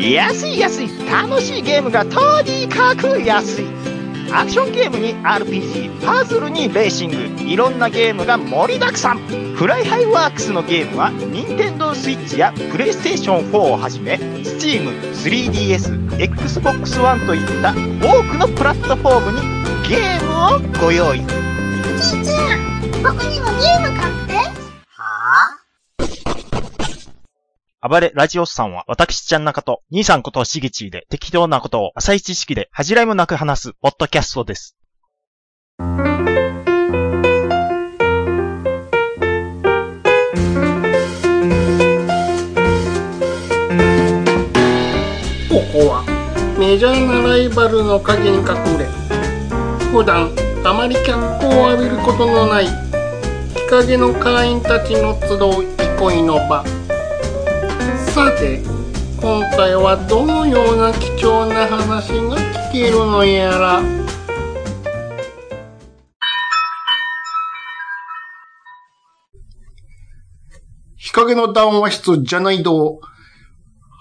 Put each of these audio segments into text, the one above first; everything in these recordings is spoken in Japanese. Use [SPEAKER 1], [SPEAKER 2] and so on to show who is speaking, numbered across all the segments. [SPEAKER 1] 安い安い楽しいゲームがとにかく安いアクションゲームに RPG パズルにレーシングいろんなゲームが盛りだくさんフライハイワークスのゲームは NintendoSwitch や PlayStation4 をはじめ Steam3DSXbox One といった多くのプラットフォームにゲームをご用意
[SPEAKER 2] じいちゃん、僕にもゲーム買って。は
[SPEAKER 1] 暴れラジオスさんは、私ちゃん中と、兄さんことしげちーで、適当なことを浅い知識で恥じらいもなく話す、ポッドキャストです。
[SPEAKER 3] ここはメジャーなライバルの影に隠れ普段あまり脚光を浴びることのない日陰の会員たちの集う憩いの場さて今回はどのような貴重な話が聞けるのやら日陰の談話室じゃない道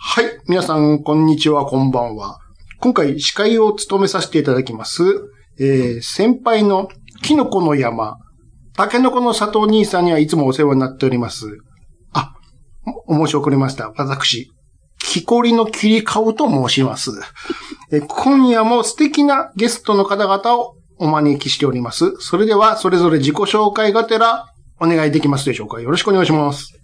[SPEAKER 3] はい。皆さん、こんにちは、こんばんは。今回、司会を務めさせていただきます。えー、先輩のキノコの山、タケノコの里兄さんにはいつもお世話になっております。あ、お申し遅れました。私、木こりの切り顔と申します。えー今夜も素敵なゲストの方々をお招きしております。それでは、それぞれ自己紹介がてら、お願いできますでしょうか。よろしくお願いします。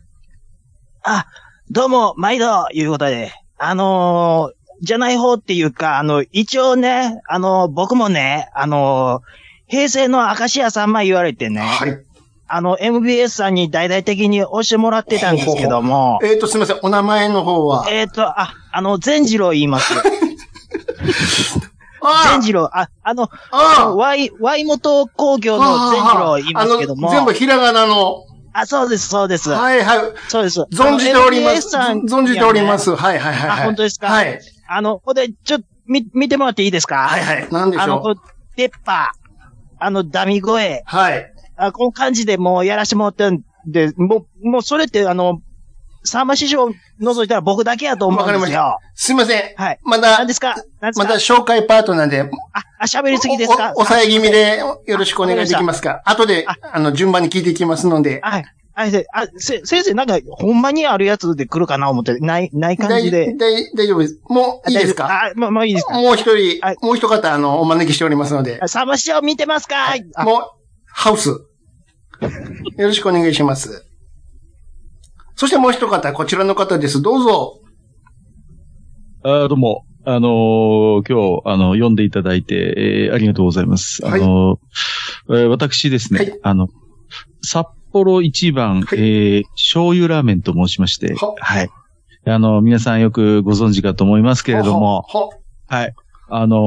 [SPEAKER 4] あ、どうも、毎度、いうことで。あのーじゃない方っていうか、あの、一応ね、あのー僕もね、あのー平成の明石家さんま言われてね、
[SPEAKER 3] はい。
[SPEAKER 4] あの、MBS さんに大々的に押してもらってたんですけども、
[SPEAKER 3] えっ、と、すみません。お名前の方は。
[SPEAKER 4] えっ、と、あ、あの、善次郎言います。
[SPEAKER 3] あ
[SPEAKER 4] 善次郎、あ、あの、
[SPEAKER 3] ああ
[SPEAKER 4] ワイ、ワイ元工業の善次郎言いますけども、
[SPEAKER 3] あの全部ひらがなの。
[SPEAKER 4] あ、そうです、そうです。
[SPEAKER 3] はいはい。
[SPEAKER 4] そうです。
[SPEAKER 3] 存じておりま
[SPEAKER 4] MBS
[SPEAKER 3] す。
[SPEAKER 4] さんには
[SPEAKER 3] 存
[SPEAKER 4] ね
[SPEAKER 3] じておりま。す。はいはいはいはい。
[SPEAKER 4] あ本当ですか
[SPEAKER 3] はい。
[SPEAKER 4] あの、ほんで、ちょ、み、見てもらっていいですか
[SPEAKER 3] はいはい。なんでし
[SPEAKER 4] あの、
[SPEAKER 3] ょう。
[SPEAKER 4] こう、出っ歯、あの、ダミ声、
[SPEAKER 3] はい。
[SPEAKER 4] あこの感じでもうやらしてもらってんで、もう、もうそれってあの、さんま師匠除いたら僕だけやと思うん
[SPEAKER 3] わ
[SPEAKER 4] で
[SPEAKER 3] か
[SPEAKER 4] す
[SPEAKER 3] り
[SPEAKER 4] よ。
[SPEAKER 3] すいません。
[SPEAKER 4] はい。
[SPEAKER 3] まだ
[SPEAKER 4] 何で、すか何です
[SPEAKER 3] ま
[SPEAKER 4] か
[SPEAKER 3] だ紹介パートなんで、
[SPEAKER 4] あ、あ喋りすぎですか
[SPEAKER 3] おお抑え気味でよろしくお願いできますか。後で
[SPEAKER 4] あ、
[SPEAKER 3] あの、順番に聞いていきますので。
[SPEAKER 4] はい。はい、せあ、せ、先生、なんか、ほんまにあるやつで来るかな思って、ない、ない感じで
[SPEAKER 3] 大。大大丈夫です。もういいですか
[SPEAKER 4] あ、ま、まあいいですか
[SPEAKER 3] もう一人
[SPEAKER 4] はい、
[SPEAKER 3] もう一方、あの、お招きしておりますので。
[SPEAKER 4] さんま師匠見てますかあ
[SPEAKER 3] もう、ハウス。よろしくお願いします。そしてもう一方、こちらの方です。どうぞ。
[SPEAKER 5] あーどうも。あのー今日、あの、読んでいただいて、えーありがとうございます。
[SPEAKER 3] はい
[SPEAKER 5] あのーえー私ですね、
[SPEAKER 3] はい
[SPEAKER 5] あの、札幌一番、
[SPEAKER 3] はい
[SPEAKER 5] えー醤油ラーメンと申しまして、
[SPEAKER 3] は
[SPEAKER 5] はい。あの、皆さんよくご存知かと思いますけれども、
[SPEAKER 3] は。は
[SPEAKER 5] はい。あの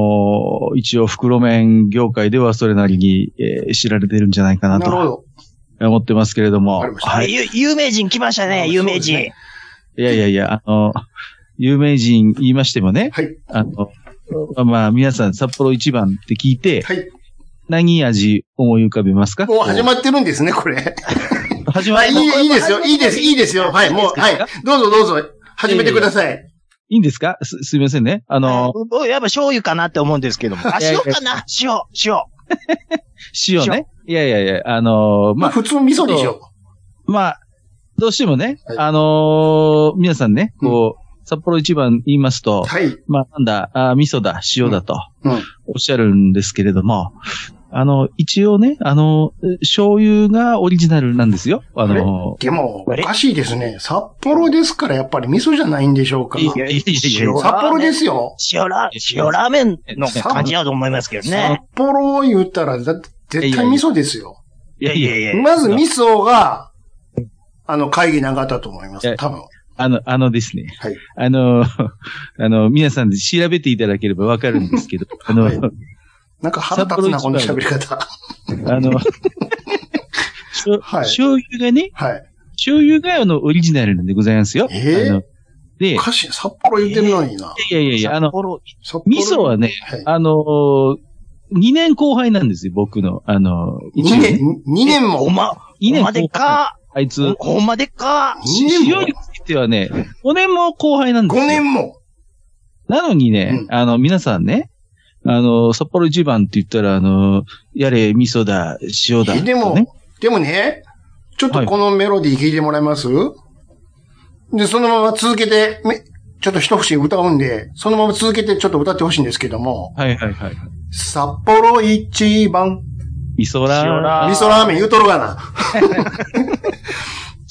[SPEAKER 5] ー一応袋麺業界ではそれなりに、えー知られてるんじゃないかな
[SPEAKER 3] なるほ
[SPEAKER 5] と
[SPEAKER 3] ど。
[SPEAKER 5] 思ってますけれども、
[SPEAKER 3] わかりました
[SPEAKER 5] はい。
[SPEAKER 4] ゆ有名人来ましたね、有名人。
[SPEAKER 5] いやいやいや、あの、有名人言いましてもね、
[SPEAKER 3] はい。
[SPEAKER 5] あの、まあ、皆さん、札幌一番って聞いて、
[SPEAKER 3] はい。
[SPEAKER 5] 何味思い浮かべますか
[SPEAKER 3] もう始まってるんですね、これ。
[SPEAKER 5] 始ま
[SPEAKER 3] は
[SPEAKER 5] る
[SPEAKER 3] い、いいいいですよ。いいです。いいですよ。はい。もう、はい。どうぞどうぞ。始めてください。
[SPEAKER 5] いいんですかす、すいませんね。あの、
[SPEAKER 4] 僕やっぱ醤油かなって思うんですけども。あ、
[SPEAKER 5] いやい
[SPEAKER 4] 塩
[SPEAKER 5] や
[SPEAKER 4] かな塩、塩。
[SPEAKER 5] 塩ね。いやいやいや、あの、
[SPEAKER 3] ま
[SPEAKER 5] ま
[SPEAKER 3] あ、
[SPEAKER 5] あ、
[SPEAKER 3] 普通味噌でしょ。
[SPEAKER 5] まあ、どうしてもね、
[SPEAKER 3] はい
[SPEAKER 5] あの皆さんね、こう、札幌一番言いますと、
[SPEAKER 3] はい。うん。
[SPEAKER 5] まあ、なんだ、あ味噌だ、塩だと、
[SPEAKER 3] うん
[SPEAKER 5] おっしゃるんですけれども、あの、一応ね、あの、醤油がオリジナルなんですよ。あの、
[SPEAKER 3] でも、お
[SPEAKER 4] あれ
[SPEAKER 3] かしいですね。札幌ですから、やっぱり味噌じゃないんでしょうか。
[SPEAKER 5] いやいやいやいや
[SPEAKER 3] 札幌ですよ。
[SPEAKER 4] 塩ラ、塩ラーメンの感じだと思いますけど
[SPEAKER 3] 札
[SPEAKER 4] ね。
[SPEAKER 3] 幌を言ったら、だって絶対味噌ですよ。
[SPEAKER 5] いやいやいや、
[SPEAKER 3] まず味噌が、あの、会議なかったと思いま
[SPEAKER 5] え
[SPEAKER 3] す。
[SPEAKER 5] え
[SPEAKER 3] 多分。
[SPEAKER 5] あの、あのですね。
[SPEAKER 3] はい
[SPEAKER 5] あの、 あの、皆さんで調べていただければわかるんですけど、あの、
[SPEAKER 3] はいなんか腹立つな、この喋り方。
[SPEAKER 5] あの、しょ
[SPEAKER 3] はい
[SPEAKER 5] 醤油がね、
[SPEAKER 3] はい。
[SPEAKER 5] 醤油があのオリジナルなんでございますよ。
[SPEAKER 3] えー
[SPEAKER 5] あので、い
[SPEAKER 3] おかしい。札幌言ってるのにな。
[SPEAKER 5] やいやいや、あの、
[SPEAKER 3] 札幌
[SPEAKER 5] 味噌はね、
[SPEAKER 3] はい。
[SPEAKER 5] あの、2年後輩なんですよ、僕の。あの、
[SPEAKER 3] 2
[SPEAKER 5] 一応ね
[SPEAKER 3] 年、二年
[SPEAKER 4] ほ
[SPEAKER 3] も
[SPEAKER 4] ん。ま、
[SPEAKER 5] 二
[SPEAKER 4] ほん
[SPEAKER 5] 年
[SPEAKER 4] までっか、
[SPEAKER 5] あいつ、
[SPEAKER 4] ほんまでっか。
[SPEAKER 3] 二年
[SPEAKER 5] 塩
[SPEAKER 3] も
[SPEAKER 5] についてはね、5年も後輩なんです
[SPEAKER 3] 五
[SPEAKER 5] よ。
[SPEAKER 3] 年も。
[SPEAKER 5] なのにね、
[SPEAKER 3] う
[SPEAKER 5] あの、皆さんね、あの、札幌一番って言ったら、あの、やれ、味噌だ、塩だ、
[SPEAKER 3] えでも、
[SPEAKER 5] ね。
[SPEAKER 3] でもね、ちょっとこのメロディー聞いてもらえます、で、そのまま続けて、めちょっと一節歌うんで、そのまま続けてちょっと歌ってほしいんですけども、
[SPEAKER 5] はいはいはい。
[SPEAKER 3] 札幌一番、
[SPEAKER 5] 味噌ラ
[SPEAKER 1] 塩
[SPEAKER 5] ー
[SPEAKER 1] ラあー
[SPEAKER 3] 味噌ラーメン言うとる がな。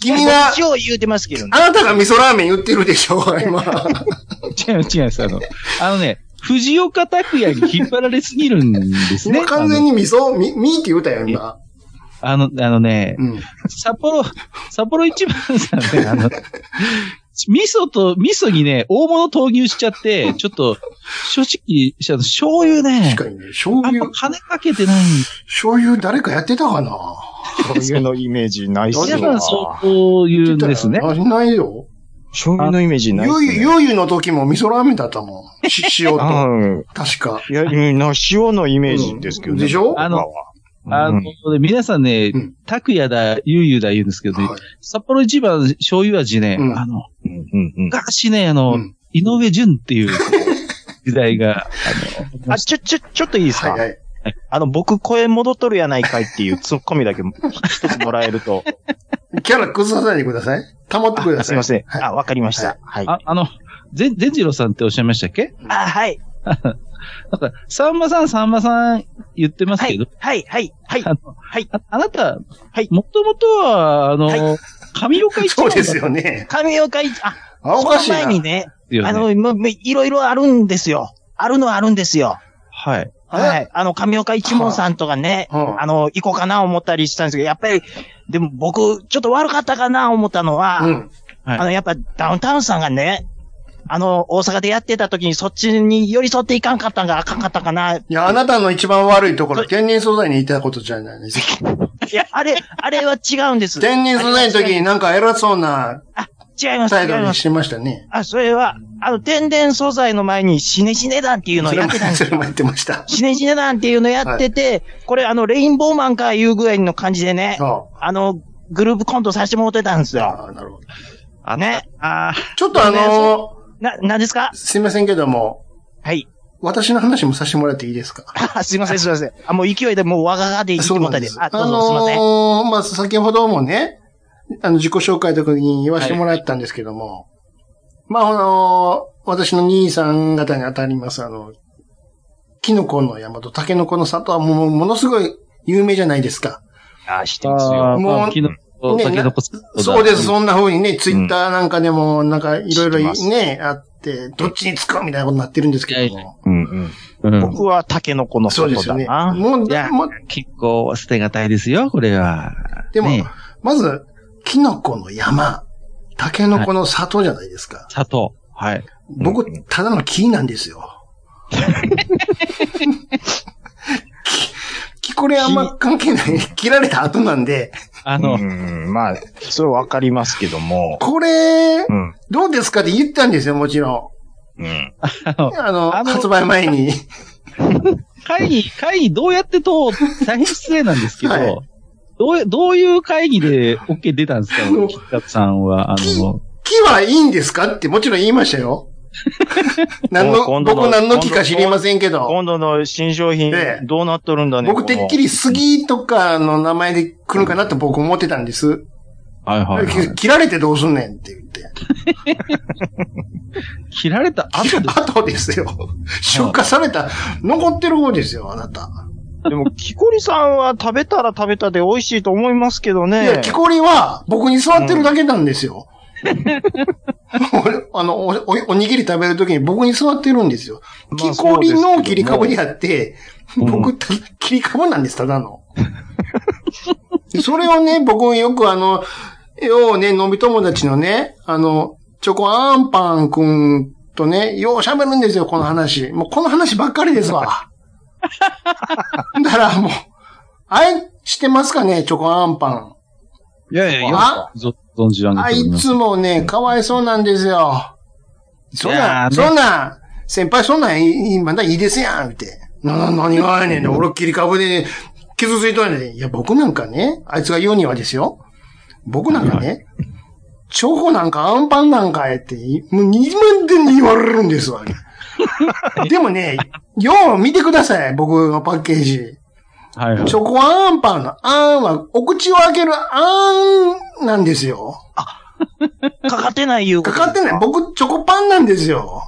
[SPEAKER 3] 君が、
[SPEAKER 4] 一応言うてますけどね。
[SPEAKER 3] あなたが味噌ラーメン言ってるでしょ、 今。
[SPEAKER 5] 違う違うです。あの、あのね、藤岡拓也に引っ張られすぎるんですね。
[SPEAKER 3] 今完全に味噌、み、みーって言うたよ、今。
[SPEAKER 5] あの。あの、あのね、
[SPEAKER 3] うん。
[SPEAKER 5] 札幌、札幌一番さんね、あの、味噌と、味噌にね、大物投入しちゃって、ちょっと、正直、あの醤油ね、
[SPEAKER 3] 確かにね、醤
[SPEAKER 5] あんま
[SPEAKER 3] 油、
[SPEAKER 5] 金かけてない。
[SPEAKER 3] 醤油誰かやってたかな
[SPEAKER 1] 醤油のイメージないっす
[SPEAKER 5] 皆
[SPEAKER 1] ね
[SPEAKER 5] さんそう言うんですね。
[SPEAKER 3] あないよ。
[SPEAKER 1] 醤油のイメージないっ
[SPEAKER 3] ゆ
[SPEAKER 1] す
[SPEAKER 3] うゆ、
[SPEAKER 1] ね。
[SPEAKER 3] ゆうゆの時も味噌ラーメンだったもん。し塩と。
[SPEAKER 1] うん。
[SPEAKER 3] 確か。
[SPEAKER 1] いや、うんな塩のイメージですけどね。
[SPEAKER 3] でしょ
[SPEAKER 5] あの
[SPEAKER 1] ま
[SPEAKER 5] あの、皆さんね
[SPEAKER 3] うん、
[SPEAKER 5] 拓也だ、ゆうゆうだ言うんですけどね、
[SPEAKER 3] はい
[SPEAKER 5] 札幌一番醤油味ね、
[SPEAKER 3] うん
[SPEAKER 5] あの、
[SPEAKER 1] うんうんうん。
[SPEAKER 5] 昔ね、あの、
[SPEAKER 3] うん
[SPEAKER 5] 井上淳っ ていう時代が、
[SPEAKER 1] あ、ちょ、ちょ、ちょっといいです
[SPEAKER 3] はい
[SPEAKER 1] か
[SPEAKER 3] はい。
[SPEAKER 1] あの、僕、声戻っとるやないかいっていうツッコミだ け一つもらえると。
[SPEAKER 3] キャラ崩さないでください。保ってくだ
[SPEAKER 1] あす
[SPEAKER 3] さ
[SPEAKER 1] い
[SPEAKER 3] い。
[SPEAKER 1] ません。
[SPEAKER 3] はい
[SPEAKER 1] あ、わかりました。はい。
[SPEAKER 5] ああの、ぜん、善次郎さんっておっしゃいましたっけ
[SPEAKER 4] あ、はい。
[SPEAKER 5] なんか、さんまさん、さんまさん言ってます
[SPEAKER 4] は
[SPEAKER 5] け
[SPEAKER 4] い
[SPEAKER 5] ど、。
[SPEAKER 4] はい。はい。はい。
[SPEAKER 5] あの、
[SPEAKER 4] はい
[SPEAKER 5] ああなた、
[SPEAKER 4] はい
[SPEAKER 5] もともとは、あの、上岡一
[SPEAKER 3] そ
[SPEAKER 5] 郎
[SPEAKER 3] うで
[SPEAKER 5] だったんですすよ
[SPEAKER 3] よ ね。
[SPEAKER 4] 神岡一、あ、
[SPEAKER 3] あ、お
[SPEAKER 4] そ
[SPEAKER 3] か
[SPEAKER 4] の
[SPEAKER 3] しいな
[SPEAKER 4] 前。にね、
[SPEAKER 5] ね。
[SPEAKER 4] あの、もうもういろいろあるんですよ。あるのはあるんですよ。
[SPEAKER 5] はい。
[SPEAKER 4] はい。あの、神岡一門さんとかね、
[SPEAKER 3] うん
[SPEAKER 4] あの、行こうかな思ったりしたんですけど、やっぱり、でも僕、ちょっと悪かったかな思ったのは、
[SPEAKER 3] うん。
[SPEAKER 5] はい
[SPEAKER 4] あの、やっぱダウンタウンさんがね、あの、大阪でやってた時にそっちに寄り添っていかんかったんがあかんかったかな。い
[SPEAKER 3] いや、あなたの一番悪いところ、天然素材にいたことじゃないです。
[SPEAKER 4] や、あれ、あれは違うんです。違い
[SPEAKER 3] 天然素材の時になんか偉そうな
[SPEAKER 4] ます、違
[SPEAKER 3] 態
[SPEAKER 4] い
[SPEAKER 3] 度
[SPEAKER 4] ま
[SPEAKER 3] に
[SPEAKER 4] す。
[SPEAKER 3] してましたね。
[SPEAKER 4] あ、それは、あの、天然素材の前に死ね死ね団っていうの
[SPEAKER 3] そ
[SPEAKER 4] を
[SPEAKER 3] れ
[SPEAKER 4] やっ
[SPEAKER 3] も、
[SPEAKER 4] てたんで
[SPEAKER 3] そ
[SPEAKER 4] すよ。
[SPEAKER 3] れも言ってま した。
[SPEAKER 4] 死ね死ね団っていうのやってて、これあの、レインボーマンかいうぐらいの感じでね、
[SPEAKER 3] あ
[SPEAKER 4] あの、グループコントさせてもらってたんですよ。
[SPEAKER 3] あ、なるほど。
[SPEAKER 1] あ
[SPEAKER 4] ね。
[SPEAKER 5] あ
[SPEAKER 3] ちょっとあ
[SPEAKER 4] 天然
[SPEAKER 3] の
[SPEAKER 4] な、なんですか
[SPEAKER 3] すいませんけども、
[SPEAKER 4] はい。
[SPEAKER 3] 私の話もさせてもらっていいですか
[SPEAKER 4] あすいません、すいません。あ、もう勢いでもうわががで言っ て
[SPEAKER 3] そう
[SPEAKER 4] も
[SPEAKER 3] な
[SPEAKER 4] っ
[SPEAKER 3] ん
[SPEAKER 4] た
[SPEAKER 3] で
[SPEAKER 4] り
[SPEAKER 3] す。
[SPEAKER 4] あ、どうぞ、すいません。
[SPEAKER 3] のーまあ、先ほどもね、あの、自己紹介の時に言わせてもらったんですけども、まあ、あのー私の兄さん方に当たります、あの、キノコの山とタケノコの里はもう、ものすごい有名じゃないですか。
[SPEAKER 1] あ、してますよ。
[SPEAKER 5] あ、
[SPEAKER 3] もう
[SPEAKER 5] もう、キノコ、
[SPEAKER 3] ね
[SPEAKER 5] タケノコ、
[SPEAKER 3] そうです、
[SPEAKER 5] う
[SPEAKER 3] そんな風にね、ツイッターなんかでも、なんかいろ
[SPEAKER 1] 知っ
[SPEAKER 3] いろ
[SPEAKER 1] てます
[SPEAKER 3] ね、あって、どっちに使うみたいなことになってるんですけど
[SPEAKER 5] いやい
[SPEAKER 3] も。
[SPEAKER 1] うんうん。
[SPEAKER 5] ん
[SPEAKER 4] 僕はタケノコの
[SPEAKER 3] そう
[SPEAKER 4] 外
[SPEAKER 3] ですよ
[SPEAKER 4] だ
[SPEAKER 3] ね。
[SPEAKER 4] な。
[SPEAKER 3] もう、
[SPEAKER 5] いや
[SPEAKER 3] もう
[SPEAKER 5] 結構捨てがたいですよ、これは。
[SPEAKER 3] でも、
[SPEAKER 5] ね
[SPEAKER 3] まず、キノコの山、タケノコの里じゃないですか。
[SPEAKER 5] 砂糖。はい。
[SPEAKER 3] 僕、ただの木なんです よ。木、木これあんま関係ない。切られた後なんで、
[SPEAKER 5] あ
[SPEAKER 1] う
[SPEAKER 5] の、
[SPEAKER 1] ん、まあ、それわかりますけども。
[SPEAKER 3] これ
[SPEAKER 1] う、ん。
[SPEAKER 3] どうですかって言ったんですよ、もちろ
[SPEAKER 1] うん。
[SPEAKER 3] ん。あの、
[SPEAKER 5] あの
[SPEAKER 3] 発売前に。
[SPEAKER 5] 会議、会議どうやってと、大変失礼なんですけど、
[SPEAKER 3] はい
[SPEAKER 5] どう、どういう会議で OK 出たんですか
[SPEAKER 3] の
[SPEAKER 5] キッカさんは、あの、
[SPEAKER 3] 木はいいんですかってもちろん言いましたよ。何の、
[SPEAKER 1] 今度の
[SPEAKER 3] 僕何の木か知りませんけど、
[SPEAKER 1] 今度の新商品
[SPEAKER 3] ええ、
[SPEAKER 1] どうなっとるんだね。
[SPEAKER 3] 僕てっきり杉とかの名前で来るかなと僕思ってたんです。
[SPEAKER 5] はいはいはい。
[SPEAKER 3] 切られてどうすんねんって言って。
[SPEAKER 5] 切られた
[SPEAKER 3] あ
[SPEAKER 5] 後で、
[SPEAKER 3] とですよ。出荷された、残ってる方ですよ、あなた。
[SPEAKER 1] この。でも、キコリさんは食べたら食べたで美味しいと思いますけど
[SPEAKER 3] いや、
[SPEAKER 1] ね
[SPEAKER 3] 木。こりは僕に座ってるだけなんで すよ。おあのおお、おにぎり食べるときに僕に座ってるんですよ。
[SPEAKER 1] まあ
[SPEAKER 3] 木こりの切り株で
[SPEAKER 1] そうですけども
[SPEAKER 3] あって、
[SPEAKER 5] うん
[SPEAKER 3] 僕、た切り株なんです、ただの。それをね、僕よくあの、ようね、飲み友達のね、あの、チョコアンパンくんとね、よう喋るんですよ、この話。もうこの話ばっかりで すわ。だからもう、あい、してますかね、チョコアンパン。
[SPEAKER 5] いやいやいや、
[SPEAKER 3] あ
[SPEAKER 5] ぞ存じ上げ
[SPEAKER 3] あ
[SPEAKER 5] ており
[SPEAKER 3] い
[SPEAKER 5] ます。
[SPEAKER 3] つもね、かわいそうなんですよ。そん
[SPEAKER 5] いや
[SPEAKER 3] な、
[SPEAKER 5] ーね
[SPEAKER 3] そんな、先輩そんなんいい、まだいいですやん、って。な、な、何がやねんね。俺切り株で傷ついとんねん。いや、僕なんかね、あいつが言うにはですよ。僕なんかね、 チョコなんかアンパンなんかやって、もう二万点に言われるんですわ。でもね、よう見てください、僕のパッケージ。
[SPEAKER 5] はいはい
[SPEAKER 3] チ。ョコアンパンのあんは、お口を開けるあんなんですよ。
[SPEAKER 4] かかってないいうこ
[SPEAKER 3] か
[SPEAKER 4] と。
[SPEAKER 3] かってない。僕、チョコパンなんですよ。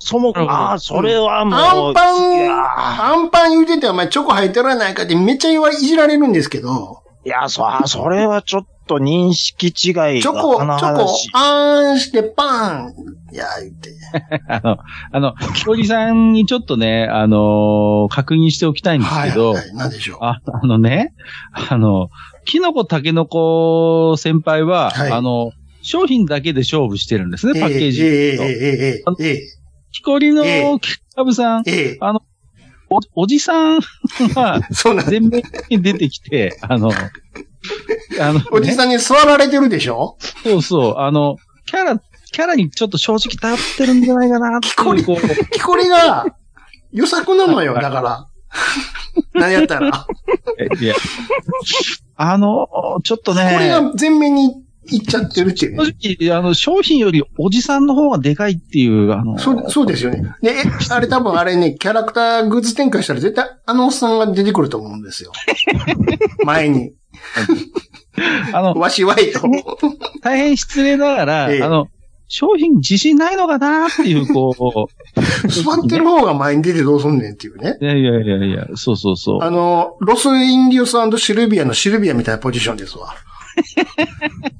[SPEAKER 4] そも、
[SPEAKER 5] なるほど
[SPEAKER 4] ああ、それはもう。
[SPEAKER 3] アンパ
[SPEAKER 4] いや
[SPEAKER 3] ン、アンパン言うてて、お前チョコ入ってるやないかってめっちゃ言われ、いじられるんですけど、
[SPEAKER 4] いや、そ、あそれはちょっと認識違いが。
[SPEAKER 3] チョコ、チ
[SPEAKER 4] こ
[SPEAKER 3] ョ
[SPEAKER 4] の
[SPEAKER 3] コ
[SPEAKER 4] 話、
[SPEAKER 3] あんしてパン、いや、言って。
[SPEAKER 5] あの、あの、木こりさんにちょっとね、あのー確認しておきたいんです
[SPEAKER 3] はい
[SPEAKER 5] けど、
[SPEAKER 3] はいはい、なんでしょう。
[SPEAKER 5] ああのね、あの、キノコタケノコ先輩は、
[SPEAKER 3] はい
[SPEAKER 5] あの、商品だけで勝負してるんですね、パッケー
[SPEAKER 3] え
[SPEAKER 5] ジ。
[SPEAKER 3] ええええええ
[SPEAKER 5] 木こり
[SPEAKER 3] ええ
[SPEAKER 5] のキャブさん、
[SPEAKER 3] えええ
[SPEAKER 5] おおじさんは
[SPEAKER 3] えそうなんです。
[SPEAKER 5] 全面的に出てき て、あの、あの、
[SPEAKER 3] おじ
[SPEAKER 5] ね
[SPEAKER 3] さんに座られてるでしょ
[SPEAKER 5] そうそう、あの、キャラ、キャラにちょっと正直頼ってるんじゃないかなって
[SPEAKER 3] 木こ
[SPEAKER 5] い
[SPEAKER 3] り
[SPEAKER 5] う、こう、
[SPEAKER 3] 木こりが、予策なのよ、
[SPEAKER 5] はい
[SPEAKER 3] だから。何やったら。
[SPEAKER 5] えいや、あの、ちょっとね、
[SPEAKER 3] これが全面にいっちゃってるっていうね。
[SPEAKER 5] 正直、あの、商品よりおじさんの方がでかいっていう、あの、
[SPEAKER 3] そう、そうですよね。で、えあれ多分あれね、キャラクターグッズ展開したら絶対あのおっさんが出てくると思うんです よ。前に。
[SPEAKER 5] あの、
[SPEAKER 3] わしわいと。
[SPEAKER 5] 大変失礼ながら、
[SPEAKER 3] ええ
[SPEAKER 5] あの、商品自信ないのかなっていう、 こ
[SPEAKER 3] 座ってる方が前に出てどうすんねんっていうね。
[SPEAKER 5] う、いやいやいやいや、そうそうそう。
[SPEAKER 3] あの、ロスインディオスシルビアのシルビアみたいなポジションです わ。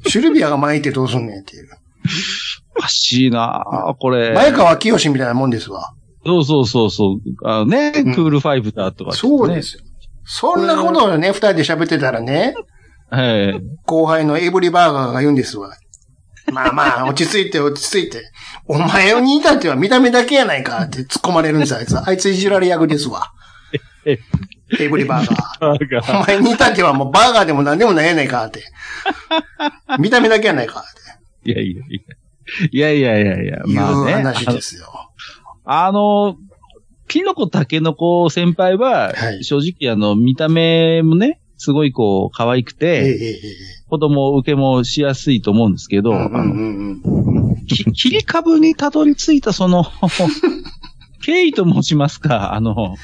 [SPEAKER 3] シルビアが前にいてどうすんねんっていう。
[SPEAKER 5] おかしいなあこれ。
[SPEAKER 3] 前川清みたいなもんですわ。
[SPEAKER 5] そうそうそうそう。あのね、
[SPEAKER 3] うん
[SPEAKER 5] クールファイブだとか、
[SPEAKER 3] そうで。すよ。そんなことをね、二人で喋ってたらね、
[SPEAKER 5] え え
[SPEAKER 3] 後輩のエブリバーガーが言うんですわ。まあ まあ、落ち着いて落ち着いて。お前に至っては見た目だけやないかって突っ込まれるんですあいつ。あいついじられ役です わ。
[SPEAKER 5] え
[SPEAKER 3] エブリバーガー。
[SPEAKER 5] なんか
[SPEAKER 3] お前に至ってはもうバーガーでも何でもないやないかって。見た目だけやないかって。
[SPEAKER 5] いやいやいや。いやいやいやいや、
[SPEAKER 3] いう
[SPEAKER 5] まあね。
[SPEAKER 3] 話ですよ。
[SPEAKER 5] あの、キノコタケノコ先輩は
[SPEAKER 3] はい、
[SPEAKER 5] 正直あの、見た目もね、すごいこう、可愛く
[SPEAKER 3] えええ
[SPEAKER 5] て、
[SPEAKER 3] ええ
[SPEAKER 5] 子供受けもしやすいと思うんですけ
[SPEAKER 3] え
[SPEAKER 5] ど、
[SPEAKER 3] うん
[SPEAKER 5] あ
[SPEAKER 3] うん
[SPEAKER 5] の、
[SPEAKER 3] うん
[SPEAKER 5] き切り株にたどり着いたその、 経緯と申しますか、あの、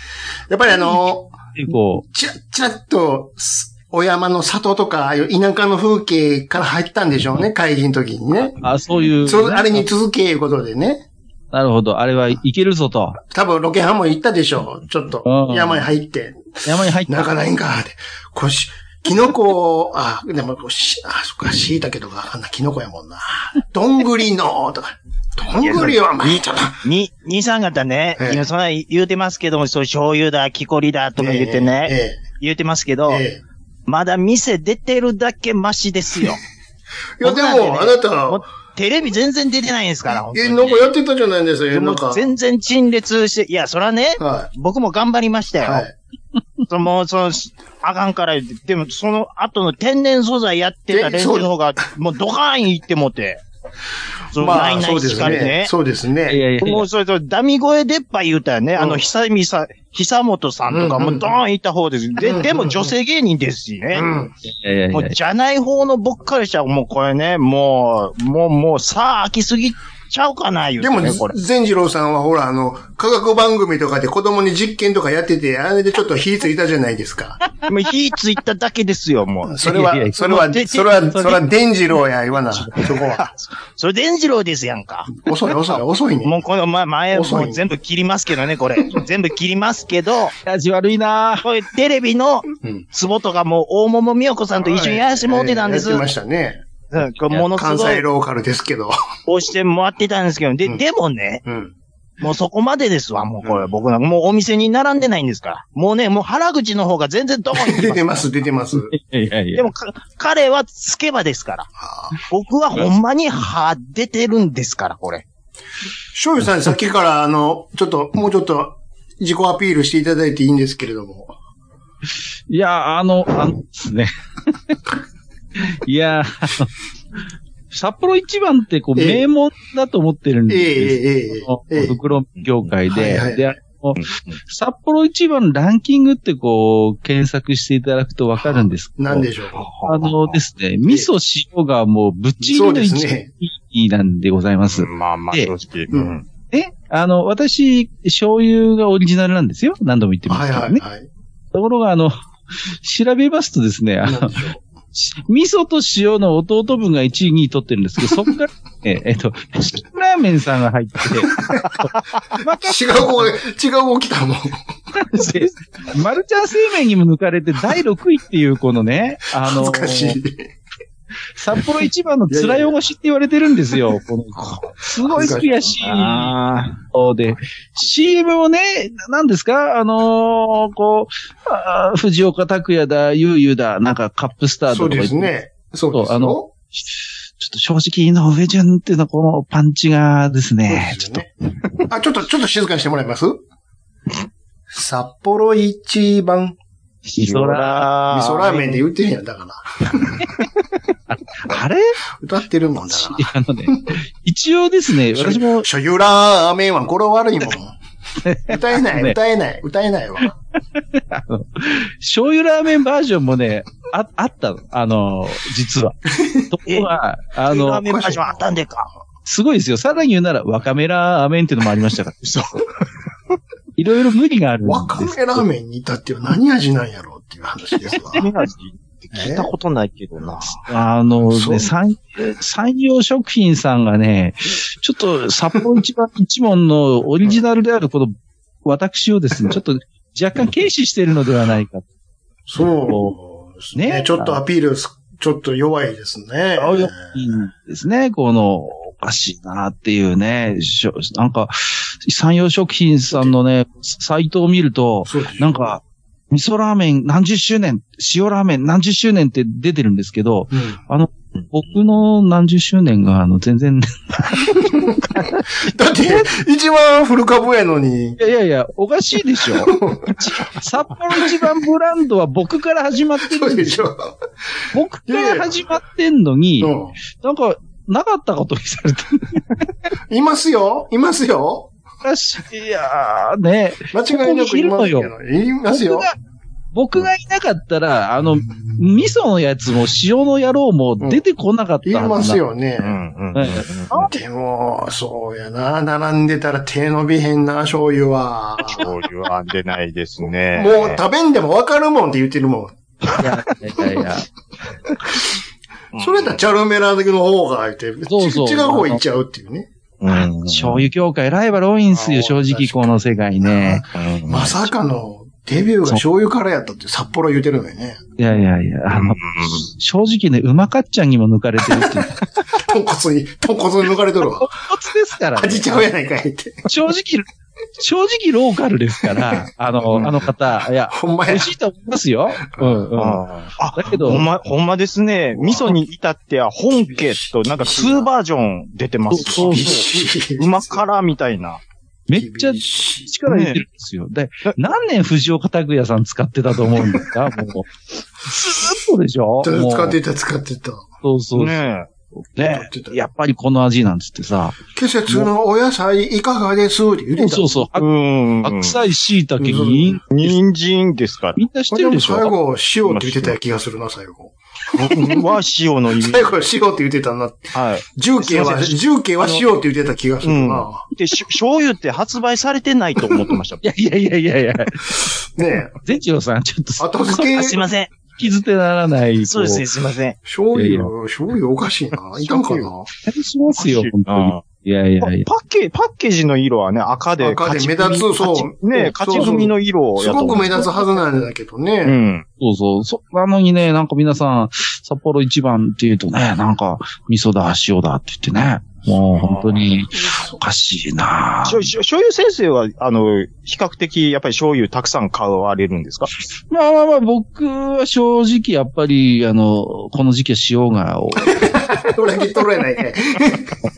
[SPEAKER 3] やっぱりあの、
[SPEAKER 5] こう、
[SPEAKER 3] ちらっちらっと、すお山の里とか、ああいう田舎の風景から入ったんでしょうね、会議の時にね。
[SPEAKER 5] あ、そういう、
[SPEAKER 3] そう、あれに続けいうことでね。
[SPEAKER 5] なるほど、あれはいけるぞと、
[SPEAKER 3] 多分ロケハンも行ったでしょう。ちょっと
[SPEAKER 5] う、ん
[SPEAKER 3] 山に入って、
[SPEAKER 5] 山に 入った
[SPEAKER 3] な。かないんか、って。こし、キノコ、あ、でもこう、し、あ、そっか、椎茸とか、あんなキノコやもんな。どんぐりの、とか。どんぐりは、まあ、ちょっと。
[SPEAKER 4] に、兄さん方ね、
[SPEAKER 3] ええ
[SPEAKER 4] 今そんな言うてますけども、そう醤油だ、木こりだとか言ってね、
[SPEAKER 3] え
[SPEAKER 4] 言うてますけ
[SPEAKER 3] え。
[SPEAKER 4] ど、
[SPEAKER 3] ええ。
[SPEAKER 4] まだ店出てるだけマシですよ。
[SPEAKER 3] いや、でも、あなた、
[SPEAKER 4] テレビ全然出てないんですから、本当
[SPEAKER 3] え、
[SPEAKER 4] に
[SPEAKER 3] なんかやってたじゃないですか、なん
[SPEAKER 4] もう
[SPEAKER 3] か。
[SPEAKER 4] 全然陳列して、いや、そらね、
[SPEAKER 3] は
[SPEAKER 4] 僕も頑張りました
[SPEAKER 3] い。
[SPEAKER 4] よ。
[SPEAKER 3] はい。
[SPEAKER 4] そのもう、その、あかんから言って、でも、その後の天然素材やってた
[SPEAKER 3] え
[SPEAKER 4] 練習
[SPEAKER 3] そう
[SPEAKER 4] の方 が、もうドカーンいってもて。その
[SPEAKER 3] ま
[SPEAKER 4] ナイ
[SPEAKER 3] あ、
[SPEAKER 4] ナ
[SPEAKER 3] そ
[SPEAKER 4] イ
[SPEAKER 3] うで
[SPEAKER 4] し
[SPEAKER 3] す
[SPEAKER 4] かり
[SPEAKER 3] ね
[SPEAKER 4] ね。。
[SPEAKER 3] そうですね。
[SPEAKER 5] いやいやいや
[SPEAKER 4] もう、それと、ダミ声出っ歯言うたらね、あ
[SPEAKER 3] う
[SPEAKER 4] の、
[SPEAKER 3] ん
[SPEAKER 4] 久美さん、久本さんとか
[SPEAKER 3] うんうん
[SPEAKER 4] もうドーンいった方です。
[SPEAKER 3] うんうん
[SPEAKER 4] で、でも女性芸人ですしね
[SPEAKER 3] う。ん。
[SPEAKER 5] いやいやい
[SPEAKER 4] も
[SPEAKER 5] や
[SPEAKER 4] う、じゃない方の僕からしたら、もうこれね、もう、もう、もう、さあ、飽きすぎちゃうかな、言う
[SPEAKER 3] で
[SPEAKER 4] て
[SPEAKER 3] も、
[SPEAKER 4] ね、これ。
[SPEAKER 3] 善次郎さんはほら、あの、科学番組とかで子供に実験とかやってて、あれでちょっと火ついたじゃないですか。
[SPEAKER 4] もう火ついただけですよ、もう。
[SPEAKER 3] それ
[SPEAKER 5] いやい
[SPEAKER 3] は、
[SPEAKER 5] や
[SPEAKER 3] それは、
[SPEAKER 4] で
[SPEAKER 3] それは、それは、伝次郎や、言わな。そこは。
[SPEAKER 4] それ、伝次郎ですやんか。
[SPEAKER 3] 遅い、遅い、遅い
[SPEAKER 4] も
[SPEAKER 3] ね
[SPEAKER 4] う。この前、前、
[SPEAKER 3] 遅い
[SPEAKER 4] もう全部切りますけどね、これ。 全部切りますけど、
[SPEAKER 5] 味悪いな
[SPEAKER 4] これテレビの
[SPEAKER 3] うん
[SPEAKER 4] ツボとかもう大桃美代子さんと一緒にやらしてもらってたんです。
[SPEAKER 3] やってましたね。
[SPEAKER 4] うんこれものす
[SPEAKER 3] 関
[SPEAKER 4] ご
[SPEAKER 3] 西
[SPEAKER 4] い
[SPEAKER 3] ローカルですけど。
[SPEAKER 4] 押してもらってたんですけど、で、
[SPEAKER 3] うん
[SPEAKER 4] でもね、
[SPEAKER 3] うん。
[SPEAKER 4] もうそこまでですわ、もうこれ。僕なんかもうお店に並んでないんですから。もうね、もう原口の方が全然どこに行って
[SPEAKER 3] 出
[SPEAKER 4] ま
[SPEAKER 3] てます、
[SPEAKER 4] す。
[SPEAKER 3] 出てます。
[SPEAKER 5] いやいやいや。
[SPEAKER 4] でもか、彼はつけばですから。
[SPEAKER 3] ああ
[SPEAKER 4] 僕はほんまに歯出てるんですから、これ。
[SPEAKER 3] 醤油さん、さっきから、あの、ちょっと、もうちょっと、自己アピールしていただいていいんですけれども。
[SPEAKER 5] いや、あの、あので すね。いや、あの札幌一番ってこう、
[SPEAKER 3] ええ
[SPEAKER 5] 名門だと思ってるん
[SPEAKER 3] ええ、
[SPEAKER 5] ですよ。
[SPEAKER 3] え
[SPEAKER 5] こ
[SPEAKER 3] え、え
[SPEAKER 5] の
[SPEAKER 3] え
[SPEAKER 5] 小。袋業界
[SPEAKER 3] はいはい
[SPEAKER 5] で。で、あの札幌一番のランキングってこう、検索していただくとわかるんですけど。
[SPEAKER 3] なんでしょう。
[SPEAKER 5] あのですね、味噌塩がもうぶっちぎりの
[SPEAKER 3] そうです
[SPEAKER 5] 1
[SPEAKER 3] ね
[SPEAKER 5] 位なんでございます。
[SPEAKER 4] まあま
[SPEAKER 5] で
[SPEAKER 4] 直。
[SPEAKER 3] うん
[SPEAKER 5] ね、あの、私、醤油がオリジナルなんですよ。何度も言ってます
[SPEAKER 3] はい
[SPEAKER 5] けどね。
[SPEAKER 3] はいはい。
[SPEAKER 5] ところが、あの、 調べますとですね、あ
[SPEAKER 3] なん
[SPEAKER 5] の、
[SPEAKER 3] でしょ
[SPEAKER 5] し味噌と塩の弟分が1位、2位取ってる んですけど、そっから、ええっと、チキンラーメンさんが入って、
[SPEAKER 3] う。違う子が、違う子来たもん。
[SPEAKER 5] で マルちゃん製麺にも抜かれて第6位っていうこのね、あ
[SPEAKER 3] 恥
[SPEAKER 5] の
[SPEAKER 3] ず、かしい。
[SPEAKER 5] 札幌一番の面汚しって言われてるんですよ。このこすごい悔しい。
[SPEAKER 4] あ
[SPEAKER 5] そうで、CM もね、何ですかあのーこう、あー藤岡拓也だ、ゆうゆうだ、なんかカップスター
[SPEAKER 3] そ
[SPEAKER 5] と
[SPEAKER 3] う
[SPEAKER 5] か言
[SPEAKER 3] で
[SPEAKER 5] って
[SPEAKER 3] すね。そうです
[SPEAKER 5] そうあの
[SPEAKER 3] よ。
[SPEAKER 5] ちょっと正直、の上ンっていうのはこのパンチがですね、
[SPEAKER 3] ちょっと。あ、ちょっと、ちょっと静かにしてもらえます札幌一番、
[SPEAKER 5] 味噌ラ
[SPEAKER 3] 味噌ラーメン
[SPEAKER 1] ン。
[SPEAKER 3] で言ってるやんだから。
[SPEAKER 5] あれ
[SPEAKER 3] 歌ってるもんだ
[SPEAKER 5] し
[SPEAKER 3] か
[SPEAKER 5] あのね、一応ですね、
[SPEAKER 3] ら。
[SPEAKER 5] 私も、
[SPEAKER 3] 所有ラーメンは語呂悪 いもん。歌えない、
[SPEAKER 5] ね
[SPEAKER 3] 歌えない、歌えないわ。
[SPEAKER 5] 醤油ラーメンバージョンもね、あ、あったの。あの、実は。ところが、あ
[SPEAKER 4] ラー
[SPEAKER 5] の、
[SPEAKER 4] メンバージョンあったんでか。
[SPEAKER 5] すごいですよ。さらに言うなら、わかめラーメンっていうのもありましたから。 いろいろ無理があるんです。
[SPEAKER 3] わかめラーメンに至っては何味なんやろうっていう話ですわ。
[SPEAKER 4] ラーメン味って聞いたことないけどな。
[SPEAKER 5] あの、
[SPEAKER 3] そう
[SPEAKER 5] ね、産産業食品さんがね、ちょっと札幌一番一門のオリジナルであるこの私をですね、ちょっと若干軽視してるのではないか。
[SPEAKER 3] そうですね。
[SPEAKER 5] ね
[SPEAKER 3] ちょっとアピールす、ちょっと弱いですね。
[SPEAKER 5] 青いですね、この、おかしいなっていうね、しょなんか、産業食品さんのね、サイトを見ると、
[SPEAKER 3] そうですよ
[SPEAKER 5] なん、か、味噌ラーメン何十周年、塩ラーメン何十周年って出てるんですけど、
[SPEAKER 3] うん
[SPEAKER 5] 僕の何十周年が、あの、全然、
[SPEAKER 3] だって、一番古株やのに
[SPEAKER 5] い、やいやいや、おかしい でしょ。札幌一番ブランドは僕から始まって
[SPEAKER 3] そ
[SPEAKER 5] る
[SPEAKER 3] うんで
[SPEAKER 5] で
[SPEAKER 3] し
[SPEAKER 5] す
[SPEAKER 3] ょ。
[SPEAKER 5] よ。僕から始まってんのに、
[SPEAKER 3] うん。
[SPEAKER 5] なんか、なかったことにされてる
[SPEAKER 3] いますよいますよ
[SPEAKER 5] らしい。いやーね。
[SPEAKER 3] 間違いなくいますけど。
[SPEAKER 5] こ
[SPEAKER 3] いますよ
[SPEAKER 5] 僕が、僕がいなかったら、あの、味噌のやつも塩の野郎も出てこなかった
[SPEAKER 3] い
[SPEAKER 5] は
[SPEAKER 3] ま
[SPEAKER 5] ず
[SPEAKER 3] す
[SPEAKER 5] な
[SPEAKER 3] よね。
[SPEAKER 1] うんうんうん
[SPEAKER 5] はい
[SPEAKER 1] うん。
[SPEAKER 3] でも、そうやな。並んでたら手伸びへんな、醤油は。
[SPEAKER 1] そういう案出ないですね。
[SPEAKER 3] もう食べんでもわかるもんって言ってるもん。
[SPEAKER 5] いやいやいや。
[SPEAKER 3] それだったらチャルメラの方が、って、
[SPEAKER 5] そうそう
[SPEAKER 3] 違う方行っちゃうっていうね。
[SPEAKER 1] うん
[SPEAKER 5] 醤油業界ライバル多いんすよ、
[SPEAKER 3] あ
[SPEAKER 5] 正直
[SPEAKER 3] 確かに
[SPEAKER 5] この世界ね。
[SPEAKER 1] うん
[SPEAKER 3] まさかの、デビューが醤油からやったって札幌言うてるのよ ね。
[SPEAKER 5] いやいやいや、あ
[SPEAKER 1] うん
[SPEAKER 5] の、正直ね、うまかっちゃんにも抜かれてるっていう。
[SPEAKER 3] 豚骨に、豚骨に抜かれとるわ。
[SPEAKER 5] コツですからね。
[SPEAKER 3] 味ちゃうやないかい って。
[SPEAKER 5] 正直、正直ローカルですから、あの、あの方、いや、
[SPEAKER 3] ほんま
[SPEAKER 5] 美
[SPEAKER 3] や
[SPEAKER 5] 味。しいと思いますよ。うんうん。だ
[SPEAKER 1] あ
[SPEAKER 5] けど
[SPEAKER 1] ほ、ん
[SPEAKER 5] そ
[SPEAKER 1] ま、ほんまですね。味噌に至っては本家と、なんか2バージョン出てます。
[SPEAKER 5] そうう
[SPEAKER 3] ま
[SPEAKER 5] そう。
[SPEAKER 3] し
[SPEAKER 1] うま辛みたいな。
[SPEAKER 5] めっちゃ力入れてるんですよ。で、何年藤岡拓也さん使ってたと思うんですかもう。ずーっとでしょもう
[SPEAKER 3] 使ってた、使ってた。
[SPEAKER 5] そうそう。ね
[SPEAKER 1] ね
[SPEAKER 3] 使ってた
[SPEAKER 5] やっぱりこの味なんつってさ。
[SPEAKER 3] 季節のお野菜いかがですって言うてた。
[SPEAKER 5] そうそう。
[SPEAKER 1] え。うん。
[SPEAKER 5] 白菜、椎茸、銀。
[SPEAKER 1] 人参です から。
[SPEAKER 5] みんな知っ
[SPEAKER 3] こ
[SPEAKER 5] て
[SPEAKER 3] れ
[SPEAKER 5] る
[SPEAKER 3] も
[SPEAKER 5] でし
[SPEAKER 3] 最
[SPEAKER 5] ょ
[SPEAKER 3] 後、塩って言ってたような気がするな、最後。
[SPEAKER 1] 僕は塩の意味。
[SPEAKER 3] 最後、塩って言ってたな。
[SPEAKER 1] はい。
[SPEAKER 3] 重慶は、
[SPEAKER 1] すいません
[SPEAKER 3] 重慶は塩って言ってた気がするな。
[SPEAKER 1] で、し醤油って発売されてないと思ってました。
[SPEAKER 5] いやいやいやいやいや、
[SPEAKER 3] ねえ。
[SPEAKER 5] 善次郎さん、ちょっと、
[SPEAKER 3] 後付け
[SPEAKER 4] あ、すいません。
[SPEAKER 5] 気づてならない。
[SPEAKER 4] そうですね、すいません。
[SPEAKER 3] 醤
[SPEAKER 5] いやい
[SPEAKER 3] 油
[SPEAKER 5] や、
[SPEAKER 3] 醤油おかしい な。いかんかな。
[SPEAKER 5] こう。しますよ、本当に
[SPEAKER 1] あ。
[SPEAKER 5] いやい
[SPEAKER 1] パ
[SPEAKER 5] やいや。
[SPEAKER 1] パッケージ、パッケージの色はね、赤で。
[SPEAKER 3] 赤で
[SPEAKER 1] 勝ち
[SPEAKER 3] 目立つそう
[SPEAKER 1] 勝ちね、
[SPEAKER 3] そうそう
[SPEAKER 1] 勝ち組の色
[SPEAKER 3] す
[SPEAKER 1] やと思
[SPEAKER 3] ご
[SPEAKER 1] う
[SPEAKER 3] く目立つはずなんだけど
[SPEAKER 1] う
[SPEAKER 3] ね。
[SPEAKER 1] ん。
[SPEAKER 5] そうそう。そ、なのにね、なんか皆さん、札幌一番って言うとね、なんか、味噌だ、塩だって言ってね。もう本当に、おかしいな
[SPEAKER 1] しょしょ醤油先生は、あの、比較的、やっぱり醤油たくさん買われるんですか
[SPEAKER 5] まあまあまあ、僕は正直、やっぱり、あの、この時期は塩 が多い、
[SPEAKER 3] 裏切っとるやないか い。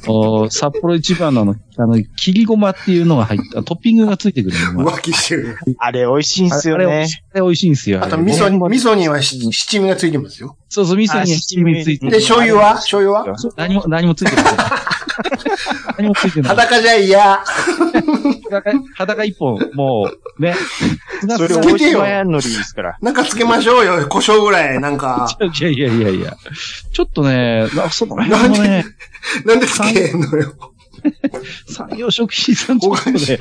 [SPEAKER 5] お札幌一番のあの、あの、切りごまっていうのが入った、トッピングがついてくるの。
[SPEAKER 3] 浮気してる。
[SPEAKER 1] あれ美味しいんすよ
[SPEAKER 5] あれあれ美
[SPEAKER 1] ね
[SPEAKER 5] 味。しいあれ美味しいんですよ。
[SPEAKER 3] あと、
[SPEAKER 5] れね
[SPEAKER 3] 味噌に、味噌にはし七味がついてますよ。
[SPEAKER 5] そうそう、味噌には七味ついてる
[SPEAKER 3] で、醤油は醤油は
[SPEAKER 5] そう何も、何もつい てません。何もついてない。
[SPEAKER 3] 裸じゃいや。
[SPEAKER 5] 裸、裸一本、もう、ね。
[SPEAKER 1] それ
[SPEAKER 3] を
[SPEAKER 1] 美味しいマヤのりです から。
[SPEAKER 3] なんかつけましょうよ。胡椒ぐらい。なんか、
[SPEAKER 5] いやいやいやいや。ちょっとね、なその辺
[SPEAKER 3] なん
[SPEAKER 5] も
[SPEAKER 3] で
[SPEAKER 5] ね、
[SPEAKER 3] なんでつけへんのよ。
[SPEAKER 5] 産業食品さんちょっとね、ちょっ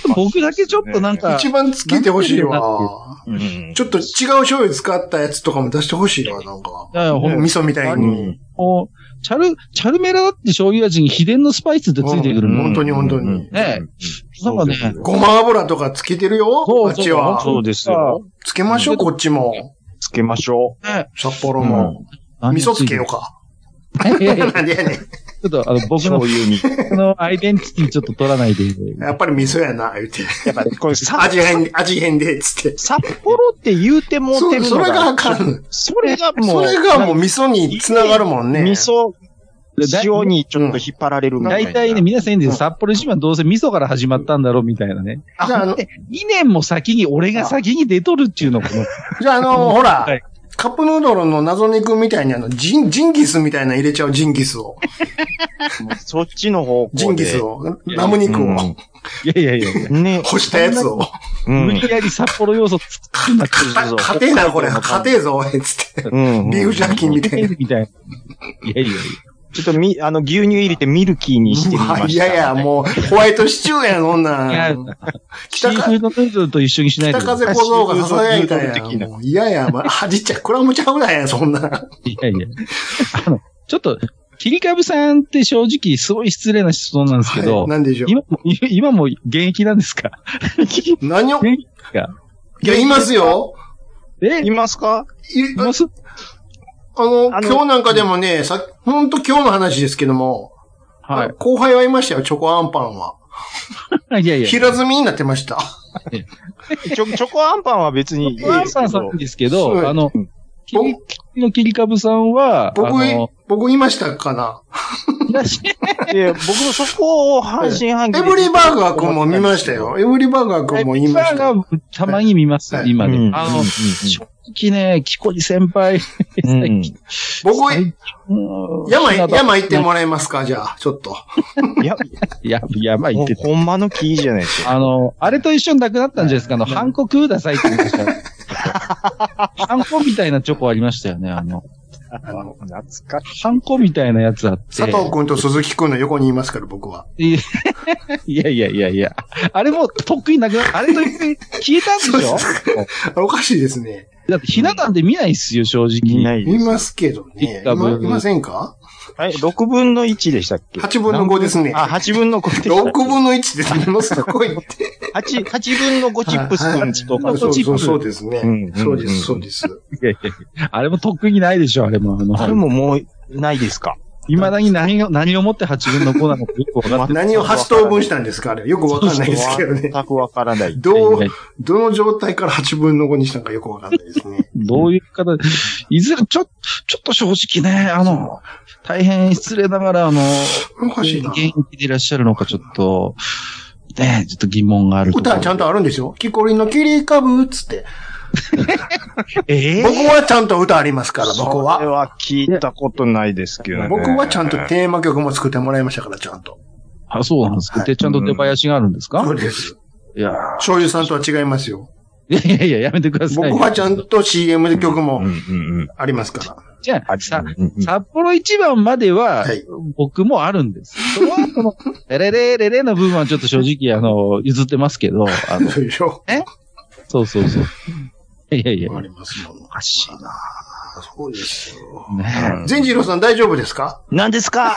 [SPEAKER 5] と僕だけちょっとなんか、
[SPEAKER 3] 一番つけてほしいわ。
[SPEAKER 1] うん。
[SPEAKER 3] ちょっと違う醤油使ったやつとかも出してほしいわ、なんか。
[SPEAKER 5] だからほん
[SPEAKER 3] 味噌みたいに。
[SPEAKER 5] もう、チャル、チャルメラだって醤油味に秘伝のスパイスってついてくる
[SPEAKER 3] うん
[SPEAKER 5] の。
[SPEAKER 3] 本当に本当に
[SPEAKER 1] うん
[SPEAKER 5] ねなんかね、
[SPEAKER 3] ごま油とかつけてるよ、こっちは。
[SPEAKER 1] そうですよ。
[SPEAKER 3] つけましょう、こっちも。
[SPEAKER 1] つけましょ
[SPEAKER 5] ね
[SPEAKER 3] 札幌も。
[SPEAKER 5] 何
[SPEAKER 3] 味噌
[SPEAKER 5] が
[SPEAKER 3] つ
[SPEAKER 5] いて
[SPEAKER 3] け
[SPEAKER 5] る
[SPEAKER 3] ようか。
[SPEAKER 5] いやいや
[SPEAKER 3] なんでやねん
[SPEAKER 5] ちょっと、あの、
[SPEAKER 1] う。
[SPEAKER 5] 僕
[SPEAKER 1] 醤、
[SPEAKER 5] の
[SPEAKER 1] 油に。
[SPEAKER 5] 僕のアイデンティティちょっと取らないで。
[SPEAKER 3] やっぱり味噌やな、言うて。
[SPEAKER 1] やっぱ、これさ、
[SPEAKER 3] 味変、味変で、つって。
[SPEAKER 1] 札幌って言うてもうて
[SPEAKER 3] そ
[SPEAKER 1] る
[SPEAKER 3] そ
[SPEAKER 1] の
[SPEAKER 3] れがあ
[SPEAKER 1] が、
[SPEAKER 3] かん。
[SPEAKER 1] それがも、
[SPEAKER 3] そうれがもう味噌に繋がるもんね。
[SPEAKER 1] 味噌、
[SPEAKER 5] だ
[SPEAKER 1] 塩にちょっと引っ張られるみたいな。
[SPEAKER 5] 大体ね、皆さん言うんですよ札幌一番どうせ味噌から始まったんだろうみたいなね。
[SPEAKER 3] じゃあ、あの、
[SPEAKER 5] で、2年も先に俺が先に出とるっていうのも、この
[SPEAKER 3] じゃあ、あの、ほら
[SPEAKER 5] はい、
[SPEAKER 3] カップヌードルの謎肉みたいにあの、ジン、ジンギスみたいなの入れちゃう、ジンギスを。
[SPEAKER 1] そっちの方向で。
[SPEAKER 3] ジンギスを。ラム肉
[SPEAKER 1] うん
[SPEAKER 3] を。
[SPEAKER 5] いやいやいやいや。
[SPEAKER 1] ね。
[SPEAKER 3] 干したやつを。
[SPEAKER 1] う
[SPEAKER 5] 無
[SPEAKER 1] ん。
[SPEAKER 5] 理やり札幌要素作るんだって
[SPEAKER 1] そうそう
[SPEAKER 3] 勝てえな、これ。
[SPEAKER 1] 北海道の
[SPEAKER 3] 勝てえぞ、おい、つって。
[SPEAKER 1] うん。
[SPEAKER 3] ビーフジャーキーみたいな。
[SPEAKER 5] みたいな。いやいやいや。
[SPEAKER 1] ちょっとみ、あの、牛乳入れてミルキーにしてみました。
[SPEAKER 3] いやいや、もう、ホワイトシチューやん、こんな。
[SPEAKER 5] 違うんシー
[SPEAKER 3] 北
[SPEAKER 5] フ
[SPEAKER 3] か
[SPEAKER 5] ードヌードルと一緒にしないと。
[SPEAKER 3] 北
[SPEAKER 5] いや
[SPEAKER 3] 風小僧が囁いた
[SPEAKER 1] シーフード的
[SPEAKER 3] や。
[SPEAKER 1] なん
[SPEAKER 3] もういやいや、まあ、恥じっちゃ、クラムちゃうだやん、そんな。
[SPEAKER 5] いや。あの、ちょっと、切り株さんって正直すごい失礼な質問なんですけ
[SPEAKER 3] は
[SPEAKER 5] ど
[SPEAKER 3] い、なんでしょう。
[SPEAKER 5] 今も、今も現役なん ですか
[SPEAKER 3] 何を
[SPEAKER 5] ね
[SPEAKER 3] いや、いますよ。
[SPEAKER 5] え
[SPEAKER 1] いますか
[SPEAKER 3] い
[SPEAKER 5] います
[SPEAKER 3] あの、
[SPEAKER 1] あの
[SPEAKER 3] 今日なんかでもね、さほんと今日の話ですけども、
[SPEAKER 5] は
[SPEAKER 3] 後輩はいましたよ、チョコアンパンは。
[SPEAKER 5] い。いやいや。
[SPEAKER 3] 平積みになってました。
[SPEAKER 1] チョチョコアンパンは別にいいですけど。
[SPEAKER 5] ワンパンさんですけ
[SPEAKER 3] そう
[SPEAKER 5] ど、あの、切りの切り株さんは、あ
[SPEAKER 3] 僕い
[SPEAKER 5] の、、
[SPEAKER 3] 僕いましたかない
[SPEAKER 5] らっしゃい
[SPEAKER 1] いや、僕もそこを半信半疑で。
[SPEAKER 3] エブリバーガー君も見ましたよ。エブリバーガー君も言いました
[SPEAKER 5] バ
[SPEAKER 3] よ。
[SPEAKER 5] ーガーたまに見ます、
[SPEAKER 3] はい
[SPEAKER 5] 今
[SPEAKER 1] うん。
[SPEAKER 5] で。
[SPEAKER 1] うん
[SPEAKER 5] あの、正直ね、木こり先輩、
[SPEAKER 1] うんうん
[SPEAKER 3] 僕、
[SPEAKER 5] うん
[SPEAKER 3] 山、
[SPEAKER 5] なんか
[SPEAKER 3] 山行ってもらえますかじゃあ、ちょっと。
[SPEAKER 1] いや、
[SPEAKER 5] や、やばい
[SPEAKER 1] も
[SPEAKER 5] っ
[SPEAKER 1] う
[SPEAKER 5] てた。
[SPEAKER 1] ほんまの木じゃないですか。
[SPEAKER 5] あの、あれと一緒になくなったんじゃないですかあの、ハンコくださいって言ってた。 ハンコみたいなチョコありましたよね、あの。
[SPEAKER 1] 懐かしい。
[SPEAKER 5] ハンコみたいなやつあって。
[SPEAKER 3] 佐藤君と鈴木君の横にいますから、僕は。
[SPEAKER 5] いやいやいやいや。あれも、とっくになくな、あれと一緒に消えたんでし
[SPEAKER 3] そ
[SPEAKER 5] ょ
[SPEAKER 3] うあおかしいですね。
[SPEAKER 5] だって、ひな壇で見ないっすよ、正直。
[SPEAKER 1] いないで
[SPEAKER 3] 見
[SPEAKER 1] す。
[SPEAKER 3] ますけどね。い
[SPEAKER 5] 多
[SPEAKER 3] ま
[SPEAKER 5] 分
[SPEAKER 3] いませんか
[SPEAKER 1] はい、6分の1でしたっけ
[SPEAKER 3] ?8 分の5ですね。
[SPEAKER 1] あ、8分の5でした
[SPEAKER 3] 6。分の1ですね。ものすごいって。
[SPEAKER 1] 8、8分の5チップス
[SPEAKER 3] はい
[SPEAKER 1] 感
[SPEAKER 3] はい
[SPEAKER 1] じと
[SPEAKER 5] ま
[SPEAKER 1] か
[SPEAKER 5] あ。
[SPEAKER 3] そうそうそうです
[SPEAKER 1] う
[SPEAKER 3] ね。
[SPEAKER 1] ん
[SPEAKER 3] そうです、そうです。
[SPEAKER 5] いやいやいやあれもとっくにないでしょ、あれも。あの、
[SPEAKER 1] あれももう、ないですか
[SPEAKER 5] 未だに何を、 何をもって8分の5なのかよくわかって
[SPEAKER 3] 何を8等分したんですかあれ。よくわかんないですけどね。
[SPEAKER 1] 全くわからない。
[SPEAKER 3] どう
[SPEAKER 5] ない、
[SPEAKER 3] どの状態から8分の5にしたのかよくわかんないですね。
[SPEAKER 5] どういう方、いずれ、ちょ、ちょっと正直ね、あの、大変失礼ながら、あの、
[SPEAKER 3] おかしいな
[SPEAKER 5] 現。役でいらっしゃるのか、ちょっと、ね、ちょっと疑問があるところ
[SPEAKER 3] 歌ちゃんとあるんですよ。木こりの切り株っつって。
[SPEAKER 5] ええ
[SPEAKER 3] 僕はちゃんと歌ありますから、僕
[SPEAKER 1] これ
[SPEAKER 3] は。
[SPEAKER 1] は聞いたことないですけどね。
[SPEAKER 3] 僕はちゃんとテーマ曲も作ってもらいましたから、ちゃんと。
[SPEAKER 5] あ、そうなんですか。で、ちゃんと出囃子があるんですか、
[SPEAKER 3] そうです。
[SPEAKER 5] いや
[SPEAKER 3] 醤油さんとは違いますよ。
[SPEAKER 5] いやいやいや、やめてくださいよ。
[SPEAKER 3] 僕はちゃんと CM で曲
[SPEAKER 1] うんう
[SPEAKER 3] も
[SPEAKER 1] んうん。
[SPEAKER 3] ありますから。
[SPEAKER 5] じゃあ、
[SPEAKER 1] さ、
[SPEAKER 5] さ、札幌一番までは
[SPEAKER 3] はい、
[SPEAKER 5] 僕もあるんです。その後の、 レレレレレの部分はちょっと正直、あの、譲ってますけど、あの、
[SPEAKER 3] そうでしょ。
[SPEAKER 5] そうそうそう。いやいや、
[SPEAKER 3] あ
[SPEAKER 5] お
[SPEAKER 3] りますもん。
[SPEAKER 5] かしいな。
[SPEAKER 3] そうですよ。
[SPEAKER 5] ね
[SPEAKER 3] 善次郎さん大丈夫ですか
[SPEAKER 4] 何です か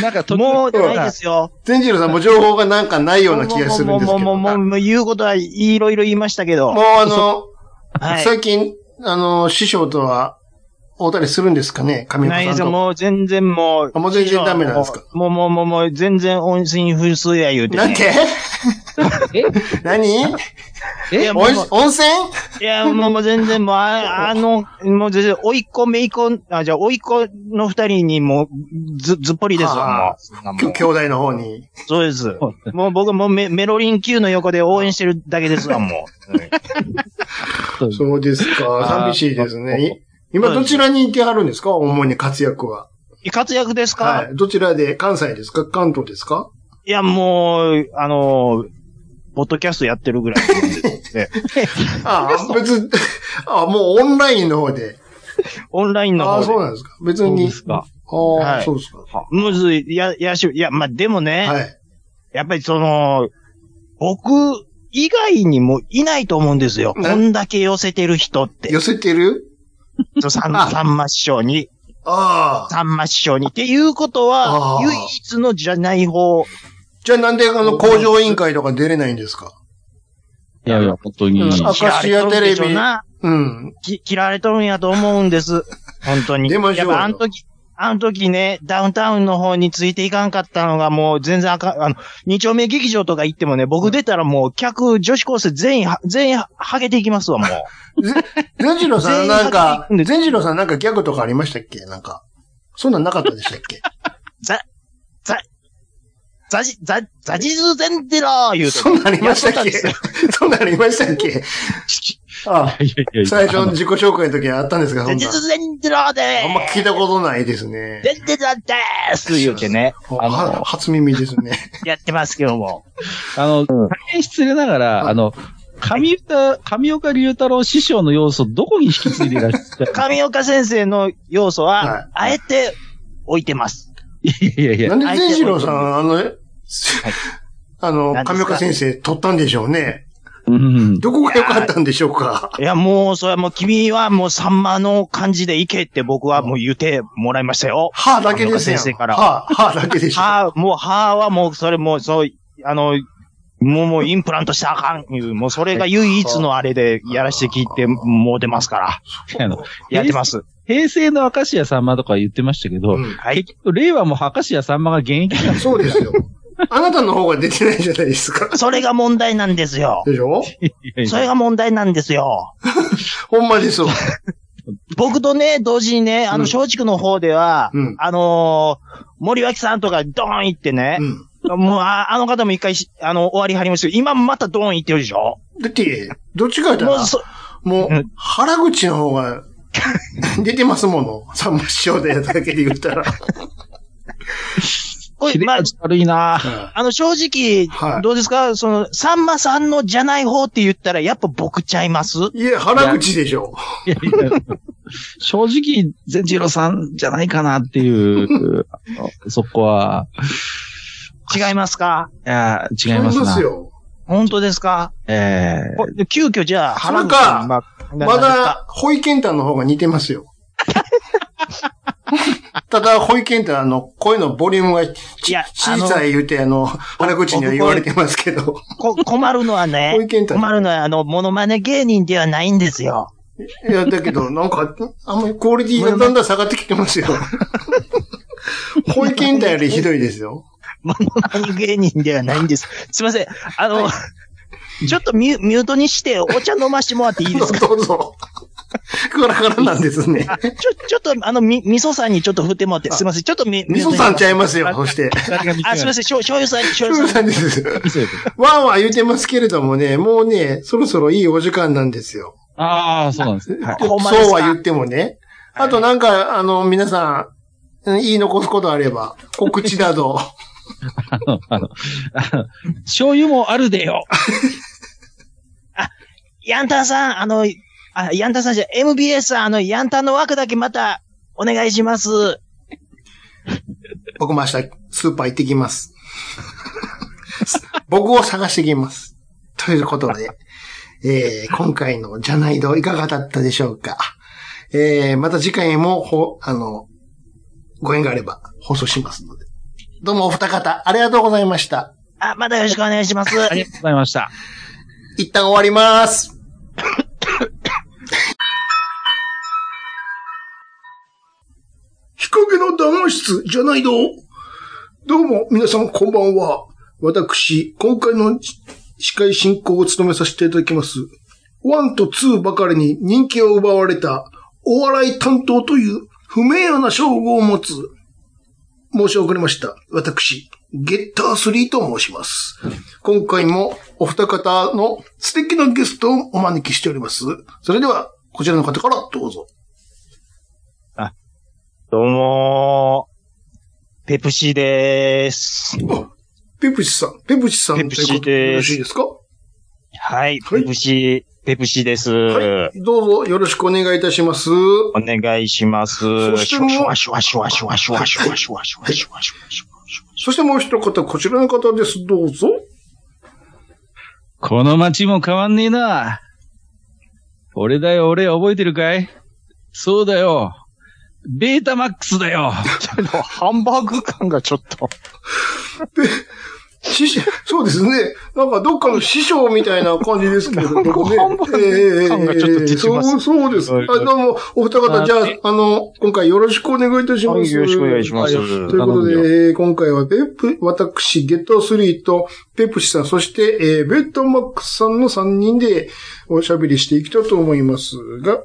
[SPEAKER 5] なんか、
[SPEAKER 4] もうない
[SPEAKER 5] で。
[SPEAKER 4] ですすよ。
[SPEAKER 3] 善次郎さんも情報がなんかないような気がするんですけど。
[SPEAKER 4] も
[SPEAKER 3] も
[SPEAKER 4] う、
[SPEAKER 3] う
[SPEAKER 4] もう、もう、もう、もう言うことはいろいろ言いましたけど。
[SPEAKER 3] あの、
[SPEAKER 4] はい。
[SPEAKER 3] 最近、あの、師匠とは、おうたりするんですかね神岡
[SPEAKER 4] ないです
[SPEAKER 3] さん
[SPEAKER 4] よ。
[SPEAKER 3] と。
[SPEAKER 4] もう全然もう。
[SPEAKER 3] あもう全然ダメなんですか
[SPEAKER 4] もうもうもうもう全然音信不通や言うて、ね。
[SPEAKER 3] なんて
[SPEAKER 5] え
[SPEAKER 3] 何
[SPEAKER 4] い
[SPEAKER 5] え
[SPEAKER 4] や、もう
[SPEAKER 3] 温、温泉
[SPEAKER 4] いや、もうもう全然もう、ああの、もう全然、おいっ子、めいっ子、あ、じゃあ、おいっ子の二人にもう、ず、ずっぽりですわ、も
[SPEAKER 3] あ
[SPEAKER 4] うそんなもん。
[SPEAKER 3] きょ兄弟の方に。
[SPEAKER 4] そうです。もう僕もうメメロリン級の横で応援してるだけですわ、も
[SPEAKER 3] そうですか。
[SPEAKER 5] あー
[SPEAKER 3] 寂しいですね。い今どちらに行ってはるんですか主に活躍は。
[SPEAKER 4] う。活躍ですか、
[SPEAKER 3] はい。どちらで関西ですか関東ですか
[SPEAKER 4] い、や、もう、あのー、ポッドキャストやって るぐらいなんで。
[SPEAKER 3] ああ、別 に、あもうオンラインの方で。
[SPEAKER 4] オンラインの
[SPEAKER 3] ああ、
[SPEAKER 4] 方で
[SPEAKER 3] そう。なんですか。別
[SPEAKER 5] そう
[SPEAKER 3] に
[SPEAKER 5] で、すか。
[SPEAKER 3] ああ、
[SPEAKER 1] はい
[SPEAKER 3] そうですか。
[SPEAKER 4] むずい、や、やし、いや、まあ、でもね、
[SPEAKER 3] はい。
[SPEAKER 4] やっぱりその、僕以外にもいないと思うんですよ。
[SPEAKER 3] ね
[SPEAKER 4] こんだけ寄せてる人って。
[SPEAKER 3] 寄せてる
[SPEAKER 4] そうさん、
[SPEAKER 3] あ
[SPEAKER 4] さんま師匠に、
[SPEAKER 3] ああ。
[SPEAKER 4] さんま師匠に。っていうことは
[SPEAKER 3] あ、ー
[SPEAKER 4] 唯一のじゃない方。
[SPEAKER 3] じゃあなんであの、工場委員会とか出れないんですか
[SPEAKER 5] いやいや、本当に。
[SPEAKER 3] うん
[SPEAKER 5] い
[SPEAKER 3] 明石家テレビ
[SPEAKER 4] 嫌われとるんでしょうな
[SPEAKER 3] うん。
[SPEAKER 4] き嫌われとるんやと思う んです。本当に。
[SPEAKER 3] 出ましょ
[SPEAKER 4] や
[SPEAKER 3] う
[SPEAKER 4] っ
[SPEAKER 3] よ
[SPEAKER 4] ぱあの時、あの時ね、ダウンタウンの方についていかんかったのがもう全然あかん、あの、二丁目劇場とか行ってもね、僕出たらもう客、女子高生全員は、全員は、はげていきますわ、も う。
[SPEAKER 3] 善次郎さ
[SPEAKER 4] 全
[SPEAKER 3] ん
[SPEAKER 4] 員
[SPEAKER 3] なんか、
[SPEAKER 4] 入っていくんで
[SPEAKER 3] 善次郎さんなんかギャグとかありましたっけなんか。そんなんなかったでしたっけ
[SPEAKER 4] ザジ、ザ、ザジズゼンデラ ー言うと。
[SPEAKER 3] そんなんありましたっけ
[SPEAKER 4] やってたん
[SPEAKER 3] そんなんありましたっけああ
[SPEAKER 5] やいやいや。
[SPEAKER 3] 最初の自己紹介の時にあったんですが、そ
[SPEAKER 4] ザ
[SPEAKER 3] ん
[SPEAKER 4] ジ
[SPEAKER 3] な
[SPEAKER 4] ズゼンデラーでー
[SPEAKER 3] あんま聞いたことないですね。
[SPEAKER 4] ゼンデラーでーす言う てね、
[SPEAKER 3] あは初耳ですね。
[SPEAKER 4] やってますけども。
[SPEAKER 5] あの、大変失礼ながら、
[SPEAKER 3] はい
[SPEAKER 5] あの、神歌、神岡龍太郎師匠の要素、どこに引き継いでいらっしゃる
[SPEAKER 4] 神岡先生の要素
[SPEAKER 3] は、
[SPEAKER 4] はいあえて置いてます。
[SPEAKER 5] いやいや
[SPEAKER 3] ないんで善次郎さん、あの、
[SPEAKER 4] はい
[SPEAKER 3] あの、
[SPEAKER 4] 何です
[SPEAKER 3] 神
[SPEAKER 4] か
[SPEAKER 3] 岡先生取ったんでしょうね。
[SPEAKER 5] うん。
[SPEAKER 3] どこが良かったんでしょうか
[SPEAKER 4] いや、もう、それはもう君はもうサンマの感じでいけって僕はもう言ってもらいましたよ。
[SPEAKER 3] 歯だけですやん。
[SPEAKER 4] 神岡先生から
[SPEAKER 3] 歯、歯だけで しょ。
[SPEAKER 4] はあ、もう、はあはもう、それもう、そう、あの、もう、もう、インプラントしたらあかんいう、もう、それが唯一のあれでやらして聞いて、もう出ますから。
[SPEAKER 5] あの
[SPEAKER 4] やってます。
[SPEAKER 5] 平成の明石家さんまとか言ってましたけど、
[SPEAKER 3] うん
[SPEAKER 4] はい。
[SPEAKER 5] 結局、令和も明石家さんまが現役なんで
[SPEAKER 3] そうですよ。あなたの方が出てないじゃないですか。
[SPEAKER 4] それが問題なんですよ。
[SPEAKER 3] でしょ
[SPEAKER 5] す
[SPEAKER 4] それ
[SPEAKER 5] よ。
[SPEAKER 4] が問題なんですよ。
[SPEAKER 3] ほんまですわ。
[SPEAKER 4] 僕とね、同時にね、あの、
[SPEAKER 3] うん
[SPEAKER 4] 松竹の方では、
[SPEAKER 3] うん
[SPEAKER 4] あのー森脇さんとかドーン行ってね
[SPEAKER 3] う、ん。
[SPEAKER 4] もうあ、あの方も一回し、あの、終わりはりましたけど、今またドーン行ってるでしょ
[SPEAKER 3] だって、どっちか言った
[SPEAKER 4] もう
[SPEAKER 3] ら、
[SPEAKER 4] そ、
[SPEAKER 3] もう
[SPEAKER 4] うん、
[SPEAKER 3] 原口の方が 出てますもの。さんま師匠でやっただけで言った ら。
[SPEAKER 4] これ、
[SPEAKER 5] 切れ
[SPEAKER 4] まあ、
[SPEAKER 5] 味悪いなぁ
[SPEAKER 3] は
[SPEAKER 4] あの、正直、
[SPEAKER 3] はい
[SPEAKER 4] どうですかその、さんまさんのじゃない方って言ったら、やっぱ僕ちゃいます
[SPEAKER 3] いいや、原口でしょ。
[SPEAKER 5] いやいや正直、善次郎さんじゃないかなっていう、あそこは、
[SPEAKER 4] 違いますか
[SPEAKER 5] いや、違い
[SPEAKER 3] そう
[SPEAKER 5] ます
[SPEAKER 3] です
[SPEAKER 5] な。
[SPEAKER 3] よ。
[SPEAKER 4] 本当ですか
[SPEAKER 5] ええ
[SPEAKER 4] こ急遽じゃあ、
[SPEAKER 3] それか
[SPEAKER 4] 原口さんまあな
[SPEAKER 3] ま
[SPEAKER 4] なんか
[SPEAKER 3] だ、ホイケンタの方が似てます よ。ただ、ホイケンタの声のボリュームがち
[SPEAKER 4] いやあ
[SPEAKER 3] 小
[SPEAKER 4] の
[SPEAKER 3] さい言うて、あの、原口には言われてますけど。
[SPEAKER 4] こ困るのは
[SPEAKER 3] ホイ
[SPEAKER 4] ね、
[SPEAKER 3] ケンタ。
[SPEAKER 4] 困るのは、あの、モノマネ芸人ではないんで すよ。
[SPEAKER 3] いや、だけど、なんか、あんまりクオリティがだんだん下がってきてます よ。ホイケンタよりひどいですよ。
[SPEAKER 4] モノマネ芸人ではないんです。すいません。あの、ちょっとミュミュートにして、お茶飲ましてもらってい いですか
[SPEAKER 3] どうぞ。ガラガラなんですね。
[SPEAKER 4] あちょ、ちょっと、あの、み、味噌さんにちょっと振ってもらって、すいません。ちょっとみ、
[SPEAKER 3] みそさんちゃいますよ、そして。
[SPEAKER 4] あ、すいません。しょう醤油さん、醤
[SPEAKER 3] み
[SPEAKER 4] 油
[SPEAKER 3] そ
[SPEAKER 4] さん。
[SPEAKER 3] さんです。
[SPEAKER 5] せん。
[SPEAKER 3] わーわー言うてますけれどもね、もうね、そろそろいいお時間なんですよ。
[SPEAKER 5] ああ、そうなんです。はい。
[SPEAKER 4] ほんまですか
[SPEAKER 3] そうは言ってもね。あとなんか、あの、皆さん、うん言い残すことあれば、告知など。
[SPEAKER 5] あの、あの、あの醤油もあるでよ。
[SPEAKER 4] ヤンタンさん、あの、あ、ヤンタンさんじゃ、MBS さん、あの、ヤンタンの枠だけまた、お願いします。
[SPEAKER 3] 僕も明日、スーパー行ってきます。 僕を探してきます。ということで、えー今回のじゃないどいかがだったでしょうか。えーまた次回も、ほ、あの、ご縁があれば放送しますので。どうもお二方、ありがとうございました。
[SPEAKER 4] あ、またよろしくお願いします。
[SPEAKER 5] ありがとうございました。
[SPEAKER 3] 一旦終わります。日陰の談話室じゃないのどうも、皆さんこんばんは。私、今回の司会進行を務めさせていただきます。ワンとツーばかりに人気を奪われた、お笑い担当という不名誉な称号を持つ、申し遅れました。私、ゲッタースリーと申します。今回もお二方の素敵なゲストをお招きしております。それでは、こちらの方からどうぞ。
[SPEAKER 4] どうもーペプシーでーす。
[SPEAKER 3] あ、ペプシさん、ペプシさん
[SPEAKER 4] ペプシ
[SPEAKER 3] ということでよろ
[SPEAKER 4] です
[SPEAKER 3] しいですか
[SPEAKER 4] はい。
[SPEAKER 3] はい
[SPEAKER 4] ペプシ、ペプシです。
[SPEAKER 3] はい。どうぞよろしくお願いいたします。
[SPEAKER 4] お願いします。
[SPEAKER 3] そしてもう
[SPEAKER 4] シュワシュワシュワシュワシュワシュワシュワシュワシュワシュワシュワシュワ
[SPEAKER 3] そしてもう一方、こちらの方です。どうぞ。
[SPEAKER 5] この街も変わんねえな。俺だよ、俺、覚えてるかいそうだよ。ベータマックスだよ。
[SPEAKER 1] けどハンバーグ感がちょっと。
[SPEAKER 3] 師匠、 そうですね。なんかどっかの師匠みたいな感じですけれどもね。
[SPEAKER 1] なんか看板がちょっと出てます
[SPEAKER 3] そう、そうです。あ、どうも、お二方、じゃあ、あの、今回よろしくお願いいたします。
[SPEAKER 5] ます
[SPEAKER 3] ということで、えー今回はペプ、私、ゲット3と、ペプシさん、そして、えーベッドマックスさんの3人でおしゃべりしていきたいと思いますが、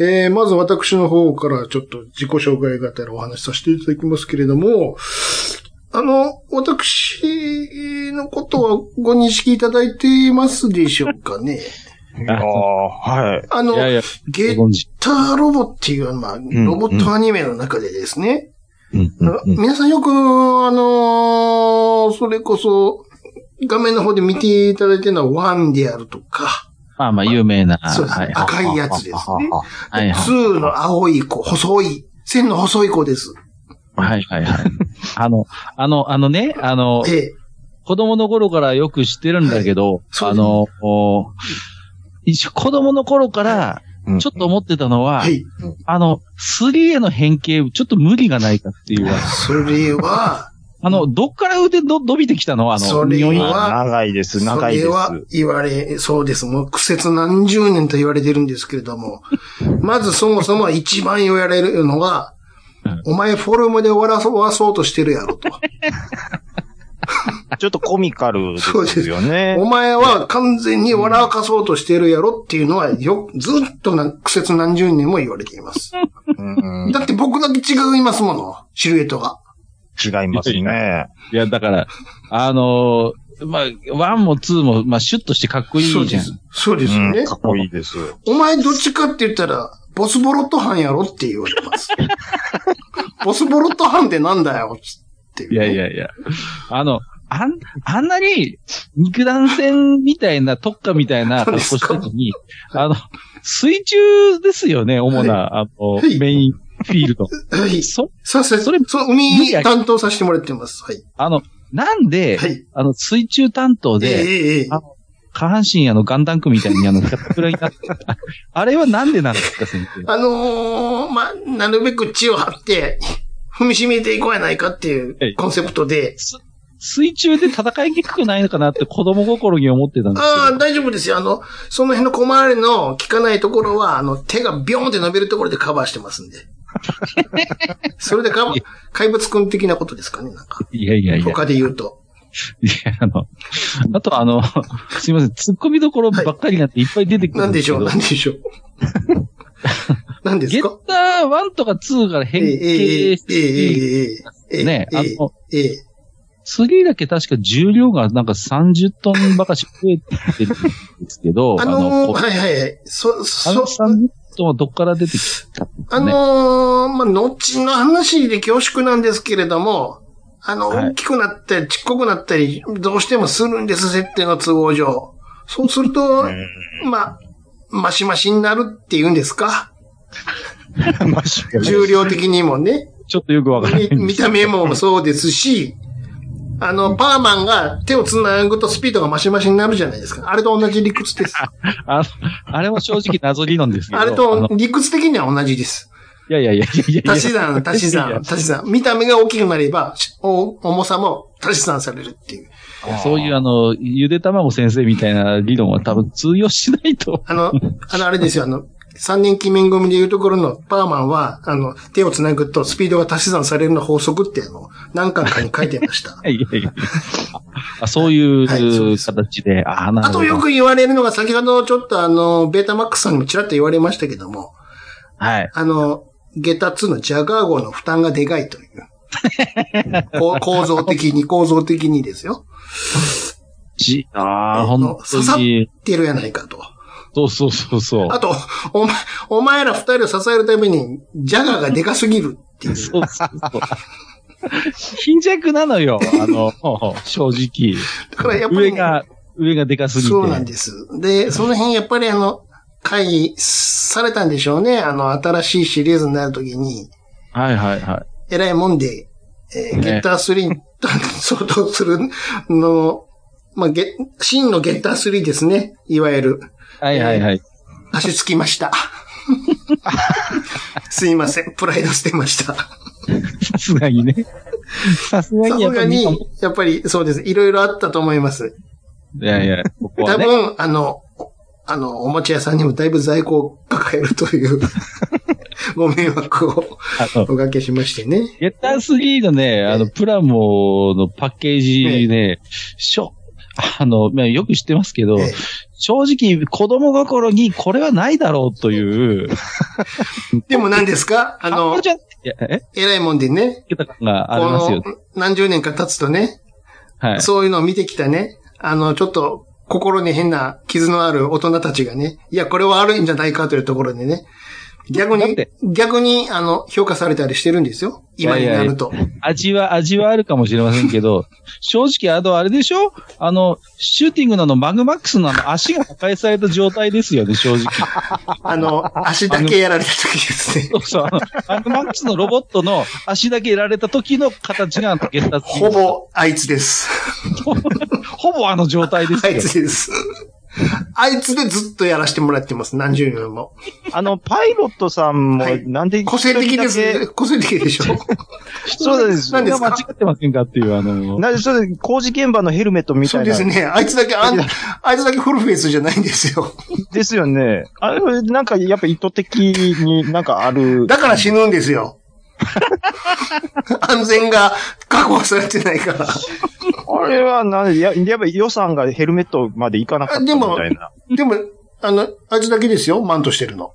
[SPEAKER 3] えーまず私の方からちょっと自己紹介がてらお話しさせていただきますけれども、あの、私のことはご認識いただいていますでしょうかね。
[SPEAKER 1] ああ、はい。
[SPEAKER 3] あの、
[SPEAKER 5] いやいや、
[SPEAKER 3] ゲッ
[SPEAKER 5] ご存知。
[SPEAKER 3] ターロボっていう、まあ、
[SPEAKER 1] ん
[SPEAKER 3] ロボットアニメの中でですね、
[SPEAKER 5] うんうんうん
[SPEAKER 3] 皆さんよく、あのーそれこそ、画面の方で見ていただいてるのは1であるとか、
[SPEAKER 5] まあまあ、有名な。
[SPEAKER 3] そうですね
[SPEAKER 5] はい
[SPEAKER 3] 赤いやつですね。
[SPEAKER 5] はいはい。
[SPEAKER 3] 2の青い子、細い、線の細い子です。
[SPEAKER 5] はいはいはい。あの、あの、あのね、あの、
[SPEAKER 3] ええ、
[SPEAKER 5] 子供の頃からよく知ってるんだけど、
[SPEAKER 3] そう
[SPEAKER 5] あ
[SPEAKER 3] ですね
[SPEAKER 5] の、お一緒子供の頃から
[SPEAKER 1] うん、
[SPEAKER 5] ちょっと思ってたのは、
[SPEAKER 3] はい。
[SPEAKER 5] あの、3への変形、ちょっと無理がないかっていう。
[SPEAKER 3] それ は、
[SPEAKER 5] あの、どっから腕の伸びてきたのあの、
[SPEAKER 3] それ
[SPEAKER 5] 匂い
[SPEAKER 3] は
[SPEAKER 1] あ長いです、
[SPEAKER 3] そ
[SPEAKER 1] 長いで
[SPEAKER 3] れ
[SPEAKER 1] す。
[SPEAKER 3] は言われ、そうです。もう苦節何十年と言われてるんですけれど も、まずそもそも一番言われるのが
[SPEAKER 5] うん、
[SPEAKER 3] お前フォルムで終わらそう終わそうとしてるやろと。
[SPEAKER 1] ちょっとコミカルですよね。
[SPEAKER 3] お前は完全に笑かそうとしてるやろっていうのはよ、ずっとな、苦節何十年も言われています。
[SPEAKER 1] うんうん
[SPEAKER 3] だって僕だけ違いますもの、シルエットが。
[SPEAKER 1] 違いますね。
[SPEAKER 5] いや、だから、あのーまあ、1も2も、まあ、シュッとしてかっこい
[SPEAKER 3] そう
[SPEAKER 5] いじ
[SPEAKER 3] で
[SPEAKER 5] ゃん。
[SPEAKER 3] す。そうですよ
[SPEAKER 1] う
[SPEAKER 3] ね
[SPEAKER 1] ん、。かっこいいです。
[SPEAKER 3] お前どっちかって言ったら、ボスボロット班やろって言われます。ボスボロット班ってなんだよ、つっていう
[SPEAKER 5] い
[SPEAKER 3] ね、
[SPEAKER 5] やいやいや。あの、あん、あんなに、肉弾戦みたいな、特化みたい
[SPEAKER 3] そ
[SPEAKER 5] な
[SPEAKER 3] う
[SPEAKER 5] 格
[SPEAKER 3] で
[SPEAKER 5] 好
[SPEAKER 3] す
[SPEAKER 5] し
[SPEAKER 3] か
[SPEAKER 5] た時に、あの、水中ですよね、主な、あ
[SPEAKER 3] はい
[SPEAKER 5] の、メインフィールド。
[SPEAKER 3] はい。
[SPEAKER 5] そ、
[SPEAKER 3] させ、そ
[SPEAKER 5] そ
[SPEAKER 3] れ
[SPEAKER 5] れ、
[SPEAKER 3] そう、海担当させてもらってます。はい。
[SPEAKER 5] あの、なんで、
[SPEAKER 3] はい。
[SPEAKER 5] あの、水中担当
[SPEAKER 3] ええ
[SPEAKER 5] で、
[SPEAKER 3] ええええ
[SPEAKER 5] あ下半身あの、ガンダンクみたいにあの、カタクラになって、あれはなんでなんですか、先生。
[SPEAKER 3] あのー、まあ、なるべく血を張って、踏みしめていこうやないかっていうコンセプトで、
[SPEAKER 5] 水中で戦いにくくないのかなって子供心に思ってたんです
[SPEAKER 3] ああ、
[SPEAKER 5] け
[SPEAKER 3] 大丈夫ですよ。あの、その辺の小回りの効かないところは、あの、手がビョーンって伸びるところでカバーしてます んで。それでか、怪物くん的なことですかね、なんか。
[SPEAKER 5] ど。いやいやいや。
[SPEAKER 3] 他で言うと。
[SPEAKER 5] いや、あの、あとあの、すいません、突っ込みどころばっかりなんていっぱい出てくる
[SPEAKER 3] なんん
[SPEAKER 5] で
[SPEAKER 3] ですし
[SPEAKER 5] け
[SPEAKER 3] ょ
[SPEAKER 5] ど。
[SPEAKER 3] う、なんでしょ う。なんです
[SPEAKER 5] ゲ
[SPEAKER 3] か
[SPEAKER 5] ッター1とか2から
[SPEAKER 3] え
[SPEAKER 5] 変
[SPEAKER 3] えええ
[SPEAKER 5] 形し
[SPEAKER 3] えええ
[SPEAKER 5] て、
[SPEAKER 3] えええええええ
[SPEAKER 5] ねあの
[SPEAKER 3] ええ
[SPEAKER 5] 3だけ確か重量がなんか30トンばかし増えてるんですけど、
[SPEAKER 3] あのー、
[SPEAKER 5] こう
[SPEAKER 3] はいはいはい。そ、
[SPEAKER 5] あの
[SPEAKER 3] そ、
[SPEAKER 5] 30トンはどっから出てきたんです
[SPEAKER 3] あ
[SPEAKER 5] か
[SPEAKER 3] の
[SPEAKER 5] ね。
[SPEAKER 3] ー、まあ、後の話で恐縮なんですけれども、あの、
[SPEAKER 5] はい
[SPEAKER 3] 大きくなったり、ちっこくなったり、どうしてもするんです、設定の都合上。そうする と、まあ、マシマシになるって言うんですか
[SPEAKER 1] マジで
[SPEAKER 3] 重量的にもね。
[SPEAKER 5] ちょっとよくわからないんですけ
[SPEAKER 3] み
[SPEAKER 5] ど。
[SPEAKER 3] 見た目もそうですし、あの、パーマンが手を繋ぐとスピードがマシマシになるじゃないですか。あれと同じ理屈です。
[SPEAKER 5] あの、あれも正直謎理論ですけど。
[SPEAKER 3] あれ
[SPEAKER 5] の
[SPEAKER 3] と、理屈的には同じです。
[SPEAKER 5] いやいやいやいやいや。
[SPEAKER 3] 足し算、足し
[SPEAKER 5] いや
[SPEAKER 3] 算、足し算。見た目が大きくなれば、しお重さも足し算されるっていう。
[SPEAKER 5] そういうあの、ゆで卵先生みたいな理論は多分通用しないと。
[SPEAKER 3] あ の、あの、あれですよ、あの、三年記念組でいうところのパーマンは、あの、手を繋ぐとスピードが足し算されるの法則って、あの、何巻かに書いてま した。
[SPEAKER 5] いやいやあそういう
[SPEAKER 3] はいそうです
[SPEAKER 5] 形で、あ、なる
[SPEAKER 3] あ
[SPEAKER 5] ほど。
[SPEAKER 3] とよく言われるのが、先ほどちょっとあの、ベータマックスさんにもちらっと言われましたけども、
[SPEAKER 5] はい。
[SPEAKER 3] あの、ゲタ2のジャガー号の負担がでかいという。 こう構造的に、構造的にですよ。
[SPEAKER 5] じ、あ
[SPEAKER 3] あ
[SPEAKER 5] あ、
[SPEAKER 3] の
[SPEAKER 5] ほん
[SPEAKER 3] 刺さ
[SPEAKER 5] とに。
[SPEAKER 3] ってるやないかと。
[SPEAKER 5] そうそうそうそう。
[SPEAKER 3] あと、お前、お前ら二人を支えるために、ジャガーがでかすぎるっていう。
[SPEAKER 5] そうそうそう。貧弱なのよ、あの、正直。
[SPEAKER 3] だからやっぱ
[SPEAKER 5] 上
[SPEAKER 3] りね、
[SPEAKER 5] が、上がでかすぎて。
[SPEAKER 3] そうなんです。で、その辺やっぱりあの、会議されたんでしょうね。あの、新しいシリーズになるときに、
[SPEAKER 5] はいはいはい。
[SPEAKER 3] えらいもんで、えー
[SPEAKER 5] ね
[SPEAKER 3] ゲッター3に 相当するの、まあ、ゲ、真のゲッター3ですね。いわゆる。
[SPEAKER 5] はいはいはい。
[SPEAKER 3] 足つきました。 すいません。プライド捨てました。
[SPEAKER 5] さすが にね。さすが
[SPEAKER 3] さ
[SPEAKER 5] にや
[SPEAKER 3] す
[SPEAKER 5] っぱ
[SPEAKER 3] が
[SPEAKER 5] り。
[SPEAKER 3] に、やっぱりそうです。いろいろあったと思います。
[SPEAKER 5] いやいや、ここ
[SPEAKER 3] 多
[SPEAKER 5] はね。
[SPEAKER 3] 分、あの、あの、おもちゃ屋さんにもだいぶ在庫を抱えると いう、ご迷惑を
[SPEAKER 5] あの
[SPEAKER 3] おかけしましてね。
[SPEAKER 5] ゲッター3のね、あの、プラモのパッケージね、しょ、あの、まあよく知ってますけど
[SPEAKER 3] ええ、
[SPEAKER 5] 正直、子供心にこれはないだろうという、
[SPEAKER 3] でも何ですかあ
[SPEAKER 5] あ
[SPEAKER 3] の、
[SPEAKER 5] じゃ、いやえ
[SPEAKER 3] 偉いもんでね、
[SPEAKER 5] ゲッター感がありますよ
[SPEAKER 3] こ。の何十年か経つとね、
[SPEAKER 5] はい。
[SPEAKER 3] そういうのを見てきたね、あの、ちょっと心に変な傷のある大人たちがね、いや、これは悪いんじゃないかというところでね、逆
[SPEAKER 5] だっ
[SPEAKER 3] に
[SPEAKER 5] て、
[SPEAKER 3] 逆に、あの、評価されたりしてるんですよ。今になる と。
[SPEAKER 5] 味は、味はあるかもしれませんけど、 正直、あの、あれでしょあの、シューティングのあのマグマックスのあの足が破壊された状態ですよね、正直。
[SPEAKER 3] あの、足だけやられた時 ですね。
[SPEAKER 5] そうそう、あの、マグマックスのロボットの足だけやられた時の形があのゲッター3。
[SPEAKER 3] ほぼ、あいつです。
[SPEAKER 5] ほぼあの状態です
[SPEAKER 3] あ
[SPEAKER 5] よ
[SPEAKER 3] い。つです。あいつでずっとやらせてもらってます。何十年も。
[SPEAKER 1] あの、パイロットさんも
[SPEAKER 3] はい、
[SPEAKER 1] なんで、
[SPEAKER 3] 個性的ですね。個性的でしょ。
[SPEAKER 1] そうです。
[SPEAKER 3] 何です
[SPEAKER 5] 間違
[SPEAKER 3] か
[SPEAKER 5] ってませんか っていう、あの、
[SPEAKER 1] なぜ、それ、工事現場のヘルメットみた
[SPEAKER 3] そう
[SPEAKER 1] い
[SPEAKER 3] で
[SPEAKER 1] な。
[SPEAKER 3] すね。あいつだけ、あんあいつだけフルフェイスじゃないんですよ。
[SPEAKER 1] ですよね。あれ、なんか、やっぱ意図的になんかある。
[SPEAKER 3] だから死ぬんで すよ。安全が確保されてないから。
[SPEAKER 1] あれはなんで、や、やっぱ予算がヘルメットまでいかなかったみたいな。
[SPEAKER 3] でも、あの、あいつだけですよ。マントしてるの。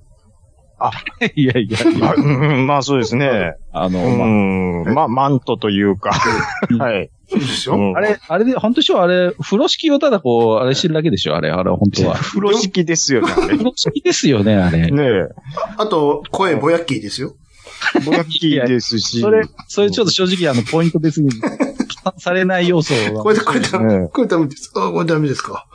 [SPEAKER 5] いやいやい
[SPEAKER 1] あ
[SPEAKER 5] や、
[SPEAKER 1] うんまあそうですね。
[SPEAKER 5] あの、
[SPEAKER 1] う
[SPEAKER 5] ま
[SPEAKER 1] ん。まあ、マントというか。はい。
[SPEAKER 3] そうです
[SPEAKER 1] う
[SPEAKER 3] よ。
[SPEAKER 1] ん
[SPEAKER 5] あ、あれ、あれで、本当でしょあれ、風呂敷をただこう、あれしてるだけでしょあれ、あれ、本当は。
[SPEAKER 1] 風呂敷ですよね。あれ
[SPEAKER 5] 風呂敷ですよね、あれ。
[SPEAKER 1] ね
[SPEAKER 3] あと、声ぼやっきーですよ。
[SPEAKER 1] え。ボラッキーですし。
[SPEAKER 5] それ、それちょっと正直、あの、ポイント別に、されない要素
[SPEAKER 3] これ
[SPEAKER 5] は。
[SPEAKER 3] で、これダ
[SPEAKER 1] ね
[SPEAKER 3] メ、これダメです。あ、これダメですか。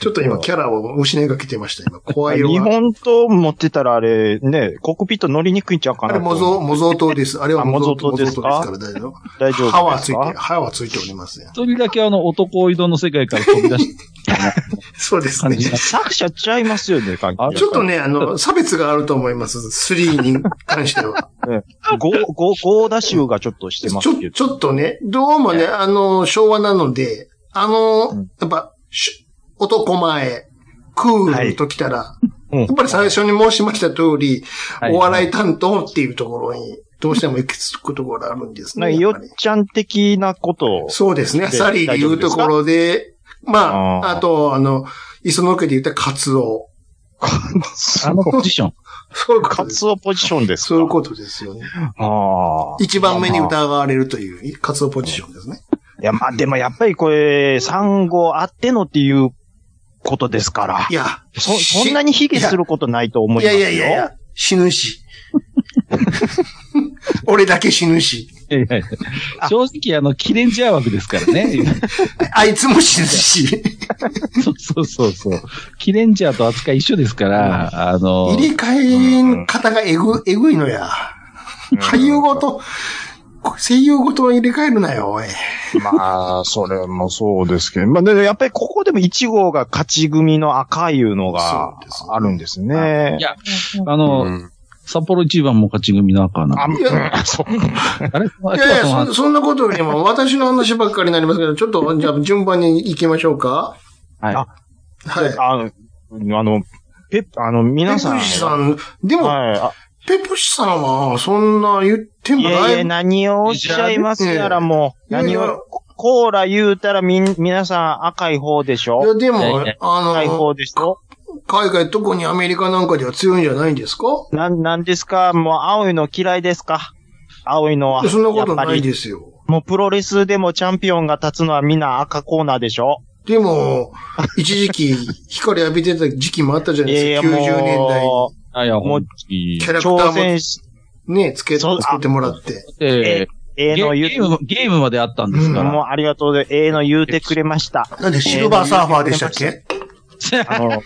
[SPEAKER 3] ちょっと今、キャラを失いかけてました。今、怖いよ。
[SPEAKER 1] 日本刀持ってたらあれ、ね、コックピット乗りにくいんちゃうか
[SPEAKER 3] あ
[SPEAKER 1] な
[SPEAKER 3] れ、
[SPEAKER 1] と
[SPEAKER 3] 模造、模造刀です。あれは
[SPEAKER 1] あ模
[SPEAKER 3] 模
[SPEAKER 1] 造
[SPEAKER 3] 造
[SPEAKER 1] 刀
[SPEAKER 3] 刀
[SPEAKER 1] で
[SPEAKER 3] ですす
[SPEAKER 1] か
[SPEAKER 3] から大丈夫。
[SPEAKER 1] 大丈夫ですか
[SPEAKER 3] 歯はついて、歯はついておりますよ。
[SPEAKER 5] 一人だけあの、男移動の世界から飛び出して、
[SPEAKER 3] そうです
[SPEAKER 5] 感
[SPEAKER 3] ね
[SPEAKER 5] じ。が
[SPEAKER 1] 作者ちゃいますよね、関係
[SPEAKER 5] あ
[SPEAKER 3] ちょっとね、あの、差別があると思います。3に関しては。
[SPEAKER 1] ゴー、ゴー、ゴーダ集がちょっとしてま
[SPEAKER 3] ち
[SPEAKER 1] すけ
[SPEAKER 3] ょ、
[SPEAKER 1] ど。
[SPEAKER 3] ちょっとね、どうもね、あの、昭和なので、あの、やっぱ、し男前、クールときたら、
[SPEAKER 1] うん
[SPEAKER 3] やっぱり最初に申しました通り、
[SPEAKER 5] はい
[SPEAKER 3] お笑い担当っていうところに、どうしても行き着くところがあるんです
[SPEAKER 1] なん
[SPEAKER 3] ね。
[SPEAKER 1] か
[SPEAKER 3] や
[SPEAKER 1] よ
[SPEAKER 3] っぱ
[SPEAKER 1] っ
[SPEAKER 3] り
[SPEAKER 1] ちゃん的なことを。
[SPEAKER 3] そうですね。
[SPEAKER 1] で
[SPEAKER 3] サリーで言うところで、まあ、
[SPEAKER 1] あー
[SPEAKER 3] あと、あの、磯野家で言ったカツオ。
[SPEAKER 5] あのポジション。
[SPEAKER 3] そういうこと
[SPEAKER 1] カ
[SPEAKER 3] です。
[SPEAKER 1] ツオポジションですか。
[SPEAKER 3] そういうことですよね。
[SPEAKER 1] ああ。
[SPEAKER 3] 一番目に疑われるという、カツオポジションですね。
[SPEAKER 1] いや、まあでもやっぱりこれ、産後あってのっていうことですから
[SPEAKER 3] い。や、
[SPEAKER 1] そ、そんなに卑下することないと思い
[SPEAKER 3] い
[SPEAKER 1] ま
[SPEAKER 3] や
[SPEAKER 1] すよ。
[SPEAKER 3] いやいやいや、死ぬし。 俺だけ死ぬし。
[SPEAKER 5] いやいやいや正直、あの、キレンジャー枠ですからね。
[SPEAKER 3] あいつも死ぬし。
[SPEAKER 5] そうそうそうそう。キレンジャーと扱い一緒ですから、あの、
[SPEAKER 3] 入れ替え方がえぐ、えぐいのや。俳優ごと、声優ごと入れ替えるなよ、おい。
[SPEAKER 1] まあ、それもそうですけど。まあ、でやっぱりここでも1号が勝ち組の赤いうのが
[SPEAKER 3] そうです
[SPEAKER 1] あるんですね。
[SPEAKER 5] いやあの、札幌一番も勝ち組なんかな。
[SPEAKER 1] あ、
[SPEAKER 3] いや
[SPEAKER 1] うんそう。
[SPEAKER 5] あれ
[SPEAKER 3] いやいや、そんそんなことより も、私の話ばっかりになりますけど、ちょっと、じゃあ、順番に行きましょうか。
[SPEAKER 5] はい
[SPEAKER 1] あ
[SPEAKER 3] はい。
[SPEAKER 1] あの、あの、ペあの、皆さん。
[SPEAKER 3] ペプシさん、でも、
[SPEAKER 1] はい。あ
[SPEAKER 3] ペプシさんは、そんな言って
[SPEAKER 1] い
[SPEAKER 3] も
[SPEAKER 1] や
[SPEAKER 3] ない
[SPEAKER 1] や、
[SPEAKER 3] い。
[SPEAKER 1] 何をおっしゃいますやらもう。
[SPEAKER 3] いやい
[SPEAKER 1] 何
[SPEAKER 3] や
[SPEAKER 1] を、コーラ言うたらみん、皆さん赤い方でし
[SPEAKER 3] い
[SPEAKER 1] ょ
[SPEAKER 3] や、で
[SPEAKER 5] いや
[SPEAKER 3] も
[SPEAKER 5] いや、
[SPEAKER 3] あ
[SPEAKER 1] 赤い
[SPEAKER 3] の、
[SPEAKER 1] 方でしょ
[SPEAKER 3] 海外、特にアメリカなんかでは強いんじゃないんですか
[SPEAKER 1] なん、なんですかもう青いの嫌いですか青いのは。
[SPEAKER 3] そんなこと
[SPEAKER 1] やっぱ
[SPEAKER 3] ない
[SPEAKER 1] り
[SPEAKER 3] ですよ。
[SPEAKER 1] もうプロレスでもチャンピオンが立つのはみんな赤コーナーでしょ
[SPEAKER 3] でも、一時期、光浴びてた時期もあったじゃない
[SPEAKER 1] い
[SPEAKER 3] で
[SPEAKER 1] や
[SPEAKER 3] すか。90年代に
[SPEAKER 1] も
[SPEAKER 5] あ、いや、
[SPEAKER 1] も
[SPEAKER 5] も
[SPEAKER 1] う
[SPEAKER 5] う、
[SPEAKER 3] キャラクタ
[SPEAKER 1] 挑
[SPEAKER 3] ーも
[SPEAKER 1] 戦し、
[SPEAKER 3] ね、つけ、
[SPEAKER 1] そうあ
[SPEAKER 3] 作ってもらって。
[SPEAKER 5] え
[SPEAKER 4] ええ
[SPEAKER 5] ゲ
[SPEAKER 4] の言
[SPEAKER 5] ゲーム、ゲームまであったんですか
[SPEAKER 4] う、
[SPEAKER 5] ら。
[SPEAKER 4] もうありがとうで、ええの言うてくれました。
[SPEAKER 3] なんでシルバーサーファーでしたっけ
[SPEAKER 4] あの、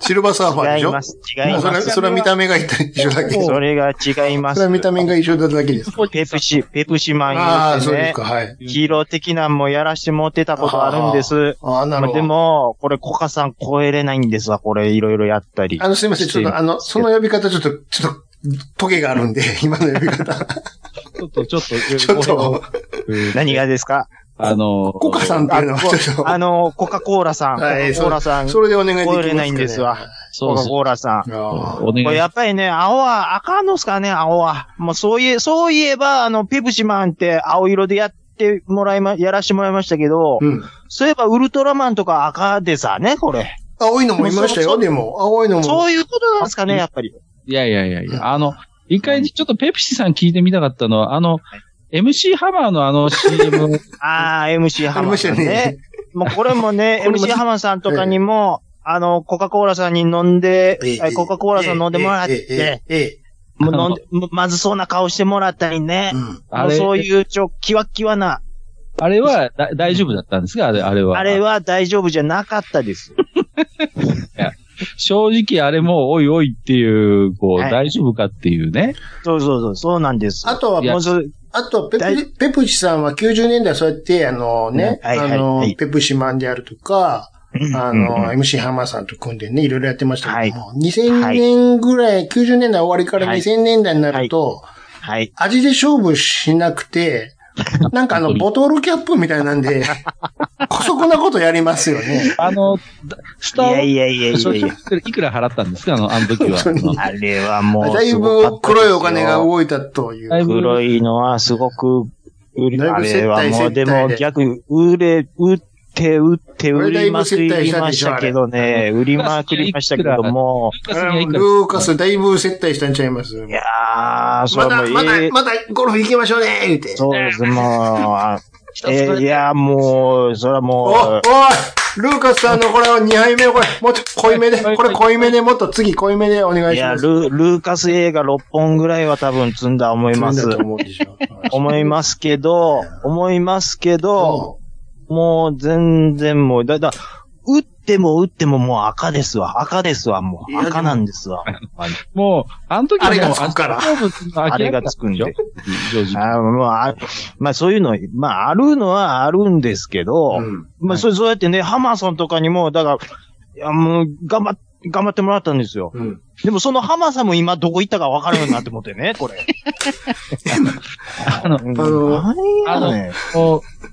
[SPEAKER 3] シルバーサーファーで
[SPEAKER 4] 違い
[SPEAKER 3] しょ
[SPEAKER 4] ます、違い
[SPEAKER 3] そ
[SPEAKER 4] ま
[SPEAKER 3] れ
[SPEAKER 4] す。
[SPEAKER 3] それは見た目が一緒だけ。
[SPEAKER 4] そ
[SPEAKER 3] それ
[SPEAKER 4] れが違います。
[SPEAKER 3] は見た目が一緒だだけです。
[SPEAKER 4] ペプシ、ペプシマン
[SPEAKER 3] ああ、
[SPEAKER 4] 言う
[SPEAKER 3] そう
[SPEAKER 4] て
[SPEAKER 3] です
[SPEAKER 4] ね
[SPEAKER 3] か、。はい。
[SPEAKER 4] ヒーロー的なんもやらしてもってたことあるんです。
[SPEAKER 3] ああ、なるほど。
[SPEAKER 4] でも、これ、コカさん超えれないんですわ、これ、いろいろやったり
[SPEAKER 3] あ。の、すいません。ちょっと、あの、その呼び方、ちょっと、ちょっと、トゲがあるんで、 今の呼び 方。
[SPEAKER 5] ちょっと、ちょっと、
[SPEAKER 3] ちょっと、
[SPEAKER 4] 何がですか
[SPEAKER 5] あの、
[SPEAKER 3] コカさんっていうのは、ちょっ
[SPEAKER 4] あの、コカ・コーラさん、コカ・コ
[SPEAKER 3] はい
[SPEAKER 4] ーラさん、
[SPEAKER 3] と、
[SPEAKER 4] 超
[SPEAKER 3] それでお願いできますか、ね。
[SPEAKER 4] えれないんですわ。。
[SPEAKER 5] そ
[SPEAKER 4] コ
[SPEAKER 5] う
[SPEAKER 4] カ・
[SPEAKER 5] そ
[SPEAKER 4] コーラさん。
[SPEAKER 3] あ
[SPEAKER 5] う。お
[SPEAKER 4] こ
[SPEAKER 5] 願
[SPEAKER 4] れ
[SPEAKER 5] い。
[SPEAKER 4] やっぱりね、青はあかんのすかね、青は。もうそういう、そういえば、あの、ペプシマンって青色でやってもらいま、やらしてもらいましたけど、
[SPEAKER 3] ーうん。
[SPEAKER 4] そういえばウルトラマンとか赤でさね、これ。
[SPEAKER 3] 青いのもいました
[SPEAKER 4] もう
[SPEAKER 3] よ、
[SPEAKER 4] そ
[SPEAKER 3] でも。青いのも。
[SPEAKER 4] そういうことなんですかね、やっぱり。
[SPEAKER 5] いやいやいやいや、あの、一回ちょっとペプシさん聞いてみたかったのは、あの、MC ハマーのあの CM、
[SPEAKER 4] ああ、MC
[SPEAKER 3] あ
[SPEAKER 4] ハ
[SPEAKER 3] り
[SPEAKER 4] マ
[SPEAKER 3] まし
[SPEAKER 4] さ
[SPEAKER 3] たよね
[SPEAKER 4] んね。。もうこれもね、
[SPEAKER 3] これも
[SPEAKER 4] MC ハマさんとかにも、あの、コカ・コーラさんに飲んで、あコカ・コーラさん飲んでもらっ
[SPEAKER 3] ええ
[SPEAKER 4] て、、
[SPEAKER 3] ええええ
[SPEAKER 4] もう飲んで、もうまずそうな顔してもらったりね
[SPEAKER 3] う。ん。
[SPEAKER 5] あ
[SPEAKER 4] もう
[SPEAKER 5] れ、
[SPEAKER 4] そういうちょ、キワッキワな、
[SPEAKER 5] あれはだ大丈夫だったんですかあれあれは。
[SPEAKER 4] あれは大丈夫じゃなかったです。
[SPEAKER 5] 正直あれも、おいおいっていう、こう、
[SPEAKER 4] はい
[SPEAKER 5] 大丈夫かっていうね。
[SPEAKER 4] そうそうそう、そうなんです。
[SPEAKER 3] あとは、
[SPEAKER 5] いや
[SPEAKER 4] もうそれ
[SPEAKER 3] あと、ペ
[SPEAKER 4] 大
[SPEAKER 3] プ、ペプシさんは90年代そうやって、あのね、
[SPEAKER 4] うんはいはい
[SPEAKER 3] あの、
[SPEAKER 4] はい
[SPEAKER 3] ペプシマンであるとか、あの、MC ハマーさんと組んでね、いろいろやってましたけども、2000年ぐらい、90年代終わりから
[SPEAKER 4] はい
[SPEAKER 3] 2000年代になると、
[SPEAKER 4] はい。
[SPEAKER 3] 味で勝負しなく て、なんかあの、ボトルキャップみたいなんで、古速なことやりますよね。
[SPEAKER 5] あの、だス
[SPEAKER 4] い
[SPEAKER 5] ター
[SPEAKER 4] やいやいやい
[SPEAKER 5] 所
[SPEAKER 4] やい
[SPEAKER 5] 長
[SPEAKER 4] や。
[SPEAKER 5] いくら払ったんですかあの、あの 時は。
[SPEAKER 3] 本当に
[SPEAKER 4] あれはもう。
[SPEAKER 3] だいぶ黒いお金が動いたとい。
[SPEAKER 5] だいうぶ
[SPEAKER 4] 黒いのはすごく売り、
[SPEAKER 3] だ
[SPEAKER 4] あ
[SPEAKER 3] いぶ接
[SPEAKER 4] れ
[SPEAKER 3] 待
[SPEAKER 4] はもうでも
[SPEAKER 3] 接
[SPEAKER 4] 逆に売れ、売って売って
[SPEAKER 3] こ
[SPEAKER 4] 売
[SPEAKER 3] れだい
[SPEAKER 4] り
[SPEAKER 3] ぶ
[SPEAKER 4] まく
[SPEAKER 3] 接待し
[SPEAKER 4] り
[SPEAKER 3] た
[SPEAKER 4] ま
[SPEAKER 3] でしょ
[SPEAKER 4] したけどね、売りまくりましたけども、
[SPEAKER 5] ルーカスには
[SPEAKER 3] ル
[SPEAKER 5] いくら
[SPEAKER 3] ーカスだいぶ接待したんちゃいます
[SPEAKER 4] いやー、そ
[SPEAKER 3] ま
[SPEAKER 4] れ
[SPEAKER 3] た、
[SPEAKER 4] も
[SPEAKER 3] ま
[SPEAKER 4] ええ
[SPEAKER 3] た、またゴルフ行きましょうね言うて。
[SPEAKER 4] そうです、もう、あ
[SPEAKER 5] 一つ
[SPEAKER 4] ええいや、もう、それは
[SPEAKER 3] お、お
[SPEAKER 4] も
[SPEAKER 3] いルーカスさんのこれを2杯目、これ、もっと濃いめで、
[SPEAKER 5] はい
[SPEAKER 3] これ濃いめで、もっと次濃いめでお願
[SPEAKER 4] う、
[SPEAKER 3] い
[SPEAKER 4] い
[SPEAKER 3] し
[SPEAKER 4] や、
[SPEAKER 3] ます。
[SPEAKER 4] ルルーカス映画6本ぐらいは多分積んだ思いま
[SPEAKER 3] そ
[SPEAKER 4] す
[SPEAKER 3] うだ。と思うでしょ。
[SPEAKER 4] 思いますけど、思いますけど、
[SPEAKER 3] そ
[SPEAKER 4] もう全然もう、だ、だ、打っても打ってももう赤ですわ。赤ですわ、も。
[SPEAKER 3] いうやでも
[SPEAKER 4] 赤なんですわ。
[SPEAKER 5] もう、あの時はもう、
[SPEAKER 3] あれがつくから
[SPEAKER 4] あ
[SPEAKER 5] あ
[SPEAKER 4] れがつくんで。
[SPEAKER 5] 正直。
[SPEAKER 4] あもうあまあそういうの、まああるのはあるんですけど、
[SPEAKER 3] ううん。
[SPEAKER 4] まあそれそうやってね、ハマーさんとかにも、だから、いやもう、頑張っ頑張ってもらったんですよ。
[SPEAKER 3] うん。
[SPEAKER 4] でもそのハマーさんも今どこ行ったか分かるようになって思って ね、これ。
[SPEAKER 5] あの、
[SPEAKER 4] うん
[SPEAKER 3] の
[SPEAKER 4] 何やねん
[SPEAKER 5] こう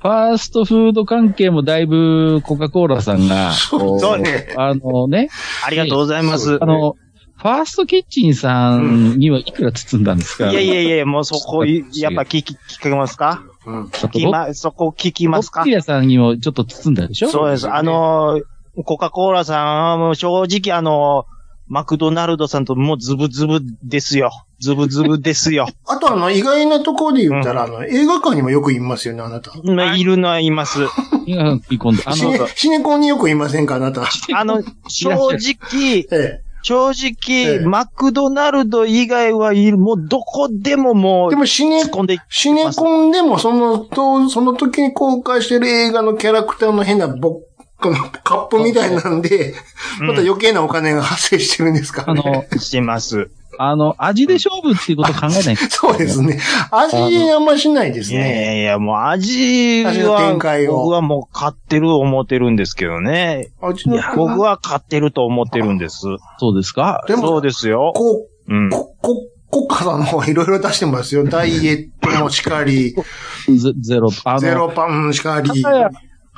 [SPEAKER 5] ファーストフード関係もだいぶコカ・コーラさんが、こ
[SPEAKER 3] そうね。
[SPEAKER 5] あのね、
[SPEAKER 4] ありがとうございます。
[SPEAKER 5] あの、ファーストキッチンさんにはいくら包んだんです
[SPEAKER 4] い
[SPEAKER 5] か
[SPEAKER 4] やいやいや、もうそこ、いやっぱ聞き、聞けますか
[SPEAKER 3] うん。
[SPEAKER 5] ちょっと
[SPEAKER 4] 聞きま、そこ聞きます
[SPEAKER 5] ロ
[SPEAKER 4] か
[SPEAKER 5] ッキーさんにもちょっと包んだでしょ
[SPEAKER 4] そうです。あのー、コカ・コーラさんはもう正直あのー、マクドナルドさんともうズブズブですよ。ズブズブです よ。
[SPEAKER 3] あとあの、意外なところで言ったら、あの、映画館にもよくいますよね、あなた。
[SPEAKER 4] まあいるのはい ます。
[SPEAKER 5] 今食い込んだ。あ
[SPEAKER 3] シ
[SPEAKER 5] の、
[SPEAKER 3] ネ、シネコンによくいませんか、あなた。
[SPEAKER 4] あの、正直、
[SPEAKER 3] え
[SPEAKER 4] 正
[SPEAKER 3] ええ
[SPEAKER 4] 直、マクドナルド以外はいる、もうどこでもも
[SPEAKER 3] え。
[SPEAKER 4] う
[SPEAKER 3] で、もシネ
[SPEAKER 4] 突っ、込んで、
[SPEAKER 3] シネコンでもそのと、その時に公開してる映画のキャラクターの変なボこのカップみたいなんで、
[SPEAKER 4] う ん
[SPEAKER 3] また余計なお金が発生してるんですか
[SPEAKER 5] あ
[SPEAKER 3] ね。
[SPEAKER 5] の、
[SPEAKER 4] してます。
[SPEAKER 5] あの、味で勝負っていうことを考えない。
[SPEAKER 3] そうですね。味あんましないです
[SPEAKER 4] いやい
[SPEAKER 3] ね。
[SPEAKER 4] やいや、もう味
[SPEAKER 3] 味の
[SPEAKER 4] は
[SPEAKER 3] 展開、を
[SPEAKER 4] 僕はもう買ってる思ってるんですけどね。
[SPEAKER 3] 味の展開
[SPEAKER 4] 僕は買ってると思ってるんです。
[SPEAKER 5] そうですか
[SPEAKER 3] でも
[SPEAKER 4] そうですよ。
[SPEAKER 3] こ
[SPEAKER 4] うん
[SPEAKER 3] う、。こ、こ、国家さんの方い ろいろ出してますよ。ダイエットもしかり、
[SPEAKER 5] ゼゼロ。あ
[SPEAKER 3] ゼロ
[SPEAKER 5] の、
[SPEAKER 3] パンしかり。
[SPEAKER 5] 片や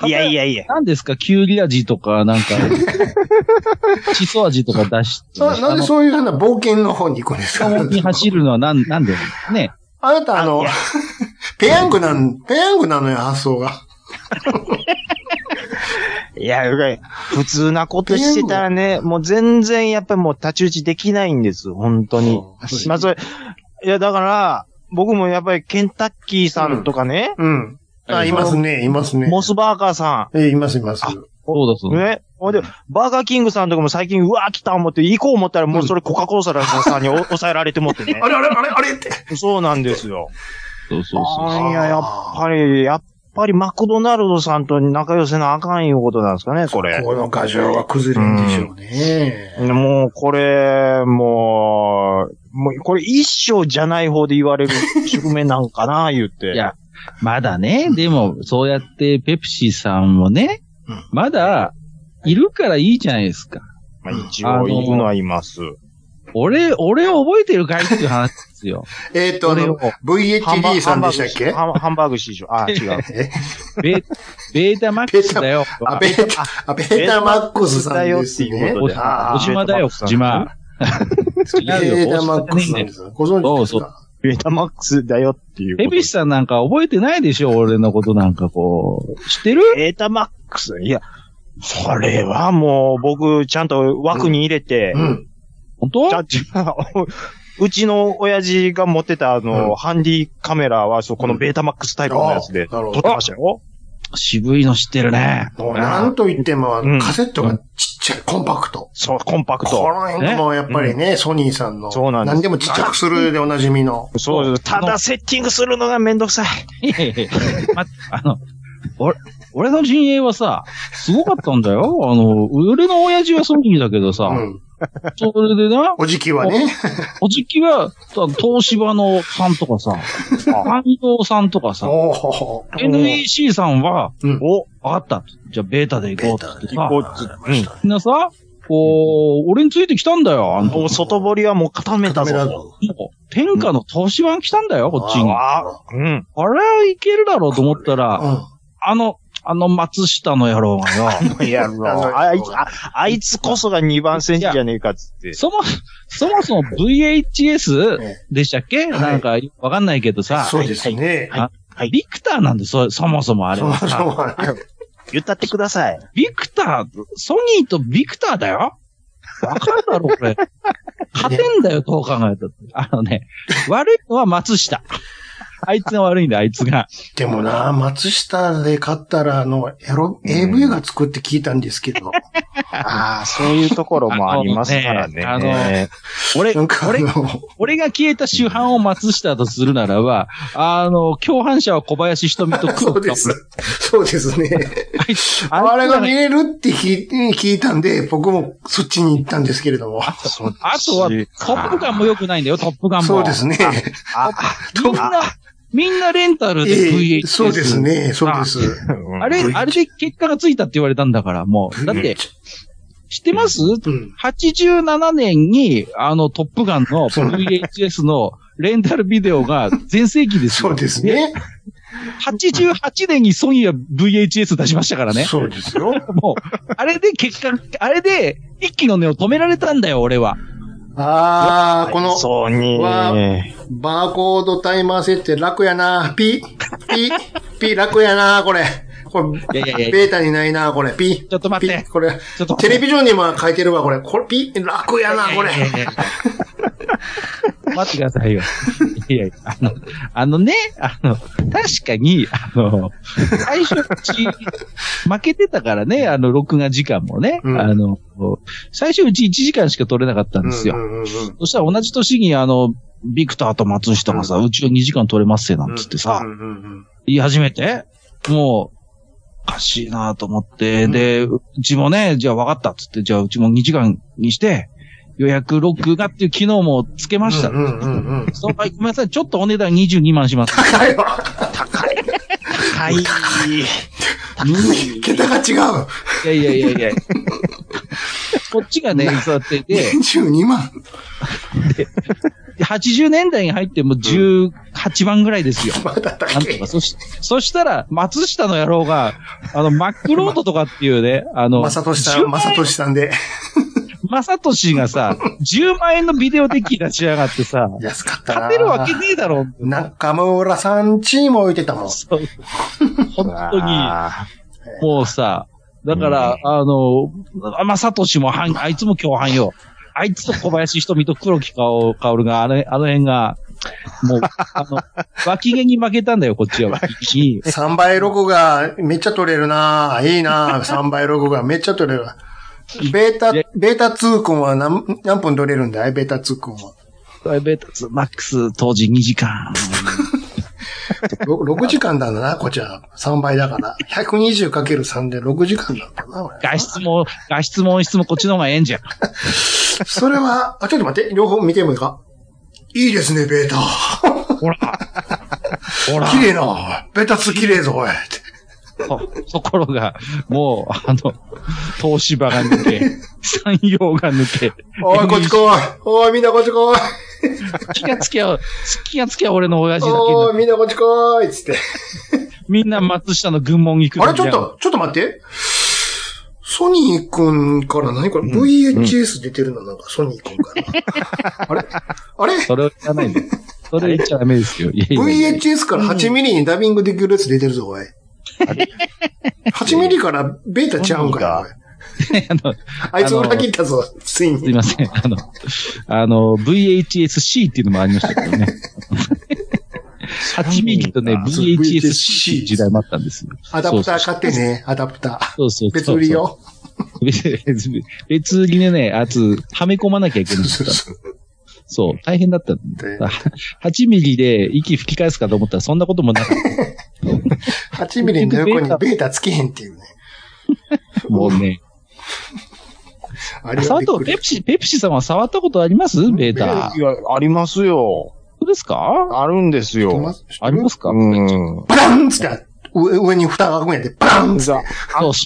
[SPEAKER 4] いやいやいや。
[SPEAKER 5] 何ですかキュウリ味とか、 なんか、シソ味とか出して。
[SPEAKER 3] ななんでそういうふうな冒険の方に行くんですか
[SPEAKER 5] あのに走るのはなん、なんでね。
[SPEAKER 3] あなたあの
[SPEAKER 4] いや、
[SPEAKER 3] ペヤングなん、ペヤングなのよ、発想が。
[SPEAKER 4] いや、うがい普通なことしてたらね、もう全然やっぱりもう太刀打ちできないんです、本当に
[SPEAKER 3] そうです。ね
[SPEAKER 4] まあそれ、いやだから、僕もやっぱりケンタッキーさんとかね、
[SPEAKER 3] うん。あ、いますね、いますね。
[SPEAKER 4] モスバーガーさ
[SPEAKER 3] え、います、います。
[SPEAKER 5] そうだそ
[SPEAKER 4] ん、
[SPEAKER 5] うだ。
[SPEAKER 4] ね、ほんで、バーガーキングさんとかも最近、うわー来た思って、行こう思ったらもうそれコカ・コーラさんにお 抑えられてもってね
[SPEAKER 3] あ。れあれあれあれって。
[SPEAKER 4] そうなんですよ。
[SPEAKER 5] そうそうそう
[SPEAKER 4] あいや、やっぱり、やっぱりマクドナルドさんと仲良せなあかんいうことなんですかね、これ。
[SPEAKER 3] この画像は崩れるんでしょうね。
[SPEAKER 4] もう、これ、もう、もう、これ一生じゃない方で言われる宿命なんかな、言って。
[SPEAKER 5] いやまだね、でも、そうやってペプシさんもね
[SPEAKER 3] うん、
[SPEAKER 5] まだ、いるからいいじゃないですか。
[SPEAKER 4] まあ、一応、いるのはいます。
[SPEAKER 5] 俺、俺を覚えてるかいっていう話ですよ。
[SPEAKER 3] えっと、あ
[SPEAKER 5] 俺
[SPEAKER 3] の
[SPEAKER 5] を、
[SPEAKER 3] VHD さんでしたっけ
[SPEAKER 4] ハンバーグハンバーグ師匠。 あ、違う。
[SPEAKER 5] ベベータマックスだよ。
[SPEAKER 3] あ、 ベータ、あ、ベータマックスさんです
[SPEAKER 4] ベー
[SPEAKER 3] ね
[SPEAKER 4] タマックスだよっていうこ。とで
[SPEAKER 3] あ
[SPEAKER 5] 小
[SPEAKER 3] ー
[SPEAKER 5] 島だ
[SPEAKER 4] ベータマ
[SPEAKER 5] よ、
[SPEAKER 4] ックスさ
[SPEAKER 5] 小
[SPEAKER 4] ん
[SPEAKER 5] 島。
[SPEAKER 3] ベータマックスさんです。ご存知ですか
[SPEAKER 4] ベータマックスだよっていうこ
[SPEAKER 5] ペ
[SPEAKER 4] と
[SPEAKER 5] ピ
[SPEAKER 4] で。
[SPEAKER 5] シさんなんか覚えてないでしょ俺のことなんかこう。知ってる
[SPEAKER 4] ベータマックスいや、それはもう、僕、ちゃんと枠に入れて、
[SPEAKER 3] うん。
[SPEAKER 5] 本当
[SPEAKER 4] じゃじゃあうちの親父が持ってたあの、
[SPEAKER 3] うん
[SPEAKER 4] ハンディカメラは、そう、このベータマックスタイプのやつで
[SPEAKER 3] あなるほ
[SPEAKER 4] 撮っ
[SPEAKER 3] ど
[SPEAKER 4] てましたよ。
[SPEAKER 5] 渋いの知ってるね。
[SPEAKER 3] もうなんと言っても
[SPEAKER 4] うん、
[SPEAKER 3] カセットがちっちゃい、コンパクト。
[SPEAKER 4] そう、コンパク
[SPEAKER 3] こ
[SPEAKER 4] ト。
[SPEAKER 3] の辺もやっぱりね、ソニーさんの、
[SPEAKER 4] そうなんです
[SPEAKER 3] 何でもちっちゃくするでおなじみの。
[SPEAKER 4] そう、ただセッティングするのがめんどくさい。
[SPEAKER 5] いやいやいやまあの、俺、俺の陣営はさ、すごかったんだよ。あの、俺の親父はソニーだけどさ、
[SPEAKER 3] うん。
[SPEAKER 5] それでな、
[SPEAKER 3] おじきはね。
[SPEAKER 5] おじきは、た東芝のさんとかさ、阪東さんとかさ、
[SPEAKER 3] おー。
[SPEAKER 5] NEC さんは、
[SPEAKER 3] うん
[SPEAKER 5] お、わかった。じゃあベータで行こうって
[SPEAKER 3] ベータで
[SPEAKER 5] さ
[SPEAKER 4] こ、う、ずうん
[SPEAKER 5] みんなさ、こう、俺についてきたんだよ、あの時
[SPEAKER 4] もう外堀はもう固め
[SPEAKER 3] カ
[SPEAKER 4] た
[SPEAKER 3] メラ
[SPEAKER 4] ぞ。
[SPEAKER 3] の
[SPEAKER 5] もう天下の東芝に来たんだよ、こっちに。あ
[SPEAKER 4] ああ、うん。
[SPEAKER 5] れはいけるだろうと思ったら、
[SPEAKER 3] う
[SPEAKER 5] あの、あの松下の野郎 がよ、
[SPEAKER 4] いや
[SPEAKER 3] あの
[SPEAKER 4] ろあいつ、ああいつこそが2番戦士じゃねえかっつって。
[SPEAKER 5] そも、そもそも VHS
[SPEAKER 3] え
[SPEAKER 5] でしたっけ、
[SPEAKER 3] はい
[SPEAKER 5] なんか、わかんないけど
[SPEAKER 3] ん。
[SPEAKER 5] さ、
[SPEAKER 3] そうですね。
[SPEAKER 5] ビクターなんで、そ、そもそもあれ
[SPEAKER 3] そも
[SPEAKER 5] は
[SPEAKER 3] そ
[SPEAKER 5] さ。
[SPEAKER 3] もあれ
[SPEAKER 4] 言ったってください。
[SPEAKER 5] ビクター、ソニーとビクターだよわかるだろ、これ。 勝てんだよ、どう考えたって。あのね、悪いのは松下。あいつが悪いんだよ、あいつが。
[SPEAKER 3] でもな、松下で買ったら、あの、エロ、AV が作って聞いたんですけど。
[SPEAKER 4] ああ、そういうところもありますからね。
[SPEAKER 5] あのね俺、
[SPEAKER 3] なんかあ
[SPEAKER 5] 俺、
[SPEAKER 3] の、
[SPEAKER 5] 俺が消えた主犯を松下とするならば、あの、共犯者は小林瞳と黒
[SPEAKER 3] そう
[SPEAKER 5] 木
[SPEAKER 3] で
[SPEAKER 5] か
[SPEAKER 3] す。そうですね。
[SPEAKER 5] あいつ
[SPEAKER 3] あれが見れ
[SPEAKER 5] ね、
[SPEAKER 3] るって聞い聞いたんで、僕もそっちに行ったんですけれども。
[SPEAKER 4] そう
[SPEAKER 5] あとは、トップガンも良くないんだよ、トップガンも。
[SPEAKER 3] そうですね。
[SPEAKER 4] あ、
[SPEAKER 5] みんな、みんなレンタルで VHS。
[SPEAKER 3] そうですね。そうです。
[SPEAKER 4] うん
[SPEAKER 5] あれ、あれで結果がついたって言われたんだから、もう。だって、知ってます
[SPEAKER 3] うん。
[SPEAKER 5] ?87 年に、あの、トップガンの VHS のレンタルビデオが全盛期です
[SPEAKER 3] そ
[SPEAKER 5] よ。
[SPEAKER 3] うですね。
[SPEAKER 5] 88年にソニーは VHS 出しましたからね。
[SPEAKER 3] そうですよ。
[SPEAKER 5] もう、あれで結果、あれで、一気の根を止められたんだよ、俺は。
[SPEAKER 3] あー、この
[SPEAKER 4] そうに。
[SPEAKER 3] わバーコードタイマー設定楽やな。ピピピ楽やな、これ。これ、
[SPEAKER 5] いやいやいや
[SPEAKER 3] ベータにないな、これ。ピ
[SPEAKER 5] ちょっと待って
[SPEAKER 3] ピこれ、
[SPEAKER 5] ちょっと
[SPEAKER 3] テレビ上にも書いてるわ、これ。これ、ピ楽やな、これ。
[SPEAKER 5] いやいやいや 待ってくださいよ。いやいや、あの、あのね、あの、確かに、あの、最初うち、負けてたからね、あの、録画時間もね、
[SPEAKER 3] うん
[SPEAKER 5] あの、最初うち1時間しか取れなかったんですよ。
[SPEAKER 3] うんうんうんうん
[SPEAKER 5] そしたら同じ年に、あの、ビクターと松下がさ、うちは2時間取れますよ、なんつってさ、
[SPEAKER 3] うんうんうん
[SPEAKER 5] 言い始めて、もう、おかしいなと思って、
[SPEAKER 3] うん
[SPEAKER 5] で、うちもね、じゃあ分かったっつって、じゃあうちも2時間にして、予約ロックがっていう機能もつけました。
[SPEAKER 3] うんうんうんうん。
[SPEAKER 5] そうはいごめんなさい、ちょっとお値段22万しま す。
[SPEAKER 3] 高いわ。
[SPEAKER 4] はい。
[SPEAKER 3] 桁が違う。
[SPEAKER 5] いやいやいやいや。こっちがね、座っていて、
[SPEAKER 3] 22万。
[SPEAKER 5] 80年代に入っても18万ぐらいですよ。
[SPEAKER 3] まだ高
[SPEAKER 5] なんと
[SPEAKER 3] い
[SPEAKER 5] か、。そし、そしたら、松下の野郎が、あの、マックロードとかっていうね、あの、
[SPEAKER 3] まさとしさん、まさとしさんで。
[SPEAKER 5] まさとしがさ、10万円のビデオデッキ出しやがってさ、
[SPEAKER 3] 安かったな。
[SPEAKER 5] 勝てるわけねえだろ。
[SPEAKER 3] 中村さんチーム置いてたもん。
[SPEAKER 5] そう本当に、
[SPEAKER 4] あ
[SPEAKER 5] もうさ、だから、あの、まさとしも犯、あいつも共犯よ。あいつと小林瞳と黒木かお薫が、あれ、あの辺が、もう、あの、脇毛に負けたんだよ、こっちは。脇 毛に。
[SPEAKER 3] 3倍ロゴがめっちゃ取れるなぁいいなぁ3倍ロゴがめっちゃ取れるわ。ベータ、ベータ2君は何、何分取れるんだいベータ2君は。
[SPEAKER 5] プライベートツーマックス当時2時間。
[SPEAKER 3] ろ6時間なんだな、こちら。3倍だから。120×3 で6時間なんだな、これ。
[SPEAKER 5] 画質も、画質も音質もこっちの方がええんじゃん。
[SPEAKER 3] それは、あ、ちょっと待って、両方見てもいいかいいですね、ベータ。
[SPEAKER 5] ほら。ほら。
[SPEAKER 3] 綺麗な。ベータ2綺麗ぞ、 おい。って
[SPEAKER 5] とところが、もう、あの、東芝が 抜け、山陽が抜け、
[SPEAKER 3] おい、こっち来い。おい、みんなこっち来い。
[SPEAKER 5] 気がつきゃ、気がつきゃ俺の親父だけにな
[SPEAKER 3] お
[SPEAKER 5] っ
[SPEAKER 3] い、みんなこっち来い。つって。
[SPEAKER 5] みんな松下の軍門行く
[SPEAKER 3] あれちょっ
[SPEAKER 5] みたいな。
[SPEAKER 3] と、ちょっと待って。ソニーくんから何これ ?VHS 出てるのなんか、ソニーくんから。あれあれ
[SPEAKER 5] それを言わないで。それ言っちゃダメですよ。い やいやいや
[SPEAKER 3] ?VHS から8ミリにダビングできるやつ出てるぞ、おい。8ミリからベータちゃうんかよ、おい
[SPEAKER 5] あの
[SPEAKER 3] あいつ裏切ったぞ、つい
[SPEAKER 5] すい
[SPEAKER 3] に。
[SPEAKER 5] ません。あの、あの、VHSC っていうのもありましたけどね。8ミリとね、VHSC っていう時代もあったんですよ。
[SPEAKER 3] アダプター買ってね、アダプター。
[SPEAKER 5] そうそうそう。
[SPEAKER 3] 別売り。よ。
[SPEAKER 5] 別別別売りでね、あつ、はめ込まなきゃいけないんですから。そう、大変だったん
[SPEAKER 3] で
[SPEAKER 5] だ。8ミリで息吹き返すかと思ったらそんなこともなかった。
[SPEAKER 3] 8ミリの横にベータつけへんっていうね。
[SPEAKER 5] もう ね。
[SPEAKER 3] あれ
[SPEAKER 5] あ
[SPEAKER 3] はびっ
[SPEAKER 5] と、
[SPEAKER 3] くり
[SPEAKER 5] ペプシ、ペプシさんは触ったことありますベータ。
[SPEAKER 1] いや、ありますよ。
[SPEAKER 5] そうですか
[SPEAKER 1] あるんです
[SPEAKER 3] 知ってま
[SPEAKER 1] よ。
[SPEAKER 3] す
[SPEAKER 5] ありますか
[SPEAKER 1] うん。
[SPEAKER 3] バランっつって、上上に蓋が開くんやで、バランっつって。
[SPEAKER 5] そう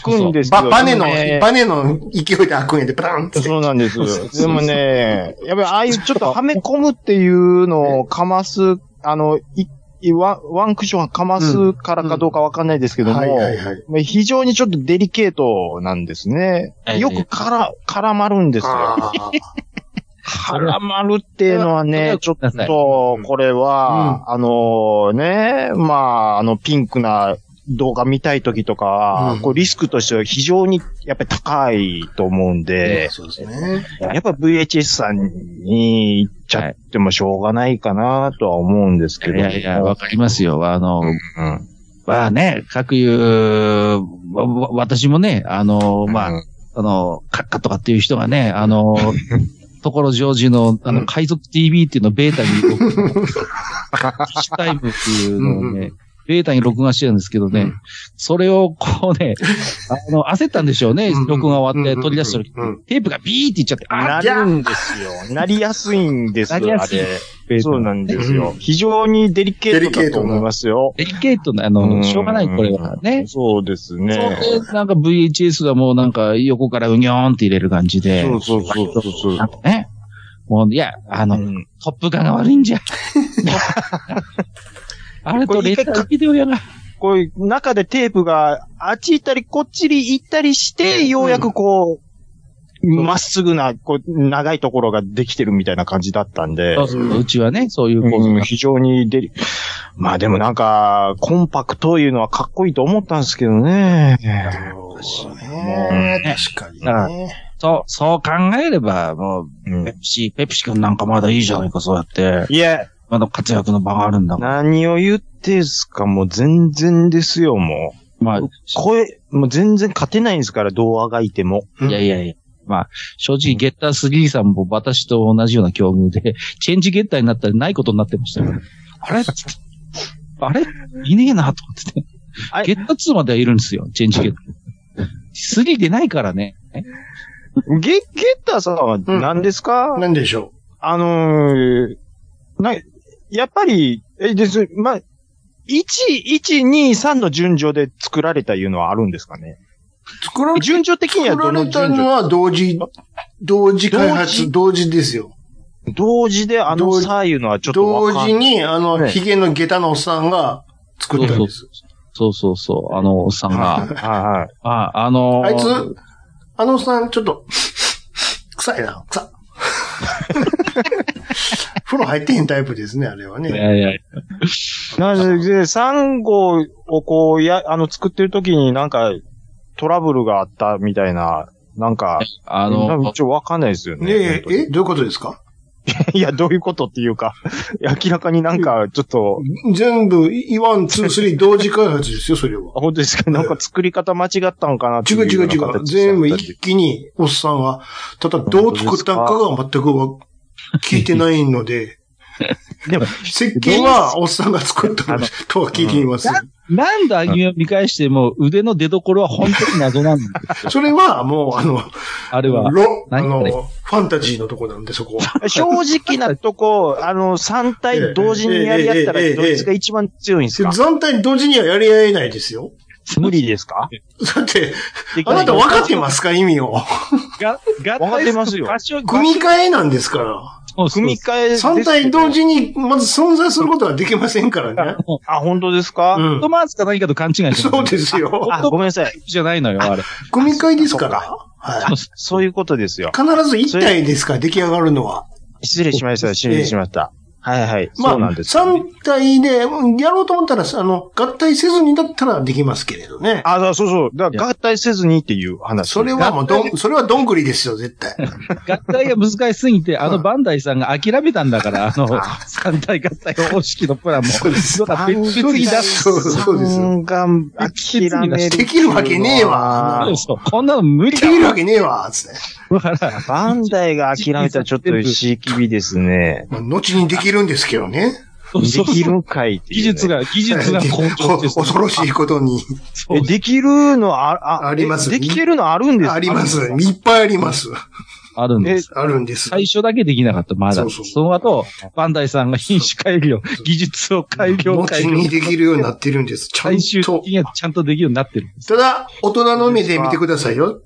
[SPEAKER 1] 開くんです
[SPEAKER 3] ば
[SPEAKER 1] よ。
[SPEAKER 3] バネの、
[SPEAKER 1] でもね
[SPEAKER 3] バネの勢いで開くんやで、ブランって。
[SPEAKER 1] そうなんです
[SPEAKER 5] そうそう。そう
[SPEAKER 1] でもね、やっぱりああいうちょっとはめ込むっていうのをかます、あの、いいワンワンクッションかますからかどうかわかんないですけども、
[SPEAKER 3] はいはいはい。
[SPEAKER 1] まあ非常にちょっとデリケートなんですね
[SPEAKER 5] は。い
[SPEAKER 1] よくから、絡まるんですよ。
[SPEAKER 3] ああ。
[SPEAKER 1] 絡まるっていうのはね、ち
[SPEAKER 5] そ
[SPEAKER 1] ょっ
[SPEAKER 5] れは
[SPEAKER 1] と、これは、あのね、まあ、あの、ピンクな動画見たいときとかは、
[SPEAKER 3] うん
[SPEAKER 1] こうリスクとしては非常にやっぱり高いと思うんで、
[SPEAKER 3] そうですね。
[SPEAKER 1] やっぱ VHS さんに行っちゃってもしょうがないかなとは思うんですけど。
[SPEAKER 5] いやいや、わかりますよ。あの、
[SPEAKER 1] うん。
[SPEAKER 5] まあね、各いう、わわ私もね、あの、まあ、
[SPEAKER 1] うん
[SPEAKER 5] あの、カッカとかっていう人がね、あ の、ところジョージの、あ
[SPEAKER 3] うん
[SPEAKER 5] の、海賊 TV っていうのをベータに録画、キッシュタイムっていうのを
[SPEAKER 3] うんう
[SPEAKER 5] ね、ベータに録画してるんですけど
[SPEAKER 3] う
[SPEAKER 5] ね
[SPEAKER 3] ん、
[SPEAKER 5] それをこ うね、あの、焦ったんでしょうね
[SPEAKER 3] うんうん、
[SPEAKER 5] 録画終わって取り出した時
[SPEAKER 3] うんうん、
[SPEAKER 5] テープがビーっていっちゃって、あ
[SPEAKER 1] なるんですよ。なりやすいんです、あ
[SPEAKER 5] なりやすい
[SPEAKER 1] れ。
[SPEAKER 5] ベータ
[SPEAKER 1] そうなんですよ
[SPEAKER 3] う。
[SPEAKER 1] 非常にデリケートだと思いますよ。
[SPEAKER 5] デリケートな、あ
[SPEAKER 1] うん
[SPEAKER 5] の、しょうがない、これはね。
[SPEAKER 1] そうです
[SPEAKER 5] そ
[SPEAKER 1] ね。
[SPEAKER 5] うで、なんか VHS がもうなんか横からうにょーんって入れる感じで。
[SPEAKER 1] そうそうそうそうそう
[SPEAKER 5] なんかね。もう、いや、あの、
[SPEAKER 1] うん
[SPEAKER 5] トップガンが悪 いんじゃ。あれとレータービデオ屋が。
[SPEAKER 1] こういう中でテープがあっち行ったりこっちに行ったりして、ようやくこう、まっすぐな、こう、長いところができてるみたいな感じだったんで。
[SPEAKER 5] そうそううちはね、そういう構造
[SPEAKER 1] うん、
[SPEAKER 5] が。
[SPEAKER 1] 非常にデリ、まあでもなんか、コンパクトいうのはかっこいいと思ったんですけどね。
[SPEAKER 3] そう
[SPEAKER 1] ね
[SPEAKER 3] ね。確かに
[SPEAKER 5] だから
[SPEAKER 3] ね。
[SPEAKER 5] そう、そう考えれば、もう、ペプシ、ペプシ君なんかまだいいじゃないか、そうやって。
[SPEAKER 1] いや、
[SPEAKER 5] まだ活躍の場があるんだから。
[SPEAKER 1] 何を言ってんすか、もう全然ですよ、もう。
[SPEAKER 5] まあ、
[SPEAKER 1] 声、もう全然勝てないんですから、どうあがいても。
[SPEAKER 5] いやいやいや。まあ、正直、ゲッター3さんも私と同じような境遇で、 チェンジゲッターになったらないことになってましたから。あれつってあれいねえな、と思ってて
[SPEAKER 1] あれ
[SPEAKER 5] ゲッター2まではいるんですよ、チェンジゲッター。3出ないからね。
[SPEAKER 1] ゲ、ゲッターさんは何ですか、
[SPEAKER 3] なんでしょ
[SPEAKER 1] あのー、な、やっぱり、え、です、まあ、1、1、2、3の順序で作られたいうのはあるんですかね
[SPEAKER 3] う。作られ
[SPEAKER 1] 順序的には
[SPEAKER 3] 作
[SPEAKER 1] ど
[SPEAKER 3] ら
[SPEAKER 1] の
[SPEAKER 3] れた
[SPEAKER 1] 順
[SPEAKER 3] の
[SPEAKER 1] 序
[SPEAKER 3] は同時、同時開発、同時ですよ。
[SPEAKER 1] 同時であの
[SPEAKER 3] 同時
[SPEAKER 1] さいうのはちょっと
[SPEAKER 3] 同
[SPEAKER 1] わかん
[SPEAKER 3] 時に、あの、
[SPEAKER 1] ね
[SPEAKER 3] ヒゲの下駄のおっさんが作ったんです。
[SPEAKER 5] そうそうそう、あの、おっさんが。
[SPEAKER 1] はいはい。
[SPEAKER 5] あ、あのー
[SPEAKER 3] あいつ、あのおっさん、ちょっと、臭いな、臭っ。風呂入ってへんタイプですね、あれはね。
[SPEAKER 5] いやいや、
[SPEAKER 1] なので、サンゴをこう、や、あの、作ってる時になんか、トラブルがあったみたいな、なんか、
[SPEAKER 5] あ
[SPEAKER 1] あ
[SPEAKER 5] の
[SPEAKER 1] の、、ちょ、わかんないですよね。
[SPEAKER 3] ね
[SPEAKER 1] 本当
[SPEAKER 3] え、
[SPEAKER 1] に
[SPEAKER 3] え、どういうことですか
[SPEAKER 1] いや、どういうことっていうか、 明らかになんか、ちょっと、
[SPEAKER 3] 全部、1、2、3同時開発ですよ、それは。
[SPEAKER 1] あ本当ですかなんか作り方間違ったのかなって
[SPEAKER 3] 違
[SPEAKER 1] いうう
[SPEAKER 3] 違う違
[SPEAKER 1] よな
[SPEAKER 3] う。
[SPEAKER 1] 形だったり
[SPEAKER 3] 全部一気に、おっさんは、ただどう作ったんかが全くわ聞いてないので、設計は、おっさんが作ったのとは聞いています。
[SPEAKER 5] 何度アニメを見返しても腕の出所は本当に謎なんです。
[SPEAKER 3] それは、もう、あの、
[SPEAKER 5] あれは。
[SPEAKER 3] ロ、あ
[SPEAKER 5] 何あれ
[SPEAKER 3] の、ファンタジーのとこなんで、そこは。
[SPEAKER 4] 正直 なとこ、あの、3体同時にやり合ったら、
[SPEAKER 3] ええええええ
[SPEAKER 4] どいつが一番強いんですか
[SPEAKER 3] 残体同時にはやり合えないですよ。
[SPEAKER 4] 無理ですか
[SPEAKER 3] だって、あなた分かってますか意味を。
[SPEAKER 5] が、が、
[SPEAKER 4] わかってますよ
[SPEAKER 5] 合唱
[SPEAKER 3] 組み替えなんですから。
[SPEAKER 4] 組み替えですけど。
[SPEAKER 3] 三体同時に、まず存在することはできませんからね。
[SPEAKER 4] あ、本当ですか、
[SPEAKER 3] うん
[SPEAKER 5] ホットマークか何かと勘違いしてます
[SPEAKER 3] そうですよ。
[SPEAKER 4] あ、ごめんなさい。
[SPEAKER 5] じゃないのよ、あれ。
[SPEAKER 3] 組み替えですか
[SPEAKER 4] そ
[SPEAKER 3] ら。はい。
[SPEAKER 4] そういうことですよ。
[SPEAKER 3] 必ず一体ですから、出来上がるのは。
[SPEAKER 4] 失礼しました。失礼しました。はいはい。
[SPEAKER 3] ま
[SPEAKER 4] そうなん
[SPEAKER 3] あ、
[SPEAKER 4] ですよね、
[SPEAKER 3] 三体で、うんやろうと思ったら、あの、合体せずにだったらできますけれどね。
[SPEAKER 4] あ、そうそう。だから合体せずにっていう話。
[SPEAKER 3] それはもうどん、それはどんぐりですよ、絶対。
[SPEAKER 5] 合体が難しすぎて、あのバンダイさんが諦めたんだから、あの、三体合体方式のプランも。
[SPEAKER 3] そうです
[SPEAKER 5] そうだ、別々に出す。
[SPEAKER 3] そうそうですよ。
[SPEAKER 4] が諦める。
[SPEAKER 3] できるわけねえわ
[SPEAKER 5] そうそうこんなの無理
[SPEAKER 3] でき
[SPEAKER 5] だ
[SPEAKER 3] るわけねえわ、つって。
[SPEAKER 5] わからん。
[SPEAKER 4] バンダイが諦めたらちょっとしきびですね。
[SPEAKER 3] まあ、後にできるんですけどね。
[SPEAKER 5] そうそ
[SPEAKER 4] で
[SPEAKER 5] う
[SPEAKER 4] きるんかいっていうね、
[SPEAKER 5] 技術が、技術が好調して
[SPEAKER 3] 恐ろしいことに。
[SPEAKER 5] そ
[SPEAKER 4] え、
[SPEAKER 5] う
[SPEAKER 4] できるのあ、あ、
[SPEAKER 3] あります
[SPEAKER 4] えできてるのあるんですか
[SPEAKER 3] あります。
[SPEAKER 4] あるんで
[SPEAKER 3] いっぱいあります。
[SPEAKER 5] あるんです。
[SPEAKER 3] あるんです。
[SPEAKER 5] 最初だけできなかった、まだ。
[SPEAKER 3] そ
[SPEAKER 5] そう
[SPEAKER 3] そう
[SPEAKER 5] の後、バンダイさんが品種改良、技術を改良、
[SPEAKER 3] 後
[SPEAKER 5] 改
[SPEAKER 3] に
[SPEAKER 5] 良。
[SPEAKER 3] できるようになってるんです。ちゃん
[SPEAKER 5] 最終
[SPEAKER 3] と
[SPEAKER 5] 的。にはちゃんとできるようになってる。
[SPEAKER 3] ただ、大人の目で見てくださいよ。
[SPEAKER 4] すか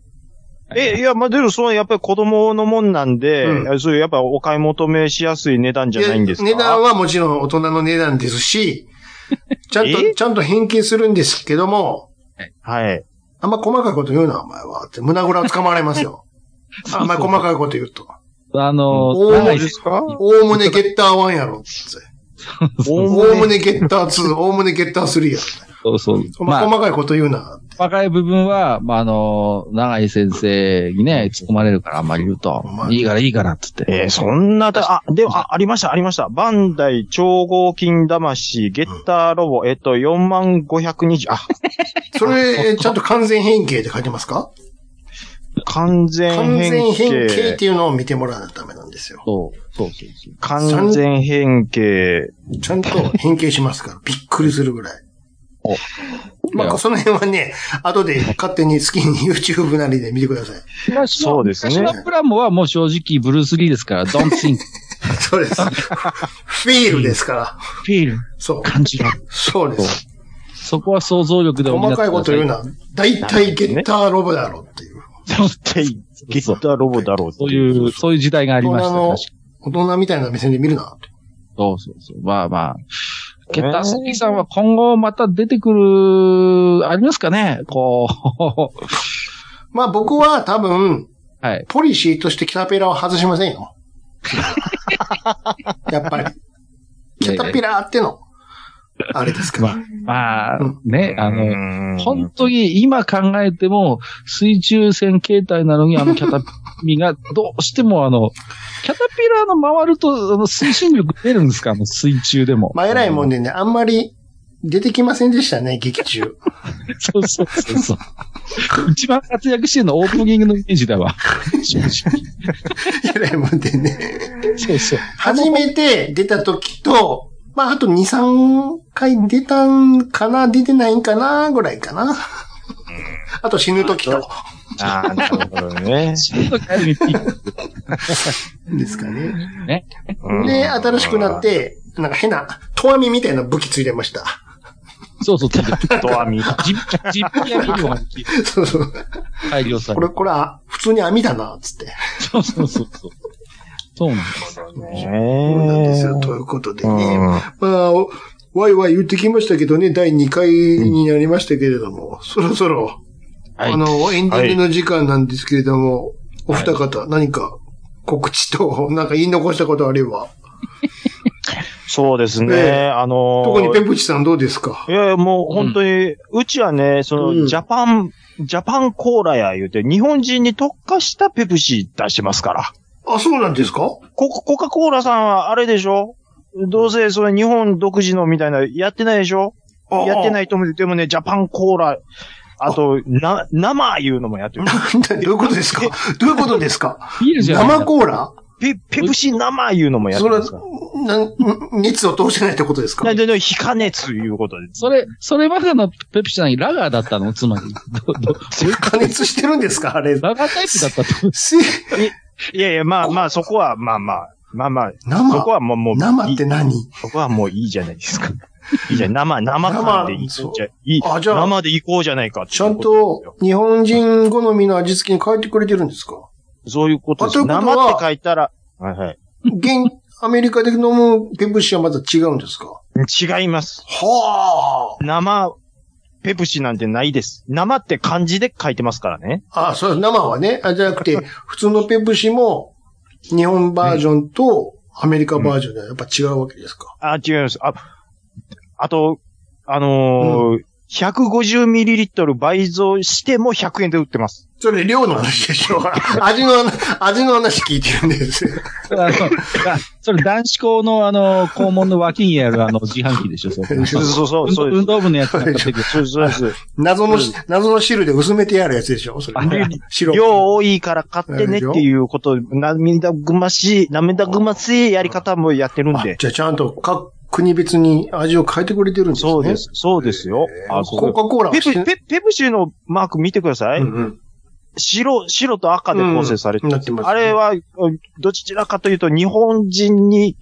[SPEAKER 4] え、いや、まあ、でも、その、やっぱり子供のもんなんで、
[SPEAKER 3] う
[SPEAKER 4] そういう、やっぱお買い求めしやすい値段じゃないんですか
[SPEAKER 3] いや値段はもちろん大人の値段ですし、ちゃんと、
[SPEAKER 4] え
[SPEAKER 3] ちゃんと変形するんですけども、
[SPEAKER 4] はい。
[SPEAKER 3] あんま細かいこと言うな、お前は。って胸ぐらを捕まれますよ。あんまり細かいこと言うと。
[SPEAKER 5] あの、
[SPEAKER 3] おー
[SPEAKER 5] バンダ
[SPEAKER 4] そう
[SPEAKER 5] イさ
[SPEAKER 4] で
[SPEAKER 5] ん
[SPEAKER 4] すか
[SPEAKER 3] おおむねゲッター1やろ。つって
[SPEAKER 5] そう
[SPEAKER 3] おおむねゲッター2、おおむねゲッター3や。
[SPEAKER 5] そうそう。
[SPEAKER 3] お前
[SPEAKER 5] まあ、
[SPEAKER 3] 細かいこと言うな。
[SPEAKER 5] 細かい部分は、まあ、あの、長井先生にね、突っ込まれるから、あんまり言うと
[SPEAKER 3] まあ、
[SPEAKER 5] いいからいいからって言って。
[SPEAKER 4] えーそんなだ、あ、でも、あ、ありました、ありました。バンダイ超合金魂、ゲッターロボ、えっと、4520、あ、
[SPEAKER 3] それ、ちゃんと完全変形って書いてますか
[SPEAKER 4] 完全
[SPEAKER 3] 完全
[SPEAKER 4] 変
[SPEAKER 3] 変形っ
[SPEAKER 4] 形。
[SPEAKER 3] ていうのを見てもらわないとダメなんですよ。
[SPEAKER 5] そう、そうそうそう。
[SPEAKER 4] 完全変形。
[SPEAKER 3] ちゃんと変形しますから、びっくりするぐらい。まあ、その辺はね、後で勝手に好きに YouTube なりで見てください。
[SPEAKER 5] 昔の
[SPEAKER 4] そうですね
[SPEAKER 5] 昔のプラモはもう正直、ブルース・リーですから、don't think,
[SPEAKER 3] そう です。フィールですから。
[SPEAKER 5] feel,
[SPEAKER 3] そう。
[SPEAKER 5] 感じが。
[SPEAKER 3] そうです。
[SPEAKER 5] そこは想像力で補って
[SPEAKER 3] 細かいこと言うな。だいたいゲッターロボだろうっていう。
[SPEAKER 5] そう
[SPEAKER 4] ゲッターロボだろうって
[SPEAKER 5] そういう、そういう時代があ
[SPEAKER 3] 大
[SPEAKER 5] り
[SPEAKER 3] 人
[SPEAKER 5] ました。確
[SPEAKER 3] の
[SPEAKER 5] か、
[SPEAKER 3] 大人みたいな目線で見るな。
[SPEAKER 5] そうそうそう。まあまあ。
[SPEAKER 4] ね
[SPEAKER 5] ゲッタースキーさんは今後また出てくる、ありますかねこう。
[SPEAKER 3] まあ僕は多分、
[SPEAKER 5] はい。
[SPEAKER 3] ポリシーとしてキャタピラを外しません よ。やっぱり。キャタピラーっての、あれですから。
[SPEAKER 5] まあ
[SPEAKER 3] うん、
[SPEAKER 5] ね、あの、
[SPEAKER 4] の
[SPEAKER 5] 本当に今考えても、水中戦形態なのに、あのキャタピが、どうしてもあの、キャタピラーの回ると、あの、推進力出るんですかあの、水中でも。
[SPEAKER 3] まあ偉いもんでね、あんまり出てきませんでしたね、劇 中。
[SPEAKER 5] そうそうそうそう。一番活躍してるのはオープニングのイメージだわ。正直
[SPEAKER 3] 偉いもんでね。
[SPEAKER 5] そ うそう。
[SPEAKER 3] 初めて出た時と、まああと2、3回出たんかな、出てないんかな、ぐらいかな。あと死ぬ時と、
[SPEAKER 4] ああ、なるほど ね。
[SPEAKER 5] ちょっと帰りにピッ
[SPEAKER 3] ですかね。
[SPEAKER 4] うん
[SPEAKER 3] で、新しくなっ。て、なんか変な、トワミみたいな武器ついてました。
[SPEAKER 5] そうそう、ちょっと
[SPEAKER 4] ドアミ。
[SPEAKER 5] ジップ、ジップやビデオが
[SPEAKER 3] そうそう。
[SPEAKER 5] 改良さ
[SPEAKER 3] こ
[SPEAKER 5] れ
[SPEAKER 3] れ、
[SPEAKER 5] る。
[SPEAKER 3] これは、普通に網だな、つって。
[SPEAKER 5] そうそうそうそう。そうなんです。
[SPEAKER 3] そうなんですよ。
[SPEAKER 4] ね
[SPEAKER 3] ということで
[SPEAKER 4] え
[SPEAKER 3] ね。
[SPEAKER 4] うん
[SPEAKER 3] まあ、おわいわい言ってきましたけどね、第2回になりましたけれども、そろそろ、
[SPEAKER 5] はい
[SPEAKER 3] あの、エンディングの時間なんですけれども、お二方、何か告知と、なんか言い残したことあれば、
[SPEAKER 4] そうです
[SPEAKER 3] え
[SPEAKER 4] ね。
[SPEAKER 3] え
[SPEAKER 4] あのー
[SPEAKER 3] 特にペンプチさんどうですか
[SPEAKER 4] いやいや、もう本当に、うちはね、その、
[SPEAKER 3] うん
[SPEAKER 4] ジャパン、ジャパンコーラや言うて、日本人に特化したペプシー出してますから。
[SPEAKER 3] あ、そうなん ですか
[SPEAKER 4] ココカ・コーラさんはあれでしょどうせ、それ日本独自のみたいな、やってないでしょ
[SPEAKER 3] あ。
[SPEAKER 4] やってないいと思う。でもね、ジャパンコーラ、あと、な、生いうのもやってる。
[SPEAKER 3] なんだどういうことですかどういうことですか
[SPEAKER 5] ビールじゃないんだ
[SPEAKER 3] 生コーラ
[SPEAKER 4] ペ、ペプシー生いうのもやって
[SPEAKER 3] それ
[SPEAKER 4] る
[SPEAKER 3] は、なん、熱を通してないってことですか
[SPEAKER 1] で、で、非加熱いうことです。
[SPEAKER 5] それ、それまでのペプシなにラガーだったのつまり。どど
[SPEAKER 3] 加熱してるんですかあれ。
[SPEAKER 5] ラガータイプだったと。
[SPEAKER 3] せ
[SPEAKER 1] いやいや、まあまあ、そこは、まあまあ、まあまあ、そこ
[SPEAKER 3] 生
[SPEAKER 1] はもう、もう、
[SPEAKER 3] 生って
[SPEAKER 1] いい
[SPEAKER 3] 何
[SPEAKER 1] そこはもういいじゃないですか。 いいじゃん、生、生感でいこうじゃ、いい、
[SPEAKER 3] あ、じゃあ、
[SPEAKER 1] 生で行こうじゃないか。
[SPEAKER 3] ちゃん、と日本人好みの味付けに変えてくれてるんですか
[SPEAKER 1] そういうことで
[SPEAKER 3] あとい
[SPEAKER 1] す。
[SPEAKER 3] うことは
[SPEAKER 1] 生って書いたら、はいはい。
[SPEAKER 3] 現、アメリカで飲むペプシはまた違うんですか
[SPEAKER 1] 違います。
[SPEAKER 3] は
[SPEAKER 1] 生、ペプシなんてないです。生って漢字で書いてますからね。
[SPEAKER 3] あ。あ、そう、生はね、あじゃなくて、普通のペプシも、日本バージョンとアメリカバージョンではやっぱ違うわけですか、
[SPEAKER 1] あ、違います。あ、あと、あのー 150ml 倍増しても100円で売ってます。
[SPEAKER 3] それ量の話でしょ 味の話、味の話聞いてるんです。
[SPEAKER 5] あのあそれ男子校のあの、校門の脇にあるあの、自販機でしょ、そ れ。
[SPEAKER 1] そうそうそう、そう
[SPEAKER 5] 運動
[SPEAKER 1] です
[SPEAKER 5] 運。動部のやつなんか出てくる
[SPEAKER 1] そうですそうです。
[SPEAKER 3] 謎のし
[SPEAKER 1] う、
[SPEAKER 3] 謎の汁で薄めてやるやつでしょそれ
[SPEAKER 5] あれ。
[SPEAKER 3] 白。
[SPEAKER 1] 量多いから買ってねっていうこと、涙ぐましい、涙ぐましいやり方もやってるん
[SPEAKER 3] あ
[SPEAKER 1] で。
[SPEAKER 3] じゃあちゃんと各国別に味を変えてくれてるんですね。
[SPEAKER 1] そうです。。そうですよ。あ、そ
[SPEAKER 3] コ
[SPEAKER 1] う
[SPEAKER 3] カ・コーラは
[SPEAKER 1] ペ
[SPEAKER 3] して
[SPEAKER 1] プ、ペ、ペプシのマーク見てください。
[SPEAKER 3] うんうん
[SPEAKER 1] 白、白と赤で構成されて
[SPEAKER 3] うん
[SPEAKER 1] る
[SPEAKER 3] なってますね
[SPEAKER 1] あれは、どちらかというと日本人に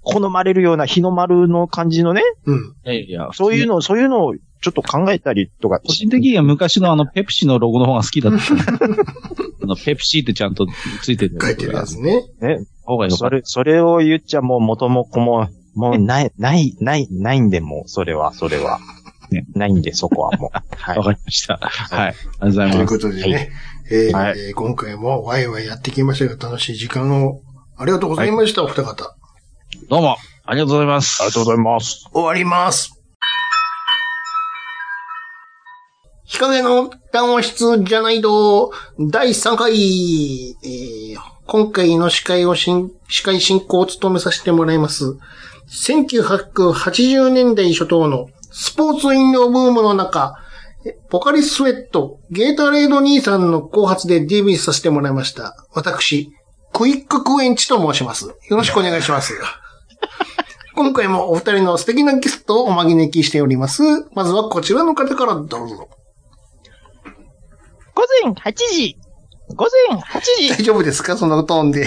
[SPEAKER 1] 好まれるような日の丸の感じのね、
[SPEAKER 3] うん。
[SPEAKER 5] いやいや、
[SPEAKER 1] そういうの、そういうのをちょっと考えたりとか。
[SPEAKER 5] 個人的には昔のあの、ペプシのロゴの方が好きだった。あの、ペプシってちゃんとついてる。
[SPEAKER 3] 書いてるやつね。
[SPEAKER 5] 方がよか
[SPEAKER 1] そ
[SPEAKER 5] った。
[SPEAKER 1] れ、それを言っちゃもう元も子も、もうない、ない、ない、ないんでもう、それは、それは
[SPEAKER 5] ね。
[SPEAKER 1] ないんで、そこはもう。はい
[SPEAKER 5] わ。かりました。はい。ありがとうござい
[SPEAKER 3] という
[SPEAKER 5] ま
[SPEAKER 3] こ
[SPEAKER 5] す。
[SPEAKER 3] とでね、えー
[SPEAKER 1] はい
[SPEAKER 3] えー今回もワイワイやってきましたが、楽しい時間をありがとうございました、お二方。
[SPEAKER 5] どうも、ありがとうございます。
[SPEAKER 1] ありがとうございます。
[SPEAKER 3] 終わります。日陰の談話室じゃないと、第3回、えー今回の司会をしん、司会進行を務めさせてもらいます。1980年代初頭のスポーツ飲料ブームの中、えポカリスエット、ゲータレード兄さんの後発で DV させてもらいました。私、クイッククエンチと申します。よろしくお願いします。今回もお二人の素敵なゲストをお招きしております。まずはこちらの方からどうぞ。
[SPEAKER 4] 午前8時。午前8時。
[SPEAKER 3] 大丈夫ですかそのトー ンで。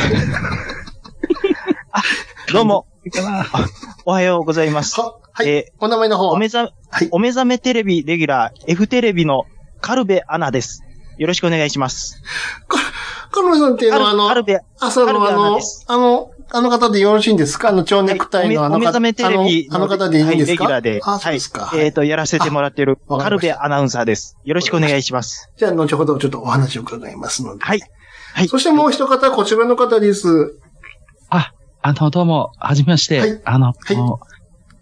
[SPEAKER 1] どうも。おはようございます。
[SPEAKER 3] は、はい。
[SPEAKER 1] え
[SPEAKER 3] お名前の方
[SPEAKER 1] お
[SPEAKER 3] は
[SPEAKER 1] 目覚め、
[SPEAKER 3] はい
[SPEAKER 1] お目覚めテレビレギュラー F テレビのカルベアナです。よろしくお願いします。
[SPEAKER 3] カルメさんっていう
[SPEAKER 1] カ
[SPEAKER 3] のは
[SPEAKER 1] ルカ
[SPEAKER 3] あ
[SPEAKER 1] ル
[SPEAKER 3] の、
[SPEAKER 1] ベ、
[SPEAKER 3] 朝のあ
[SPEAKER 1] カルメアナ
[SPEAKER 3] の
[SPEAKER 1] です、
[SPEAKER 3] あの、あの方でよろしいんですかあの、蝶ネクタイの
[SPEAKER 1] は
[SPEAKER 3] あ
[SPEAKER 1] い
[SPEAKER 3] の
[SPEAKER 1] お目
[SPEAKER 3] 方、
[SPEAKER 1] お目覚めテレビ
[SPEAKER 3] あのあの方でいいんですか
[SPEAKER 1] はいレギュラーで
[SPEAKER 3] あ、そうですか。
[SPEAKER 1] えっ、と、やらせてもらってる
[SPEAKER 3] あわ
[SPEAKER 1] カ
[SPEAKER 3] かり
[SPEAKER 1] ル
[SPEAKER 3] ました
[SPEAKER 1] ベアナウンサーです。よろしくお願いします。
[SPEAKER 3] じゃあ、後ほどちょっとお話を伺いますので。
[SPEAKER 1] はい。はい。
[SPEAKER 3] そしてもう一方、こちらの方です。
[SPEAKER 5] あの、どうも、はじめまして。
[SPEAKER 3] はい
[SPEAKER 5] あの、
[SPEAKER 3] はい
[SPEAKER 5] もう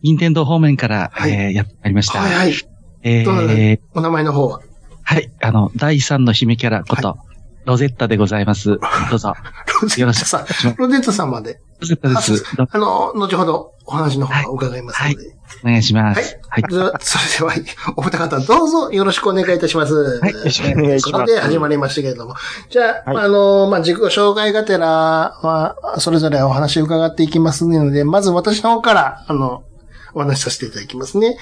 [SPEAKER 5] 任天堂方面から、
[SPEAKER 3] はい
[SPEAKER 5] えーやってまいりました。
[SPEAKER 3] はいはい。
[SPEAKER 5] えー
[SPEAKER 3] どうぞお名前の方は。
[SPEAKER 5] はい、あの、第3の姫キャラこと、ロゼッタでござ います。どうぞ。
[SPEAKER 3] ロゼッタさん。ロゼッタさんまで。
[SPEAKER 5] ロゼッタです。どうぞ
[SPEAKER 3] あの、後ほどお話の方を伺いますので。
[SPEAKER 5] お願いしま
[SPEAKER 3] はい
[SPEAKER 5] す。はい。
[SPEAKER 3] ではそれでは、お二方どうぞよろしくお願いいたします。はい
[SPEAKER 5] よろしくお
[SPEAKER 1] 願いします
[SPEAKER 3] ということで始まりましたけれども。じゃあ、
[SPEAKER 1] はい
[SPEAKER 3] あの、まあ、自己紹介がてらは、それぞれお話を伺っていきますので、まず私の方から、あの、お話しさせていただきますね。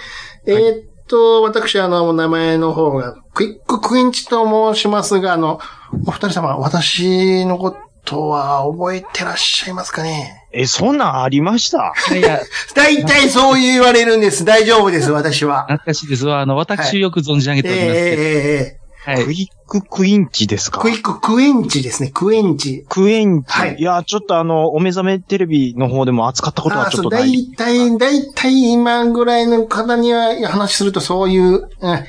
[SPEAKER 3] えーっと、私、あの、お名前の方が、クイッククインチと申しますが、あの、お二人様、私のことは覚えてらっしゃいますかね
[SPEAKER 1] え、そんなんありました
[SPEAKER 5] いやいや、
[SPEAKER 3] 大体そう言われるんです。大丈夫です、私は。
[SPEAKER 5] 懐かしいですわ。あの、
[SPEAKER 3] は
[SPEAKER 5] 私よく存じ上げ
[SPEAKER 3] え
[SPEAKER 5] て
[SPEAKER 3] え
[SPEAKER 5] おり
[SPEAKER 3] え
[SPEAKER 5] ます
[SPEAKER 3] えええ
[SPEAKER 5] けど。は
[SPEAKER 1] ク
[SPEAKER 5] い。
[SPEAKER 1] イッククインチですか
[SPEAKER 3] クイック、クエンチですね、クエンチ。
[SPEAKER 1] クエンチ。
[SPEAKER 3] はい
[SPEAKER 1] い、や、ちょっとあの、お目覚めテレビの方でも扱ったこと
[SPEAKER 3] あ
[SPEAKER 1] は
[SPEAKER 3] あ、
[SPEAKER 1] ちょっ
[SPEAKER 3] そう、
[SPEAKER 1] とな
[SPEAKER 3] だ
[SPEAKER 1] い。
[SPEAKER 3] いたい、だいたい今ぐらいの方には話するとそういう、うん
[SPEAKER 5] あ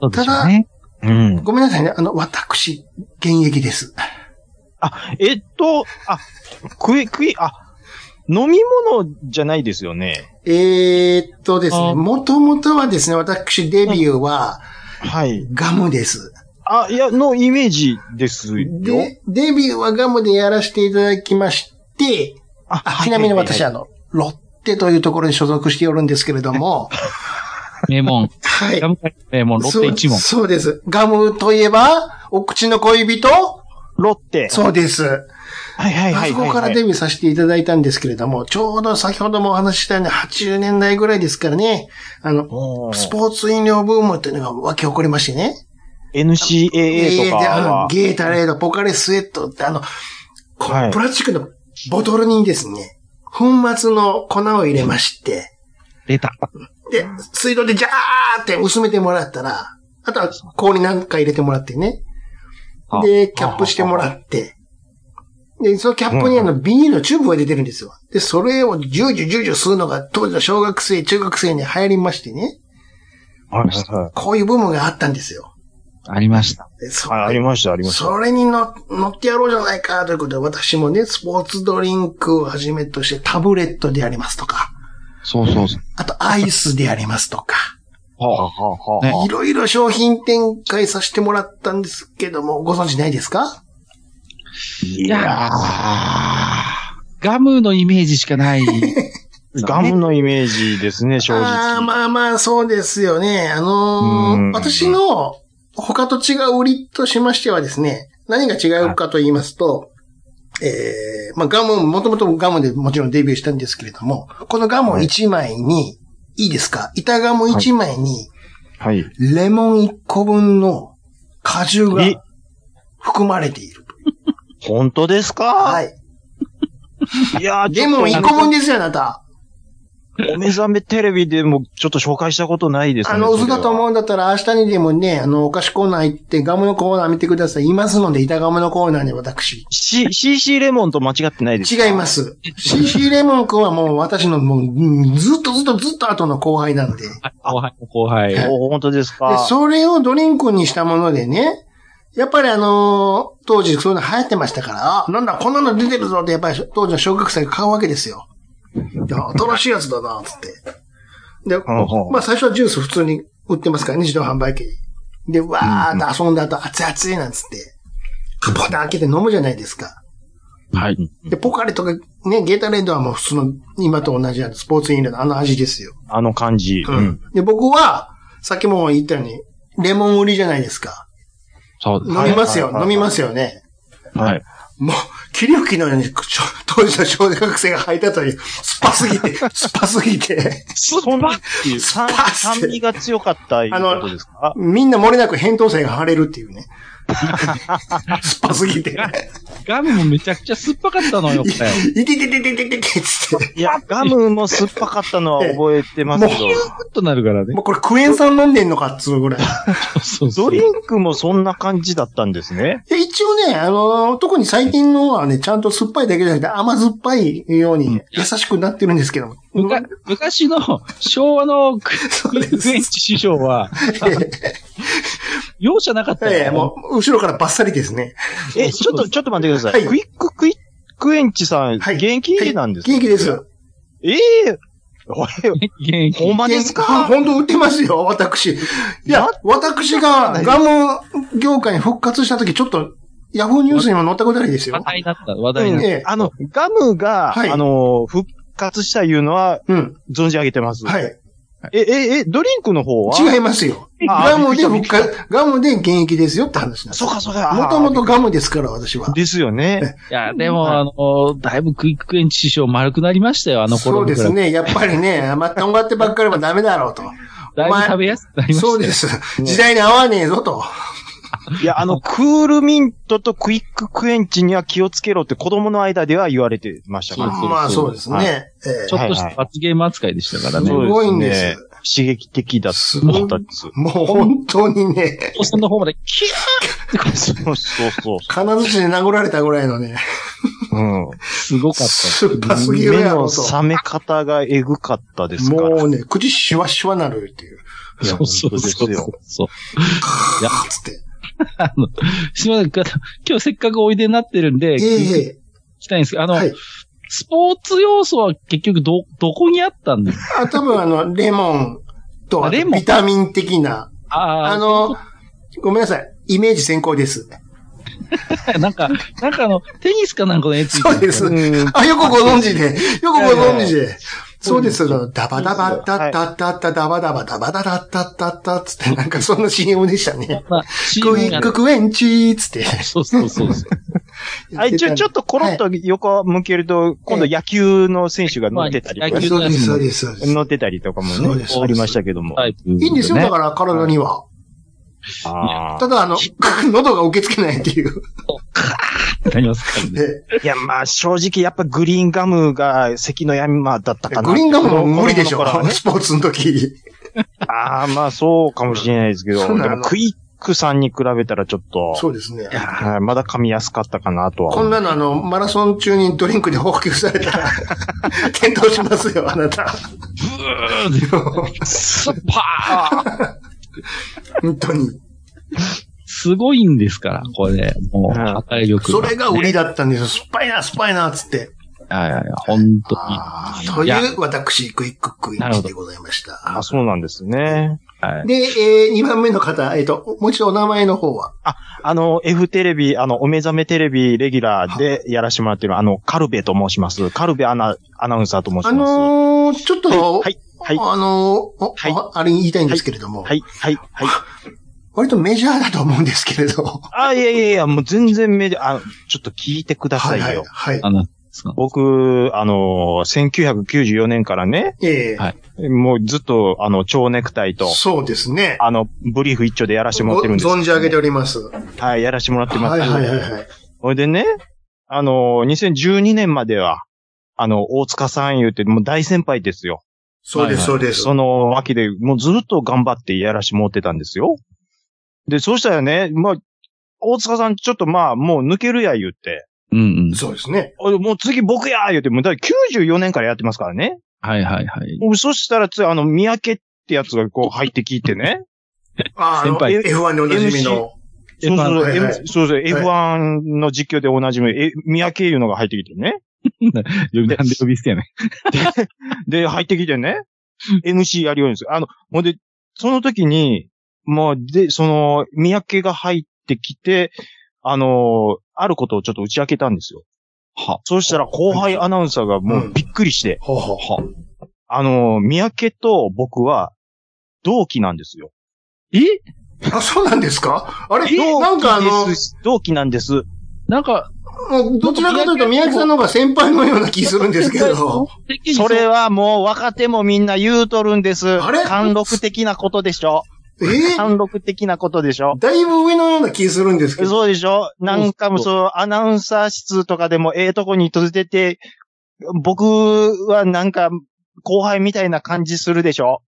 [SPEAKER 5] そうでしょうね。
[SPEAKER 1] うん。
[SPEAKER 3] ごめんなさいね、あの、私、現役です。
[SPEAKER 1] あ、えっと、あ、クイ、クイ、あ、飲み物じゃないですよね。
[SPEAKER 3] えー、っとですね、
[SPEAKER 5] あ
[SPEAKER 3] もともとはですね、私デビューは
[SPEAKER 1] はい。
[SPEAKER 3] ガムです。
[SPEAKER 1] あ、いや、のイメージですよ。
[SPEAKER 3] で、デビューはガムでやらせていただきまして、あ
[SPEAKER 1] あ
[SPEAKER 3] ちなみに私、
[SPEAKER 1] は
[SPEAKER 3] あの、ロッテというところに所属しておるんですけれども、
[SPEAKER 5] 名門。
[SPEAKER 3] はい
[SPEAKER 5] ガ。ム界の名門、ロッテ一門。
[SPEAKER 3] そうそうです。ガムといえば、お口の恋人、
[SPEAKER 1] ロッテ。
[SPEAKER 3] そうです。
[SPEAKER 1] はいはい
[SPEAKER 3] あそこからデビューさせていただいたんですけれども、ちょうど先ほどもお話ししたように80年代ぐらいですからね、あの、
[SPEAKER 1] うん
[SPEAKER 3] スポーツ飲料ブームっていうのが湧き起こりましてね。
[SPEAKER 1] NCAA とかは。
[SPEAKER 3] ゲータレード、ポカレスエットってあの、こ
[SPEAKER 1] はいう
[SPEAKER 3] プラスチックのボトルにですね、粉末の粉を入れまして、
[SPEAKER 5] 出た。
[SPEAKER 3] で、水道でジャーって薄めてもらったら、あとは氷なんか入れてもらってね。
[SPEAKER 5] あ
[SPEAKER 3] で、キャップしてもらって、で、そのキャップにあのビニールのチューブが出てるんですよ。で、それをジュージュージュージュー吸うのが当時の小学生、中学生に流行りましてね、
[SPEAKER 1] はいはいはい
[SPEAKER 3] こういう部分があったんですよ。
[SPEAKER 5] ありました。
[SPEAKER 3] でそ
[SPEAKER 1] あありました、ありました。
[SPEAKER 3] それにの乗ってやろうじゃないかということで、私もね、スポーツドリンクをはじめとしてタブレットでありますとか、
[SPEAKER 5] そうそうそう。
[SPEAKER 3] あとアイスでありますとか、
[SPEAKER 1] はあ
[SPEAKER 5] は
[SPEAKER 1] はあはあ
[SPEAKER 5] ね
[SPEAKER 3] いろいろ商品展開させてもらったんですけども、ご存知ないですか
[SPEAKER 5] いやーガムのイメージしかない。
[SPEAKER 1] ガムのイメージですね、正直。
[SPEAKER 3] ああ、まあまあ、そうですよね。あ
[SPEAKER 1] う
[SPEAKER 3] の
[SPEAKER 1] ん
[SPEAKER 3] ー私の他と違う売りとしましてはですね、何が違うかと言いますと、えー、まあガム、もともとガムでもちろんデビューしたんですけれども、このガム1枚に、いいですか板ガム1枚に、
[SPEAKER 1] はい。
[SPEAKER 3] レモン1個分の果汁が
[SPEAKER 1] え
[SPEAKER 3] 含まれている。
[SPEAKER 1] 本当ですか。
[SPEAKER 3] はいい。
[SPEAKER 1] いやー、
[SPEAKER 3] レモン1個分ですよ、あなた。
[SPEAKER 1] お目覚めテレビでもちょっと紹介したことないですね。
[SPEAKER 3] あの、嘘
[SPEAKER 1] それは
[SPEAKER 3] だと思うんだったら、明日にでもね、あの、お菓子コーナー行って、ガムのコーナー見てください。いますので、板ガムのコーナーに私。
[SPEAKER 1] C、CC レモンと間違ってないですか
[SPEAKER 3] 違いま。す。CC レモン君はもう私のもううん、ずっとずっとずっと後の後輩なんで。で、
[SPEAKER 5] 後輩、後輩。
[SPEAKER 1] お本当ですか
[SPEAKER 3] それをドリンクにしたものでね、やっぱりあのー当時そういうの流行ってましたから、あ、なんだ、こんなの出てるぞって、やっぱり当時の小学生が買うわけですよ。いや新しいやつだな、つって。で、
[SPEAKER 1] ほうほう
[SPEAKER 3] まあ最初はジュース普通に売ってますからね、自動販売機に。で、わーっと遊んだ後、熱々なんつって、カポッと開けて飲むじゃないですか。
[SPEAKER 5] はい。
[SPEAKER 3] で、ポカリとかね、ゲータレードはもう普通の、今と同じあのスポーツ飲料のあの味ですよ。
[SPEAKER 1] あの感じ。うん。
[SPEAKER 3] で、僕は、さっきも言ったように、レモン売りじゃないですか。
[SPEAKER 5] そうです。
[SPEAKER 3] 飲みますよ
[SPEAKER 1] はいはいはい、はい
[SPEAKER 3] 飲みますよね。
[SPEAKER 5] はい。
[SPEAKER 3] もう、気力機のように、ちょ当時の小学生が履いたという、酸っぱすぎ て、酸っぱすぎて、
[SPEAKER 5] そんなっていう。
[SPEAKER 3] 酸
[SPEAKER 1] 酸
[SPEAKER 3] っぱす
[SPEAKER 1] 酸
[SPEAKER 3] ぎ
[SPEAKER 1] 味
[SPEAKER 3] て、
[SPEAKER 1] が強かったいうことですか
[SPEAKER 3] みんな漏れなく扁桃腺が腫れるっ ていうね。酸っぱすぎて。
[SPEAKER 5] ガムもめちゃくちゃ酸っぱかったのよ、これ。
[SPEAKER 3] いてててててててつって。
[SPEAKER 1] いや、ガムも酸っぱかったのは覚えてますけど
[SPEAKER 3] も、
[SPEAKER 5] ふっとなるからね
[SPEAKER 3] も。うこれクエン酸飲んでんのかっつうぐらい。
[SPEAKER 5] そうそ
[SPEAKER 1] ド
[SPEAKER 5] う。
[SPEAKER 1] リンクもそんな感じだったんですね。
[SPEAKER 3] で一応ね、あのー特に最近のはね、ちゃんと酸っぱいだけじゃなくて甘酸っぱいように優しくなってるんですけども。
[SPEAKER 5] むか昔の昭和のク
[SPEAKER 3] そうです
[SPEAKER 5] フレンチ師匠は、容赦なかった
[SPEAKER 3] ええ、
[SPEAKER 5] よ。
[SPEAKER 3] もう、後ろからバッサリですね。
[SPEAKER 1] え、ちょっと、ちょっと待ってください。
[SPEAKER 3] はい
[SPEAKER 1] クイッククイックエンチさん、
[SPEAKER 3] はい
[SPEAKER 1] 現役なんですか、
[SPEAKER 3] 元気です。
[SPEAKER 1] ええあれ、
[SPEAKER 5] 現役。
[SPEAKER 1] ほんまですか
[SPEAKER 3] 本当売ってますよ、私。いや、私がガム業界に復活した時、ちょっと、ヤフーニュースにも載ったことないですよ
[SPEAKER 5] 話。題になった、話題になっ
[SPEAKER 3] え
[SPEAKER 5] た。
[SPEAKER 3] え、
[SPEAKER 1] あの、ガムが、
[SPEAKER 3] はい
[SPEAKER 1] あの、復活したいうのは
[SPEAKER 3] うん。
[SPEAKER 1] 存じ上げてます。
[SPEAKER 3] はい。
[SPEAKER 1] え、え、え、ドリンクの方は
[SPEAKER 3] 違いますよ。
[SPEAKER 1] あ
[SPEAKER 3] ガムで復活、ガムで現役ですよって話なんです。
[SPEAKER 1] そうかそうか。
[SPEAKER 3] もとも
[SPEAKER 1] と。
[SPEAKER 3] とガムですから、私は。
[SPEAKER 1] ですよね。
[SPEAKER 5] いや、でも、あの、だいぶクイックエンチ師匠丸くなりましたよ、あの
[SPEAKER 3] そ
[SPEAKER 5] 頃
[SPEAKER 3] う
[SPEAKER 5] に
[SPEAKER 3] で
[SPEAKER 5] 比べて
[SPEAKER 3] すね。やっぱり ね、あんまとんがってばっかりはダメだろうと。
[SPEAKER 5] だいぶ食べやすくなりましたよ。
[SPEAKER 3] そうです。時代に合わねえぞと。
[SPEAKER 1] いや、あの、クールミントとクイッククエンチには気をつけろって子供の間では言われてましたか
[SPEAKER 5] そう
[SPEAKER 1] ら。
[SPEAKER 5] そう
[SPEAKER 3] まあそうです
[SPEAKER 1] はい
[SPEAKER 3] ね。ええ
[SPEAKER 5] ちょっとし
[SPEAKER 1] はいは
[SPEAKER 5] た
[SPEAKER 1] い
[SPEAKER 5] 罰ゲーム扱いでしたからね
[SPEAKER 3] そ。うすごいんです
[SPEAKER 1] ね刺激的だったんです。
[SPEAKER 3] もう本当にね、
[SPEAKER 5] お父さんの方まで、キャーって、
[SPEAKER 1] そうそう そう。
[SPEAKER 3] 金槌で殴られたぐらいのね、
[SPEAKER 1] うん。
[SPEAKER 5] すごかった。
[SPEAKER 3] 酸っぱすぎる
[SPEAKER 1] 目
[SPEAKER 3] やろ
[SPEAKER 1] の
[SPEAKER 3] と。
[SPEAKER 1] 覚め方がエグかったですから。
[SPEAKER 3] もうね、口シュワシュワなるっていう。
[SPEAKER 1] いや
[SPEAKER 5] そうそう
[SPEAKER 1] 本当で
[SPEAKER 5] そう
[SPEAKER 1] す
[SPEAKER 5] そう
[SPEAKER 1] よ
[SPEAKER 5] そう。
[SPEAKER 3] あつって。
[SPEAKER 5] すみません、今日せっかくおいでになってるん
[SPEAKER 3] え
[SPEAKER 5] で、
[SPEAKER 3] え
[SPEAKER 5] 聞
[SPEAKER 3] ええ。
[SPEAKER 5] きたいんですけど、あの、
[SPEAKER 3] はい。
[SPEAKER 5] スポーツ要素は結局ど、どこにあったんですか
[SPEAKER 3] あ、多分あの、レモンと、
[SPEAKER 5] あレモン
[SPEAKER 3] ビタミン的な。
[SPEAKER 5] あ
[SPEAKER 3] あ
[SPEAKER 5] あ
[SPEAKER 3] の、ごめんなさい。イメージ先行です。
[SPEAKER 5] なんか、なんかあの、テニスかなんかのやつ。
[SPEAKER 3] そうです。
[SPEAKER 1] うん
[SPEAKER 3] あ、よくご存知で。よくご存知で。そうです。ダバダバダッタッタッタダバダバダバダダッタッタッタっつって、なんかそんな CM でしたね。
[SPEAKER 5] まあ、
[SPEAKER 3] ク
[SPEAKER 5] CM
[SPEAKER 3] イッ
[SPEAKER 5] が
[SPEAKER 3] ククエンチーっつって。
[SPEAKER 5] そうそうそうそう。
[SPEAKER 1] あ一応ちょっとコロッと横向けると、今度野球の選手が乗ってたりと
[SPEAKER 5] ま
[SPEAKER 1] か
[SPEAKER 5] あ、
[SPEAKER 3] そうです、そうです、そうです。
[SPEAKER 1] 乗ってたりとかも
[SPEAKER 3] そう
[SPEAKER 1] ね
[SPEAKER 3] で、す
[SPEAKER 1] ありましたけども。
[SPEAKER 5] タイプね
[SPEAKER 3] いいんですよ、だから体には。
[SPEAKER 1] あ
[SPEAKER 3] た
[SPEAKER 1] ー
[SPEAKER 3] だ、あの、喉が受け付けないっていう。
[SPEAKER 5] なりますからね。
[SPEAKER 3] で
[SPEAKER 1] いや、まあ正直やっぱグリーンガムが関の山だったかな。
[SPEAKER 3] グリーンガムも無理でしょ
[SPEAKER 1] 子供の頃は、ね
[SPEAKER 3] スポーツの時。
[SPEAKER 1] ああ、まあそうかもしれないですけど、
[SPEAKER 3] そうな
[SPEAKER 1] で
[SPEAKER 3] の
[SPEAKER 1] もクイックさんに比べたらちょっと、
[SPEAKER 3] そうですね。
[SPEAKER 1] はいまだ噛みやすかったかなとは
[SPEAKER 3] こ
[SPEAKER 1] 思
[SPEAKER 3] ん
[SPEAKER 1] う。
[SPEAKER 3] なのあの、マラソン中にドリンクで補給されたら、転倒しますよ、あなた。
[SPEAKER 5] ブーってスッ パー
[SPEAKER 3] 本当に。
[SPEAKER 5] すごいんですから、これ。もう、
[SPEAKER 1] うん
[SPEAKER 5] 破壊力
[SPEAKER 3] そ
[SPEAKER 5] が。
[SPEAKER 3] れが売りだったんですよ。スパイナー、スパイナーっつって。
[SPEAKER 5] はいはいはい、本当に。
[SPEAKER 3] あーと
[SPEAKER 5] いや
[SPEAKER 3] いう、私、クイッククイックでございました。
[SPEAKER 1] あそうなんですね。
[SPEAKER 5] はい。
[SPEAKER 3] で、えー、2番目の方、えっ、と、もう一度お名前の方は、
[SPEAKER 1] あの、F テレビ、あの、お目覚めテレビレギュラーでやらせてもらってる、あの、カルベと申します。カルベアナ、アナウンサーと申します。
[SPEAKER 3] あのー、ちょっと、
[SPEAKER 1] はい、はい、
[SPEAKER 3] あのーお
[SPEAKER 1] はい
[SPEAKER 3] おあれ言いたいんですけれども、
[SPEAKER 1] はい、はい、はい。
[SPEAKER 3] 割とメジャーだと思うんですけれど。
[SPEAKER 1] あ、いやいやいや、もう全然メディア、あちょっと聞いてくださいよ。
[SPEAKER 3] はい、はい。
[SPEAKER 5] あの、そ
[SPEAKER 1] 僕、あのー、1994年からね、
[SPEAKER 3] ええ
[SPEAKER 5] はい
[SPEAKER 1] もうずっと、あの、蝶ネクタイと、
[SPEAKER 3] そうですね。
[SPEAKER 1] あの、ブリーフ一丁でやらせてもらってるんです
[SPEAKER 3] ご存じ上げております。は
[SPEAKER 1] はい、やらせてもらって
[SPEAKER 3] い
[SPEAKER 1] ま
[SPEAKER 3] は
[SPEAKER 1] す。
[SPEAKER 3] いはいはい。
[SPEAKER 1] ほいでね、あのー、2012年までは、あの、大塚さん言うて、もう大先輩ですよ。
[SPEAKER 3] そうです、そうです。
[SPEAKER 1] そのわけで、もうずっと頑張ってやらしてもってたんですよ。で、そうしたらね、まあ、大塚さんちょっとまあ、もう抜けるや言って、
[SPEAKER 5] うんうん。
[SPEAKER 3] そうですね。
[SPEAKER 1] あもう次僕や言って、もうだから94年からやってますからね。
[SPEAKER 5] はいはいはい。
[SPEAKER 1] もうそしたらつい、あの、三宅ってやつがこう入ってきてね。
[SPEAKER 3] ああの、
[SPEAKER 5] 先輩
[SPEAKER 3] F1 におなじみの。
[SPEAKER 1] そうそうそう、
[SPEAKER 3] はいはい
[SPEAKER 1] M- そうそう、F1 の実況でおなじみ、え三宅いうのが入ってきてね。
[SPEAKER 5] 呼びなんで呼び捨てやねん。
[SPEAKER 1] で、入ってきてね、MC やるようにする。あの、ほんで、その時に、もう、で、その、三宅が入ってきて、あのーあることをちょっと打ち明けたんですよ。
[SPEAKER 5] は。
[SPEAKER 1] そうしたら後輩アナウンサーがもうびっくりして、
[SPEAKER 3] ほうほう
[SPEAKER 5] は。
[SPEAKER 1] あのー三宅と僕は同期なんですよ。
[SPEAKER 5] え
[SPEAKER 3] あ、そうなんですかあれ
[SPEAKER 1] 同
[SPEAKER 3] なんかあ
[SPEAKER 1] 期
[SPEAKER 3] の
[SPEAKER 1] で、す。同期なんです。
[SPEAKER 5] なんか、
[SPEAKER 3] どちらかというと宮城さんの方が先輩のような気するんですけ ど。
[SPEAKER 1] それはもう若手もみんな言うとるんです。
[SPEAKER 3] あれ
[SPEAKER 1] 貫禄的なことでしょ。
[SPEAKER 3] え
[SPEAKER 1] 貫禄的なことでしょ。
[SPEAKER 3] だいぶ上のような気するんですけど。
[SPEAKER 1] そうでしょなんかもそう、アナウンサー室とかでもええとこに閉じてて、僕はなんか後輩みたいな感じするでしょ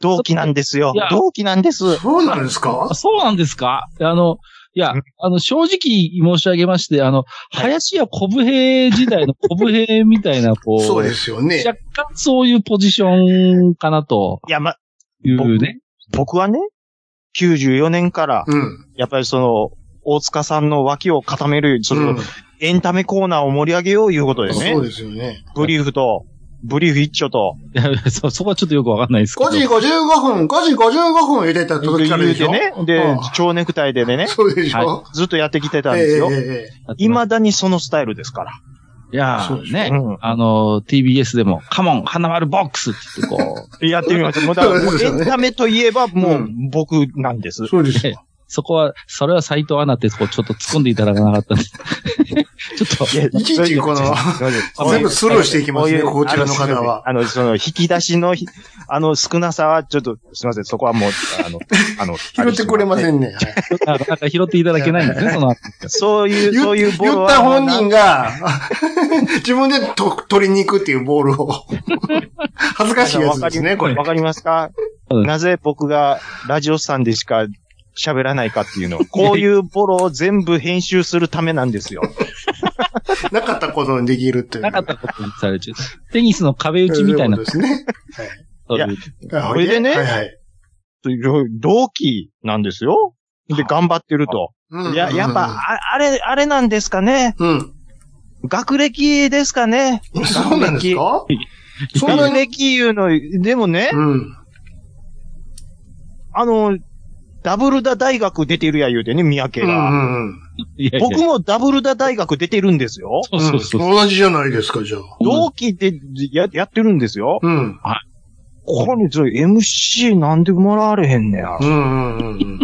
[SPEAKER 1] 同期なんですよ
[SPEAKER 5] いや。
[SPEAKER 1] 同期なんです。
[SPEAKER 3] そうなんですか
[SPEAKER 5] あそうなんですかあの、いや、あの、正直申し上げまして、あの、林家小武平時代の 小武平みたいな、こう、
[SPEAKER 3] そうですよね。
[SPEAKER 5] 若干そういうポジションかなと
[SPEAKER 1] いや、ま、
[SPEAKER 5] いうね。
[SPEAKER 1] 僕はね、94年から、
[SPEAKER 3] うん。
[SPEAKER 1] やっぱりその、大塚さんの脇を固める、そ
[SPEAKER 3] うん
[SPEAKER 1] の、エンタメコーナーを盛り上げよういうことでね
[SPEAKER 3] そ。うですよね。
[SPEAKER 1] ブリーフと、ブリーフ一丁と、
[SPEAKER 5] いや そ、そこはちょっとよくわかんないですけど。
[SPEAKER 3] 5時55分、5時55分入れた
[SPEAKER 1] 言
[SPEAKER 3] 時からで
[SPEAKER 1] う
[SPEAKER 3] しょ
[SPEAKER 1] てね。で
[SPEAKER 3] ああ、
[SPEAKER 1] 蝶ネクタイでね、
[SPEAKER 3] そうでしょ
[SPEAKER 1] ずっとやってきてたん
[SPEAKER 3] ええ
[SPEAKER 1] ですよ
[SPEAKER 3] え。ええ
[SPEAKER 1] 未だにそのスタイルですから。
[SPEAKER 5] いや
[SPEAKER 3] そうで、しょ
[SPEAKER 5] ね、
[SPEAKER 1] うん
[SPEAKER 5] あの、TBS でも、カモン、花丸ボックスって言ってこう、
[SPEAKER 1] やってみました。もうだから、
[SPEAKER 3] そうです
[SPEAKER 1] エ
[SPEAKER 3] よね
[SPEAKER 1] ンタメといえばも
[SPEAKER 3] う
[SPEAKER 1] う僕なんです。
[SPEAKER 3] えそうですよ。
[SPEAKER 5] そこは、それは斎藤アナってこう、ちょっと突っ込んでいただかなかったんで。 ちょっと、
[SPEAKER 1] や
[SPEAKER 3] いちいちこの
[SPEAKER 1] そういうそういう
[SPEAKER 3] 全部スルーしていきますね、
[SPEAKER 1] そういう
[SPEAKER 3] こちらの方は。
[SPEAKER 1] あの、すいませんあのその、引き出しのひ、あの、少なさは、ちょっと、すみません、そこはもう、あの、あの、
[SPEAKER 3] 拾ってくれませ
[SPEAKER 1] ん。
[SPEAKER 3] んね。はい
[SPEAKER 5] なかなか拾っていただけないんですね、その後。
[SPEAKER 1] そういう、そういうボール
[SPEAKER 3] 言っ
[SPEAKER 1] は
[SPEAKER 3] た本 人が、自分でと取りに行くっていうボールを。恥ずかしいやつですね、これ。
[SPEAKER 1] わかりますか
[SPEAKER 5] うん
[SPEAKER 1] なぜ僕がラジオさんでしか喋らないかって いうのは、こういうボロを全部編集するためなんですよ。
[SPEAKER 3] なかったことにできるっていう。
[SPEAKER 5] なかったことにされちゃう。テニスの壁打ちみたいな
[SPEAKER 3] そううことですね。
[SPEAKER 5] そういう
[SPEAKER 1] い
[SPEAKER 3] あ
[SPEAKER 1] これでね
[SPEAKER 3] はいはい。
[SPEAKER 1] 同期なんですよ。で、頑張ってると。
[SPEAKER 3] うん
[SPEAKER 1] いや、やっぱ、、ああれ、あれなんですかね。
[SPEAKER 3] うん。
[SPEAKER 1] 学歴ですかね。
[SPEAKER 3] そうなんですかそんな
[SPEAKER 1] 学
[SPEAKER 3] に。
[SPEAKER 1] 歴いうの、でもね、
[SPEAKER 3] うん。
[SPEAKER 1] あの、ダブルダ大学出てるや言うてね、三宅
[SPEAKER 3] うんう
[SPEAKER 1] が。
[SPEAKER 3] んうん。
[SPEAKER 5] いやいや
[SPEAKER 1] 僕もダブルダ大学出てるんですよ。
[SPEAKER 5] そうそうそう。
[SPEAKER 3] 同じじゃないですか、じゃあ。
[SPEAKER 1] 同期でややってるんですよ。
[SPEAKER 3] うん。
[SPEAKER 1] ここにちょ MC なんでもらわれへんねや
[SPEAKER 3] う。んうんうん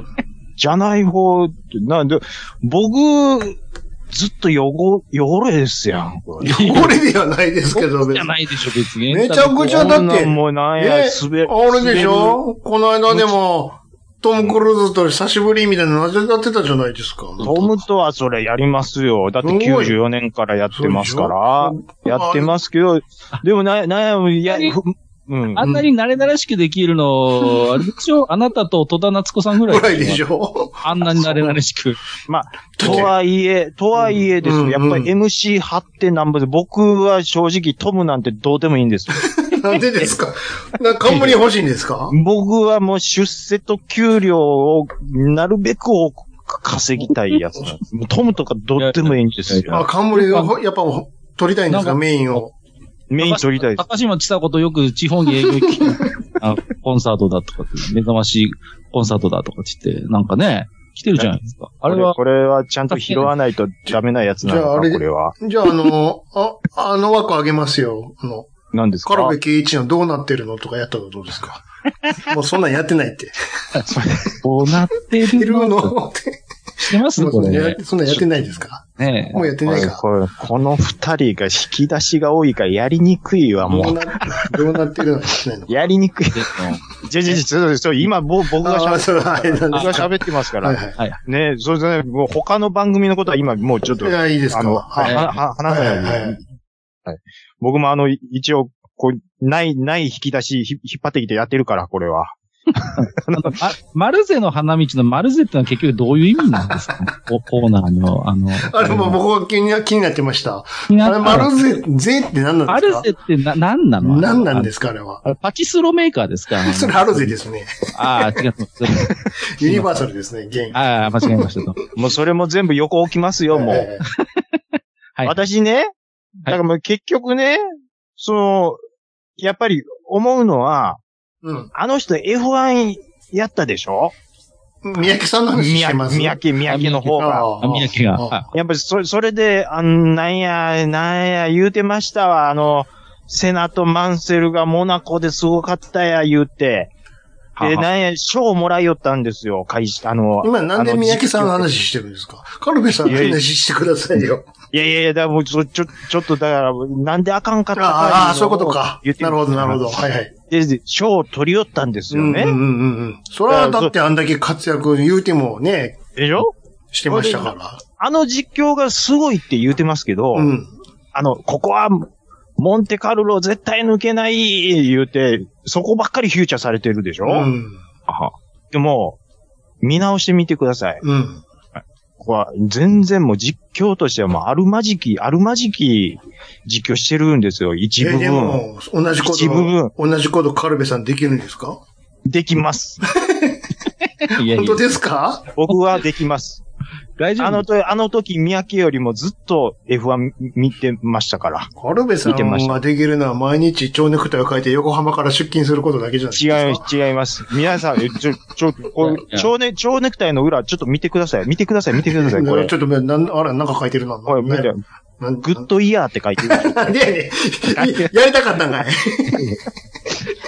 [SPEAKER 1] じゃない方って、なんで、僕、ずっと汚、汚れですやん。これ
[SPEAKER 3] うん。汚れではないですけど、
[SPEAKER 5] じ
[SPEAKER 3] 別
[SPEAKER 5] ゃ
[SPEAKER 3] に。
[SPEAKER 5] ないでしょ、別に。
[SPEAKER 3] めちゃくちゃだ
[SPEAKER 1] こん
[SPEAKER 3] っ
[SPEAKER 1] な
[SPEAKER 3] て
[SPEAKER 1] ん、もうなんや、
[SPEAKER 3] ね
[SPEAKER 1] 滑る。
[SPEAKER 3] あれでしょこの間でも、トム・クルーズと久しぶりみたいなのなぜやってたじゃないですか。
[SPEAKER 1] トムとはそれやりますよ。だって
[SPEAKER 3] すごい
[SPEAKER 1] 94年からやってますから。
[SPEAKER 3] そうでしょ
[SPEAKER 1] やってますけど、でもな、なんやもん、いや、ふうん。
[SPEAKER 5] あんなに慣れ慣れしくできるの、あれでしょあなたと戸田夏子さんぐらい。
[SPEAKER 3] ぐらいでしょ
[SPEAKER 5] あんなに慣れ慣れしく。
[SPEAKER 1] とはいえ、とはいえですよ。
[SPEAKER 3] うん
[SPEAKER 1] やっぱり MC 張ってなんぼで、僕は正直トムなんてどうでもいいんですよ。
[SPEAKER 3] なんでですかな冠欲しいんですか
[SPEAKER 1] 僕はもう出世と給料をなるべく多く稼ぎたいやつなんです。もうトムとかどうでもいいんです
[SPEAKER 3] あ、
[SPEAKER 1] よ。
[SPEAKER 3] 冠を、やっぱ取りたいんですかメインを。
[SPEAKER 1] メイン取りたいです。
[SPEAKER 5] 高島ちさ子とよく地方に営業行きあコンサートだとかって、目覚ましいコンサートだとかって言って、なんかね、来てるじゃないですか。あれは、
[SPEAKER 1] これこれはちゃんと拾わないとダメなやつなの
[SPEAKER 3] じゃああ
[SPEAKER 1] か、
[SPEAKER 3] れで
[SPEAKER 1] これは。
[SPEAKER 3] じゃあ、あの、あ、あの枠あげますよ。あの、
[SPEAKER 1] 何です
[SPEAKER 3] カ
[SPEAKER 1] か
[SPEAKER 3] ラベケイチのどうなってるのとかやったらどうですかもうそんなんやってないって。
[SPEAKER 5] こうなって
[SPEAKER 3] いる
[SPEAKER 5] るの
[SPEAKER 3] のって。
[SPEAKER 5] してます
[SPEAKER 3] も
[SPEAKER 5] こ
[SPEAKER 3] う
[SPEAKER 5] れ
[SPEAKER 3] や
[SPEAKER 5] ね。
[SPEAKER 3] そんなんやってないですか
[SPEAKER 5] ね
[SPEAKER 3] もうやって
[SPEAKER 1] こ
[SPEAKER 3] ない
[SPEAKER 1] れ
[SPEAKER 3] か。
[SPEAKER 1] これこの二人が引き出しが多いからやりにくいわ、
[SPEAKER 3] どう
[SPEAKER 1] もう。
[SPEAKER 3] な、どうなってるのかやってないの
[SPEAKER 1] やりにくい。
[SPEAKER 5] で
[SPEAKER 1] じゃじゃじゃ、ちょちょ今ぼ僕が
[SPEAKER 3] ああ、
[SPEAKER 1] 喋
[SPEAKER 3] そう、あれなんで
[SPEAKER 1] 僕
[SPEAKER 3] す
[SPEAKER 1] が
[SPEAKER 3] か。
[SPEAKER 1] 喋ってますか
[SPEAKER 3] はい
[SPEAKER 1] ら。
[SPEAKER 3] は
[SPEAKER 1] ねそれでね、もう他の番組のことは今もうちょっと
[SPEAKER 3] い。い、や、いいですか。
[SPEAKER 1] あの、は
[SPEAKER 3] はい。
[SPEAKER 1] はは話さない
[SPEAKER 3] はい
[SPEAKER 1] で
[SPEAKER 3] はい
[SPEAKER 1] 僕もあの、一応、こう、ない、ない引き出しひ引っ張ってきてやってるから、これは。
[SPEAKER 5] あのあマルゼの花道のマルゼってのは結局どういう意味なんですかココーナーの、あの、
[SPEAKER 3] あれも僕は気に気になってました。
[SPEAKER 5] 気にな
[SPEAKER 3] あ
[SPEAKER 5] っ
[SPEAKER 3] れ、
[SPEAKER 5] た
[SPEAKER 3] マルゼ、ゼって何なん
[SPEAKER 5] マ
[SPEAKER 3] で
[SPEAKER 5] ル
[SPEAKER 3] すか
[SPEAKER 5] ゼってな、何なの
[SPEAKER 3] 何なん
[SPEAKER 5] す
[SPEAKER 3] ですか、あれは。
[SPEAKER 5] パチスロメーカーですかあ の
[SPEAKER 3] それ、ハルゼですね。
[SPEAKER 5] ああ、違う。それ
[SPEAKER 3] ユニバーサルですね、ゲーム。
[SPEAKER 5] ああ、間違えましたと。
[SPEAKER 1] もうそれも全部横置きますよ、もう。
[SPEAKER 3] え
[SPEAKER 5] はい
[SPEAKER 1] 私ね、だからもう結局ね、その、やっぱり思うのは、
[SPEAKER 3] えうん。
[SPEAKER 1] あの人 F1 やったでしょ
[SPEAKER 3] 三宅さんの話し
[SPEAKER 1] 三
[SPEAKER 3] てます
[SPEAKER 1] 宅、三宅、三宅の方が。
[SPEAKER 3] ああ
[SPEAKER 5] あ三宅が。
[SPEAKER 3] あ
[SPEAKER 5] あ
[SPEAKER 1] やっぱりそれ、それで、あんなんや、なんや、言うてましたわ。あの、セナとマンセルがモナコですごかったや、言うて。
[SPEAKER 5] は
[SPEAKER 1] で、
[SPEAKER 5] あはあ
[SPEAKER 1] なんや、賞もらいよったんですよ、会社、あの。
[SPEAKER 3] 今なんで
[SPEAKER 1] あ
[SPEAKER 3] 三宅さんの話してるんですかカルベさんの話してくださいよ。
[SPEAKER 1] いやいやいや、だからもう、ちょ、ちょ、ちょっと、だから、なんであかんかったか
[SPEAKER 3] ああ、そういうことか
[SPEAKER 1] 言っ。て
[SPEAKER 3] なるほど、なるほど。はいはい。
[SPEAKER 1] で、で賞を取りよったんですよ
[SPEAKER 3] うんうんう
[SPEAKER 1] ね。
[SPEAKER 3] んうん。それはだってあんだけ活躍言うてもね、
[SPEAKER 1] でしょ
[SPEAKER 3] してましたから。
[SPEAKER 1] あの実況がすごいって言うてますけど、
[SPEAKER 3] うん。
[SPEAKER 1] あの、ここは、モンテカルロ絶対抜けない、言うて、そこばっかりフューチャーされてるでしょ、
[SPEAKER 3] うん。
[SPEAKER 1] でも、見直してみてください。
[SPEAKER 3] うん。
[SPEAKER 1] ここは、全然もう実況としてはもうあるまじき、あるまじき実況してるんですよ、一部
[SPEAKER 3] え、で
[SPEAKER 1] 分。
[SPEAKER 3] も、同じこ
[SPEAKER 1] 一部分
[SPEAKER 3] と、同じことカルベさんできるんですか
[SPEAKER 1] できます。
[SPEAKER 5] いやい
[SPEAKER 3] 本
[SPEAKER 5] や
[SPEAKER 3] 当ですか
[SPEAKER 1] 僕はできます。
[SPEAKER 5] 大丈夫
[SPEAKER 1] あのと、あの時、三宅よりもずっと F1 見てましたから。
[SPEAKER 3] カルベさ
[SPEAKER 1] 見てまし
[SPEAKER 3] ん
[SPEAKER 1] た
[SPEAKER 3] ができるのは毎日蝶ネクタイを変えて横浜から出勤することだけじゃないですか。
[SPEAKER 1] 違います、違います。皆さん、えちょ、ちょ、こ
[SPEAKER 5] いや
[SPEAKER 1] う、蝶ネ、蝶ネクタイの裏、ちょっと見てください。見てください、見てください、 これ
[SPEAKER 3] ち。ょっとめ、なん、あら、なんか書いてるな。
[SPEAKER 1] これ、見て
[SPEAKER 3] な、なん
[SPEAKER 1] グッドイヤーって書いてる。
[SPEAKER 3] なんでやねん。やりたかったんかい。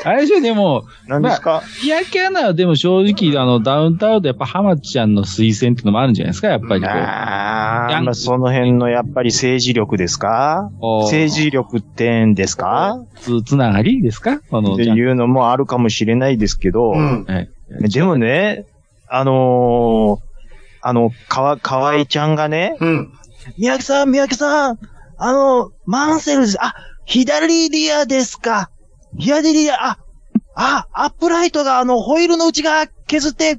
[SPEAKER 5] あれでしょ、でも、
[SPEAKER 1] 何ですか
[SPEAKER 5] 日焼けアナはでも正直、あの、ダウンタウンでやっぱ浜ちゃんの推薦ってのもあるんじゃないですか、やっぱりこう
[SPEAKER 1] あ
[SPEAKER 5] ヤ
[SPEAKER 1] あ、
[SPEAKER 5] ン
[SPEAKER 1] まあ、その辺のやっぱり政治力ですか
[SPEAKER 5] こう。
[SPEAKER 1] 政治力ってんですか
[SPEAKER 5] つ、つながりですかこの、
[SPEAKER 1] って
[SPEAKER 5] ちゃん
[SPEAKER 1] いうのもあるかもしれないですけど、
[SPEAKER 3] うん。
[SPEAKER 5] はい
[SPEAKER 1] でもね、あのーあの、かわ、かわいちゃんがね、
[SPEAKER 3] うん。
[SPEAKER 4] 宮城さん、宮城さん、あの、マンセルズ、あ、左リアですか。左リア、あ、あ、アップライトがあの、ホイールの内が削って、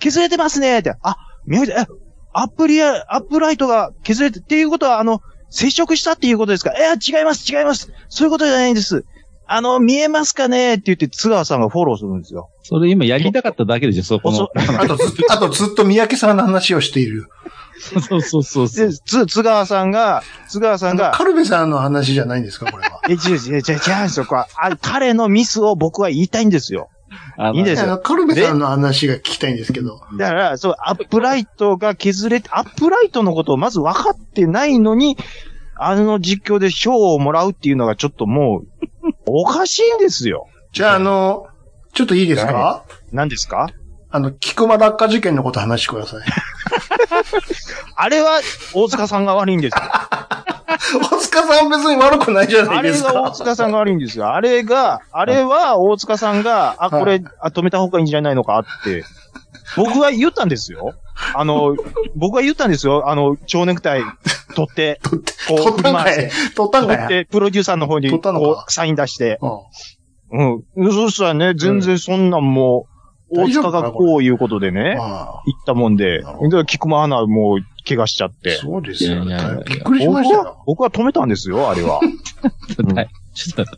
[SPEAKER 4] 削れてますね、って。あ、宮城さん、えアップリア、アップライトが削れて、っていうことは、あの、接触したっていうことですかいや、違います、違います。そういうことじゃないんです。あの、見えますかねって言って津川さんがフォローするんですよ。
[SPEAKER 5] それ今やりたかっただけでしょ、そこの。
[SPEAKER 3] あとずっと、あとずっと三宅さんの話をしている。
[SPEAKER 5] そうそうそうそ
[SPEAKER 1] で、
[SPEAKER 5] う。
[SPEAKER 1] つ、津川さんが、津川さんが、
[SPEAKER 3] カルベさんの話じゃないんですか、これは。
[SPEAKER 1] え、違う違う違う違うんですよ。これあ彼のミスを僕は言いたいんですよ。
[SPEAKER 5] あの
[SPEAKER 1] いいんです
[SPEAKER 3] あ
[SPEAKER 1] よ
[SPEAKER 3] の、カルベさんの話が聞きたいんですけど。
[SPEAKER 1] だから、そう、アップライトが削れて、アップライトのことをまず分かってないのに、あの実況で賞をもらうっていうのがちょっともう、おかしいんですよ。
[SPEAKER 3] じゃあ、あの、ちょっといいですか
[SPEAKER 1] 何ですか
[SPEAKER 3] あの、菊間落下事件のこと話してください。
[SPEAKER 1] あれは大塚さんが悪いん ですよ。
[SPEAKER 3] 大塚さん別に悪くないじゃな
[SPEAKER 1] あ
[SPEAKER 3] いで
[SPEAKER 1] れ
[SPEAKER 3] す
[SPEAKER 1] が大
[SPEAKER 3] か。
[SPEAKER 1] 塚さんが悪いんですよ。あれが、あれは大塚さんが、あ、
[SPEAKER 3] はい
[SPEAKER 1] これ、あ止めた方がいいんじゃないのかって、僕は言ったんですよ。あの、僕は言ったんですよ。あの、蝶ネクタイ取って、
[SPEAKER 3] 取って、
[SPEAKER 1] こう
[SPEAKER 3] 取ったんか
[SPEAKER 1] 振
[SPEAKER 3] い
[SPEAKER 1] り。
[SPEAKER 3] 取ったん
[SPEAKER 1] 取
[SPEAKER 3] か
[SPEAKER 1] っ
[SPEAKER 3] い。
[SPEAKER 1] て、プロデューサーの方に、
[SPEAKER 3] 取ったのか
[SPEAKER 1] こう、サイン出して、
[SPEAKER 3] うん
[SPEAKER 1] うん。そしたらね、全然そんなんもう、
[SPEAKER 3] うん
[SPEAKER 1] 大塚がこういうことでね、
[SPEAKER 3] あ
[SPEAKER 1] 言ったもんで、だ
[SPEAKER 3] なる
[SPEAKER 1] か
[SPEAKER 3] ほど
[SPEAKER 1] ら菊間アナもう怪我しちゃっ
[SPEAKER 3] あ
[SPEAKER 1] て。
[SPEAKER 3] そうですよ
[SPEAKER 5] い
[SPEAKER 3] ね
[SPEAKER 5] やいやいや。
[SPEAKER 3] びっくりし
[SPEAKER 1] 僕
[SPEAKER 3] ました
[SPEAKER 1] は
[SPEAKER 3] よ。、
[SPEAKER 1] 僕は止めたんですよ、あれは。うん
[SPEAKER 5] はいちょっと、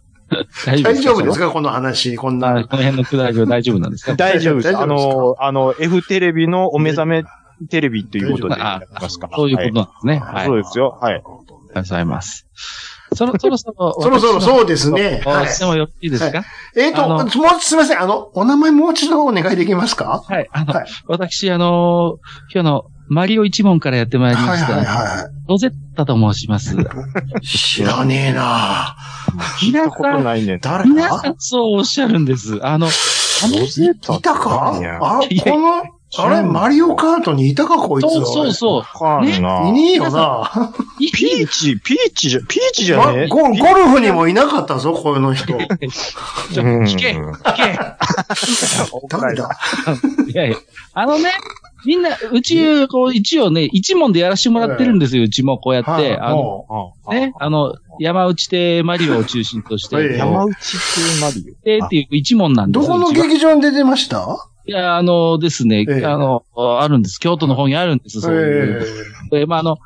[SPEAKER 5] 大
[SPEAKER 3] 大丈夫です
[SPEAKER 5] か
[SPEAKER 3] かこの話。こん
[SPEAKER 5] あ
[SPEAKER 3] な。
[SPEAKER 5] この辺のくだりは大丈夫なんですか
[SPEAKER 1] 大丈夫です。
[SPEAKER 3] 大丈
[SPEAKER 1] あ
[SPEAKER 3] 夫ですか
[SPEAKER 1] の、あの、F テレビのお目覚めテレビっていうことで。
[SPEAKER 5] あ
[SPEAKER 1] ますか
[SPEAKER 5] そういうことなんですね。はい。
[SPEAKER 1] そうですよ。はい。
[SPEAKER 5] ありがとうございます。そろそろそろ、
[SPEAKER 3] そろそろ
[SPEAKER 5] う
[SPEAKER 3] そうですね。
[SPEAKER 5] お
[SPEAKER 3] はい
[SPEAKER 5] 質問よろしいですか
[SPEAKER 3] えっと、
[SPEAKER 5] あ
[SPEAKER 3] もう
[SPEAKER 5] の
[SPEAKER 3] すみません。あの、お名前もう一度お願いできますか
[SPEAKER 5] はい。あの
[SPEAKER 3] はい、
[SPEAKER 5] 私、あの、今日のマリオ一門からやってまいりま
[SPEAKER 3] はい
[SPEAKER 5] し
[SPEAKER 3] はい
[SPEAKER 5] た、
[SPEAKER 3] は
[SPEAKER 5] ロゼッタと申します。
[SPEAKER 3] い。知らねえな
[SPEAKER 5] 皆
[SPEAKER 1] こ
[SPEAKER 5] さ
[SPEAKER 1] と
[SPEAKER 5] ん、
[SPEAKER 1] ないね。
[SPEAKER 3] 誰
[SPEAKER 5] 皆さ
[SPEAKER 3] だ
[SPEAKER 5] んそうおっしゃるんです。あの、あの
[SPEAKER 3] いたか
[SPEAKER 1] いや
[SPEAKER 3] あ、
[SPEAKER 5] いや
[SPEAKER 3] この、あれ、マリオカートにいたかこいつ
[SPEAKER 5] そうそうそう。
[SPEAKER 1] かんな。
[SPEAKER 3] いねえよな
[SPEAKER 5] ピ
[SPEAKER 1] ピーチ、ピーチじゃ、ピーチじゃ
[SPEAKER 3] ま
[SPEAKER 1] ね
[SPEAKER 3] ゴゴルフにもいなかったぞ、この人。
[SPEAKER 5] ちょ
[SPEAKER 1] うん
[SPEAKER 5] 聞け、聞け。
[SPEAKER 3] 誰だ
[SPEAKER 5] いやいや、あのね、みんな、うち、こう、一応ね、一問でやらしてもらってるんですよ、うちもこうやっ
[SPEAKER 3] はい
[SPEAKER 5] て。あの、
[SPEAKER 3] も
[SPEAKER 5] ね、あの、山内でマリオを中心とし
[SPEAKER 3] ええ
[SPEAKER 5] て、山
[SPEAKER 1] 山内系マリ
[SPEAKER 5] 内っていう一問な
[SPEAKER 3] う、
[SPEAKER 5] んで
[SPEAKER 3] ど
[SPEAKER 5] す
[SPEAKER 3] この
[SPEAKER 5] うちは
[SPEAKER 3] 劇場に出てました
[SPEAKER 5] いや、あのですね、
[SPEAKER 3] ええ
[SPEAKER 5] あの、あるんです。京都の方にあるんです、そういう。で、まあ、あの、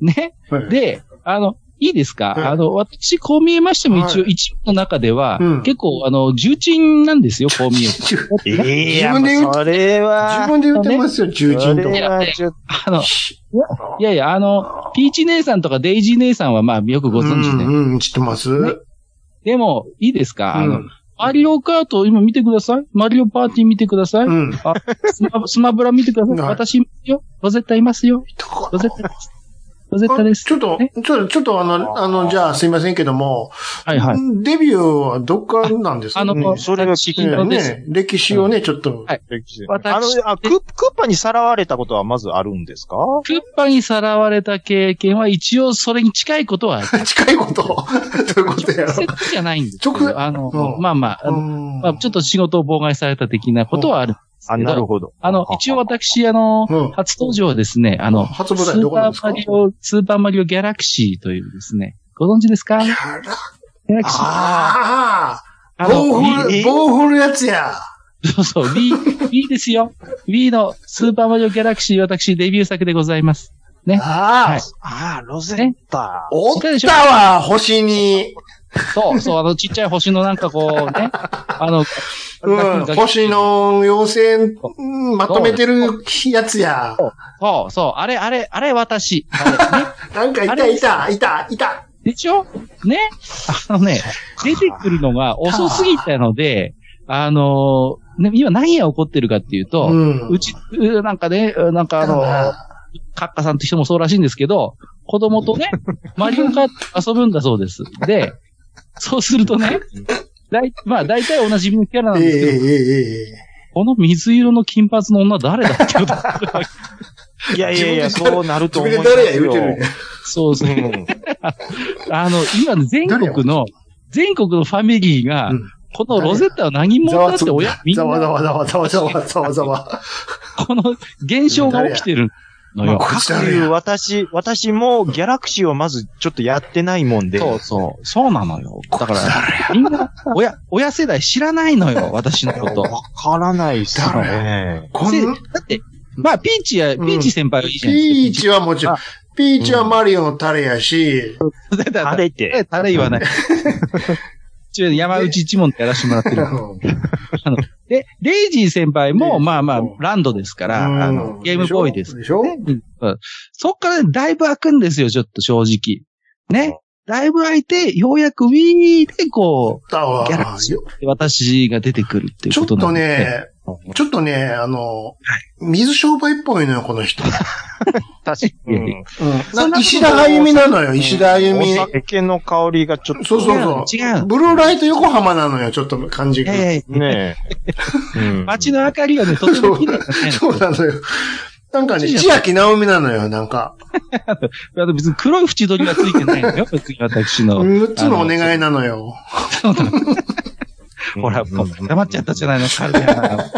[SPEAKER 5] ね、
[SPEAKER 3] ええ
[SPEAKER 5] で、あの、いいですか、
[SPEAKER 3] ええ
[SPEAKER 5] あの、私、こう見えましても一応、
[SPEAKER 3] はい
[SPEAKER 5] 一問の中では、
[SPEAKER 3] うん
[SPEAKER 5] 結構、あの、重鎮なんですよ、こう見えて。
[SPEAKER 3] 自
[SPEAKER 1] オ。い
[SPEAKER 3] や
[SPEAKER 1] や、
[SPEAKER 3] 自分で言う
[SPEAKER 1] それは、
[SPEAKER 3] 分で言ってますよ、重鎮と
[SPEAKER 1] それ
[SPEAKER 3] か。
[SPEAKER 1] はちょっ
[SPEAKER 5] あの、いやいや、あの、ピーチ姉さんとかデイジー姉さんはまあよくご存知
[SPEAKER 3] う
[SPEAKER 5] で。
[SPEAKER 3] んうん、知ってます
[SPEAKER 5] ねでも、いいですかあ
[SPEAKER 3] う
[SPEAKER 5] の、
[SPEAKER 3] ん
[SPEAKER 5] マリオカート今見てください。マリオパーティー見てください。
[SPEAKER 3] うん。
[SPEAKER 5] スマスマブラ見てください。
[SPEAKER 3] はい
[SPEAKER 5] 私いますよ。ロゼッタいますよ。
[SPEAKER 3] どこ
[SPEAKER 5] ロゼッタです。ロゼッタ
[SPEAKER 3] あ
[SPEAKER 5] で す。
[SPEAKER 3] ちょっと
[SPEAKER 5] ね、
[SPEAKER 3] ちょっと、ちょっとあの、あの、じゃあすいませんけども、
[SPEAKER 5] はいはい。
[SPEAKER 3] デビューはどっからなんですか
[SPEAKER 5] あの、
[SPEAKER 1] うんそれは聞き
[SPEAKER 3] ね
[SPEAKER 5] 私のです。
[SPEAKER 3] ね、歴史をね、ちょっと。
[SPEAKER 5] はい
[SPEAKER 1] と、あの、あクックッパにさらわれたことはまずあるんですか
[SPEAKER 5] クッパにさらわれた経験は一応それに近いことはある、
[SPEAKER 3] 近いこと。 ということや
[SPEAKER 5] 直
[SPEAKER 3] ろ。
[SPEAKER 5] 接じゃないんですけ
[SPEAKER 3] 直接
[SPEAKER 5] ど、あの、
[SPEAKER 3] うん
[SPEAKER 5] まあまあ、あの
[SPEAKER 3] うん
[SPEAKER 5] まあ、ちょっと仕事を妨害された的なことはあるんですけど。
[SPEAKER 1] あ、なるほど。
[SPEAKER 5] あの、一応私、あの、
[SPEAKER 3] うん
[SPEAKER 5] 初登場はですね、あの、
[SPEAKER 3] 初舞
[SPEAKER 5] ス
[SPEAKER 3] 台ど
[SPEAKER 5] ー
[SPEAKER 3] こな
[SPEAKER 5] パ
[SPEAKER 3] んですか
[SPEAKER 5] ーマリオ、スーパーマリオギャラクシーというですね、ご存知ですかギ
[SPEAKER 3] あら
[SPEAKER 5] ャラクシー。
[SPEAKER 3] ああ
[SPEAKER 5] あ
[SPEAKER 3] 棒
[SPEAKER 5] の、
[SPEAKER 3] 振
[SPEAKER 5] リ
[SPEAKER 3] る、棒振るやつや。
[SPEAKER 5] そうそう、Wii、Wii ですよ。Wii のスーパーマリオギャラクシー、私デビュー作でございます。ねは
[SPEAKER 3] ああ
[SPEAKER 5] い、
[SPEAKER 1] ああ、ロゼッタ。
[SPEAKER 3] おったわ、星に。
[SPEAKER 5] そう、そう、あの、ちっちゃい星のなんかこう、ね、あの、
[SPEAKER 3] うん、星。の妖精、うんまとめてるやつや。
[SPEAKER 5] そう、そう、あれ、あれ、あれ、私。あれね
[SPEAKER 3] なんかい
[SPEAKER 5] あ
[SPEAKER 3] た、
[SPEAKER 5] れ
[SPEAKER 3] いた、いた、いた。
[SPEAKER 5] でしょねあのね、出てくるのが遅すぎたので、あのーね、今何が起こってるかっていうと、
[SPEAKER 3] うん
[SPEAKER 5] うち、うなんかね、なんかあのー、カッカさんって人もそうらしいんですけど、子供と ね、マリオカート遊ぶんだそうです。で、そうするとね、だいまあ大体おなじみのキャラなん
[SPEAKER 3] ええ
[SPEAKER 5] ですけど、
[SPEAKER 3] えええ
[SPEAKER 5] この水色の金髪の女誰だっ てこと
[SPEAKER 1] いやいやいや、
[SPEAKER 3] 自分で
[SPEAKER 1] そうなると
[SPEAKER 3] 自
[SPEAKER 1] 思
[SPEAKER 3] 分
[SPEAKER 1] い
[SPEAKER 3] で
[SPEAKER 1] ますよ。
[SPEAKER 3] 誰や言うてる。
[SPEAKER 5] そうですね。
[SPEAKER 1] うん
[SPEAKER 5] あの、今ね全国の、全国のファミリーが、
[SPEAKER 3] うん
[SPEAKER 5] このロゼッタは何
[SPEAKER 3] ざ
[SPEAKER 5] 者だ
[SPEAKER 3] わつ
[SPEAKER 5] って
[SPEAKER 3] く
[SPEAKER 5] 親、みん
[SPEAKER 3] ざわざ
[SPEAKER 5] な
[SPEAKER 3] わざわざわざわざわざ わ。
[SPEAKER 5] この現象が起きてるのよ。
[SPEAKER 3] こっち
[SPEAKER 1] か
[SPEAKER 3] だ
[SPEAKER 1] く
[SPEAKER 3] ろ
[SPEAKER 1] いう
[SPEAKER 3] や
[SPEAKER 1] 私、私もギャラクシーをまずちょっとやってないもんで。
[SPEAKER 5] そうそう。そうなのよ。だから、みんな、親、親世代知らないのよ、私のこと。
[SPEAKER 1] わからないっすね。
[SPEAKER 3] こん
[SPEAKER 5] せだって、まあ、ピーチや、ピ
[SPEAKER 3] うん
[SPEAKER 5] ーチ先輩はいいじゃない
[SPEAKER 3] ピー
[SPEAKER 5] です
[SPEAKER 3] チはもちろん
[SPEAKER 5] あ、
[SPEAKER 3] ピーチはマリオのタレやし、
[SPEAKER 5] か。ピーチ。だ
[SPEAKER 1] あ
[SPEAKER 5] って、
[SPEAKER 1] れて。
[SPEAKER 5] タレ 言わない。ちょ山内一門ってやらせてもらってる。で、レイジー先輩
[SPEAKER 3] レイジ
[SPEAKER 5] も、
[SPEAKER 3] ー
[SPEAKER 5] まあまあ
[SPEAKER 3] うん、
[SPEAKER 5] ランドですから、あの、ゲームボーイです。
[SPEAKER 3] でしょ
[SPEAKER 5] ねうんそっからねだいぶ開くんですよ、ちょっと正直。ね。ライブ開いて、ようやく Wii でこ
[SPEAKER 3] だわ
[SPEAKER 5] ギャラクシーう、私が出てくるっていう
[SPEAKER 3] ちょ
[SPEAKER 5] こ
[SPEAKER 3] っ
[SPEAKER 5] とな
[SPEAKER 3] と
[SPEAKER 5] んで。
[SPEAKER 3] ね、ちょっとね、あの、水商売っぽいのよ、この人。
[SPEAKER 1] 確かに。
[SPEAKER 5] いやい
[SPEAKER 1] うん
[SPEAKER 3] なんか石田あゆみなのよ、石田あゆみ。
[SPEAKER 1] お酒の香りがちょっと。
[SPEAKER 3] そうそうそう。
[SPEAKER 5] 違う違う
[SPEAKER 3] ブルーライト横浜なのよ、ちょっと感じ
[SPEAKER 5] いや
[SPEAKER 3] が。
[SPEAKER 5] いやいや、
[SPEAKER 1] ねえ。うん
[SPEAKER 5] 街の明かりがね、とても綺麗なんですね。
[SPEAKER 3] そうなのよ。なんかね、
[SPEAKER 5] こっち
[SPEAKER 3] 千
[SPEAKER 5] じゃ
[SPEAKER 3] 秋直美なのよ、なんか。
[SPEAKER 5] あと別に黒い縁取りはついてな いのよ、別に私の。
[SPEAKER 3] 6つのお願い
[SPEAKER 5] い。
[SPEAKER 3] なのよ。
[SPEAKER 5] ほら、もう黙っちゃったじゃないの、彼ら。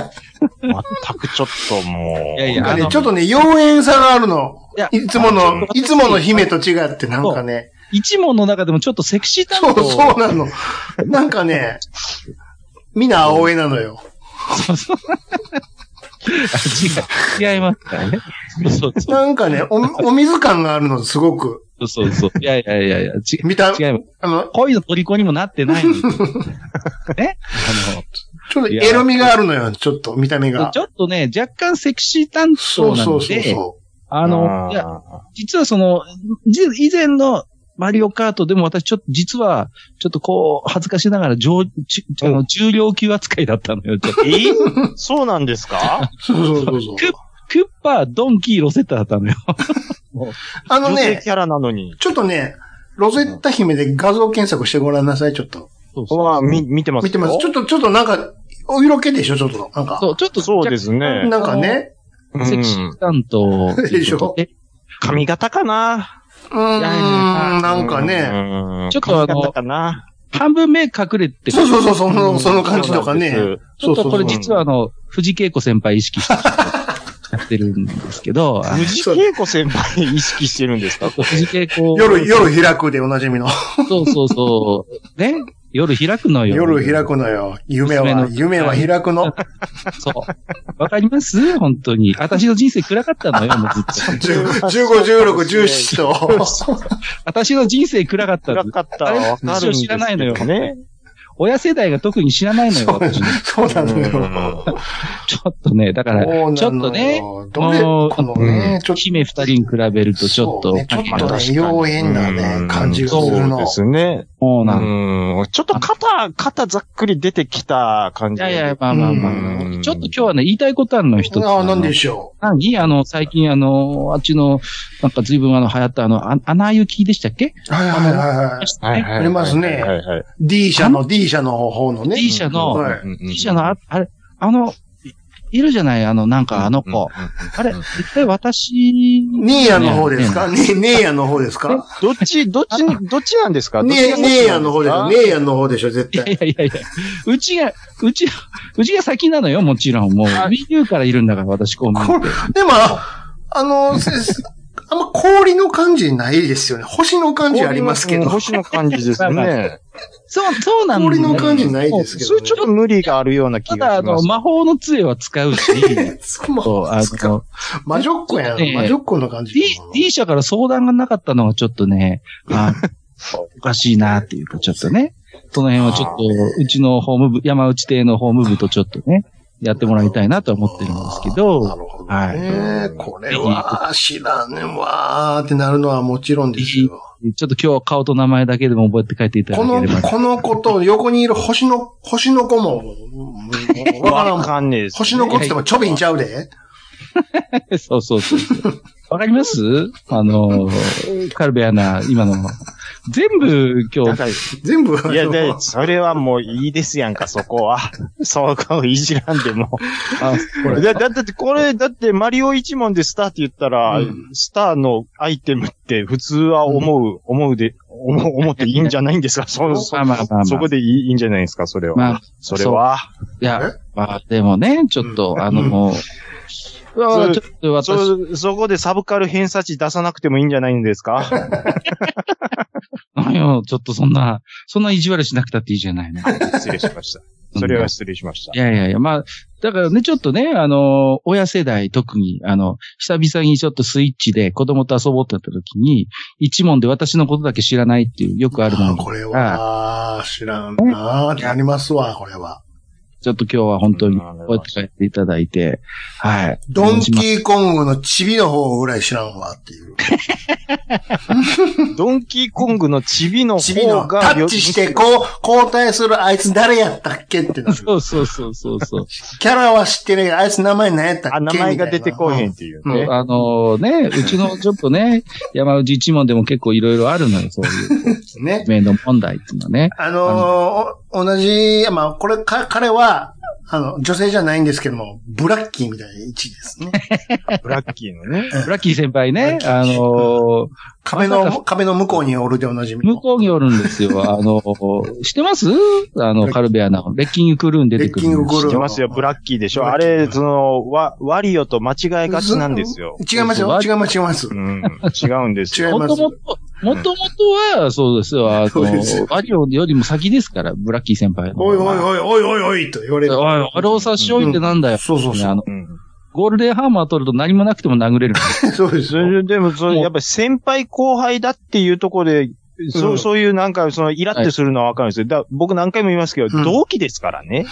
[SPEAKER 1] 全くちょっともう。
[SPEAKER 5] いや
[SPEAKER 3] なん
[SPEAKER 5] いや
[SPEAKER 3] か
[SPEAKER 5] あ
[SPEAKER 3] ね、
[SPEAKER 5] の
[SPEAKER 3] ちょっとね、妖艶さがあるの
[SPEAKER 5] いや。
[SPEAKER 3] いつも
[SPEAKER 1] あ
[SPEAKER 3] の
[SPEAKER 1] の、
[SPEAKER 3] いつもの姫と違ってなんかね。
[SPEAKER 5] 一問の中でもちょっとセクシー担
[SPEAKER 3] そう
[SPEAKER 5] 当。
[SPEAKER 3] そうなの。なんかね、みんな青江なのよ。
[SPEAKER 5] そうそう。違う違いますからね。そうそう
[SPEAKER 3] なんかね、お、お水感があるの、すごく。
[SPEAKER 5] そうそう。いやいやいやいや、違
[SPEAKER 3] 見た、
[SPEAKER 5] う。違います。
[SPEAKER 3] あの、
[SPEAKER 5] 恋の虜にもなっ てないのに。ね
[SPEAKER 3] ちょっとエロみがあるのよ、ちょっと、見た目
[SPEAKER 5] あの、
[SPEAKER 3] が
[SPEAKER 5] ち。ょっとね、若干セクシー担
[SPEAKER 3] そ
[SPEAKER 5] 当
[SPEAKER 3] う
[SPEAKER 5] な
[SPEAKER 3] そ
[SPEAKER 5] の
[SPEAKER 3] うそう
[SPEAKER 5] で、
[SPEAKER 3] そ
[SPEAKER 5] あの、いや、実はその、じ以前のマリオカートでも私ちょっと、実は、ちょっとこう、恥ずかしながら上、ちあの重量級扱いだったのよ。ちょっと
[SPEAKER 1] えーそうなんですか
[SPEAKER 3] う。 そうそうそうそう。
[SPEAKER 5] クックッパー、ドンキー、ロセッタだったのよ。
[SPEAKER 3] あの
[SPEAKER 1] 女性
[SPEAKER 3] ね、
[SPEAKER 1] キャラなのに。
[SPEAKER 3] ちょっとね、ロゼッタ姫で画像検索してごらんなさい、ちょっと。
[SPEAKER 1] は、み、見てますよ
[SPEAKER 3] 見てます。ちょっと、ちょっとなんか、お色気でしょ、ちょっと。なんか。
[SPEAKER 5] そう、ちょっと
[SPEAKER 1] そうですね。
[SPEAKER 3] なんかね。
[SPEAKER 1] うん
[SPEAKER 5] セクシー担当ということで。
[SPEAKER 1] 髪型かな
[SPEAKER 3] うーん、
[SPEAKER 5] いやいや
[SPEAKER 3] なんかね。
[SPEAKER 1] ね
[SPEAKER 5] ちょっとあの
[SPEAKER 1] 髪型かな
[SPEAKER 5] 半分目隠れて、ち
[SPEAKER 3] そ
[SPEAKER 5] ょ
[SPEAKER 3] うそうそう、そ
[SPEAKER 1] うん
[SPEAKER 3] の、その感じとかね。
[SPEAKER 1] そうなんです
[SPEAKER 5] っとこれ
[SPEAKER 1] そうそう
[SPEAKER 5] 実はあの、藤恵子先輩 意識してやってるんですけど、あ
[SPEAKER 1] 藤井恵子先輩意識してるんですか
[SPEAKER 5] の藤恵子。
[SPEAKER 3] 夜、夜開くでおなじみの。
[SPEAKER 5] そうそうそう。ね夜開くのよ。
[SPEAKER 3] 夜開くのよ。夢は、
[SPEAKER 5] 娘
[SPEAKER 3] 夢
[SPEAKER 5] の
[SPEAKER 3] は開くの。
[SPEAKER 5] そう。わかります本当に。私の人生暗かったのよ、もうず っと。
[SPEAKER 3] 15、16、17と。
[SPEAKER 5] 私の人生暗かったの
[SPEAKER 1] 暗。かったらわかるんですけど
[SPEAKER 5] 知らないのよ
[SPEAKER 1] ね。
[SPEAKER 5] 親世代が特に知らないのよ、私の
[SPEAKER 3] そうなのよ。
[SPEAKER 1] う
[SPEAKER 5] ちょっとね、だから、
[SPEAKER 3] そうなのよ
[SPEAKER 5] ちょっとね、
[SPEAKER 3] どれ、
[SPEAKER 5] もう
[SPEAKER 3] このね、ちょっと。
[SPEAKER 5] 姫二人に比べるとちょ
[SPEAKER 3] そ
[SPEAKER 5] っ
[SPEAKER 3] う
[SPEAKER 5] と
[SPEAKER 3] ね、ちょっ
[SPEAKER 1] まあ
[SPEAKER 3] と
[SPEAKER 1] 確かに
[SPEAKER 3] ね、妖艶なね
[SPEAKER 1] ん、
[SPEAKER 3] 感じがする
[SPEAKER 1] そう
[SPEAKER 3] の
[SPEAKER 1] で。すね。
[SPEAKER 5] そう
[SPEAKER 1] う
[SPEAKER 5] なんだ
[SPEAKER 1] ん。ちょっと肩、肩ざっくり出てきた感
[SPEAKER 5] い
[SPEAKER 1] じ。
[SPEAKER 5] やいや、まあまあまあ
[SPEAKER 1] う
[SPEAKER 5] ま
[SPEAKER 1] ん
[SPEAKER 5] あ。ちょっと今日はね、言いたいことあるの一つ。
[SPEAKER 3] ああ、なんで
[SPEAKER 5] し
[SPEAKER 3] しょ
[SPEAKER 5] ょに、あの、最近あの、あっちの、なんか随分あの、流行ったあの、あ穴雪でしたっけ
[SPEAKER 3] う。はいはいはいはい。
[SPEAKER 1] はいはい
[SPEAKER 3] ありますね
[SPEAKER 1] はいはいはい。
[SPEAKER 3] D 社の D 社の方のね。
[SPEAKER 5] D 社の、
[SPEAKER 3] はい
[SPEAKER 1] うんうんうん
[SPEAKER 5] D 社の、ああれ、あの、いいるじゃないあの、なんかあの子。。あれ、一体私、
[SPEAKER 3] ニーヤの方ですかねネーヤの方ですか
[SPEAKER 1] どっち、どっち、どっちなんですか
[SPEAKER 3] ね
[SPEAKER 1] どっちが
[SPEAKER 3] ネーヤの方ですよ。
[SPEAKER 1] どっ
[SPEAKER 3] ネ
[SPEAKER 1] ち
[SPEAKER 3] ーヤの方でしょ、絶
[SPEAKER 5] いや
[SPEAKER 3] 対
[SPEAKER 5] い。やいやいや。うちが、うち、うちが先なのよ、もちろん。もう、Wii U からいるんだから、私、こう見えて。
[SPEAKER 3] でも、あの、せあんま氷の感じないですよね。星の感じありますけ
[SPEAKER 1] うん
[SPEAKER 3] ど。
[SPEAKER 1] 星の感じです
[SPEAKER 5] まあま
[SPEAKER 1] ね。
[SPEAKER 5] そう、そうなんだよ
[SPEAKER 3] 氷の感じないですけ
[SPEAKER 1] そ
[SPEAKER 3] ど
[SPEAKER 1] れ
[SPEAKER 3] ね。
[SPEAKER 1] ちょっと無理があるような気
[SPEAKER 5] ただ、
[SPEAKER 1] が
[SPEAKER 5] あ
[SPEAKER 1] しま
[SPEAKER 5] の、
[SPEAKER 1] す。
[SPEAKER 5] 魔法の杖は使うし、
[SPEAKER 3] そうま
[SPEAKER 5] そう、あの、
[SPEAKER 3] 魔女っ子や
[SPEAKER 5] ね
[SPEAKER 3] ん。魔女っ子の感じ
[SPEAKER 5] D。、D 社から相談がなかったのがちょっとね、あおかしいなっていうか、ちょっとね。その辺はちょっと、うちの法務部、山内邸の法務部とちょっとね、やってもらいたいなとは思ってるんですけ
[SPEAKER 3] な
[SPEAKER 5] ど、
[SPEAKER 3] るほど
[SPEAKER 5] は
[SPEAKER 3] ね。これは知らねわーってなるのはもちろんですよ。
[SPEAKER 5] ちょっと今日顔と名前だけでも覚えて帰っていただ
[SPEAKER 3] この
[SPEAKER 5] ければ、。
[SPEAKER 3] この子と横にいる星の、星の子 も、わからん
[SPEAKER 1] わ
[SPEAKER 3] もん。
[SPEAKER 1] かんねえですね。
[SPEAKER 3] 星の子って言ってもちょびんちゃうで。
[SPEAKER 5] そうそうそうそう。わかりますあの、カルベアナ、今の。全部今
[SPEAKER 1] なん
[SPEAKER 5] 日、
[SPEAKER 1] かい
[SPEAKER 3] 全部。
[SPEAKER 1] や、で、それはもういいですやんか、そこは。 そこをいじらんでも。
[SPEAKER 5] あこれ
[SPEAKER 1] だだだって、これ、だって、マリオ一問でスターって言ったら、
[SPEAKER 3] うん
[SPEAKER 1] スターのアイテムって普通は思う、思うで、思う、思っていいんじゃないんですかそ、そ、
[SPEAKER 5] まあまあまあまあ
[SPEAKER 1] そこでいいいいんじゃないですかそれは。
[SPEAKER 5] まあ、
[SPEAKER 1] それは。
[SPEAKER 5] いや、まあでもね、ちょっと、あの、もう、う わちょっと私、
[SPEAKER 1] そ、そこでサブカル偏差値出さなくてもいいんじゃないんです か
[SPEAKER 5] なんよ、ちょっとそんな、そんな意地悪しなくたっていいじゃないの。
[SPEAKER 1] 失礼しました。 それは失礼しました
[SPEAKER 5] い。やいやいや、まあ、だからね、ちょっとね、あの、親世代特に、あの、久々にちょっとスイッチで子供と遊ぼうってなった時に、一問で私のことだけ知らないっていう、よくある
[SPEAKER 3] あ
[SPEAKER 5] の
[SPEAKER 3] ーこれは、知らんなーってなりますわ、これは。
[SPEAKER 5] ちょっと今日は本当に、こうやって帰っていただいて、はい。
[SPEAKER 3] ドンキーコングのチビの方ぐらい知らんわって いう。
[SPEAKER 1] ドンキーコングのチビの
[SPEAKER 3] チビの
[SPEAKER 1] 方が、
[SPEAKER 3] タッチしてこう、交代するあいつ誰やったっけってなる。
[SPEAKER 5] そうそうそうそうそう。
[SPEAKER 3] キャラは知ってるけど、あいつ名前何やったっけ
[SPEAKER 1] あ、名前が出てこへん
[SPEAKER 3] み
[SPEAKER 1] っていう
[SPEAKER 5] そう
[SPEAKER 1] ね。
[SPEAKER 5] あのね、うちのちょっ とね、山内一門でも結構いろいろあるのよ、そういう
[SPEAKER 3] たいな。ね。
[SPEAKER 5] 面の問題っていうのはね。
[SPEAKER 3] あのーお同じ、まあ、これ、か、彼は、あの、女性じゃないんですけども、ブラッキーみたいな位置で すね。
[SPEAKER 1] ブラッキーのね。
[SPEAKER 5] ブラッキー先輩ね、
[SPEAKER 3] ブラッ
[SPEAKER 5] あ
[SPEAKER 3] キー
[SPEAKER 5] の
[SPEAKER 3] 壁
[SPEAKER 5] まさ
[SPEAKER 3] の、壁の向こうにおるでおなじみの。
[SPEAKER 5] 向こうにおるんですよ。あの知ってますあの、カルベアナ、レッキングクルーン出てくる。
[SPEAKER 3] レッキングクルー
[SPEAKER 1] 知
[SPEAKER 3] ン
[SPEAKER 1] ってますよ、ブラッキーでしょ。
[SPEAKER 3] ブラ
[SPEAKER 1] あ
[SPEAKER 3] ッキー
[SPEAKER 1] れ、その、わ、ワリオと間違えがちなんですよ。
[SPEAKER 3] 違いますよ。違います、違います
[SPEAKER 1] う。ん、違うんです
[SPEAKER 3] 違い
[SPEAKER 1] よ。
[SPEAKER 5] も
[SPEAKER 3] ます
[SPEAKER 5] ともと、もともとは、そうですよ。あ
[SPEAKER 3] そうです
[SPEAKER 5] の、ワリオよりも先ですから、ブラッキー先輩の。
[SPEAKER 3] おいおいおいおいおいおいと言われる。
[SPEAKER 5] おい、あれを差し置いてなんだよ。
[SPEAKER 3] そうそうそ
[SPEAKER 5] あの、
[SPEAKER 1] うん。
[SPEAKER 5] ゴールデンハーマー取ると何もなくても殴れる。
[SPEAKER 3] う。 そうです
[SPEAKER 1] それでも、それやっぱり先輩後輩だっていうところで、そうう、
[SPEAKER 3] ん
[SPEAKER 1] そういうなんか、その、イラってするのはわかるんですよ。だ僕何回も言いますけど、
[SPEAKER 3] うん
[SPEAKER 1] 同期ですから ね。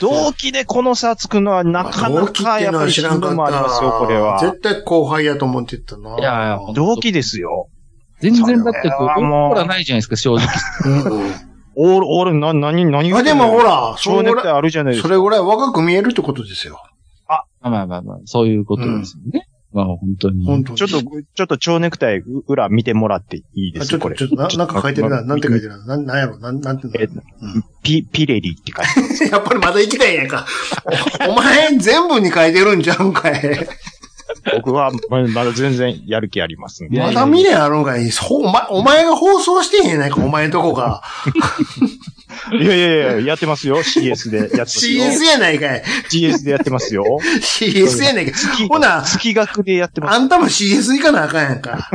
[SPEAKER 1] 同期でこの差つくのはなかな
[SPEAKER 3] 同期っ
[SPEAKER 1] か
[SPEAKER 3] てい
[SPEAKER 1] やっ
[SPEAKER 3] うの
[SPEAKER 1] ぱ
[SPEAKER 3] は
[SPEAKER 1] りし
[SPEAKER 3] 知
[SPEAKER 1] ん
[SPEAKER 3] ら
[SPEAKER 1] どい
[SPEAKER 3] んかった
[SPEAKER 1] もありますよ、これは。
[SPEAKER 3] 絶対後輩やと思ってたな。
[SPEAKER 5] いやいや
[SPEAKER 1] 同期ですよ。
[SPEAKER 5] 全然だって、
[SPEAKER 1] そ
[SPEAKER 5] こ
[SPEAKER 1] れは
[SPEAKER 5] う、
[SPEAKER 1] もう
[SPEAKER 5] ほらないじゃないですか、正直。
[SPEAKER 3] うん
[SPEAKER 1] オール、オール、な、何、何言
[SPEAKER 3] あ
[SPEAKER 1] って
[SPEAKER 3] で
[SPEAKER 1] んの
[SPEAKER 3] もほら、そ
[SPEAKER 1] 少
[SPEAKER 3] れ
[SPEAKER 1] 年
[SPEAKER 3] ぐ
[SPEAKER 1] って
[SPEAKER 3] ら
[SPEAKER 1] あるじゃない
[SPEAKER 3] い、
[SPEAKER 1] です
[SPEAKER 3] そ
[SPEAKER 1] か。
[SPEAKER 3] れぐらい若く見えるってことですよ。
[SPEAKER 5] まあまあまあまあ、そういうことですよね。まあ本当に。
[SPEAKER 3] 本当に。
[SPEAKER 1] ちょっと、ちょっと蝶ネクタイ裏見てもらっていいで
[SPEAKER 3] あ
[SPEAKER 1] す
[SPEAKER 3] ちょ
[SPEAKER 1] か
[SPEAKER 3] っ、
[SPEAKER 1] ことれ。
[SPEAKER 3] ちょっとな、なんか書いてるな。
[SPEAKER 1] ちょっと
[SPEAKER 3] なんて書いてるな。なんなんやろなん、なんて
[SPEAKER 1] えっとピ、ピレリって書いてある。
[SPEAKER 3] うん やっぱりまだ行きたいんやんか。お お前、全部に書いてるんちゃうんか い。
[SPEAKER 1] 僕はままだ全然やる気ありますんで。
[SPEAKER 5] いや
[SPEAKER 3] ま
[SPEAKER 5] いや
[SPEAKER 3] だ未練あるんかい。そう、お前、お前が放送してへんやないか、お前んとこが。
[SPEAKER 1] いやいやいや、やってますよ。CS でやってますよ。
[SPEAKER 3] CS やない かい。
[SPEAKER 1] CS でやってますよ。
[SPEAKER 3] CS やないかい。
[SPEAKER 1] 月、
[SPEAKER 3] ほな
[SPEAKER 1] 月額でやってます。
[SPEAKER 3] あんたも CS 行かなあかんやんか。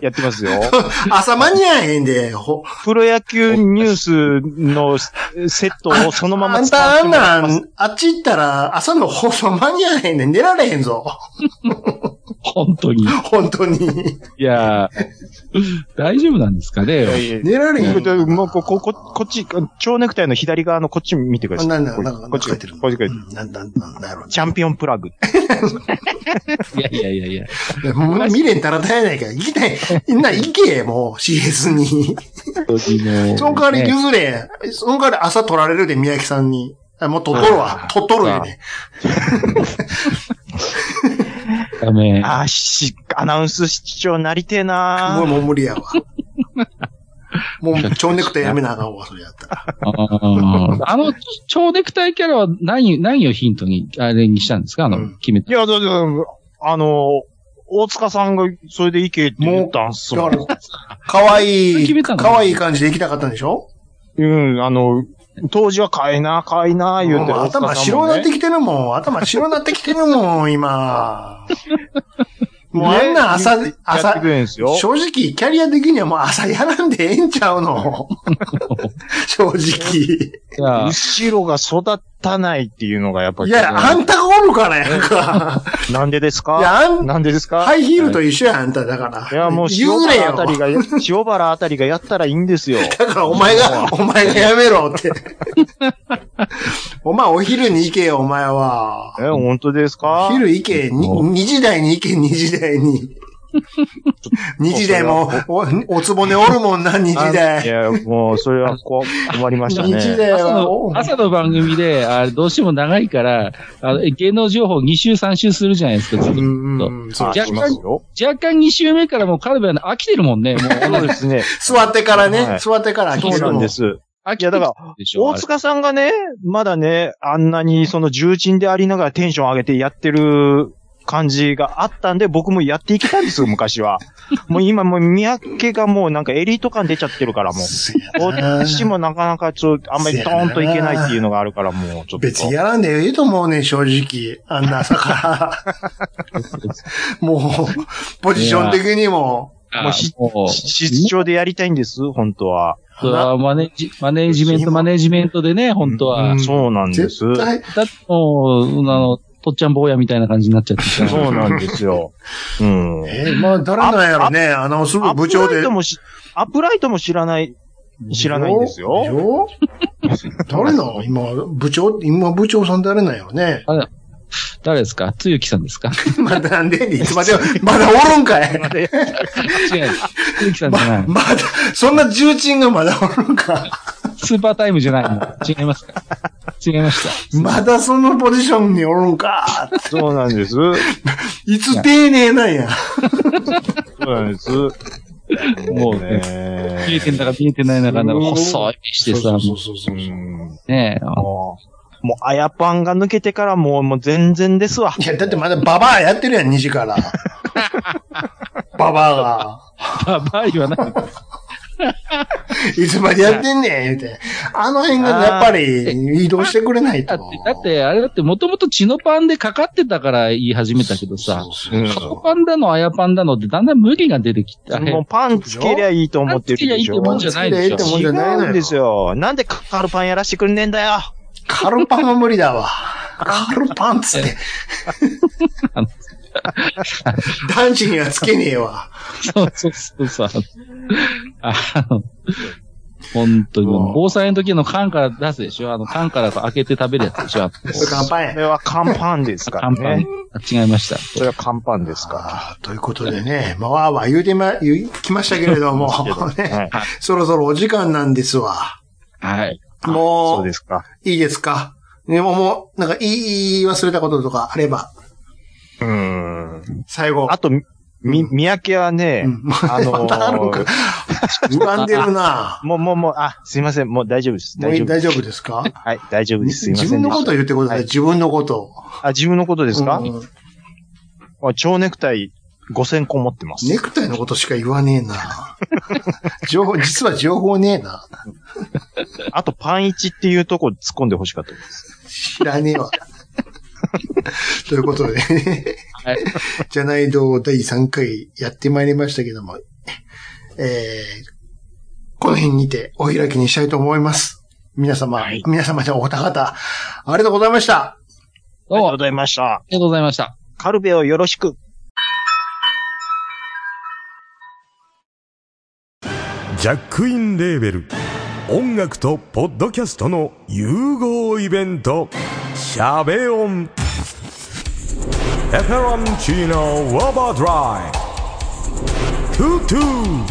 [SPEAKER 1] やってますよ。
[SPEAKER 3] 朝間に合えへんで。ほ
[SPEAKER 1] プロ野球ニュースのセットをそのま
[SPEAKER 3] あ
[SPEAKER 1] ま
[SPEAKER 3] ん
[SPEAKER 1] 使
[SPEAKER 3] た
[SPEAKER 1] っ
[SPEAKER 3] あ
[SPEAKER 1] て
[SPEAKER 3] ん
[SPEAKER 1] もらい
[SPEAKER 3] な
[SPEAKER 1] ます。
[SPEAKER 3] ん、あっち行ったら朝の放送間に合えへんで寝られへんぞ。
[SPEAKER 5] 本当に。
[SPEAKER 3] 本当に。
[SPEAKER 5] いやー、 大丈夫なんですか
[SPEAKER 1] いや
[SPEAKER 5] ね。
[SPEAKER 1] いやい
[SPEAKER 3] 寝られへ
[SPEAKER 1] や
[SPEAKER 3] ん。
[SPEAKER 1] もうこ、こ、ここっち、蝶ネクタイの左側のこっち見てください。
[SPEAKER 3] なんだ、
[SPEAKER 1] こ
[SPEAKER 3] なんか、
[SPEAKER 1] こっち、こ
[SPEAKER 3] 書
[SPEAKER 1] っ
[SPEAKER 3] いて
[SPEAKER 1] ち
[SPEAKER 3] る。
[SPEAKER 1] こっち、こっち
[SPEAKER 3] うん なん、なん、なんなんやろ。
[SPEAKER 1] チャンピオンプラグ。
[SPEAKER 5] いやいやいやいや。
[SPEAKER 3] いやもう未練たらたやないから、行きたい。みんな行け、もう CS に。
[SPEAKER 5] 本当にもう
[SPEAKER 3] その代わり
[SPEAKER 5] ね
[SPEAKER 3] 譲れ。その代わり朝取られるで、宮城さんに。あもう取っとるわ。取っとるでね。
[SPEAKER 5] ダメ。
[SPEAKER 1] あー、し、アナウンス市長なりてえ
[SPEAKER 3] もう
[SPEAKER 1] な
[SPEAKER 3] もう無理やわ。もう、蝶ネクタイやめなあかんわ、それやったら。
[SPEAKER 5] あーあの、超ネクタイキャラは何、何をヒントに、あれにしたんですかあ
[SPEAKER 3] う
[SPEAKER 5] の
[SPEAKER 3] ん、
[SPEAKER 5] 決めた。
[SPEAKER 1] いや、だって、あの、大塚さんがそれでいけって言ったんすもん
[SPEAKER 3] だから、可愛い
[SPEAKER 5] 決めたの
[SPEAKER 3] 可愛い感じで行きたかったんでしょ
[SPEAKER 1] うん、あの、当時は買えな、買えな、言うて。
[SPEAKER 3] もう頭白なってきてるもん。頭白なってきてるも ん、今。もうあんな朝、
[SPEAKER 1] 朝。やって
[SPEAKER 3] 朝
[SPEAKER 1] く、れるんですよ。
[SPEAKER 3] 正直、キャリア的にはもう朝やらんでええんちゃ うの。正直。
[SPEAKER 5] いや
[SPEAKER 1] 後ろが育たないっていうのがやっぱ
[SPEAKER 3] い
[SPEAKER 1] り。
[SPEAKER 3] や、あんたがおるからやんか。
[SPEAKER 1] なんでです
[SPEAKER 3] い
[SPEAKER 1] か
[SPEAKER 3] や、あん、
[SPEAKER 1] なんでですか
[SPEAKER 3] ハイヒールと一緒やん、あんただから。
[SPEAKER 1] いや、もう
[SPEAKER 3] 譲
[SPEAKER 1] 塩
[SPEAKER 3] れ
[SPEAKER 1] 原あ
[SPEAKER 3] よ。
[SPEAKER 1] たりが、塩原あたりがやったらいいんですよ。
[SPEAKER 3] だからお前が、お前がやめろって。お前お昼に行けよ、お前は。
[SPEAKER 1] え、本当ですか
[SPEAKER 3] 昼行け、に2時台に行け、2時 台に。2時台も、お、おつぼねおるもんな、2時
[SPEAKER 1] い
[SPEAKER 3] 台。
[SPEAKER 1] や、もう、それはこ困りました
[SPEAKER 3] 2時
[SPEAKER 1] ね。
[SPEAKER 3] 台
[SPEAKER 5] 朝
[SPEAKER 3] は、
[SPEAKER 5] の
[SPEAKER 3] お、
[SPEAKER 5] 朝の番組で、あどうしても長いから、あの芸能情報2週3週するじゃないですか。ずっ
[SPEAKER 3] う
[SPEAKER 5] と
[SPEAKER 3] ん、うん、そう
[SPEAKER 1] あ。しますよ
[SPEAKER 5] 若干2週目からもうカルベアナ飽きてるもんね。も う
[SPEAKER 1] そうですね。
[SPEAKER 3] 座ってから
[SPEAKER 1] は
[SPEAKER 3] ね、
[SPEAKER 1] い
[SPEAKER 3] 座ってから
[SPEAKER 1] そうなんで。す。
[SPEAKER 5] 飽
[SPEAKER 1] い
[SPEAKER 5] きて
[SPEAKER 1] や、
[SPEAKER 5] る
[SPEAKER 1] だから、
[SPEAKER 5] でしょ。
[SPEAKER 1] 大塚さんがね、まだね、あんなにその重鎮でありながらテンション上げてやってる感じがあったんで、僕もやっていきたいんですよ、昔 は。もう今もう三宅がもうなんかエリート感出ちゃってるからもう。
[SPEAKER 3] す
[SPEAKER 1] こっちもなかなかちょっとあんまりドーンといけないっていうのがあるからもうちょっと。
[SPEAKER 3] 別にやらんでええと思うねん、正直。あんな朝から。 もう、ポジション的にも。
[SPEAKER 5] あ
[SPEAKER 1] もうし
[SPEAKER 5] もう
[SPEAKER 1] 室長でやりたいんです、本当は。
[SPEAKER 5] 本当はマネジ、マネジメント、マネジメントでね、本当は。
[SPEAKER 3] うん
[SPEAKER 1] そうなんです。そ
[SPEAKER 3] 絶対、
[SPEAKER 5] だってもう、あの、とっちゃん坊やみたいな感じになっちゃってさ
[SPEAKER 1] うなんですよ。うん。
[SPEAKER 3] えーまあ誰なんやろね、あの、すぐ部長
[SPEAKER 1] アップライ
[SPEAKER 3] で
[SPEAKER 1] ト。もし、アップライトも知らない
[SPEAKER 6] 知らないんです
[SPEAKER 3] でし
[SPEAKER 6] よ。
[SPEAKER 3] ょ誰なの今、部長、今部長さん誰なんやろね。
[SPEAKER 5] 誰ですかつゆきさんですか
[SPEAKER 3] まだなんでいつまでも、まだおるんかい。
[SPEAKER 5] 違う。つゆきさんじゃな
[SPEAKER 3] ま
[SPEAKER 5] い、。
[SPEAKER 3] まだ、そんな重鎮がまだおるんか。
[SPEAKER 5] スーパータイムじゃないの。違いますか違いました。
[SPEAKER 3] まだそのポジションにおるんか。
[SPEAKER 6] そうなんです。そ
[SPEAKER 3] いつ丁寧なんや。
[SPEAKER 6] うなんです。
[SPEAKER 5] もうね
[SPEAKER 6] ね
[SPEAKER 5] 見えてんだか見えてないんだか、なんか細い目してさ、
[SPEAKER 3] そうそうそうそうう。い
[SPEAKER 6] ん
[SPEAKER 5] ねえ。
[SPEAKER 6] も
[SPEAKER 1] もう、あやパンが抜けてからもう、もう全然ですわ。
[SPEAKER 3] や、だってまだババアやってるやん、2時から。 ババアが。
[SPEAKER 5] ババア言わない。
[SPEAKER 3] いつまでやってんねん、言うて。あの辺がやっぱり移動してくれない
[SPEAKER 5] だ
[SPEAKER 3] と
[SPEAKER 5] っ。て、だってあれだってもともと血のパンでかかってたから言い始めたけどさ
[SPEAKER 3] そ、うそうう
[SPEAKER 5] 過去
[SPEAKER 6] ん
[SPEAKER 5] パンだの、あやパンだのってだんだん無理が出てきて、あれ
[SPEAKER 1] もうパンつけりゃいいと思ってるでしょ。
[SPEAKER 5] パンつけりゃ
[SPEAKER 3] パンつけりゃ
[SPEAKER 5] いいと思うんじゃないでしょ
[SPEAKER 3] いいと思う
[SPEAKER 1] 違
[SPEAKER 3] んじゃないの
[SPEAKER 1] うんですよ。なんでカルパンやらしてくんねえんだよ。
[SPEAKER 3] カルパンは無理だわ。カルパンっ つって。男子にはつけねえわ。
[SPEAKER 5] そうそうそうそう。あの、本当に
[SPEAKER 3] もう、
[SPEAKER 5] 防災の時の缶から出すでしょあの、缶から開けて食べるやつでしょあの
[SPEAKER 3] それ乾
[SPEAKER 1] こ
[SPEAKER 3] 杯。
[SPEAKER 1] れはカンパンですから
[SPEAKER 5] 乾パン
[SPEAKER 1] ね。。
[SPEAKER 5] あ違いました。
[SPEAKER 1] それはカンパンですか
[SPEAKER 3] あーということでね、まあ、わーわー言うてま、言いきましたけれども、ね、
[SPEAKER 1] ら。はい。
[SPEAKER 3] そろそろお時間なんですわ。
[SPEAKER 5] はい。
[SPEAKER 3] も
[SPEAKER 1] そう
[SPEAKER 3] う、
[SPEAKER 1] ですか。
[SPEAKER 3] いいですかでももう、なんか、言い忘れたこととかあれば、
[SPEAKER 6] うん。
[SPEAKER 3] 最後。
[SPEAKER 1] あと、み、三宅はね
[SPEAKER 3] う、ん、
[SPEAKER 1] あの
[SPEAKER 3] またあるんか
[SPEAKER 1] ー、。
[SPEAKER 3] 浮かんでるな。
[SPEAKER 1] もう、もう、もう、あ、すいません。もう大丈夫です。
[SPEAKER 3] もう
[SPEAKER 1] 大丈夫
[SPEAKER 3] 大
[SPEAKER 1] です。
[SPEAKER 3] 丈夫ですか
[SPEAKER 1] はい、大丈夫です。すいませ
[SPEAKER 3] 自
[SPEAKER 1] んでした。
[SPEAKER 3] 分のことを言ってください。
[SPEAKER 1] はい
[SPEAKER 3] 自分のことを。
[SPEAKER 1] あ、自分のことですか
[SPEAKER 3] うん
[SPEAKER 1] あ蝶ネクタイ5000個持ってます。
[SPEAKER 3] ネクタイのことしか言わねえな。 情報、実は情報ねえな。
[SPEAKER 1] あと、パンイチっていうとこ突っ込んで欲しかったです。
[SPEAKER 3] 知らねえわ。 ということでね。
[SPEAKER 5] はい
[SPEAKER 3] じゃない道第3回やってまいりましたけども、えー、この辺にてお開きにしたいと思います。皆様、
[SPEAKER 5] はい
[SPEAKER 3] 皆様じゃお二方、ありがとうございました。
[SPEAKER 5] ど
[SPEAKER 1] あ
[SPEAKER 5] う
[SPEAKER 1] りが
[SPEAKER 5] も、
[SPEAKER 1] とうご
[SPEAKER 5] あ
[SPEAKER 1] ざいました。
[SPEAKER 5] りがとうございました。
[SPEAKER 1] カルベをよろしく。
[SPEAKER 7] ジャックインレーベル音楽とポッドキャストの融合イベント「シャベオン」「エフェロンチーノウォーバードライ」「トゥトゥ」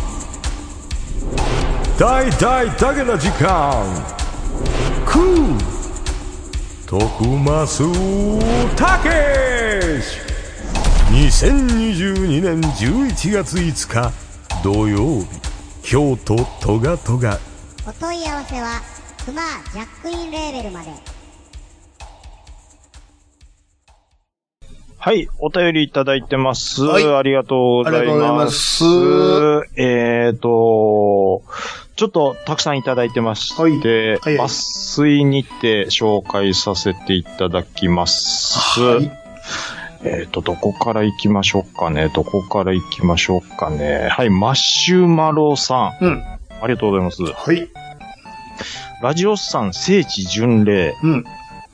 [SPEAKER 7] 「大大だけな時間」「クー」「徳マスたけし」2022年11月5日土曜日京都トガトガ
[SPEAKER 2] お問い合わせは、クマジャックインレーベルまで。
[SPEAKER 1] はい、お便りいただいてます。
[SPEAKER 3] はい
[SPEAKER 1] ありがとうございます。
[SPEAKER 3] ありがとうご
[SPEAKER 1] えっ、と、ちょっとたくさんいただいてまして、
[SPEAKER 3] はいは
[SPEAKER 1] 抜
[SPEAKER 3] い
[SPEAKER 1] 粋にて紹介させていただきます。
[SPEAKER 3] はい
[SPEAKER 1] えっ、と、どこから行きましょうかね。どこから行きましょうかね。はい、マッシュマロさん。
[SPEAKER 3] うん
[SPEAKER 1] ありがとうございます。
[SPEAKER 3] はい。
[SPEAKER 1] ラジオスさん聖地巡礼。
[SPEAKER 3] うん。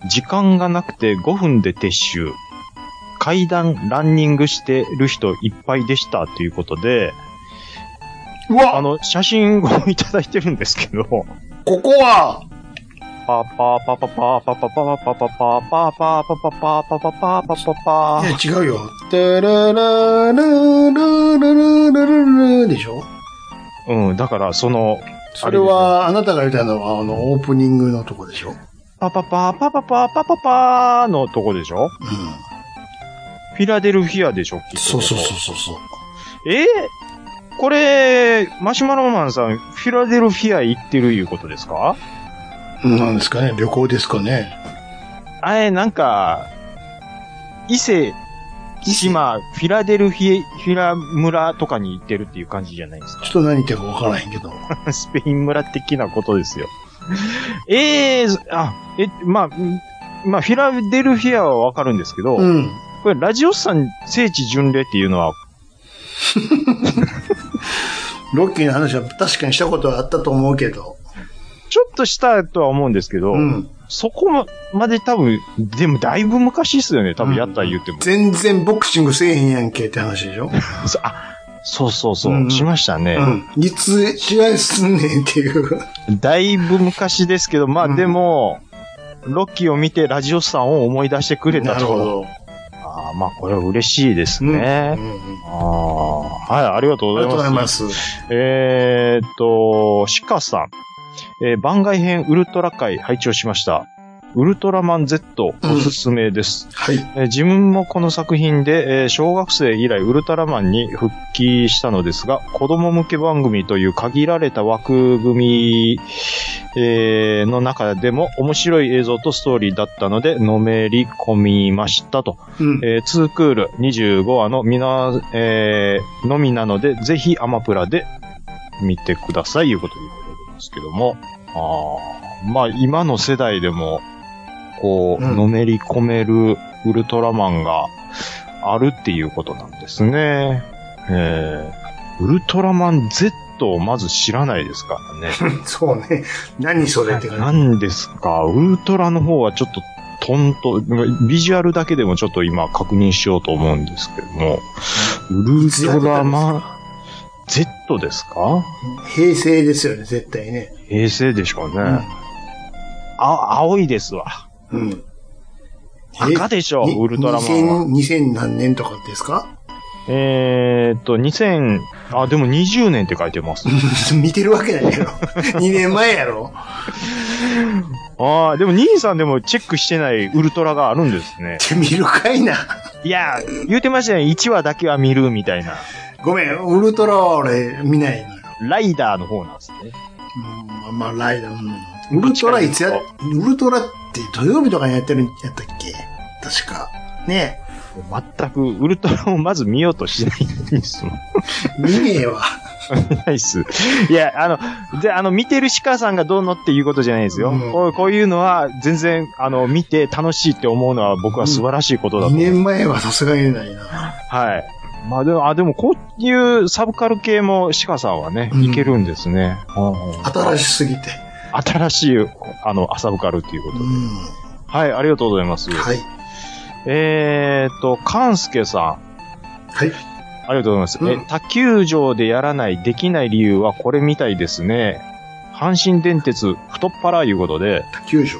[SPEAKER 1] 時間がなくて5分で撤収。階段、ランニングしてる人いっぱいでしたということで、
[SPEAKER 3] うわ
[SPEAKER 1] あの、写真をいただいてるんですけど、
[SPEAKER 3] ここは、
[SPEAKER 1] パーパーパーパーパーパーパーパーパーパーパーパーパーパーパーパーパーパーパーパーパ
[SPEAKER 3] いや、
[SPEAKER 1] ー
[SPEAKER 3] 違うよ。てららららららららでしょ
[SPEAKER 1] うん、だからその、
[SPEAKER 3] それは、あなたが言ったのは、あの、オープニングのとこでしょ
[SPEAKER 1] パパパーパーパーパーパーパーパーのとこでしょ
[SPEAKER 3] うん。
[SPEAKER 1] フィラデルフィアでしょきっと
[SPEAKER 3] そうそうそうそうそう。
[SPEAKER 1] えーこれ、マシュマロマンさん、フィラデルフィア行ってるいうことですか
[SPEAKER 3] なんですかね旅行ですかね
[SPEAKER 1] あれ、なんか、伊勢、島、フィラデルフィ、フィラ村とかに行ってるっていう感じじゃないです
[SPEAKER 3] ちょっと何言ってるかわからへんけど。
[SPEAKER 1] か。 スペイン村的なことですよ。ええあ、え、まあ、んまあ、フィラデルフィアはわかるんですけど、
[SPEAKER 3] うん。
[SPEAKER 1] これ、ラジオスさん聖地巡礼っていうのは、
[SPEAKER 3] ロッキーの話は確かにしたことはあったと思うけど。
[SPEAKER 1] ちょっとしたとは思うんですけど、
[SPEAKER 3] うん。
[SPEAKER 1] そこまで多分、でもだいぶ昔っすよね、多分やった言うても。
[SPEAKER 3] 全然ボクシングせえへんやんけって話でしょ
[SPEAKER 1] そあ、
[SPEAKER 8] そうそうそう、
[SPEAKER 3] うん
[SPEAKER 8] しましたね。
[SPEAKER 3] うん。いつ試合すんねんって いう。
[SPEAKER 8] だいぶ昔ですけど、ま
[SPEAKER 3] う
[SPEAKER 8] あ
[SPEAKER 3] ん
[SPEAKER 8] でも、ロッキーを見てラジオさんを思い出してくれたと。
[SPEAKER 3] ど。
[SPEAKER 8] ああまあこれは嬉しいです
[SPEAKER 3] うん。うん
[SPEAKER 8] ね。ああ、はい、ありがとう
[SPEAKER 3] あ
[SPEAKER 8] ご
[SPEAKER 3] りがと
[SPEAKER 8] ざ
[SPEAKER 3] う
[SPEAKER 8] い
[SPEAKER 3] ご
[SPEAKER 8] ま
[SPEAKER 3] ざい
[SPEAKER 8] す。
[SPEAKER 3] ます。
[SPEAKER 8] えーっと、シカさん。えー番外編ウルトラ会拝聴しました。ウルトラマン Z おすすめです。
[SPEAKER 3] はい。
[SPEAKER 8] えー自分もこの作品で、えー小学生以来ウルトラマンに復帰したのですが、子供向け番組という限られた枠組み、えーの中でも面白い映像とストーリーだったので、のめり込みましたと。
[SPEAKER 3] うん。
[SPEAKER 8] えー、ツークール25話のみな、えーのみなので、ぜひアマプラで見てください、いうことで言われるんですけども。あーまあ、今の世代でも、こう、
[SPEAKER 3] うん
[SPEAKER 8] のめり込めるウルトラマンがあるっていうことなんですね。えーウルトラマン Z をまず知らないですからね。
[SPEAKER 3] そうね。何それって感
[SPEAKER 8] 何ですか、ウルトラの方はちょっとトントン、ビジュアルだけでもちょっと今確認しようと思うんですけども、ウルトラマン Z ですか
[SPEAKER 3] じ。平成ですよね、絶対ね。
[SPEAKER 8] 平成でしょうね。あ、青いですわ。
[SPEAKER 3] うん。うん
[SPEAKER 8] 赤でしょ
[SPEAKER 3] え
[SPEAKER 8] う、ウルトラマンは。
[SPEAKER 3] 2000 2000何年とかですか
[SPEAKER 8] えーっと、2000、あ、でも20年って書いてます。
[SPEAKER 3] 見てるわけないやろ。2年 前やろ。
[SPEAKER 8] ああ、でも兄さんでもチェックしてないウルトラがあるんですね
[SPEAKER 3] っ。て見るかいな。
[SPEAKER 8] いや、言うてましたね。1話だけは見るみたいな。
[SPEAKER 3] ごめん、ウルトラは俺見ないのよ。
[SPEAKER 8] ライダーの方なんですね。
[SPEAKER 3] うん、まあまあ、ライダー、うん。ウルトラいつや、ウルトラって土曜日とかにやってるんやったっけ確か。ね
[SPEAKER 8] 全くウルトラをまず見ようとしないんですもん。
[SPEAKER 3] え、見ねえわ。
[SPEAKER 8] ナイス。いや、あの、で、あの、見てる鹿さんがどうのっていうことじゃないですよ。
[SPEAKER 3] うん
[SPEAKER 8] こうこういうのは全然、あの、見て楽しいって思うのは僕は素晴らしいことだ
[SPEAKER 3] 2
[SPEAKER 8] と思う。
[SPEAKER 3] 年前はさすがにないな。
[SPEAKER 8] はい。まあでも、あ、でもこういうサブカル系も鹿さんはね、
[SPEAKER 3] うん
[SPEAKER 8] いけるんですね。
[SPEAKER 3] 新しすぎて。
[SPEAKER 8] 新しい、あの、サブカルっていうこ
[SPEAKER 3] う
[SPEAKER 8] と。
[SPEAKER 3] ん。
[SPEAKER 8] はい、ありがとうございます。
[SPEAKER 3] はい。
[SPEAKER 8] えーっと、かんすけさん。
[SPEAKER 3] はい。
[SPEAKER 8] ありがとうございます。
[SPEAKER 3] うん
[SPEAKER 8] え、他球場でやらない、できない理由はこれみたいですね。阪神電鉄、太っ腹いうことで、
[SPEAKER 3] 他球場。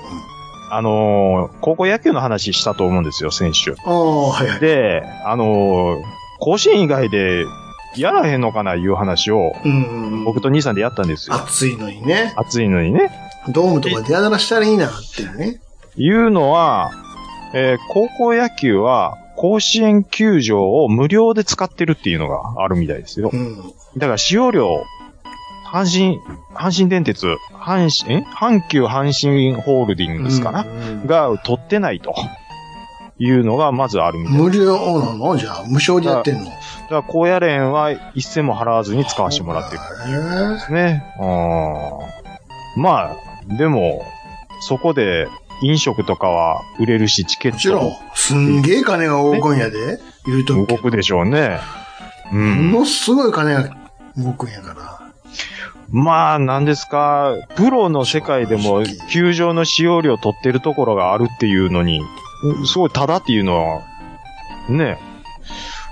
[SPEAKER 8] あのー高校野球の話したと思うんですよ、選手。
[SPEAKER 3] ああ、はいはい。
[SPEAKER 8] で、あのー甲子園以外でやらへんのかないう話を、
[SPEAKER 3] うん。
[SPEAKER 8] 僕と兄さんでやったんですよ。
[SPEAKER 3] 暑いのにね。
[SPEAKER 8] 暑いのにね。
[SPEAKER 3] ドームとかでやらしたらいいなっていうね。
[SPEAKER 8] いうのは、えー高校野球は、甲子園球場を無料で使ってるっていうのがあるみたいですよ
[SPEAKER 3] う。ん。
[SPEAKER 8] だから使用料、阪神、阪神電鉄、阪神、え阪急阪神ホールディングスか
[SPEAKER 3] う
[SPEAKER 8] な、
[SPEAKER 3] ん
[SPEAKER 8] が取ってないと。いうのがまずあるみたい。
[SPEAKER 3] 無料なのじゃあ、無償でやってんの
[SPEAKER 8] だから、高野連は一銭も払わずに使わせてもらってるんで
[SPEAKER 3] へえ
[SPEAKER 8] すね。うん。まあ、でも、そこで飲食とかは売れるし、チケ
[SPEAKER 3] もち
[SPEAKER 8] ット
[SPEAKER 3] ろん
[SPEAKER 8] も、
[SPEAKER 3] すんげえ金が動くんやで、言うと
[SPEAKER 8] 動
[SPEAKER 3] くけど
[SPEAKER 8] くでしょうね。う
[SPEAKER 3] も
[SPEAKER 8] ん。
[SPEAKER 3] のすごい金が動くんやから。
[SPEAKER 8] まあ、なんですか、プロの世界でも、球場の使用料取ってるところがあるっていうのに、すごいタダっていうのは、ね、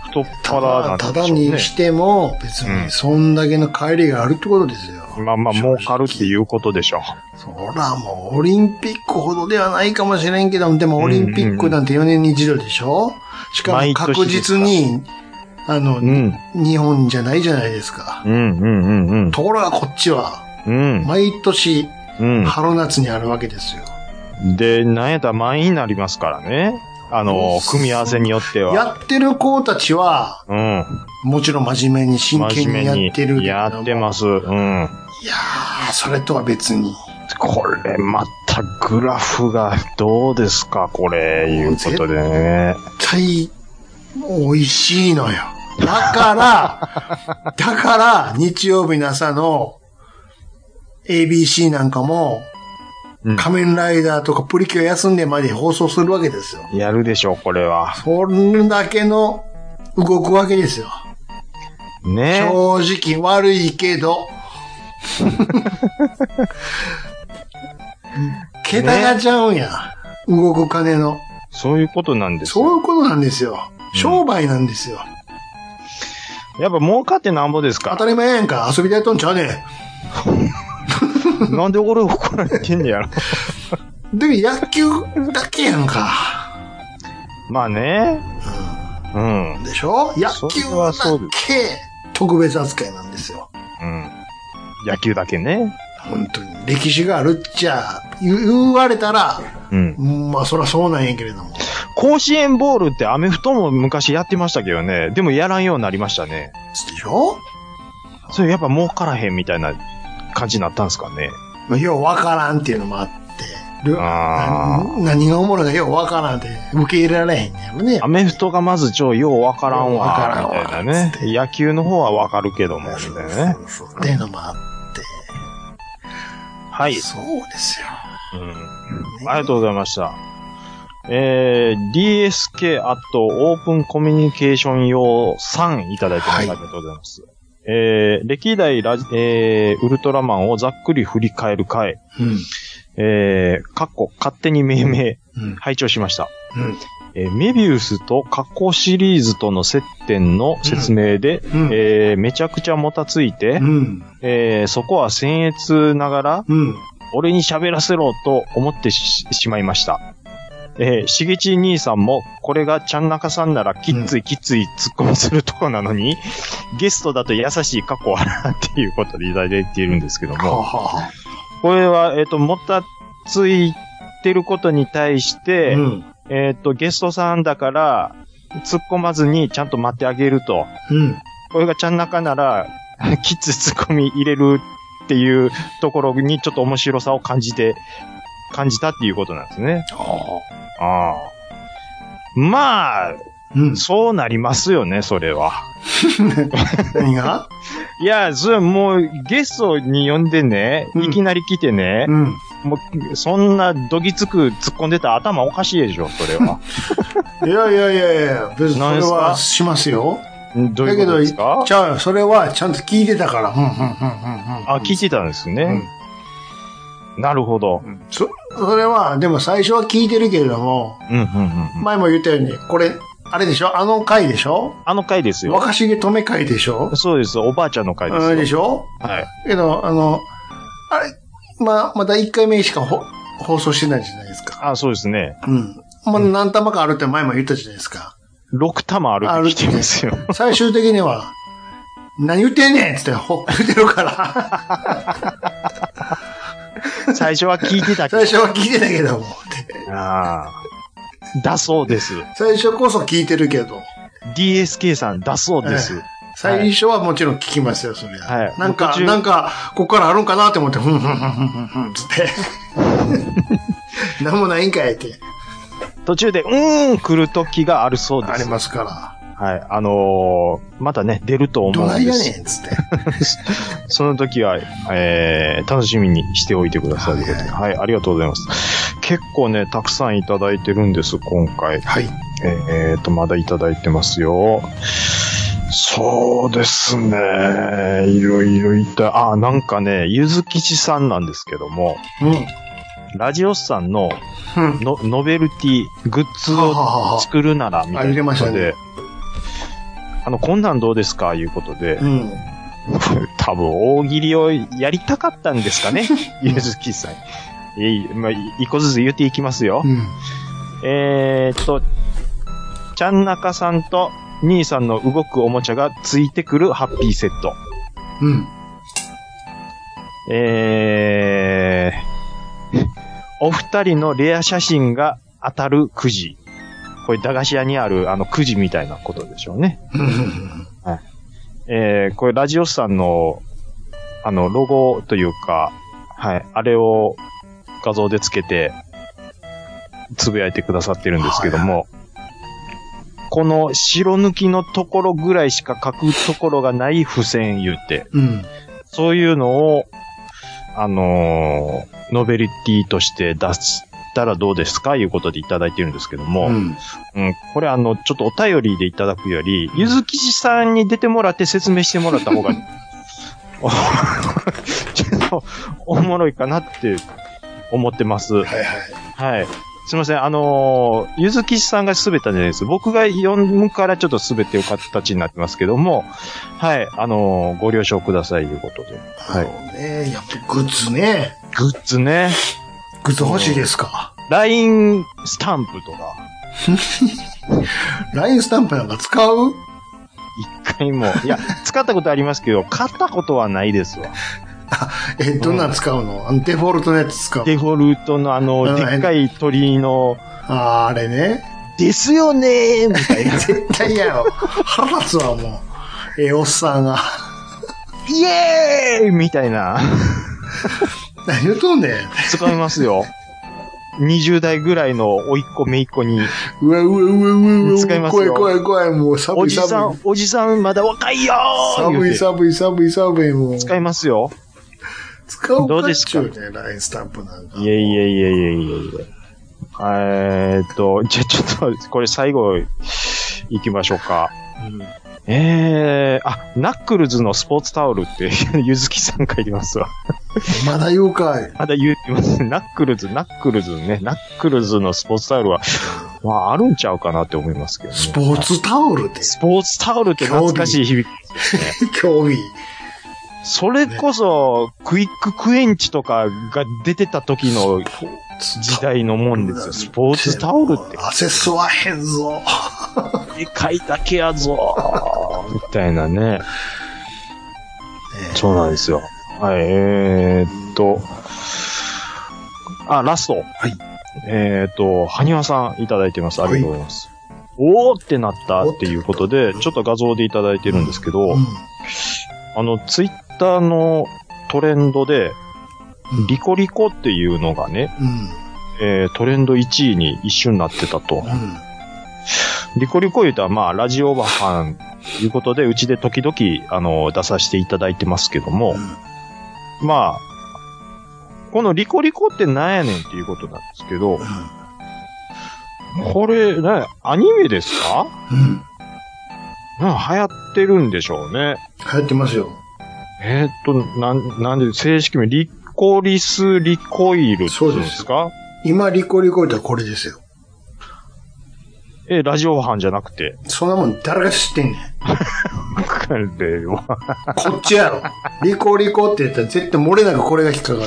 [SPEAKER 8] 太った腹なん
[SPEAKER 3] だ、
[SPEAKER 8] で
[SPEAKER 3] ただ
[SPEAKER 8] しょうね
[SPEAKER 3] に。しても、別
[SPEAKER 8] うん
[SPEAKER 3] に、そんだけの帰りがあるってことですよ。
[SPEAKER 8] まあまあ、儲かるっていうことでしょう。
[SPEAKER 3] そら、もう、オリンピックほどではないかもしれんけど、でも、オリンピックなんて4年に一度でしょしかも、
[SPEAKER 8] 毎年ですか
[SPEAKER 3] 確実に、あの、
[SPEAKER 8] うん、
[SPEAKER 3] 日本じゃないじゃないですか。
[SPEAKER 8] うん、うん、うん、
[SPEAKER 3] ところが、こっちは、
[SPEAKER 8] うん、
[SPEAKER 3] 毎年、
[SPEAKER 8] うん、
[SPEAKER 3] 春夏にあるわけですよ。
[SPEAKER 8] うん。で、なんやったら満員になりますからね。あの、組み合わせによっては。
[SPEAKER 3] やってる子たちは、
[SPEAKER 8] うん。
[SPEAKER 3] もちろん真面目に真
[SPEAKER 8] 真
[SPEAKER 3] 剣にや
[SPEAKER 8] 面目
[SPEAKER 3] ってる。
[SPEAKER 8] にやってますす。うん。
[SPEAKER 3] いやー、それとは別に。
[SPEAKER 8] これ、またグラフがどうですか、これ、いうことでね。
[SPEAKER 3] 絶対、美味しいのよ。だから、 だから、日曜日の朝の ABC なんかも
[SPEAKER 8] うん、
[SPEAKER 3] 仮面ライダーとかプリキュア休んでまで放送するわけですよ。
[SPEAKER 8] やるでしょう、これは。
[SPEAKER 3] そんだけの動くわけですよ。
[SPEAKER 8] ね
[SPEAKER 3] 正直悪いけ ど。桁がちゃうんや。動く金の。
[SPEAKER 8] そういうことなんです
[SPEAKER 3] そう
[SPEAKER 8] よ。
[SPEAKER 3] いうことなんですよ。商売なんですよ。
[SPEAKER 8] やっぱ儲かってなんぼです
[SPEAKER 3] 当
[SPEAKER 8] か
[SPEAKER 3] たり前やんか、遊びでやっとんちゃうね
[SPEAKER 8] なんで俺怒られてんねやろ。
[SPEAKER 3] ん。でも野球だけやんか。
[SPEAKER 8] まあね。うん。うん。
[SPEAKER 3] でしょ野球
[SPEAKER 8] それは
[SPEAKER 3] だ
[SPEAKER 8] そうで
[SPEAKER 3] け特別扱いなんですよ。
[SPEAKER 8] 野球だけね。
[SPEAKER 3] 本当に。歴史があるっちゃ、言言われたら、
[SPEAKER 8] うん。
[SPEAKER 3] うんまあそらそうなんやけれども。
[SPEAKER 8] 甲子園ボールってアメフトも昔やってましたけどね。でもやらんようになりましたね。
[SPEAKER 3] でしょ
[SPEAKER 8] それやっぱ儲からへんみたいな感じになったんですかね。
[SPEAKER 3] まあ、ようわからんっていうのもあって。る
[SPEAKER 8] あー
[SPEAKER 3] な何がおもろいかようわからんって受け入れられへんねやろね
[SPEAKER 8] ア。メフトがまずちょ、ようわからんわ。
[SPEAKER 3] わからんわ
[SPEAKER 8] みたいなね
[SPEAKER 3] つっ。て
[SPEAKER 8] 野球の方はわかるけども、み
[SPEAKER 3] そう
[SPEAKER 8] たいなね。
[SPEAKER 3] そうそうっていうのもあって。
[SPEAKER 8] はい。
[SPEAKER 3] そうですよ。
[SPEAKER 8] うん
[SPEAKER 3] ね
[SPEAKER 8] ありがとうございました。えー、DSK アットオープンコミュニケーション用3いただいてます。
[SPEAKER 3] はい
[SPEAKER 8] ありがとうございます。えー、歴代ラジ、えー、ウルトラマンをざっくり振り返る回、
[SPEAKER 3] うん。
[SPEAKER 8] えー、かっこ勝手に命名、
[SPEAKER 3] うん
[SPEAKER 8] 拝聴しました。
[SPEAKER 3] うん
[SPEAKER 8] えーメビウスと過去シリーズとの接点の説明で、
[SPEAKER 3] うん
[SPEAKER 8] えーめちゃくちゃもたついて、
[SPEAKER 3] うん。
[SPEAKER 8] えーそこは僭越ながら、
[SPEAKER 3] うん。
[SPEAKER 8] 俺に喋らせろと思ってししまいました。えー、しげち兄さんも、これがちゃんなかさんならきっついきっつい突っ込みするとこなのに、ゲストだと優しい過去はなっていうことでいただいているんですけど
[SPEAKER 3] はあ、
[SPEAKER 8] も、
[SPEAKER 3] はあはあ
[SPEAKER 8] これは、えっ、と、もたついてることに対して、
[SPEAKER 3] うん。
[SPEAKER 8] えっ、と、ゲストさんだから、突っ込まずにちゃんと待ってあげると。
[SPEAKER 3] うん。
[SPEAKER 8] これがちゃんなかなら、 キッズ突っ込み入れるっていうところにちょっと面白さを感じて、感じたっていうことなんですね。ああ。まあ、
[SPEAKER 3] うん。
[SPEAKER 8] そうなりますよね、それは。
[SPEAKER 3] 何が
[SPEAKER 8] いや、それはもうゲストに呼んでね、
[SPEAKER 3] うん
[SPEAKER 8] いきなり来てね、
[SPEAKER 3] うん。
[SPEAKER 8] もうそんなどぎつく突っ込んでたら頭おかしいでしょ、そ れは。
[SPEAKER 3] いやいやいやいや、別にそ
[SPEAKER 8] 何
[SPEAKER 3] れ
[SPEAKER 8] ですか
[SPEAKER 3] はしますよ。
[SPEAKER 8] どうい
[SPEAKER 3] だけ
[SPEAKER 8] うこと
[SPEAKER 3] ど、
[SPEAKER 8] ですか
[SPEAKER 3] ちゃうよそれはちゃんと聞いてたから。うん、うん、うん、うんうん。
[SPEAKER 8] あ、聞いてたんですね。なるほど。
[SPEAKER 3] そ、それは、でも最初は聞いてるけれども、
[SPEAKER 8] うん、うん、うん。
[SPEAKER 3] 前も言ったように、これ、あれでしょあの回でしょ
[SPEAKER 8] あの回ですよ。
[SPEAKER 3] 若重止め回でしょ
[SPEAKER 8] そうです。おばあちゃんの回ですよ。
[SPEAKER 3] うんでしょ
[SPEAKER 8] はい。
[SPEAKER 3] けど、あの、あれ、まあ、まだ1回目しかほ放送してないじゃないですか。
[SPEAKER 8] あ、そうですね。
[SPEAKER 3] うん。もう何玉かあるって前も言ったじゃないですか。
[SPEAKER 8] 6玉あるってきてますよ。
[SPEAKER 3] 最終的には、何言ってんねんっつってほ言ってるから、
[SPEAKER 8] 最初は聞いてたけ
[SPEAKER 3] 最
[SPEAKER 8] ど。
[SPEAKER 3] 初は聞いてたけどもって。
[SPEAKER 8] ああ。だそうです。
[SPEAKER 3] 最初こそ聞いてるけど、
[SPEAKER 8] DSK さん、だそうです。
[SPEAKER 3] 最初はもちろん聞きますよ、そりゃ。
[SPEAKER 8] はい
[SPEAKER 3] なんか
[SPEAKER 8] 途、中
[SPEAKER 3] なんか、ここからあるんかなって思って、ふんふんふんふんふんふん、つって。なんもないんかいって、
[SPEAKER 8] 途中で、うーん、来る時があるそうで
[SPEAKER 3] あり
[SPEAKER 8] す。
[SPEAKER 3] ますから。
[SPEAKER 8] はい。あのー、またね、出ると思
[SPEAKER 3] ど
[SPEAKER 8] う
[SPEAKER 3] なんい
[SPEAKER 8] で
[SPEAKER 3] や
[SPEAKER 8] す。
[SPEAKER 3] ねん、つって。
[SPEAKER 8] その時は、えー、楽しみにしておいてください。
[SPEAKER 3] はいはい
[SPEAKER 8] はい、ありがとうございます。結構ね、たくさんいただいてるんです、今回。
[SPEAKER 3] はい。
[SPEAKER 8] えーえーと、まだいただいてますよ。そうですね。いろいろいた。あ、なんかね、ゆずきちさんなんですけども、
[SPEAKER 3] うん。
[SPEAKER 8] ラジオスさんの
[SPEAKER 3] うん。
[SPEAKER 8] のノベルティ、グッズ
[SPEAKER 3] はは
[SPEAKER 8] を
[SPEAKER 3] はは。
[SPEAKER 8] 作るなら、みたいなことで。
[SPEAKER 3] あ入れましたね
[SPEAKER 8] あの、こんなんどうですかいうことで
[SPEAKER 3] う、ん。
[SPEAKER 8] 多分大喜利をやりたかったんです かねゆずきちさん。えい、まあ、い一個ずつ言っていきますよ。
[SPEAKER 3] うん。
[SPEAKER 8] えーっと、ちゃんなかさんと兄さんの動くおもちゃがついてくるハッピーセット。
[SPEAKER 3] うん。
[SPEAKER 8] えー、 お二人のレア写真が当たるくじ。これ駄菓子屋にあるあのくじみたいなことでしょうね。
[SPEAKER 3] うん。
[SPEAKER 8] えー、これラジオスさんの、あの、ロゴというか、はい、あれを画像でつけて、つぶやいてくださってるんですけども、この白抜きのところぐらいしか書くところがない付箋言って、
[SPEAKER 3] うん。
[SPEAKER 8] そういうのを、あのーノベリティとして出したらどうですかいうことでいただいてるんですけども、
[SPEAKER 3] うん。
[SPEAKER 8] うん、これあの、ちょっとお便りでいただくより、ゆずきちさんに出てもらって説明してもらった方が、おちょっと、おもろいかなって思ってます。
[SPEAKER 3] はいはい。
[SPEAKER 8] はい。すいません、あのーゆずきしさんが滑ったんじゃないです。僕が読むからちょっと滑ってる形になってますけども、はい、あのーご了承くださいということで。はい。
[SPEAKER 3] ねやっぱグッズね。
[SPEAKER 8] グッズね。
[SPEAKER 3] グッズ欲しいですか。
[SPEAKER 8] LINE スタンプとか、
[SPEAKER 3] ラインスタンプなんか使う
[SPEAKER 8] 一回も。いや、使ったことありますけど、買ったことはないですわ。
[SPEAKER 3] え、どんなの使うのあの、デフォルトのやつ使う。
[SPEAKER 8] デフォルトのあ
[SPEAKER 3] う
[SPEAKER 8] の、
[SPEAKER 3] ん
[SPEAKER 8] でっかい鳥居の、
[SPEAKER 3] あーあれね。
[SPEAKER 8] ですよねーみたいな。
[SPEAKER 3] 絶対嫌よ。腹立つわ、もう。ええおっさんが。
[SPEAKER 8] イエーイみたいな。
[SPEAKER 3] 何言うとんねん。
[SPEAKER 8] 使いますよ。20代ぐらいの甥っ子姪っ子に、
[SPEAKER 3] うわうわうわうわうわ。
[SPEAKER 8] 使いますよ
[SPEAKER 3] 怖い怖い怖い、もう寒
[SPEAKER 8] お
[SPEAKER 3] い
[SPEAKER 8] じさ
[SPEAKER 3] 寒い
[SPEAKER 8] ん。、おじさんまだ若いよー
[SPEAKER 3] 寒
[SPEAKER 8] 言う
[SPEAKER 3] い
[SPEAKER 8] て
[SPEAKER 3] 寒い寒い寒い、もう。
[SPEAKER 8] 使いますよ。
[SPEAKER 3] 使う
[SPEAKER 8] どう
[SPEAKER 3] かっ
[SPEAKER 8] です
[SPEAKER 3] ち
[SPEAKER 8] か
[SPEAKER 3] ゅうね、ラインスタンプなんか。
[SPEAKER 8] いえいえいえいえいえいえ。えーっと、じゃあちょっと、これ最後、行きましょうか。えー、あ、ナックルズのスポーツタオルって、 ゆずきさん書いてますわ。
[SPEAKER 3] まだ言うかい。
[SPEAKER 8] まだ言ってますね。ナックルズ、ナックルズね。ナックルズのスポーツタオルは、まあ、あるんちゃうかなって思いますけど、ね。
[SPEAKER 3] スポーツタオルで。
[SPEAKER 8] スポーツタオルって懐かしい響き。
[SPEAKER 3] 興味。
[SPEAKER 8] それこそ、クイッククエンチとかが出てた時の時代のもんですよ。スポーツタオルって。
[SPEAKER 3] 汗吸わへんぞ。。
[SPEAKER 8] でかいだけやぞー。 みたいなね。そうなんですよ。はい、えー、っと。あ、ラスト。はいえー、っと、はにわさんいただいてます。ありがとうございます。おーってなったっていうことで、ちょっと画像でいただいてるんですけど、
[SPEAKER 3] うん
[SPEAKER 8] あの、ツイッターのトレンドで、リコリコっていうのがね、
[SPEAKER 3] うん。
[SPEAKER 8] えートレンド1位に一瞬なってたと。
[SPEAKER 3] うん。
[SPEAKER 8] リコリコ言うたら、まあ、ラジオバハン、いうことで、うちで時々、あの、出させていただいてますけども、まあ、このリコリコってなんやねんっていうことなんですけど、これ、ね、アニメですか
[SPEAKER 3] うん。
[SPEAKER 8] なんか流行ってるんでしょうね。
[SPEAKER 3] 流行ってますよ。
[SPEAKER 8] えーっと、なん、なんで、正式名、リコリスリコイルって言うんですか
[SPEAKER 3] 今、リコリコ言ったらこれですよ。
[SPEAKER 8] え、ラジオ班じゃなく て、
[SPEAKER 3] そんなもん誰が知ってんねん。
[SPEAKER 8] これは
[SPEAKER 3] こっちや ろ。リコリコって言ったら絶対漏れなくこれが引っかかるわ。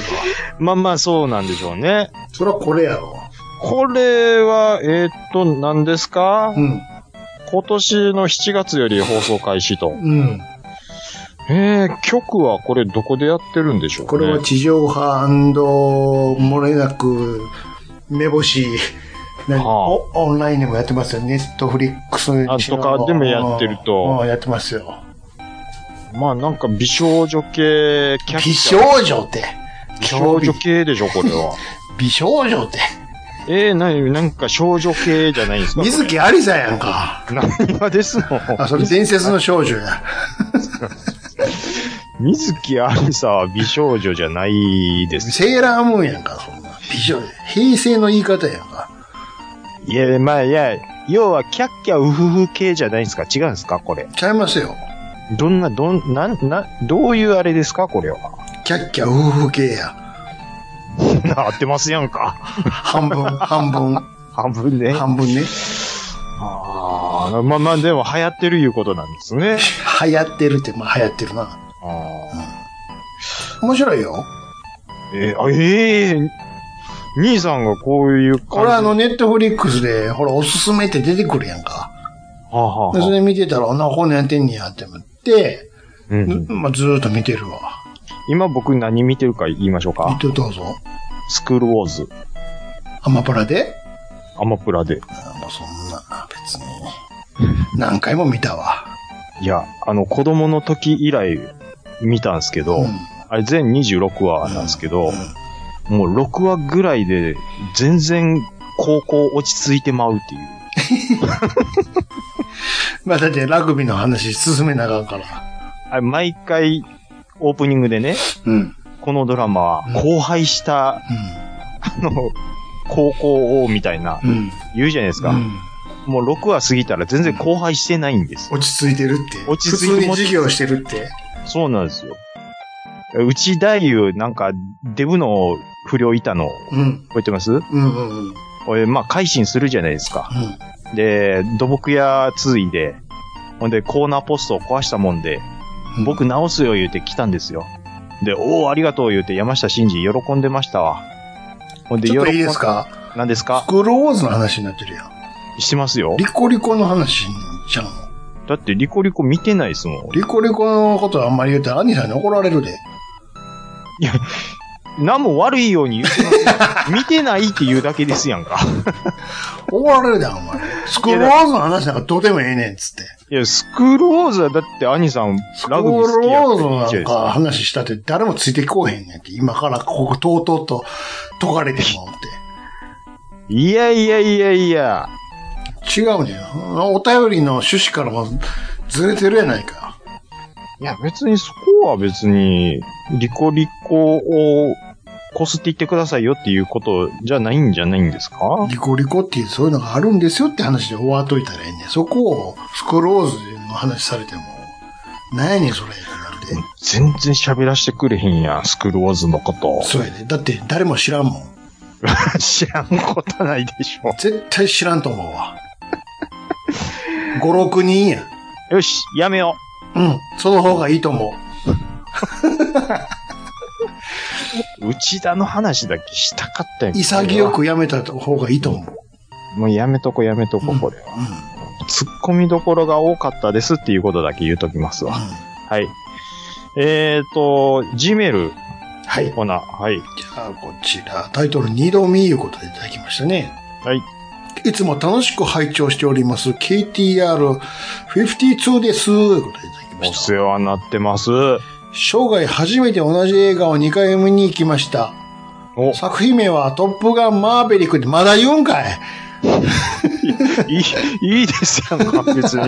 [SPEAKER 8] まあまあ、そうなんでしょうね。
[SPEAKER 3] そらこれやろ。
[SPEAKER 8] これは、えーっと、何ですか
[SPEAKER 3] うん。
[SPEAKER 8] 今年の7月より放送開始と。
[SPEAKER 3] うん。
[SPEAKER 8] えー、曲はこれどこでやってるんでしょうね。
[SPEAKER 3] これは地上波漏れなく、目星、何
[SPEAKER 8] はあ
[SPEAKER 3] おオンラインでもやってますよ。ネットフリックスにしろ
[SPEAKER 8] あとかでもやってると
[SPEAKER 3] うんうん、やってますよ。
[SPEAKER 8] まあなんか美少女系、キャッ
[SPEAKER 3] 美
[SPEAKER 8] キ
[SPEAKER 3] 少
[SPEAKER 8] ャ
[SPEAKER 3] 女って。
[SPEAKER 8] 美少女系でしょ、これ は。
[SPEAKER 3] 美少女って。
[SPEAKER 8] えー、なに、なんか少女系じゃないんです か
[SPEAKER 3] 水木ありさやんか。
[SPEAKER 8] 何がですの
[SPEAKER 3] あ、それ伝説の少女や。
[SPEAKER 8] 水木ありさは美少女じゃないです。
[SPEAKER 3] セーラームーンやんか、そんな。美少女。平成の言い方やんか。
[SPEAKER 8] いや、まあいや、要はキャッキャウフフ系じゃないんですか違うんですかこれ。
[SPEAKER 3] ちゃいますよ。
[SPEAKER 8] どんな、どん、なん、な、どういうあれですかこれは。
[SPEAKER 3] キャッキャ夫婦系や。
[SPEAKER 8] 合ってますやんか。
[SPEAKER 3] 半分、半分、
[SPEAKER 8] 半分ね。
[SPEAKER 3] 半分ね。
[SPEAKER 8] ああ、まあまあ、でも流行ってるいうことなんですね。
[SPEAKER 3] 流行ってるって、まあ流行ってるな。
[SPEAKER 8] あー
[SPEAKER 3] 面白いよ。
[SPEAKER 8] えーあえー兄さんがこういう感じ。
[SPEAKER 3] これあの、ネットフリックスで、ほら、おすすめって出てくるやんか。
[SPEAKER 8] はあはあ
[SPEAKER 3] でそ
[SPEAKER 8] はあ
[SPEAKER 3] れ見てたら、あ、な、こんなんやってんねやって思って、
[SPEAKER 8] うんうん
[SPEAKER 3] まあ、ずーっと見てるわ。
[SPEAKER 8] 今僕何見てるか言いましょう
[SPEAKER 3] 見
[SPEAKER 8] か。
[SPEAKER 3] てどうぞ。
[SPEAKER 8] スクールウォーズ、
[SPEAKER 3] アマプラで
[SPEAKER 8] アマプラで。
[SPEAKER 3] あもうそんな、別に。何回も見たわ。
[SPEAKER 8] いや、あの、子供の時以来見たんですけど、
[SPEAKER 3] うん
[SPEAKER 8] あれ全26話なんですけど、
[SPEAKER 3] う
[SPEAKER 8] もう6話ぐらいで全然高校落ち着いてまうっていう。
[SPEAKER 3] まあ、だってラグビーの話進めなあかんから。
[SPEAKER 8] あれ毎回オープニングでね、
[SPEAKER 3] うん。うん。
[SPEAKER 8] このドラマは
[SPEAKER 3] うん
[SPEAKER 8] 荒廃した、あの、高校をみたいな
[SPEAKER 3] うん。
[SPEAKER 8] 言うじゃないですか。
[SPEAKER 3] うん
[SPEAKER 8] もう6話過ぎたら全然荒廃してないんです。
[SPEAKER 3] 落ち着いてるって。
[SPEAKER 8] 落ち着いて
[SPEAKER 3] 普通に授業してるって。
[SPEAKER 8] そうなんですよ。うち大夫なんかデブの不良いたの
[SPEAKER 3] うん。
[SPEAKER 8] 覚えてます
[SPEAKER 3] うんうんうん。
[SPEAKER 8] えーまあ、改心するじゃないですか。
[SPEAKER 3] うん。
[SPEAKER 8] で、土木屋続いで、ほんで、コーナーポストを壊したもんで、
[SPEAKER 3] うん
[SPEAKER 8] 僕直すよ言うて来たんですよ。で、おお、ありがとう言うて山下真司喜んでましたわ。ほんで、
[SPEAKER 3] ちょっといい
[SPEAKER 8] 喜ん
[SPEAKER 3] ですか
[SPEAKER 8] 何ですか
[SPEAKER 3] スクールウォーズの話になってるやん。
[SPEAKER 8] してますよ
[SPEAKER 3] リ。コリコの話じゃん。
[SPEAKER 8] だって、リコリコ見てないですも
[SPEAKER 3] リコリコのことあんまり言うたら、アニさんに怒られるで。
[SPEAKER 8] ん。何も悪いように言ってま せん見てないって言うだけですやんか。
[SPEAKER 3] 怒られるで、あんまり。スクールウォーズの話なんかどうでもええねん、つって。
[SPEAKER 8] いや、スクールウォーズはだって、兄さん、
[SPEAKER 3] スクー
[SPEAKER 8] ラ
[SPEAKER 3] ル
[SPEAKER 8] グビ
[SPEAKER 3] ウ
[SPEAKER 8] ー好きや
[SPEAKER 3] ォー
[SPEAKER 8] って
[SPEAKER 3] ズ
[SPEAKER 8] 言っ
[SPEAKER 3] な
[SPEAKER 8] ちゃうんです
[SPEAKER 3] か話したって誰もついてこうへんねんって。今からここ、とうとうと解かれてもっ
[SPEAKER 8] いやいやいやいや。
[SPEAKER 3] て。違うねん。お便りの趣旨からもずれてるやないか。
[SPEAKER 8] いや、別にそこは別に、リコリコをこすっていってくださいよっていうことじゃないんじゃないんですか
[SPEAKER 3] リコリコっていうそういうのがあるんですよって話で終わっといたらええねん。そこをスクールウォーズの話されても、なんやねんそれってなるで。
[SPEAKER 8] 全然喋らしてくれへんやん、スクールウォーズのこと。
[SPEAKER 3] そうやで。だって誰も知らんもん。
[SPEAKER 8] 知らんことないでしょ。
[SPEAKER 3] 絶対知らんと思うわ。5、6人や。
[SPEAKER 8] よし、やめよ
[SPEAKER 3] うん。その方がいいと思う。
[SPEAKER 8] う。内田の話だけしたかったよ。
[SPEAKER 3] 潔。くやめた方がいいと思う。
[SPEAKER 8] もうやめとこやめとこ、これは。
[SPEAKER 3] う
[SPEAKER 8] 突っ込みどころが多かったですっていうことだけ言うときます
[SPEAKER 3] ん。う
[SPEAKER 8] わ。
[SPEAKER 3] ん
[SPEAKER 8] はい。えーと、Gmail、
[SPEAKER 3] はい。
[SPEAKER 8] ほな、はい。
[SPEAKER 3] じゃあ、こちら、タイトル二度見いうことでいただきましたね。
[SPEAKER 8] はい。
[SPEAKER 3] いつも楽しく拝聴しております、KTR52 です。ということでいただきま
[SPEAKER 8] お
[SPEAKER 3] した。
[SPEAKER 8] 世話になってます。
[SPEAKER 3] 生涯初めて同じ映画を2回見に行きました。
[SPEAKER 8] お、
[SPEAKER 3] 作品名はトップガンマーベリックでまだ言うんかい
[SPEAKER 8] いい、いいですやんか、別 に。は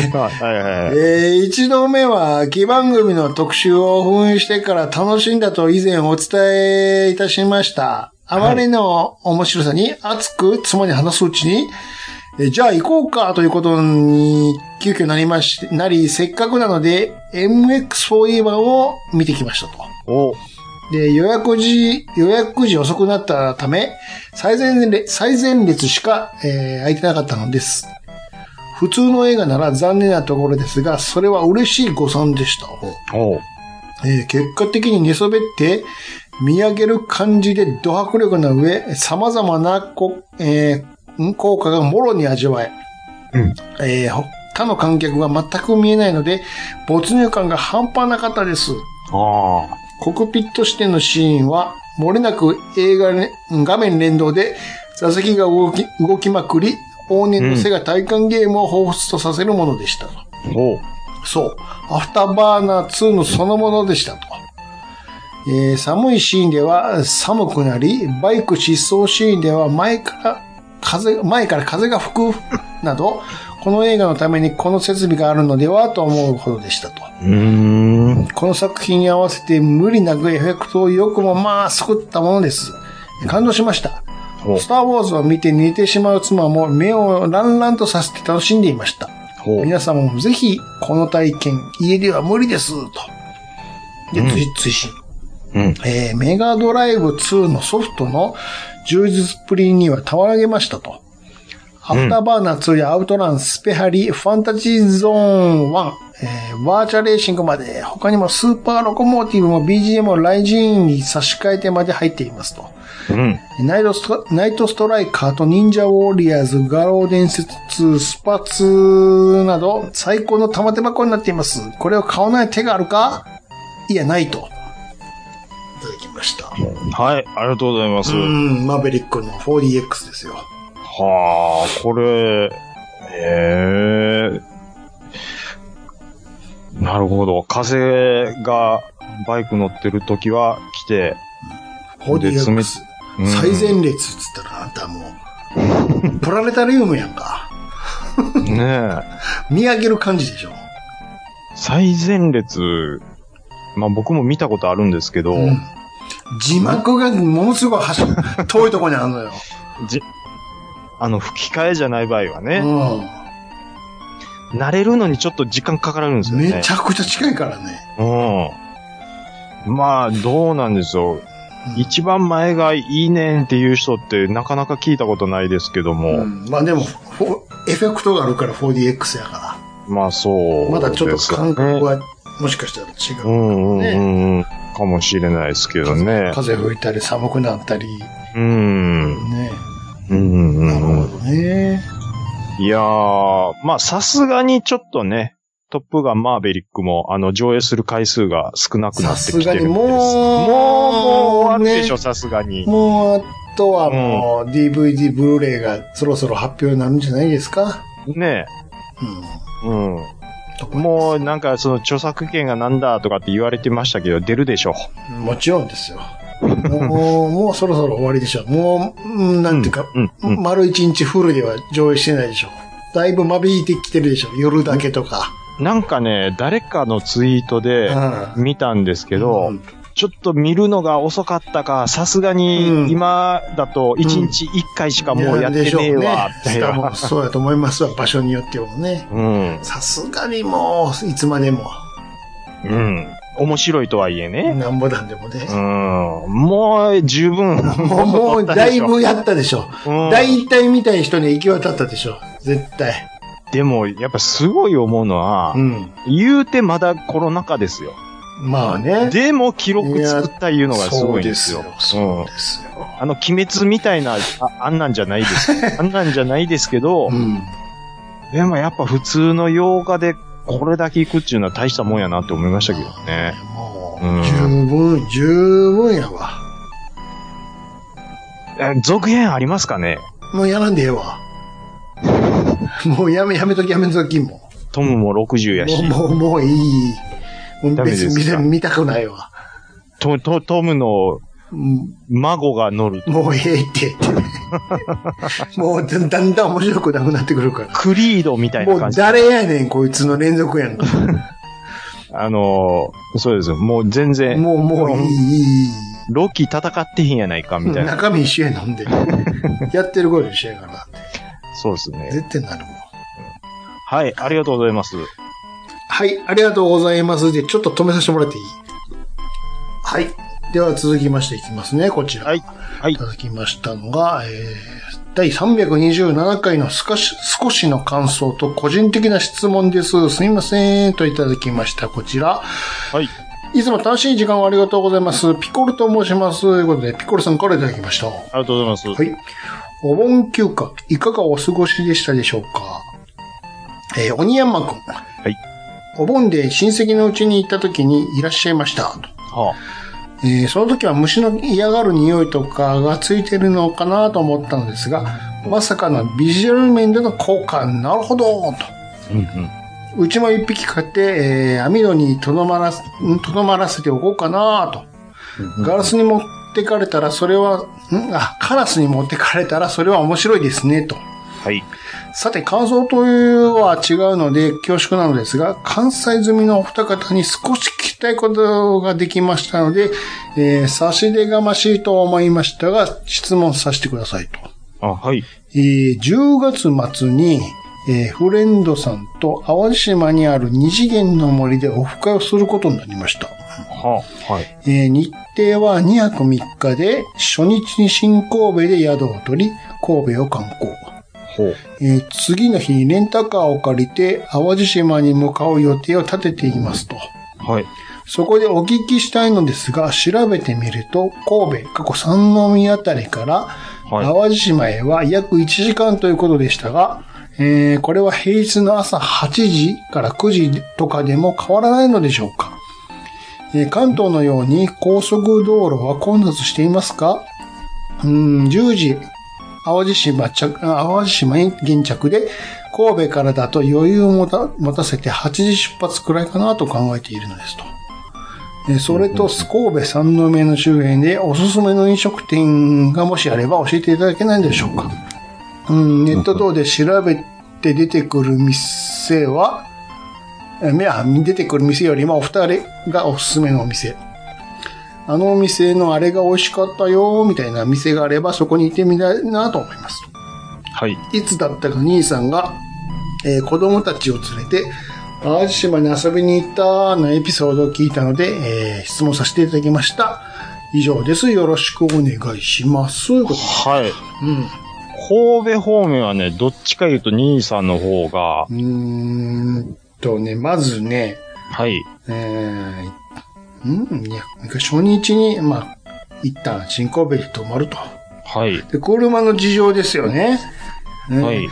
[SPEAKER 8] いはいはい。
[SPEAKER 3] えー、一度目は、秋番組の特集を封印してから楽しんだと以前お伝えいたしました。あまりの面白さに熱く妻に話すうちに、えーじゃあ行こうかということに急遽なりまし、なり、せっかくなので MX4E 版を見てきましたと。
[SPEAKER 8] お、
[SPEAKER 3] で、予約時、予約時遅くなったため、最前列、最前列しか、えー空いてなかったのです。普通の映画なら残念なところですが、それは嬉しい誤算でした。
[SPEAKER 8] お、
[SPEAKER 3] えー結果的に寝そべって、見上げる感じでド迫力な上、様々なこ、えーん効果がもろに味わえ、
[SPEAKER 8] うん
[SPEAKER 3] えーほ他の観客が全く見えないので、没入感が半端なかったです。
[SPEAKER 8] ああ、
[SPEAKER 3] コクピット視点のシーンは、漏れなく映画ね、画面連動で座席が動き、動きまくり、往年の背が体感ゲームを彷彿とさせるものでしたと。
[SPEAKER 8] お、
[SPEAKER 3] そう。アフターバーナー2のそのものでしたと。えー寒いシーンでは寒くなり、バイク疾走シーンでは前から風、前から風が吹くなど、この映画のためにこの設備があるのではと思うほどでしたと。
[SPEAKER 8] うーん、
[SPEAKER 3] この作品に合わせて無理なくエフェクトをよくもまあ作ったものです。感動しました。
[SPEAKER 8] お
[SPEAKER 3] ス、ターウォーズを見て寝てしまう妻も目をランランとさせて楽しんでいました。
[SPEAKER 8] お、
[SPEAKER 3] 皆様もぜひこの体験、家では無理です、と。で、追追伸。
[SPEAKER 8] うん、
[SPEAKER 3] えーメガドライブ2のソフトの充実っぷりにはたまらげましたと。アフターバーナー2やアウトラン、スペハリ、ファンタジーゾーン1、えーバーチャレーシングまで、他にもスーパーロコモーティブも BGM をライジンに差し替えてまで入っていますと。
[SPEAKER 8] うん、
[SPEAKER 3] ナイトストナイトストライカーと忍者ウォリアーズ、画廊伝説2、スパ2など最高の玉手箱になっています。これを買わない手があるかいや、ないと。いただきました。
[SPEAKER 8] はい、ありがとうございます。
[SPEAKER 3] うん、マーベリックの 4DX ですよ。
[SPEAKER 8] はあ、これ、へえ。なるほど。風がバイク乗ってる時は来て、で詰め
[SPEAKER 3] 4DX。
[SPEAKER 8] うん
[SPEAKER 3] 最前列っつったらあんたもう、プラネタリウムやんか。
[SPEAKER 8] ねえ。
[SPEAKER 3] 見上げる感じでしょ。
[SPEAKER 8] 最前列、まあ僕も見たことあるんですけど、
[SPEAKER 3] うん字幕がものすごい走る遠いところにあるのよ。
[SPEAKER 8] じあの吹き替えじゃない場合はね、
[SPEAKER 3] う
[SPEAKER 8] 慣れるのにちょっと時間かかるんです
[SPEAKER 3] ん。
[SPEAKER 8] よね。
[SPEAKER 3] めちゃくちゃ近いからね。
[SPEAKER 8] うん。まあどうなんでしょう。一番前がいいねんっていう人ってなかなか聞いたことないですけど
[SPEAKER 3] う
[SPEAKER 8] も、
[SPEAKER 3] ん。まあでも、フォエフェクトがあるから 4DX やか
[SPEAKER 8] まあそう、
[SPEAKER 3] ら。まだちょっと感覚
[SPEAKER 8] ね。
[SPEAKER 3] は、もしかしたら違
[SPEAKER 8] う
[SPEAKER 3] う。
[SPEAKER 8] んうんうんうん。かもしれないですけどね。
[SPEAKER 3] 風吹いたり寒くなったり、ね。
[SPEAKER 8] うん。うんうんう
[SPEAKER 3] なる
[SPEAKER 8] んうん。
[SPEAKER 3] ほどね。
[SPEAKER 8] いやー、まあさすがにちょっとね、トップガンマーベリックも、あの、上映する回数が少なくなってきてるんです。
[SPEAKER 3] さすがにもう
[SPEAKER 8] もう、もう終わるでしょ、
[SPEAKER 3] ね
[SPEAKER 8] さすがに。
[SPEAKER 3] もう、あとはもう、DVD、ブルーレイがそろそろ発表になるんじゃないですか。
[SPEAKER 8] ね
[SPEAKER 3] うん。
[SPEAKER 8] うん。
[SPEAKER 3] と思います
[SPEAKER 8] もうなんかその著作権がなんだとかって言われてましたけど、出るでしょ。
[SPEAKER 3] もちろんですよ。もう、もうそろそろ終わりでしょ。もう、うんなんていうか、
[SPEAKER 8] うん、うん。
[SPEAKER 3] 丸一日フルでは上映してないでしょ。だいぶ間引いてきてるでしょ。夜だけとか。
[SPEAKER 8] なんかね、誰かのツイート
[SPEAKER 3] う
[SPEAKER 8] で
[SPEAKER 3] ん。
[SPEAKER 8] 見たんですけ
[SPEAKER 3] う
[SPEAKER 8] ど、
[SPEAKER 3] ん
[SPEAKER 8] ちょっと見るのが遅かったか、さすが
[SPEAKER 3] うん
[SPEAKER 8] に今だと1日1回しかもうやってねえわ、み
[SPEAKER 3] で
[SPEAKER 8] たい
[SPEAKER 3] しょうね。多
[SPEAKER 8] な。
[SPEAKER 3] 分そうやと思いますわ。場所によってもね。
[SPEAKER 8] うん。
[SPEAKER 3] さすがにもう、いつまでも、
[SPEAKER 8] うん。面白いとはいえね。
[SPEAKER 3] なんぼなんでもね
[SPEAKER 8] う。ん。もう十分。
[SPEAKER 3] もう、もう、だいぶやったでしょ。
[SPEAKER 8] うん
[SPEAKER 3] 大体みたいな人に行き渡ったでしょ。絶対。
[SPEAKER 8] でも、やっぱすごい思うのは
[SPEAKER 3] う、ん。
[SPEAKER 8] 言うてまだコロナ禍ですよ。
[SPEAKER 3] まあね。
[SPEAKER 8] でも記録作ったいうのがすごいんですよ。
[SPEAKER 3] そう
[SPEAKER 8] うん
[SPEAKER 3] ですよ。
[SPEAKER 8] あの、鬼滅みたいな、ああんなんじゃないで す。あんなんじゃないですけど
[SPEAKER 3] う、ん。
[SPEAKER 8] でもやっぱ普通の洋画でこれだけ行くっていうのは大したもんやなって思いましたけどね。
[SPEAKER 3] も
[SPEAKER 8] うん
[SPEAKER 3] う、十分、十分やわ。
[SPEAKER 8] え続編ありますかね
[SPEAKER 3] もうやらんでええわ。もうやめ、やめときやめときも
[SPEAKER 8] トムも60や
[SPEAKER 3] う。
[SPEAKER 8] し。
[SPEAKER 3] もう、もう、もういい。もう
[SPEAKER 8] ダメです
[SPEAKER 3] 別
[SPEAKER 8] か
[SPEAKER 3] に見た見たくないわ。
[SPEAKER 8] トトトムの
[SPEAKER 3] うん
[SPEAKER 8] 孫が乗る。
[SPEAKER 3] もうええ ってって。もうだんだん面白くなくなってくるか
[SPEAKER 8] クリードみた
[SPEAKER 3] ら。
[SPEAKER 8] いな
[SPEAKER 3] もう
[SPEAKER 8] 感じ。
[SPEAKER 3] 誰やねん、こいつの連続やんか。
[SPEAKER 8] あのー、そうですよ。もう全然、
[SPEAKER 3] もう、もういい、いい、い
[SPEAKER 8] ロキ戦ってへんやないか
[SPEAKER 3] い。
[SPEAKER 8] みたいな。
[SPEAKER 3] 中身一緒や飲んで。やってること一緒やから。
[SPEAKER 8] そうですね。
[SPEAKER 3] 絶対なるもん。
[SPEAKER 8] はい、ありがとうございます。
[SPEAKER 3] はい、ありがとうございます。で、ちょっと止めさせてもらっていいはい。では続きましていきますね、こちら。
[SPEAKER 8] はいはい
[SPEAKER 3] いただきましたのが、えー、第327回の少し少しの感想と個人的な質問です。すみません。といただきました、こちら。
[SPEAKER 8] はい。
[SPEAKER 3] いつも楽しい時間をありがとうございます。ピコルと申します。ということで、ピコルさんからいただきました。は
[SPEAKER 8] ありがとうございます。。
[SPEAKER 3] い。お盆休暇、いかがお過ごしでしたでしょうかえー、鬼山くん。はいお盆で親戚のうちに行った時にいらっしゃいました。と
[SPEAKER 8] は
[SPEAKER 3] えーその時は虫の嫌がる匂いとかがついてるのかなと思ったのですが、まさかのビジュアル面での効果、なるほどと。
[SPEAKER 8] あ、うんうん。
[SPEAKER 3] うちも一匹買って、えー網戸にとどまらせ、んとどまらせておこうかなと。ガラスに持ってかれたら、それは、んあ、カラスに持ってかれたら、それは面白いですね、と。
[SPEAKER 8] はい。
[SPEAKER 3] さて、感想というは違うので恐縮なのですが、関西済みのお二方に少し聞きたいことができましたので、えー差し出がましいと思いましたが、質問させてくださいと。
[SPEAKER 8] あ、はい。
[SPEAKER 3] えー10月末に、えーフレンドさんと淡路島にある二次元の森でオフ会をすることになりました。
[SPEAKER 8] はあ、はい。
[SPEAKER 3] えー日程は2泊3日で、初日に新神戸で宿を取り、神戸を観光。
[SPEAKER 8] ほう。
[SPEAKER 3] えー次の日にレンタカーを借りて淡路島に向かう予定を立てていますと。
[SPEAKER 8] はい。
[SPEAKER 3] そこでお聞きしたいのですが、調べてみると、神戸、過去三宮あたりから、
[SPEAKER 8] はい
[SPEAKER 3] 淡路島へは約1時間ということでしたが、えーこれは平日の朝8時から9時とかでも変わらないのでしょうか、えー関東のように高速道路は混雑していますかうーん、10時、淡路島着、淡路島に現着で、神戸からだと余裕を持た持たせて8時出発くらいかなと考えているのですと。えーそれと、神戸三宮の周辺でおすすめの飲食店がもしあれば教えていただけないでしょうか。うん、ネット等で調べて出てくる店は、えーいや出てくる店よりもお二人がおすすめのお店。あのお店のあれが美味しかったよ、みたいな店があればそこに行ってみたいなと思います。
[SPEAKER 8] はい。
[SPEAKER 3] いつだったか兄さんが、えー子供たちを連れて、淡路島に遊びに行ったのエピソードを聞いたので、えー質問させていただきました。以上です。よろしくお願いします。ということで
[SPEAKER 8] はい。
[SPEAKER 3] うん。
[SPEAKER 8] 神戸方面はね、どっちか言うと兄さんの方が、
[SPEAKER 3] うーんとね、まずね、
[SPEAKER 8] はい。
[SPEAKER 3] えー、うん、いや、初日に、まあ、一旦新神戸に泊まると。
[SPEAKER 8] はい。
[SPEAKER 3] で、車の事情ですよね。うん
[SPEAKER 8] はい。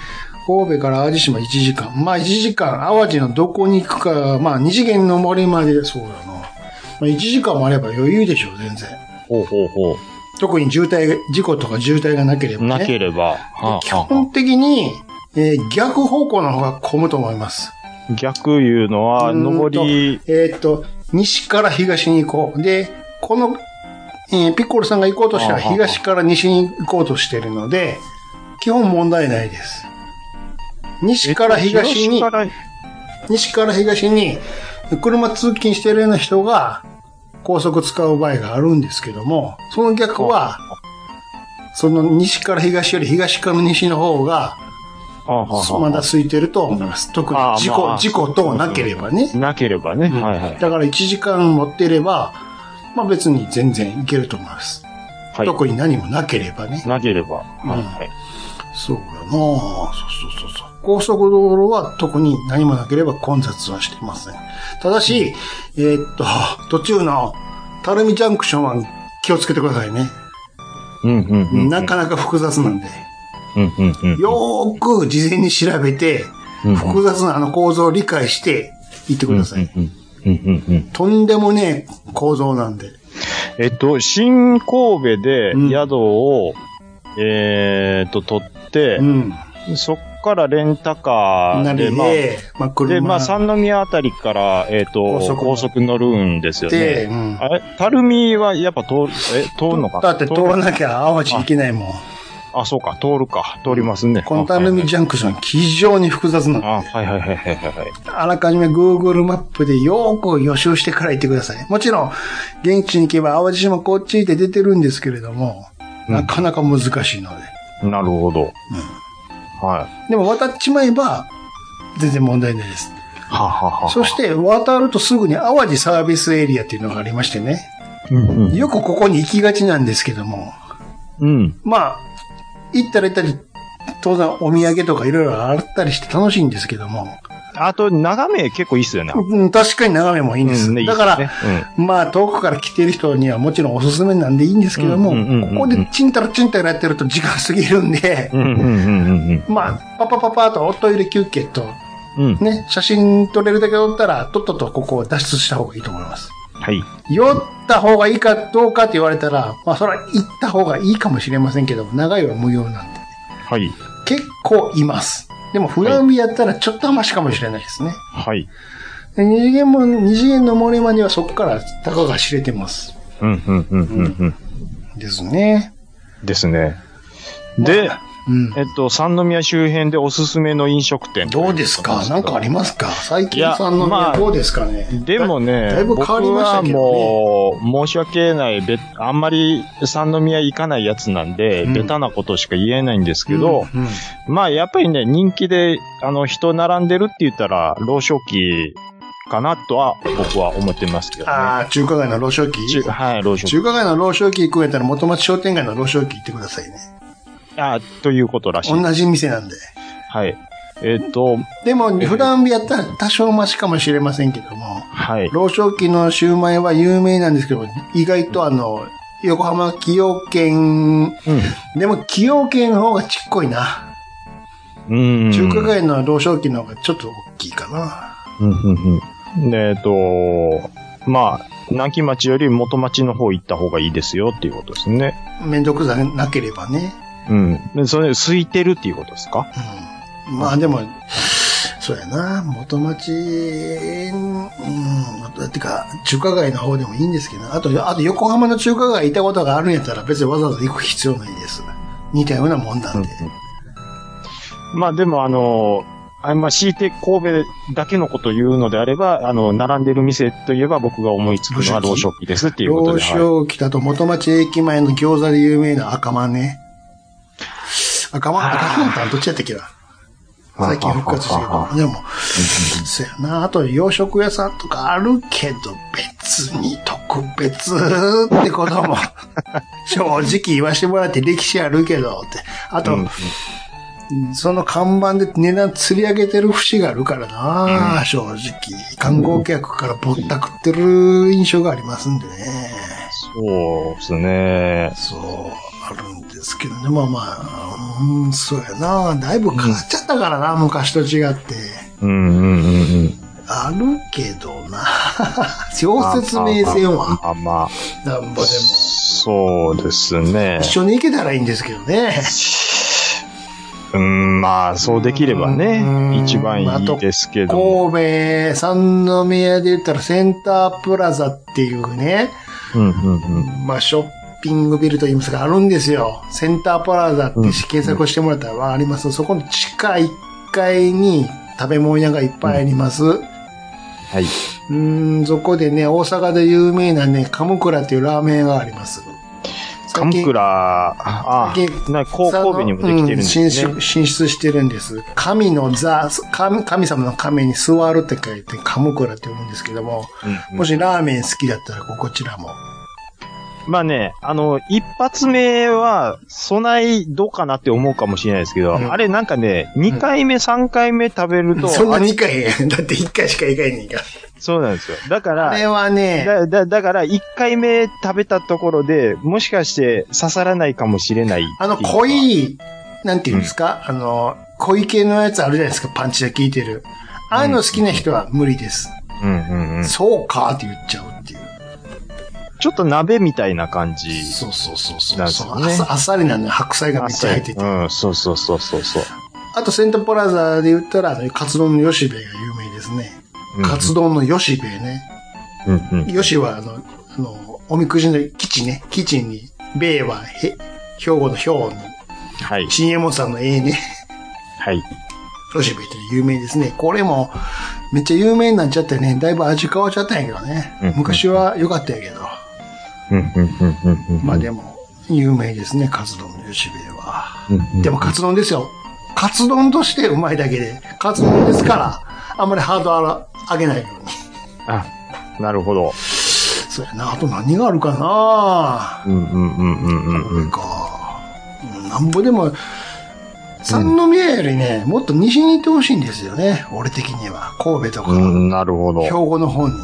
[SPEAKER 3] 神戸から淡路島1時間。まあ1時間、淡路のどこに行くか、まあ2次元の森まで、そうだな。まあ1時間もあれば余裕でしょう、全然。
[SPEAKER 8] ほうほうほ
[SPEAKER 3] 特に渋滞が、事故とか渋滞がなければ
[SPEAKER 8] う。
[SPEAKER 3] ね。
[SPEAKER 8] なければ、は
[SPEAKER 3] 基
[SPEAKER 8] あは
[SPEAKER 3] 本的に、えー逆方向の方が混むと思います。
[SPEAKER 8] あ逆言うのは、
[SPEAKER 3] うーんと
[SPEAKER 8] 上り、
[SPEAKER 3] えーっと、西から東に行こう。で、この、えーピッコロさんが行こうとしたら
[SPEAKER 8] あーはー
[SPEAKER 3] 東から西に行こうとしてるので、基本問題ないです。西から東に
[SPEAKER 8] えっ、と東から
[SPEAKER 3] 西から東に、車通勤してるような人が高速使う場合があるんですけども、その逆は、その西から東より東から西の方が、
[SPEAKER 8] あはあはあ
[SPEAKER 3] まだ空いてると思います。特に
[SPEAKER 8] あー
[SPEAKER 3] 事
[SPEAKER 8] ま
[SPEAKER 3] 故、
[SPEAKER 8] あ
[SPEAKER 3] 事故等なければね。
[SPEAKER 8] なければね。
[SPEAKER 3] うん
[SPEAKER 8] はいはい。
[SPEAKER 3] だから1時間持ってれば、まあ別に全然いけると思います。
[SPEAKER 8] はい。
[SPEAKER 3] 特に何もなければね。
[SPEAKER 8] なければ。
[SPEAKER 3] うん
[SPEAKER 8] はいはい。
[SPEAKER 3] そうだなぁそうそうそうそう。高速道路は特に何もなければ混雑はしていません。ただし、えーっと、 途中の、たるみジャンクションは気をつけてくださいね。
[SPEAKER 8] うんうんうんうん。
[SPEAKER 3] なかなか複雑なんで。
[SPEAKER 8] うんうんうん。
[SPEAKER 3] よーく事前に調べて、
[SPEAKER 8] うんうん
[SPEAKER 3] 複雑なあの構造を理解して行ってください。
[SPEAKER 8] うんうんうんうんうん
[SPEAKER 3] とんでもねえ構造なんで。
[SPEAKER 8] えっと、新神戸で
[SPEAKER 3] うん
[SPEAKER 8] 宿を、えーっと、取って
[SPEAKER 3] う、ん。
[SPEAKER 8] そっからレンタカ
[SPEAKER 3] な
[SPEAKER 8] ー
[SPEAKER 3] の
[SPEAKER 8] で、
[SPEAKER 3] で、
[SPEAKER 8] ま
[SPEAKER 3] ま
[SPEAKER 8] あ
[SPEAKER 3] あ、、まあ、車
[SPEAKER 8] で、まあ、三宮あたりから、えっ、と
[SPEAKER 3] 高
[SPEAKER 8] 高
[SPEAKER 3] 速
[SPEAKER 8] 速、乗るんですよ
[SPEAKER 3] で、
[SPEAKER 8] ね。
[SPEAKER 3] うん。
[SPEAKER 8] あれ、たるみはやっぱ通る、え、通るのか
[SPEAKER 3] だって通らなきゃ淡路行けないもん。
[SPEAKER 8] あ、そうか、通るか。通りますね。
[SPEAKER 3] このタルミ
[SPEAKER 8] じ
[SPEAKER 3] ジャンクションは非常に複雑なの。
[SPEAKER 8] ゃあ、はいはいはいはいはい。
[SPEAKER 3] あらかじめ Google マップでよーく予習してから行ってください。もちろん、現地に行けば淡路島こっちって出てるんですけれども、
[SPEAKER 8] うん
[SPEAKER 3] なかなか難しいので。
[SPEAKER 8] なるほど。はい。
[SPEAKER 3] でも渡っちまえば、全然問題ないです。
[SPEAKER 8] はあはあはあ
[SPEAKER 3] そして渡るとすぐに淡路サービスエリアっていうのがありましてね。
[SPEAKER 8] うんうん。
[SPEAKER 3] よくここに行きがちなんですけども、
[SPEAKER 8] うん。
[SPEAKER 3] まあ、行ったら行ったり、当然お土産とかいろいろあったりして楽しいんですけども、
[SPEAKER 8] あと、眺め結構いいっすよね。
[SPEAKER 3] うん、確かに眺めもいいんです。
[SPEAKER 8] うんねいいっ
[SPEAKER 3] だ
[SPEAKER 8] す
[SPEAKER 3] から、
[SPEAKER 8] ね
[SPEAKER 3] まあ遠くから来てる人にはもちろんおすすめなんでいいんですけども、
[SPEAKER 8] うんうんうんうんうん
[SPEAKER 3] ここでチンタラチンタラやってると時間過ぎるんで、
[SPEAKER 8] うん。うんうんうんうん
[SPEAKER 3] まあ、パパパパーとおトイレ休憩と、
[SPEAKER 8] うん。うん。
[SPEAKER 3] ね、写真撮れるだけ撮ったら、とっととここを脱出した方がいいと思います。
[SPEAKER 8] はい。
[SPEAKER 3] 酔った方がいいかどうかって言われたら、まあそれは行った方がいいかもしれませんけど、長いは無用なんで。
[SPEAKER 8] はい。
[SPEAKER 3] 結構います。でも、フラミやったらちょっとマシかもしれないですね。
[SPEAKER 8] はい。
[SPEAKER 3] で二次元も、二次元の森まではそこからたかが知れてます。
[SPEAKER 8] うんうんうんうんうん。
[SPEAKER 3] ですね。
[SPEAKER 8] ですね。で、
[SPEAKER 3] うん。
[SPEAKER 8] えっと、三宮周辺でおすすめの飲食店。
[SPEAKER 3] どうですかなんかありますか最近さんの
[SPEAKER 8] いやまあ
[SPEAKER 3] どうですかね、
[SPEAKER 8] でもね、
[SPEAKER 3] だだいぶ変わりましたけどね。
[SPEAKER 8] 僕はもう、申し訳ない、べあんまり三宮行かないやつなんで、
[SPEAKER 3] うん
[SPEAKER 8] ベタなことしか言えないんですけど、
[SPEAKER 3] うん、うん
[SPEAKER 8] まあやっぱりね、人気で、あの、人並んでるって言ったら、老少期かなとは、僕は思ってますけどね。
[SPEAKER 3] ああ、中華街の老少期
[SPEAKER 8] ちゅはい、老少期。
[SPEAKER 3] 中華街の老少期行くんやったら元町商店街の老少期行ってくださいね。
[SPEAKER 8] あーということらしい。
[SPEAKER 3] 同じ店なんで。
[SPEAKER 8] はい。えっ、と、
[SPEAKER 3] でも、普段やったら多少マシかもしれませんけども、
[SPEAKER 8] はい。
[SPEAKER 3] 老少期のシューマイは有名なんですけど、意外とあの、横浜崎陽軒、でも崎陽軒の方がちっこいな。
[SPEAKER 8] うん。うん
[SPEAKER 3] 中華街の老少期の方がちょっと大きいかな。
[SPEAKER 8] うんうんうん。でえっと、まあ、南京町より元町の方行った方がいいですよっていうことですね。
[SPEAKER 3] めんどくさなければね。
[SPEAKER 8] うん。で、それ、空いてるっていうことですか
[SPEAKER 3] うん。まあでも、そうやな、元町、うん、てか、中華街の方でもいいんですけど、あと、あと横浜の中華街行ったことがあるんやったら別にわざわざ行く必要ないです。似たようなもんなんで。
[SPEAKER 8] まあでもあの、あまあ、強いて神戸だけのことを言うのであれば、あの、並んでる店といえば僕が思いつくのは
[SPEAKER 3] 老
[SPEAKER 8] 老
[SPEAKER 3] 少
[SPEAKER 8] 少期ですっていうこと
[SPEAKER 3] 老
[SPEAKER 8] で。はい
[SPEAKER 3] 少期だと元町駅前の餃子で有名な赤間ね。赤間、
[SPEAKER 8] あー
[SPEAKER 3] 赤ひょんたんどっちやったっけな最近復活してる
[SPEAKER 8] ははは
[SPEAKER 3] けど。でも、そうやな。あと洋食屋さんとかあるけど、別に特別ってこと も、正直言わしてもらって歴史あるけどって。あと、
[SPEAKER 8] うん
[SPEAKER 3] その看板で値段釣り上げてる節があるからな、正直。観光客からぼったくってる印象がありますんでね。
[SPEAKER 8] そうですね。
[SPEAKER 3] そう、あるんですけどね。まあまあ、うん、そうやな。だいぶ変わっちゃったからな、昔と違って。
[SPEAKER 8] うんうんうんうん。
[SPEAKER 3] あるけどな。小説名線は、
[SPEAKER 8] あ、まあ、
[SPEAKER 3] なんぼでも。
[SPEAKER 8] そうですね
[SPEAKER 3] 一。緒に行けたらいいんですけどね。
[SPEAKER 8] うん、まあ、そうできれば
[SPEAKER 3] うん
[SPEAKER 8] ね、一番いいですけども。
[SPEAKER 3] 神戸、三宮で言ったらセンタープラザっていうね、
[SPEAKER 8] うんうんうん。
[SPEAKER 3] まあショッピングビルといいますか、あるんですよ。センタープラザって検索してもらったらわかります。そこの地下1階に食べ物屋がいっぱいあります。
[SPEAKER 8] はい。
[SPEAKER 3] うーん、そこでね、大阪で有名なね、カムクラっていうラーメン屋があります。
[SPEAKER 8] カムクラ、あ
[SPEAKER 3] 最近、
[SPEAKER 8] なこう神戸にもできてるんです
[SPEAKER 3] う進
[SPEAKER 8] ね。
[SPEAKER 3] 出進出してるんです。神の座、神神様の神に座るって書いて、カムクラって言うんですけども、
[SPEAKER 8] うんう
[SPEAKER 3] も
[SPEAKER 8] ん
[SPEAKER 3] しラーメン好きだったら、ここちらも。
[SPEAKER 8] まあね、あの、一発目は、備えどうかなって思うかもしれないですけど、
[SPEAKER 3] うん
[SPEAKER 8] あれなんかね、2回目、3回目食べると、
[SPEAKER 3] そんな
[SPEAKER 8] あ
[SPEAKER 3] 2回や んだって1回しか行かへんねんから。
[SPEAKER 8] そうなんですよ。だか
[SPEAKER 3] あれ
[SPEAKER 8] ら、
[SPEAKER 3] はね、
[SPEAKER 8] だだだから、1回目食べたところで、もしかして刺さらないかもしれないってい
[SPEAKER 3] あの、
[SPEAKER 8] うか
[SPEAKER 3] 濃。い、なんていうんですか、あの、濃い系のやつあるじゃないですか、パンチで効いてる。ああいうの好きな人は無理です。
[SPEAKER 8] うんうんうん。
[SPEAKER 3] そうかって言っちゃうっていう。
[SPEAKER 8] ちょっと鍋みたいな感じ。
[SPEAKER 3] そうそうそうそ
[SPEAKER 8] なん
[SPEAKER 3] う
[SPEAKER 8] です
[SPEAKER 3] そう、
[SPEAKER 8] よね
[SPEAKER 3] あさあっさりなのよ白菜がめっちゃ入ってて。
[SPEAKER 8] うん、そうそうそうそうそう。
[SPEAKER 3] あと、セントポラザで言ったら、あのカツ丼の吉兵衛が有名ですね。カツ丼の吉兵衛ね。
[SPEAKER 8] うんうん。
[SPEAKER 3] 吉は、あの、あの、おみくじの吉ね。吉に、米は、へ、兵庫の兵に、
[SPEAKER 8] はい。
[SPEAKER 3] 新右衛門さんのえね。
[SPEAKER 8] はい。
[SPEAKER 3] 吉兵衛って有名ですね。これも、めっちゃ有名になっちゃってね、だいぶ味変わっちゃったんやけど
[SPEAKER 8] うん
[SPEAKER 3] ね
[SPEAKER 8] う。ん
[SPEAKER 3] 昔は良かったんやけど。
[SPEAKER 8] うんうんうんうんうん。
[SPEAKER 3] まあでも、有名ですね、カツ丼の吉兵衛は。
[SPEAKER 8] うんうん
[SPEAKER 3] でもカツ丼ですよ。カツ丼としてうまいだけで、カツ丼ですから、あんまりハードル上げないように。
[SPEAKER 8] あ、なるほど。
[SPEAKER 3] そうやな。あと何があるかな
[SPEAKER 8] うんうんうんうんうんう
[SPEAKER 3] これか。う
[SPEAKER 8] ん。
[SPEAKER 3] んなんぼでも、三宮よりね、もっと西に行ってほしいんですよね。俺的には。神戸とか、
[SPEAKER 8] うん、なるほど。
[SPEAKER 3] 兵庫の方に。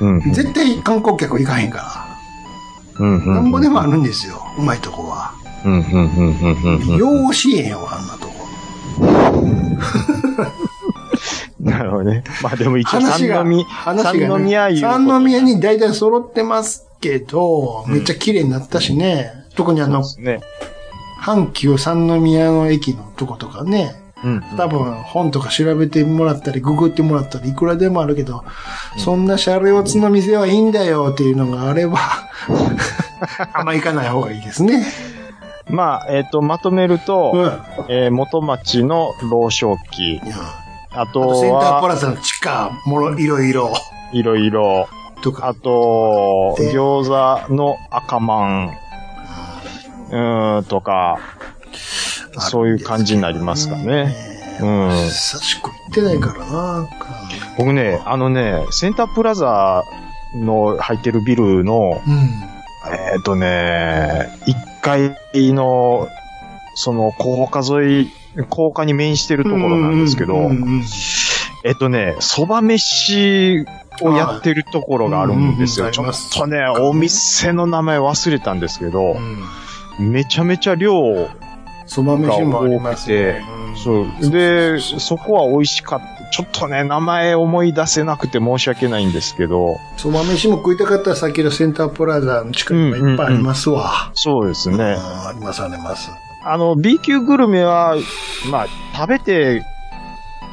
[SPEAKER 8] うんうん
[SPEAKER 3] 絶対観光客行かへんか
[SPEAKER 8] うんう
[SPEAKER 3] ら。
[SPEAKER 8] ん
[SPEAKER 3] なんぼでもあるんですよ。うまいとこは。
[SPEAKER 8] うんうんうんうんうんうん。
[SPEAKER 3] ようしえへんわ、あんなとこ。
[SPEAKER 8] なるほどね。まあでも一応
[SPEAKER 3] 話が
[SPEAKER 8] 三宮、
[SPEAKER 3] 話が、
[SPEAKER 8] 三宮いうことで
[SPEAKER 3] 三宮に大体揃ってますけど、めっちゃ綺麗になったしね。特にあの、
[SPEAKER 8] ね。
[SPEAKER 3] 阪急三宮の駅のとことかね。
[SPEAKER 8] うん。
[SPEAKER 3] 多分本とか調べてもらったり、ググってもらったり、いくらでもあるけど、そんなシャレオツの店はいいんだよっていうのがあ れば、あんま行かない方がいいですね。
[SPEAKER 8] まあ、えっと、まとめる
[SPEAKER 3] うん。い
[SPEAKER 8] と、
[SPEAKER 3] や
[SPEAKER 8] えー元町の老少期、
[SPEAKER 3] あ
[SPEAKER 8] あと
[SPEAKER 3] とセンタープ
[SPEAKER 8] は、
[SPEAKER 3] ラザの地下、もろ、いろいろ
[SPEAKER 8] いろいろ、
[SPEAKER 3] とか
[SPEAKER 8] あ、と、
[SPEAKER 3] で
[SPEAKER 8] 餃子の赤まん、うーん、とか、そういう感じになりますかね。
[SPEAKER 3] ね
[SPEAKER 8] うん。
[SPEAKER 3] 久しく行ってないからな。
[SPEAKER 8] 僕ね、あのね、センタープラザの入ってるビルの、
[SPEAKER 3] うん。
[SPEAKER 8] えっ、とね、1階の、その、高架沿い、高架に面してるところなんですけど、
[SPEAKER 3] うんうん
[SPEAKER 8] えっとね、蕎麦飯をやってるところがあるんですよ。
[SPEAKER 3] はい
[SPEAKER 8] ち
[SPEAKER 3] うんうん
[SPEAKER 8] ょ
[SPEAKER 3] うん
[SPEAKER 8] っとね、お店の名前忘れたんですけど
[SPEAKER 3] う、ん。
[SPEAKER 8] めちゃめちゃ量、
[SPEAKER 3] そば飯もありますね。ん
[SPEAKER 8] そう。で、そこは美味しかった。ちょっとね、名前思い出せなくて申し訳ないんですけど、
[SPEAKER 3] そば飯も食いたかったら先のセンタープラザの近くにもいっぱいありますわ。
[SPEAKER 8] そうですね。
[SPEAKER 3] うんありますあります。
[SPEAKER 8] あの、B 級グルメは、まあ、食べて、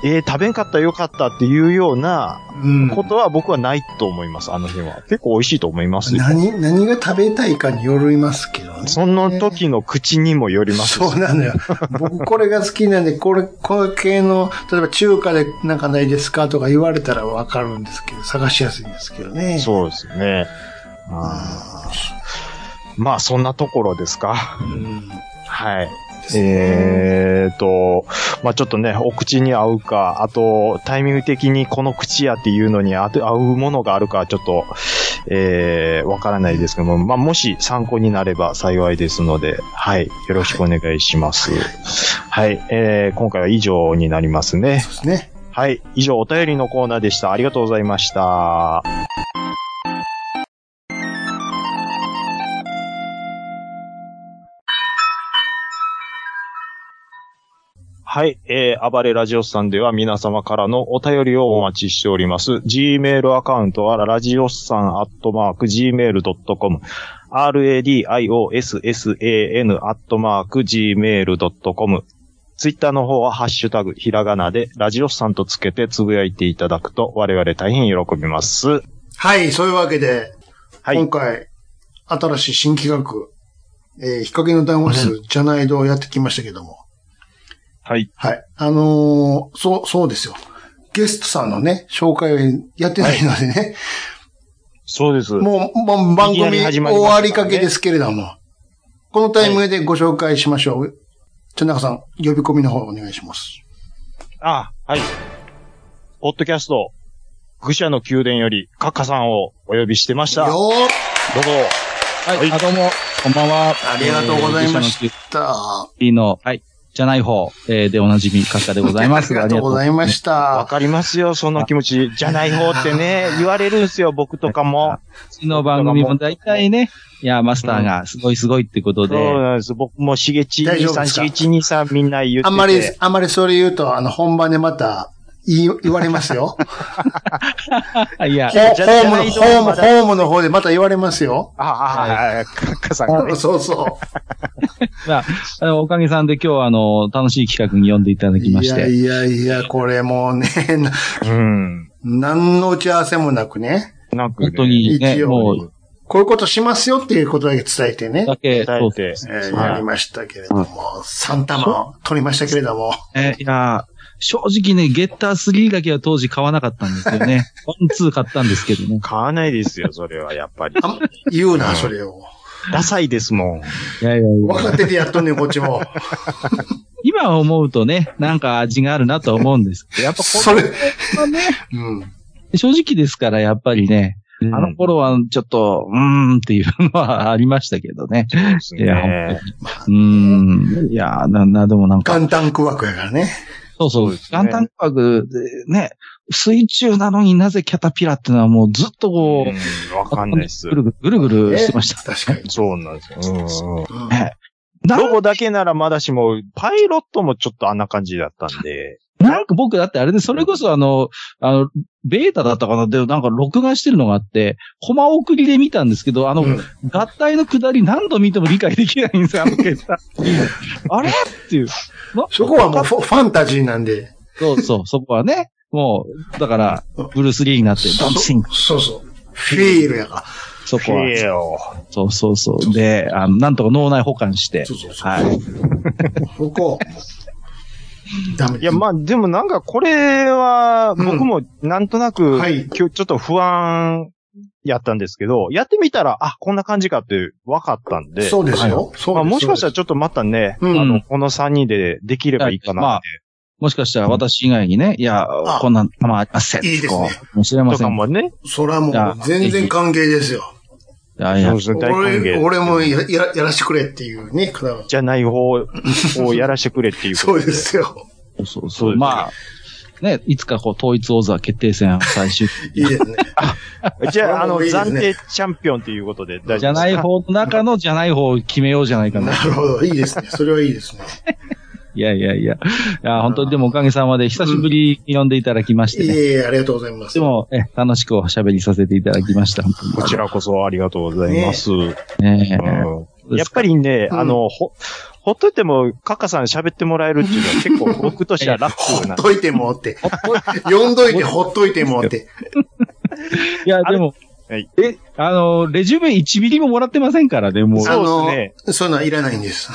[SPEAKER 8] えー食べんかったらよかったっていうような
[SPEAKER 3] うん
[SPEAKER 8] ことは僕はないと思います、あの辺は。結構美味しいと思いますよ。
[SPEAKER 3] 何、何が食べたいかによりますけどね。
[SPEAKER 8] その時の口にもよりますし。
[SPEAKER 3] そうなのよ。僕これが好きなんで、これ、これ系の、例えば中華でなんかないですかとか言われたらわかるんですけど、探しやすいんですけどね。う。
[SPEAKER 8] そうですね。あーまあ、そんなところですか。
[SPEAKER 3] ん。
[SPEAKER 8] はい。えーと、まあちょっとね、お口に合うか、あと、タイミング的にこの口やっていうのに当て合うものがあるか、ちょっと、えー、わからないですけども、まあ、もし参考になれば幸いですので、はい、よろしくお願いします。はい、えー、今回は以上になりますね。
[SPEAKER 3] そうですね。
[SPEAKER 8] はい、以上お便りのコーナーでした。ありがとうございました。はい、えー、暴れラジオスさんでは皆様からのお便りをお待ちしております。Gmail アカウントはラジオスさんアットマーク Gmail.com radiossan アットマーク Gmail.com ツイッターの方はハッシュタグ、ひらがなで、ラジオスさんとつけてつぶやいていただくと、我々大変喜びます。
[SPEAKER 3] はい、そういうわけで、
[SPEAKER 8] はい
[SPEAKER 3] 今回、新しい新企画、えー、日陰の談話室、じゃないどをやってきましたけども。
[SPEAKER 8] はい。
[SPEAKER 3] はい。あのーそう、そうですよ。ゲストさんのね、紹介をやってないのでね、
[SPEAKER 8] そうです。
[SPEAKER 3] もう、もう番
[SPEAKER 8] いきな
[SPEAKER 3] 組
[SPEAKER 8] り
[SPEAKER 3] 終
[SPEAKER 8] 始まりましたからね
[SPEAKER 3] わりかけですけれども、このタイムでご紹介しましょう。田中さん、呼び込みの方お願いします。
[SPEAKER 8] あ、はい。ポッドキャスト、愚者の宮殿より、カッカさんをお呼びしてました。
[SPEAKER 3] よ
[SPEAKER 8] どうぞ。
[SPEAKER 5] はい、あ、どうも、こんばんは。。
[SPEAKER 3] ありがとうございましたーっ
[SPEAKER 5] いの、はい、じゃない方、えーでおなじみ、カッカでござ い
[SPEAKER 3] あ
[SPEAKER 5] ます。
[SPEAKER 3] りがとうございまし
[SPEAKER 8] わ
[SPEAKER 3] た。
[SPEAKER 8] かりますよ、その気持ち。じゃない方ってね、言われるんすよ、僕とか
[SPEAKER 5] う
[SPEAKER 8] も。
[SPEAKER 5] ちの番組も大体ね、いや、マスターがすごいすごいってことで、
[SPEAKER 8] そうなんです。僕もしげち
[SPEAKER 3] 大
[SPEAKER 8] に
[SPEAKER 3] 丈夫
[SPEAKER 8] さ
[SPEAKER 3] で
[SPEAKER 8] ん、
[SPEAKER 3] す
[SPEAKER 8] し
[SPEAKER 3] か
[SPEAKER 8] げちにさんみんな言ってて。
[SPEAKER 3] あんまり、あんまりそれ言うと、あの、本番でまた、言い、言われます よ。
[SPEAKER 5] いや
[SPEAKER 3] ホ、ー
[SPEAKER 8] じゃ
[SPEAKER 3] ホームの、
[SPEAKER 8] じ
[SPEAKER 3] ホ
[SPEAKER 8] ゃな
[SPEAKER 3] ー
[SPEAKER 8] いと
[SPEAKER 3] ム、
[SPEAKER 8] まだ
[SPEAKER 3] ホームの方でまた言われますよ。
[SPEAKER 8] ああ、あ、カッカさんがね。
[SPEAKER 3] そうそ
[SPEAKER 5] まああの、おかげさんで今日はあの、楽しい企画に呼んでいただ
[SPEAKER 3] う。
[SPEAKER 5] きま
[SPEAKER 3] い
[SPEAKER 5] し
[SPEAKER 3] や
[SPEAKER 5] て、
[SPEAKER 3] いやいや、これもう ね、な
[SPEAKER 8] うん。
[SPEAKER 3] 何の打ち合わせもなくね、
[SPEAKER 8] なんかね、
[SPEAKER 5] 本当にね、
[SPEAKER 3] 一応
[SPEAKER 5] もう、
[SPEAKER 3] こういうことしますよっていうことだけ伝えてね。
[SPEAKER 5] だけ、
[SPEAKER 8] 伝えて。
[SPEAKER 3] えーやりましたけれども、3玉を取りましたけれども、
[SPEAKER 5] えーいやー、正直ね、ゲッター3だけは当時買わなかったんですよね。 ワンツー買ったんですけどね。
[SPEAKER 8] 買わないですよ、それは、やっ ぱり。
[SPEAKER 3] あ言うな、それを。
[SPEAKER 8] ダサいですもん。
[SPEAKER 5] いやいやいや。
[SPEAKER 3] 若手でやっとんねん、こっち も。
[SPEAKER 5] 今思うとね、なんか味があるなとは思うんですけど、やっぱ
[SPEAKER 3] それ、
[SPEAKER 5] こんなね、
[SPEAKER 3] うん。
[SPEAKER 5] 正直ですから、やっぱりね、あの頃はちょっと、うーんっていうのはありましたけどね。
[SPEAKER 8] そうです
[SPEAKER 5] いや
[SPEAKER 8] ね。
[SPEAKER 5] うーん。いや、な、な、でもなんか、
[SPEAKER 3] 元旦区枠やからね。
[SPEAKER 5] そうそう
[SPEAKER 8] そうですね
[SPEAKER 5] 元旦価格でね、水中なのになぜキャタピラっていうのはもうずっとこう、
[SPEAKER 8] うんわかんないです
[SPEAKER 5] ぐ。るぐる、ぐるぐるしてました。
[SPEAKER 3] 確かに。
[SPEAKER 8] そうなんですよ。うんうん
[SPEAKER 3] うん
[SPEAKER 5] ねな
[SPEAKER 8] ロゴだけならまだしも、パイロットもちょっとあんな感じだったんで。
[SPEAKER 5] なんか僕だってあれで、それこそあの、あの、ベータだったかなで、なんか録画してるのがあって、コマ送りで見たんですけど、あの、
[SPEAKER 3] うん
[SPEAKER 5] 合体の下り何度見ても理解できないんですよ、あの結果あれっていう。な
[SPEAKER 3] そこはもうフォファンタジーなんで。
[SPEAKER 5] そうそう、そこはね、もう、だから、ブルース・リーになって、ダンシング、
[SPEAKER 3] そうそう。フィールやから。
[SPEAKER 5] そこは。
[SPEAKER 8] いいよ。
[SPEAKER 5] そうそうそう。で、あの、なんとか脳内保管して
[SPEAKER 3] そ、うそうそう。
[SPEAKER 5] はい。
[SPEAKER 3] そこ。ダメ
[SPEAKER 8] いや、まあ、でもなんかこれは、
[SPEAKER 3] うん
[SPEAKER 8] 僕もなんとなく、
[SPEAKER 3] はい
[SPEAKER 8] 今日ちょっと不安やったんですけど、やってみたら、あ、こんな感じかって分かったんで。
[SPEAKER 3] そうです
[SPEAKER 8] はい。
[SPEAKER 3] よ。そう
[SPEAKER 8] まあ、もしかしたら
[SPEAKER 3] ら、
[SPEAKER 8] ちょっとまたね、
[SPEAKER 3] うん
[SPEAKER 8] あの、この3人でできればいいかなって。
[SPEAKER 5] もしかしたら私以外にね、いや、こんなまあありません。
[SPEAKER 3] いいですね
[SPEAKER 5] こう。もしれま
[SPEAKER 8] と
[SPEAKER 5] せ
[SPEAKER 8] か
[SPEAKER 5] ん。
[SPEAKER 8] もね。
[SPEAKER 3] それはもう全然歓迎ですよ。
[SPEAKER 5] いやいや
[SPEAKER 8] そうですね大歓迎
[SPEAKER 3] 俺、俺もやややらしてくれっていうね、方は。
[SPEAKER 8] じゃない方 をやらしてくれっていうこと
[SPEAKER 3] そうで。すよ。
[SPEAKER 5] そう
[SPEAKER 8] そう
[SPEAKER 5] そ
[SPEAKER 8] で
[SPEAKER 5] う。
[SPEAKER 8] す
[SPEAKER 5] まあ、ね、いつかこう、統一王座決定戦 最終
[SPEAKER 3] いいですね。
[SPEAKER 8] じゃあ、あの、
[SPEAKER 3] いいです
[SPEAKER 8] 暫
[SPEAKER 3] ね
[SPEAKER 8] 定チャンピオンっていうことで大
[SPEAKER 5] じ
[SPEAKER 8] 丈夫ですか
[SPEAKER 5] ゃない方の中のじゃない方を決めようじゃないかな。
[SPEAKER 3] なるほど。いいですね。それはいいですね。
[SPEAKER 5] いやいやいや。いや、本当にでもおかげさまで久しぶりに呼んでいただきまして
[SPEAKER 3] い
[SPEAKER 5] ね。
[SPEAKER 3] えいえ、ありがとうございます。
[SPEAKER 5] でも、え、楽しくお喋りさせていただきました。本
[SPEAKER 8] こちらこそありがとうございます。
[SPEAKER 5] 当にね
[SPEAKER 8] うんやっぱりね、
[SPEAKER 3] うん
[SPEAKER 8] あの、ほ、ほっといても、カカさん喋ってもらえるっていうのは結構僕と しては楽
[SPEAKER 3] ほ
[SPEAKER 8] な
[SPEAKER 3] っ。といてもって。呼んどいてほっといてもって。
[SPEAKER 5] いや、でも、
[SPEAKER 8] はい
[SPEAKER 5] え、あの、レジュメ1ミリももらってませんからね、もう。
[SPEAKER 8] そうですね
[SPEAKER 3] あの、そういうのはいらないんです。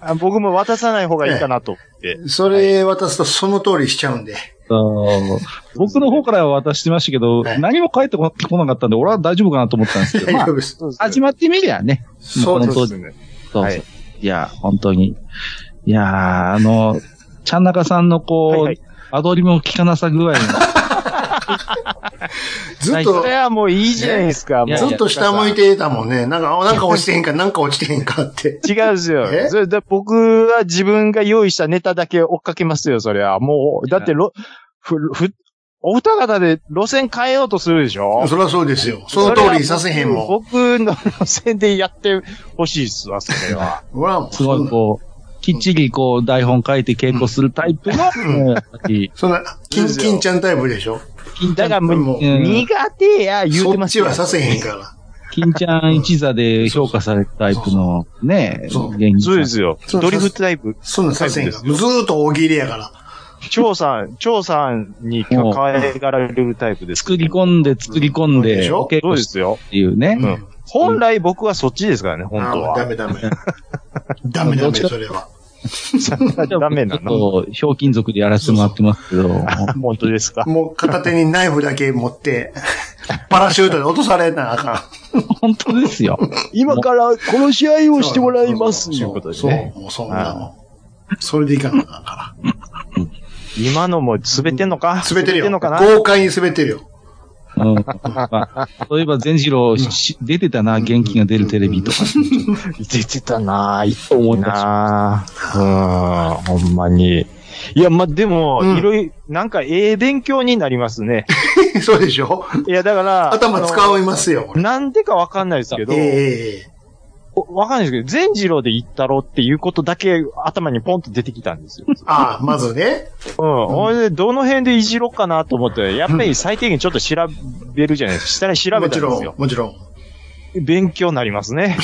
[SPEAKER 8] あ僕も渡さない方がいいかなと思って。
[SPEAKER 3] それ渡すとその通りしちゃうんで。
[SPEAKER 5] そう僕の方からは渡してましたけど、
[SPEAKER 3] はい
[SPEAKER 5] 何も返ってこなかったんで、俺は大丈夫かなと思ったんですけど、
[SPEAKER 3] 大
[SPEAKER 5] まあ
[SPEAKER 3] 丈、夫です。
[SPEAKER 5] 始まってみりゃね。
[SPEAKER 3] そうで
[SPEAKER 5] この
[SPEAKER 3] す。
[SPEAKER 5] 当
[SPEAKER 8] そう
[SPEAKER 5] 時。
[SPEAKER 8] ですね。
[SPEAKER 5] そうそう
[SPEAKER 8] はい
[SPEAKER 5] いや、本当に。いやー、あの、ちゃんなかさんのこう、
[SPEAKER 8] はいはい
[SPEAKER 5] アドリブの効かなさ具合が。
[SPEAKER 3] ずっ
[SPEAKER 5] そ
[SPEAKER 3] と
[SPEAKER 8] そ、れはもういいじゃないですか。
[SPEAKER 5] いや
[SPEAKER 3] ずっと下向い
[SPEAKER 8] て。
[SPEAKER 3] てたもんね。なんか、あなんか落ちてへんか、なんか落ちてへんかって。
[SPEAKER 8] 違うんですよ
[SPEAKER 3] え。
[SPEAKER 8] それで僕は自分が用意したネタだけ追っかけますよ、そりゃ。もう、だってろ、ふ、ふ、お二方で路線変えようとするでしょ
[SPEAKER 3] そりゃそうですよ。その通りにさせへんもん。
[SPEAKER 8] 僕の路線でやってほしいっすわ、それは。
[SPEAKER 3] 俺はもう
[SPEAKER 5] すご
[SPEAKER 3] そん
[SPEAKER 5] い
[SPEAKER 3] な、
[SPEAKER 5] こう、きっちりこう、台本書いて稽古するタイプの、もうやっぱり、
[SPEAKER 3] そんな、キンキンちゃんタイプでしょ。
[SPEAKER 8] だからも
[SPEAKER 3] も
[SPEAKER 8] う、
[SPEAKER 3] う
[SPEAKER 8] 苦手や言うて
[SPEAKER 3] そ
[SPEAKER 8] ま
[SPEAKER 3] っ
[SPEAKER 8] す
[SPEAKER 3] ち
[SPEAKER 8] よ
[SPEAKER 3] はさせへんから。
[SPEAKER 5] 金ちゃん一座で評価されたタイプのね、
[SPEAKER 3] そう
[SPEAKER 5] 芸人さ
[SPEAKER 8] そ
[SPEAKER 5] ん
[SPEAKER 8] うですよ。
[SPEAKER 3] そう
[SPEAKER 8] ドリフタイプ。
[SPEAKER 3] そんなんさせへんから。ずーっと大喜利やから。
[SPEAKER 8] 蝶さん、蝶さんに可愛がられるタイプです。
[SPEAKER 5] 作り込んで作り込ん
[SPEAKER 3] で
[SPEAKER 5] で、
[SPEAKER 3] しょ
[SPEAKER 5] お稽
[SPEAKER 8] そう
[SPEAKER 5] 古
[SPEAKER 8] で
[SPEAKER 5] し
[SPEAKER 8] すよ。
[SPEAKER 5] っていうね。
[SPEAKER 3] うん
[SPEAKER 8] 本来僕はそっちですからね、本当
[SPEAKER 3] あーダ
[SPEAKER 8] は。
[SPEAKER 3] メ ダメ。ダメダメ、それは。
[SPEAKER 8] ダメな
[SPEAKER 5] ちょっと、ひょうきん族でやらせてもらってますけど、
[SPEAKER 8] の。本当ですか。
[SPEAKER 3] もう片手にナイフだけ持って、パラシュートで落とされなあかん。
[SPEAKER 5] 本当ですよ。
[SPEAKER 8] 今から殺し合いをしてもらいます。ということで
[SPEAKER 3] そう、
[SPEAKER 8] ね。
[SPEAKER 3] もうそんなの。それでいかんのだか。。
[SPEAKER 8] 今のも滑ってんのから
[SPEAKER 3] 滑ってるよ。
[SPEAKER 8] のかな
[SPEAKER 3] 豪快に滑ってるよ。
[SPEAKER 5] うんまあそういえば、善次郎、し出てたな、元気が出るテレビとか。
[SPEAKER 8] 出てたなぁ、いい思なぁ。うん、ほんまに。いや、ま、でも、
[SPEAKER 3] うん
[SPEAKER 8] いろいろ、なんか、ええ勉強になりますね。
[SPEAKER 3] そうでしょ
[SPEAKER 8] いや、だから、
[SPEAKER 3] 頭使いますよ、
[SPEAKER 8] あのなんでかわかんないですけど、
[SPEAKER 3] ええええ
[SPEAKER 8] わかんないですけど、善次郎で言ったろっていうことだけ頭にポンと出てきたんですよ。
[SPEAKER 3] ああ、まずね。
[SPEAKER 8] うん。ほ、いで、どの辺でいじろうかなと思って、やっぱり最低限ちょっと調べるじゃないですか。したら調べ
[SPEAKER 3] も
[SPEAKER 8] た
[SPEAKER 3] ち
[SPEAKER 8] んで
[SPEAKER 3] ろ
[SPEAKER 8] す
[SPEAKER 3] ん
[SPEAKER 8] よ、。
[SPEAKER 3] もちろん。
[SPEAKER 8] 勉強になりますね。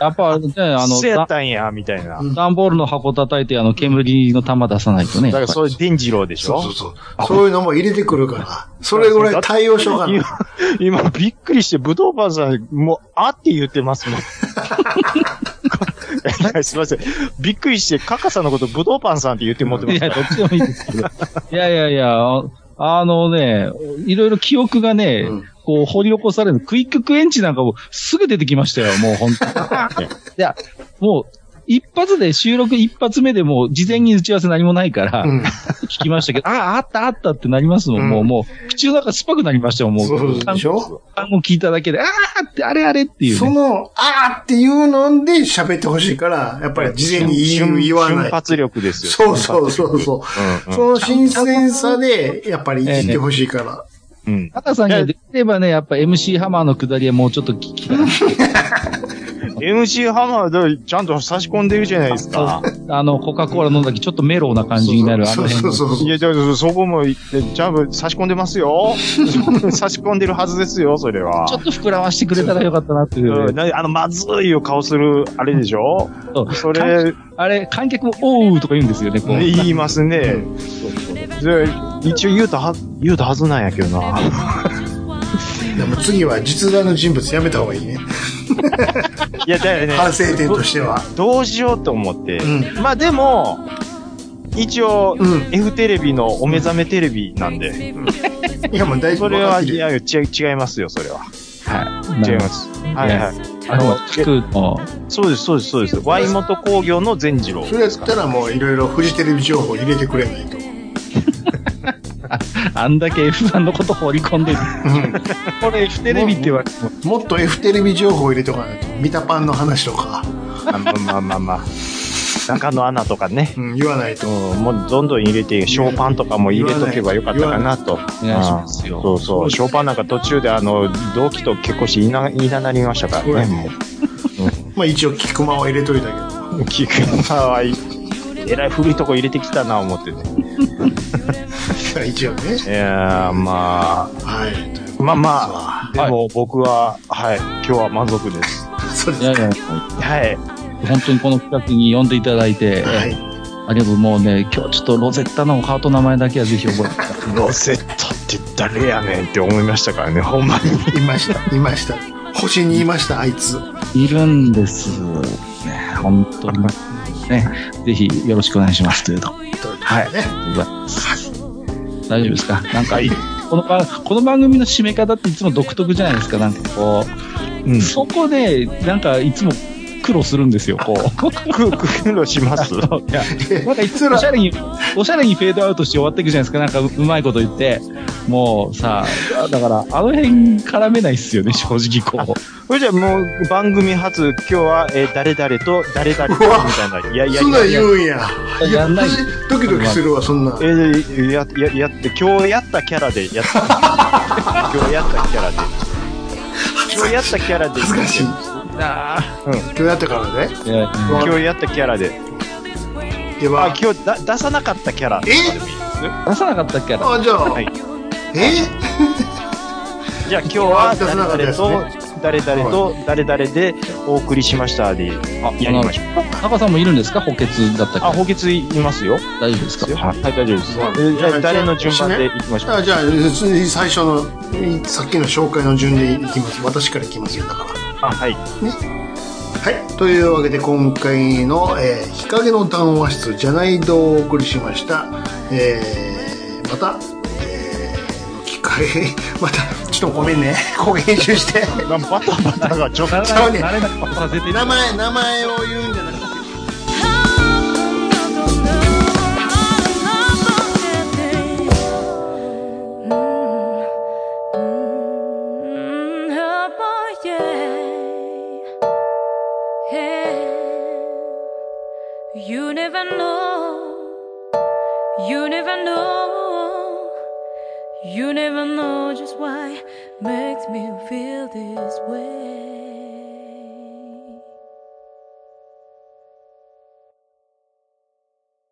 [SPEAKER 5] やっぱ、ね、あ
[SPEAKER 8] あ
[SPEAKER 5] の、
[SPEAKER 8] の、やっ
[SPEAKER 5] ダ
[SPEAKER 8] たんや、みたいな。だ
[SPEAKER 5] 段ボールの箱叩いて、あの、煙の玉出さないとね。
[SPEAKER 8] から、それ、善次郎でし
[SPEAKER 3] そう
[SPEAKER 8] ょ
[SPEAKER 3] そうそう。そういうのも入れてくるから。それぐらい対応しようか
[SPEAKER 8] 今
[SPEAKER 3] な。、
[SPEAKER 8] 今びっくりして、武道館さん、もう、あって言っ てますもん。いやすいません。びっくりして、カカさんのこと、武道パンさんって言ってもってま
[SPEAKER 5] い
[SPEAKER 8] す
[SPEAKER 5] や、どっちでもいいですけ ど。いやいやいや、あのね、いろいろ記憶がね、
[SPEAKER 3] うん
[SPEAKER 5] こう掘り起こされる。クイッククエンチなんかもうすぐ出てきましたよ、もう本 当に。いや、もう、一発で、収録一発目でもう事前に打ち合わせ何もないから、
[SPEAKER 3] うん。
[SPEAKER 5] 聞きましたけど、ああ、あったあったってなりますもん、
[SPEAKER 3] うん
[SPEAKER 5] もう、もう、口の中酸っぱくなりましたよ、もう。
[SPEAKER 3] そうでしょ
[SPEAKER 5] 単語聞いただけで、ああって、あれあれっていう、
[SPEAKER 3] そ
[SPEAKER 5] ね。
[SPEAKER 3] の、あーっていうので喋ってほしいから、やっぱり事前に言う、言わ
[SPEAKER 8] 瞬
[SPEAKER 3] ない。
[SPEAKER 8] 発力ですよ。
[SPEAKER 3] そうそうそうそう。
[SPEAKER 8] うん
[SPEAKER 3] その新鮮さで、やっぱり言ってほしいから。
[SPEAKER 8] うん。うん。
[SPEAKER 5] タカさんができればね、やっぱ MC ハマーの下りはもうちょっと聞きたい。
[SPEAKER 8] MC ハマーでちゃんと差し込んでるじゃないですか。
[SPEAKER 5] あの、コカ・コーラ飲んだ時ちょっとメロウな感じになる、あ
[SPEAKER 3] そ
[SPEAKER 5] の
[SPEAKER 3] う
[SPEAKER 5] 辺
[SPEAKER 3] そ
[SPEAKER 5] の
[SPEAKER 3] うそう
[SPEAKER 8] い
[SPEAKER 3] そう。
[SPEAKER 8] や、じゃあ、そこも、ちゃんと差し込んでま すよ。差し込んでるはずですよ、それは
[SPEAKER 5] ちょ。っと膨らましてくれたらよかったなっていう。
[SPEAKER 8] うん、なあの、まずいよ、顔する、あれでしょ
[SPEAKER 5] そう
[SPEAKER 8] それ、
[SPEAKER 5] あれ、観客も、おうとか言うんですよね、こう。
[SPEAKER 8] 言いますね。で一応言うたは、言うたはずなんやけど な。
[SPEAKER 3] でも次は実在の人物やめた方がいいね。
[SPEAKER 8] いや、だよね。
[SPEAKER 3] 反省点としては。
[SPEAKER 8] どうしようと思って。
[SPEAKER 3] うん。
[SPEAKER 8] まあでも、一応、
[SPEAKER 3] うん
[SPEAKER 8] F テレビのお目覚めテレビなんで、
[SPEAKER 3] いや、もう大丈
[SPEAKER 8] そ
[SPEAKER 3] 夫。
[SPEAKER 8] れは、
[SPEAKER 3] い
[SPEAKER 8] い
[SPEAKER 3] や、
[SPEAKER 8] や、違い違いますよ、それは。
[SPEAKER 5] はい。
[SPEAKER 8] 違います。はいはい。
[SPEAKER 5] あの、地区の、
[SPEAKER 8] そうです、そうです、そうです。ワイモト工業の善次郎。
[SPEAKER 3] それやったらもういろいろフジテレビ情報入れてくれないと。
[SPEAKER 5] あんだけ F さんのこと放り込んでる。これ F テレビって言われても、
[SPEAKER 3] もっと F テレビ情報入れとかないと。ミタパンの話とか、
[SPEAKER 8] まあまあまあまあ。中野アナとかね。
[SPEAKER 3] うん、言わない
[SPEAKER 8] うん
[SPEAKER 3] と。、
[SPEAKER 8] もうどんどん入れて、ショーパンとかも入れとけばよかったかなと。
[SPEAKER 5] お願いします
[SPEAKER 8] ああ
[SPEAKER 5] よ。
[SPEAKER 8] そうそう。ショーパンなんか途中で、あの、同期と結婚していな、いななりましたからね、も
[SPEAKER 3] まあ一応、菊間は入れといたけど。
[SPEAKER 8] う。聞く場合、えらい古いとこ入れてきたな、思ってね。
[SPEAKER 3] 一応ね。
[SPEAKER 8] いやーま
[SPEAKER 3] はい。という
[SPEAKER 8] あ、まあまあ、でも僕は、はい、今日は満足です。
[SPEAKER 3] そうで
[SPEAKER 5] い
[SPEAKER 3] す
[SPEAKER 5] やいや、
[SPEAKER 8] はい。
[SPEAKER 5] 本当にこの企画に呼んでいただいて、
[SPEAKER 3] か。はい。
[SPEAKER 5] ありがとう、もうね、今日ちょっとロゼッタの顔と名前だけはぜひ覚えてください。
[SPEAKER 8] ロゼッタって誰やねんって思いましたからね、ほんまに。
[SPEAKER 3] いました、いました。星にいました、あいつ。
[SPEAKER 5] いるんです。ね、本当に。ね、ぜひよろしくお願いしますというと。
[SPEAKER 3] はい。ね。
[SPEAKER 5] 大丈夫ですかなんか、この番、この番組の締め方っていつも独特じゃないですかなんかこう、
[SPEAKER 8] うん
[SPEAKER 5] そこで、なんかいつも苦労するんですよ、こう。
[SPEAKER 8] く、苦労します。
[SPEAKER 5] いや、なんかいつもおしゃれに、おしゃれにフェードアウトして終わっていくじゃないですか。なんかううまいこと言って。もうさ、だから、あの辺絡めないっすよね、正直こう。
[SPEAKER 8] それじゃあもう番組初、今日は、えー誰々と誰々と
[SPEAKER 3] うわ
[SPEAKER 8] みたいな。いやい や
[SPEAKER 3] そんなん
[SPEAKER 8] いや
[SPEAKER 3] 言うんや。い
[SPEAKER 5] や
[SPEAKER 3] や、
[SPEAKER 5] んない
[SPEAKER 3] 私、ドキドキするわ、そんなん。
[SPEAKER 8] えーや、や、やって、今日やったキャラでやった。今日やったキャラで。今日やったキャラで。
[SPEAKER 3] 恥ずかしい。今日やったからね。
[SPEAKER 5] いや
[SPEAKER 3] わ
[SPEAKER 8] 今日やったキャラで。
[SPEAKER 3] で
[SPEAKER 8] あ
[SPEAKER 3] は、、
[SPEAKER 8] 今日だ出さなかったキャラ。
[SPEAKER 3] え
[SPEAKER 5] 出さなかったっけど。
[SPEAKER 3] あ、じゃあ、
[SPEAKER 8] はい
[SPEAKER 3] え
[SPEAKER 8] じゃあ今日は
[SPEAKER 3] あ出さなかった
[SPEAKER 8] 誰
[SPEAKER 3] や
[SPEAKER 8] 々
[SPEAKER 3] つね
[SPEAKER 8] と誰々と誰々でお送りしましたで。
[SPEAKER 5] あ、
[SPEAKER 8] やりましょ
[SPEAKER 5] 中さんもいるんですか補欠だった
[SPEAKER 8] あ、
[SPEAKER 5] っけ
[SPEAKER 8] 補欠いますよ。
[SPEAKER 5] 大丈夫ですか
[SPEAKER 8] はい、大丈夫です。えーじゃあ誰の順番でいきましょう
[SPEAKER 3] あじゃあ、最初の、さっきの紹介の順でいきます。私からいきますよ、だから。
[SPEAKER 8] あ、はい。
[SPEAKER 3] はい。というわけで、今回の、えー日陰の談話室、じゃない堂をお送りしました。えー、また、えー、機会、 また、ちょっとごめんね。 こう編集して。
[SPEAKER 8] バタバタがちょっと。
[SPEAKER 3] ちゃうね。
[SPEAKER 5] 誰だかさせて
[SPEAKER 3] 名前、名前を言うんじゃなくて。
[SPEAKER 4] You never know, you never know, you never know just why makes me feel this way.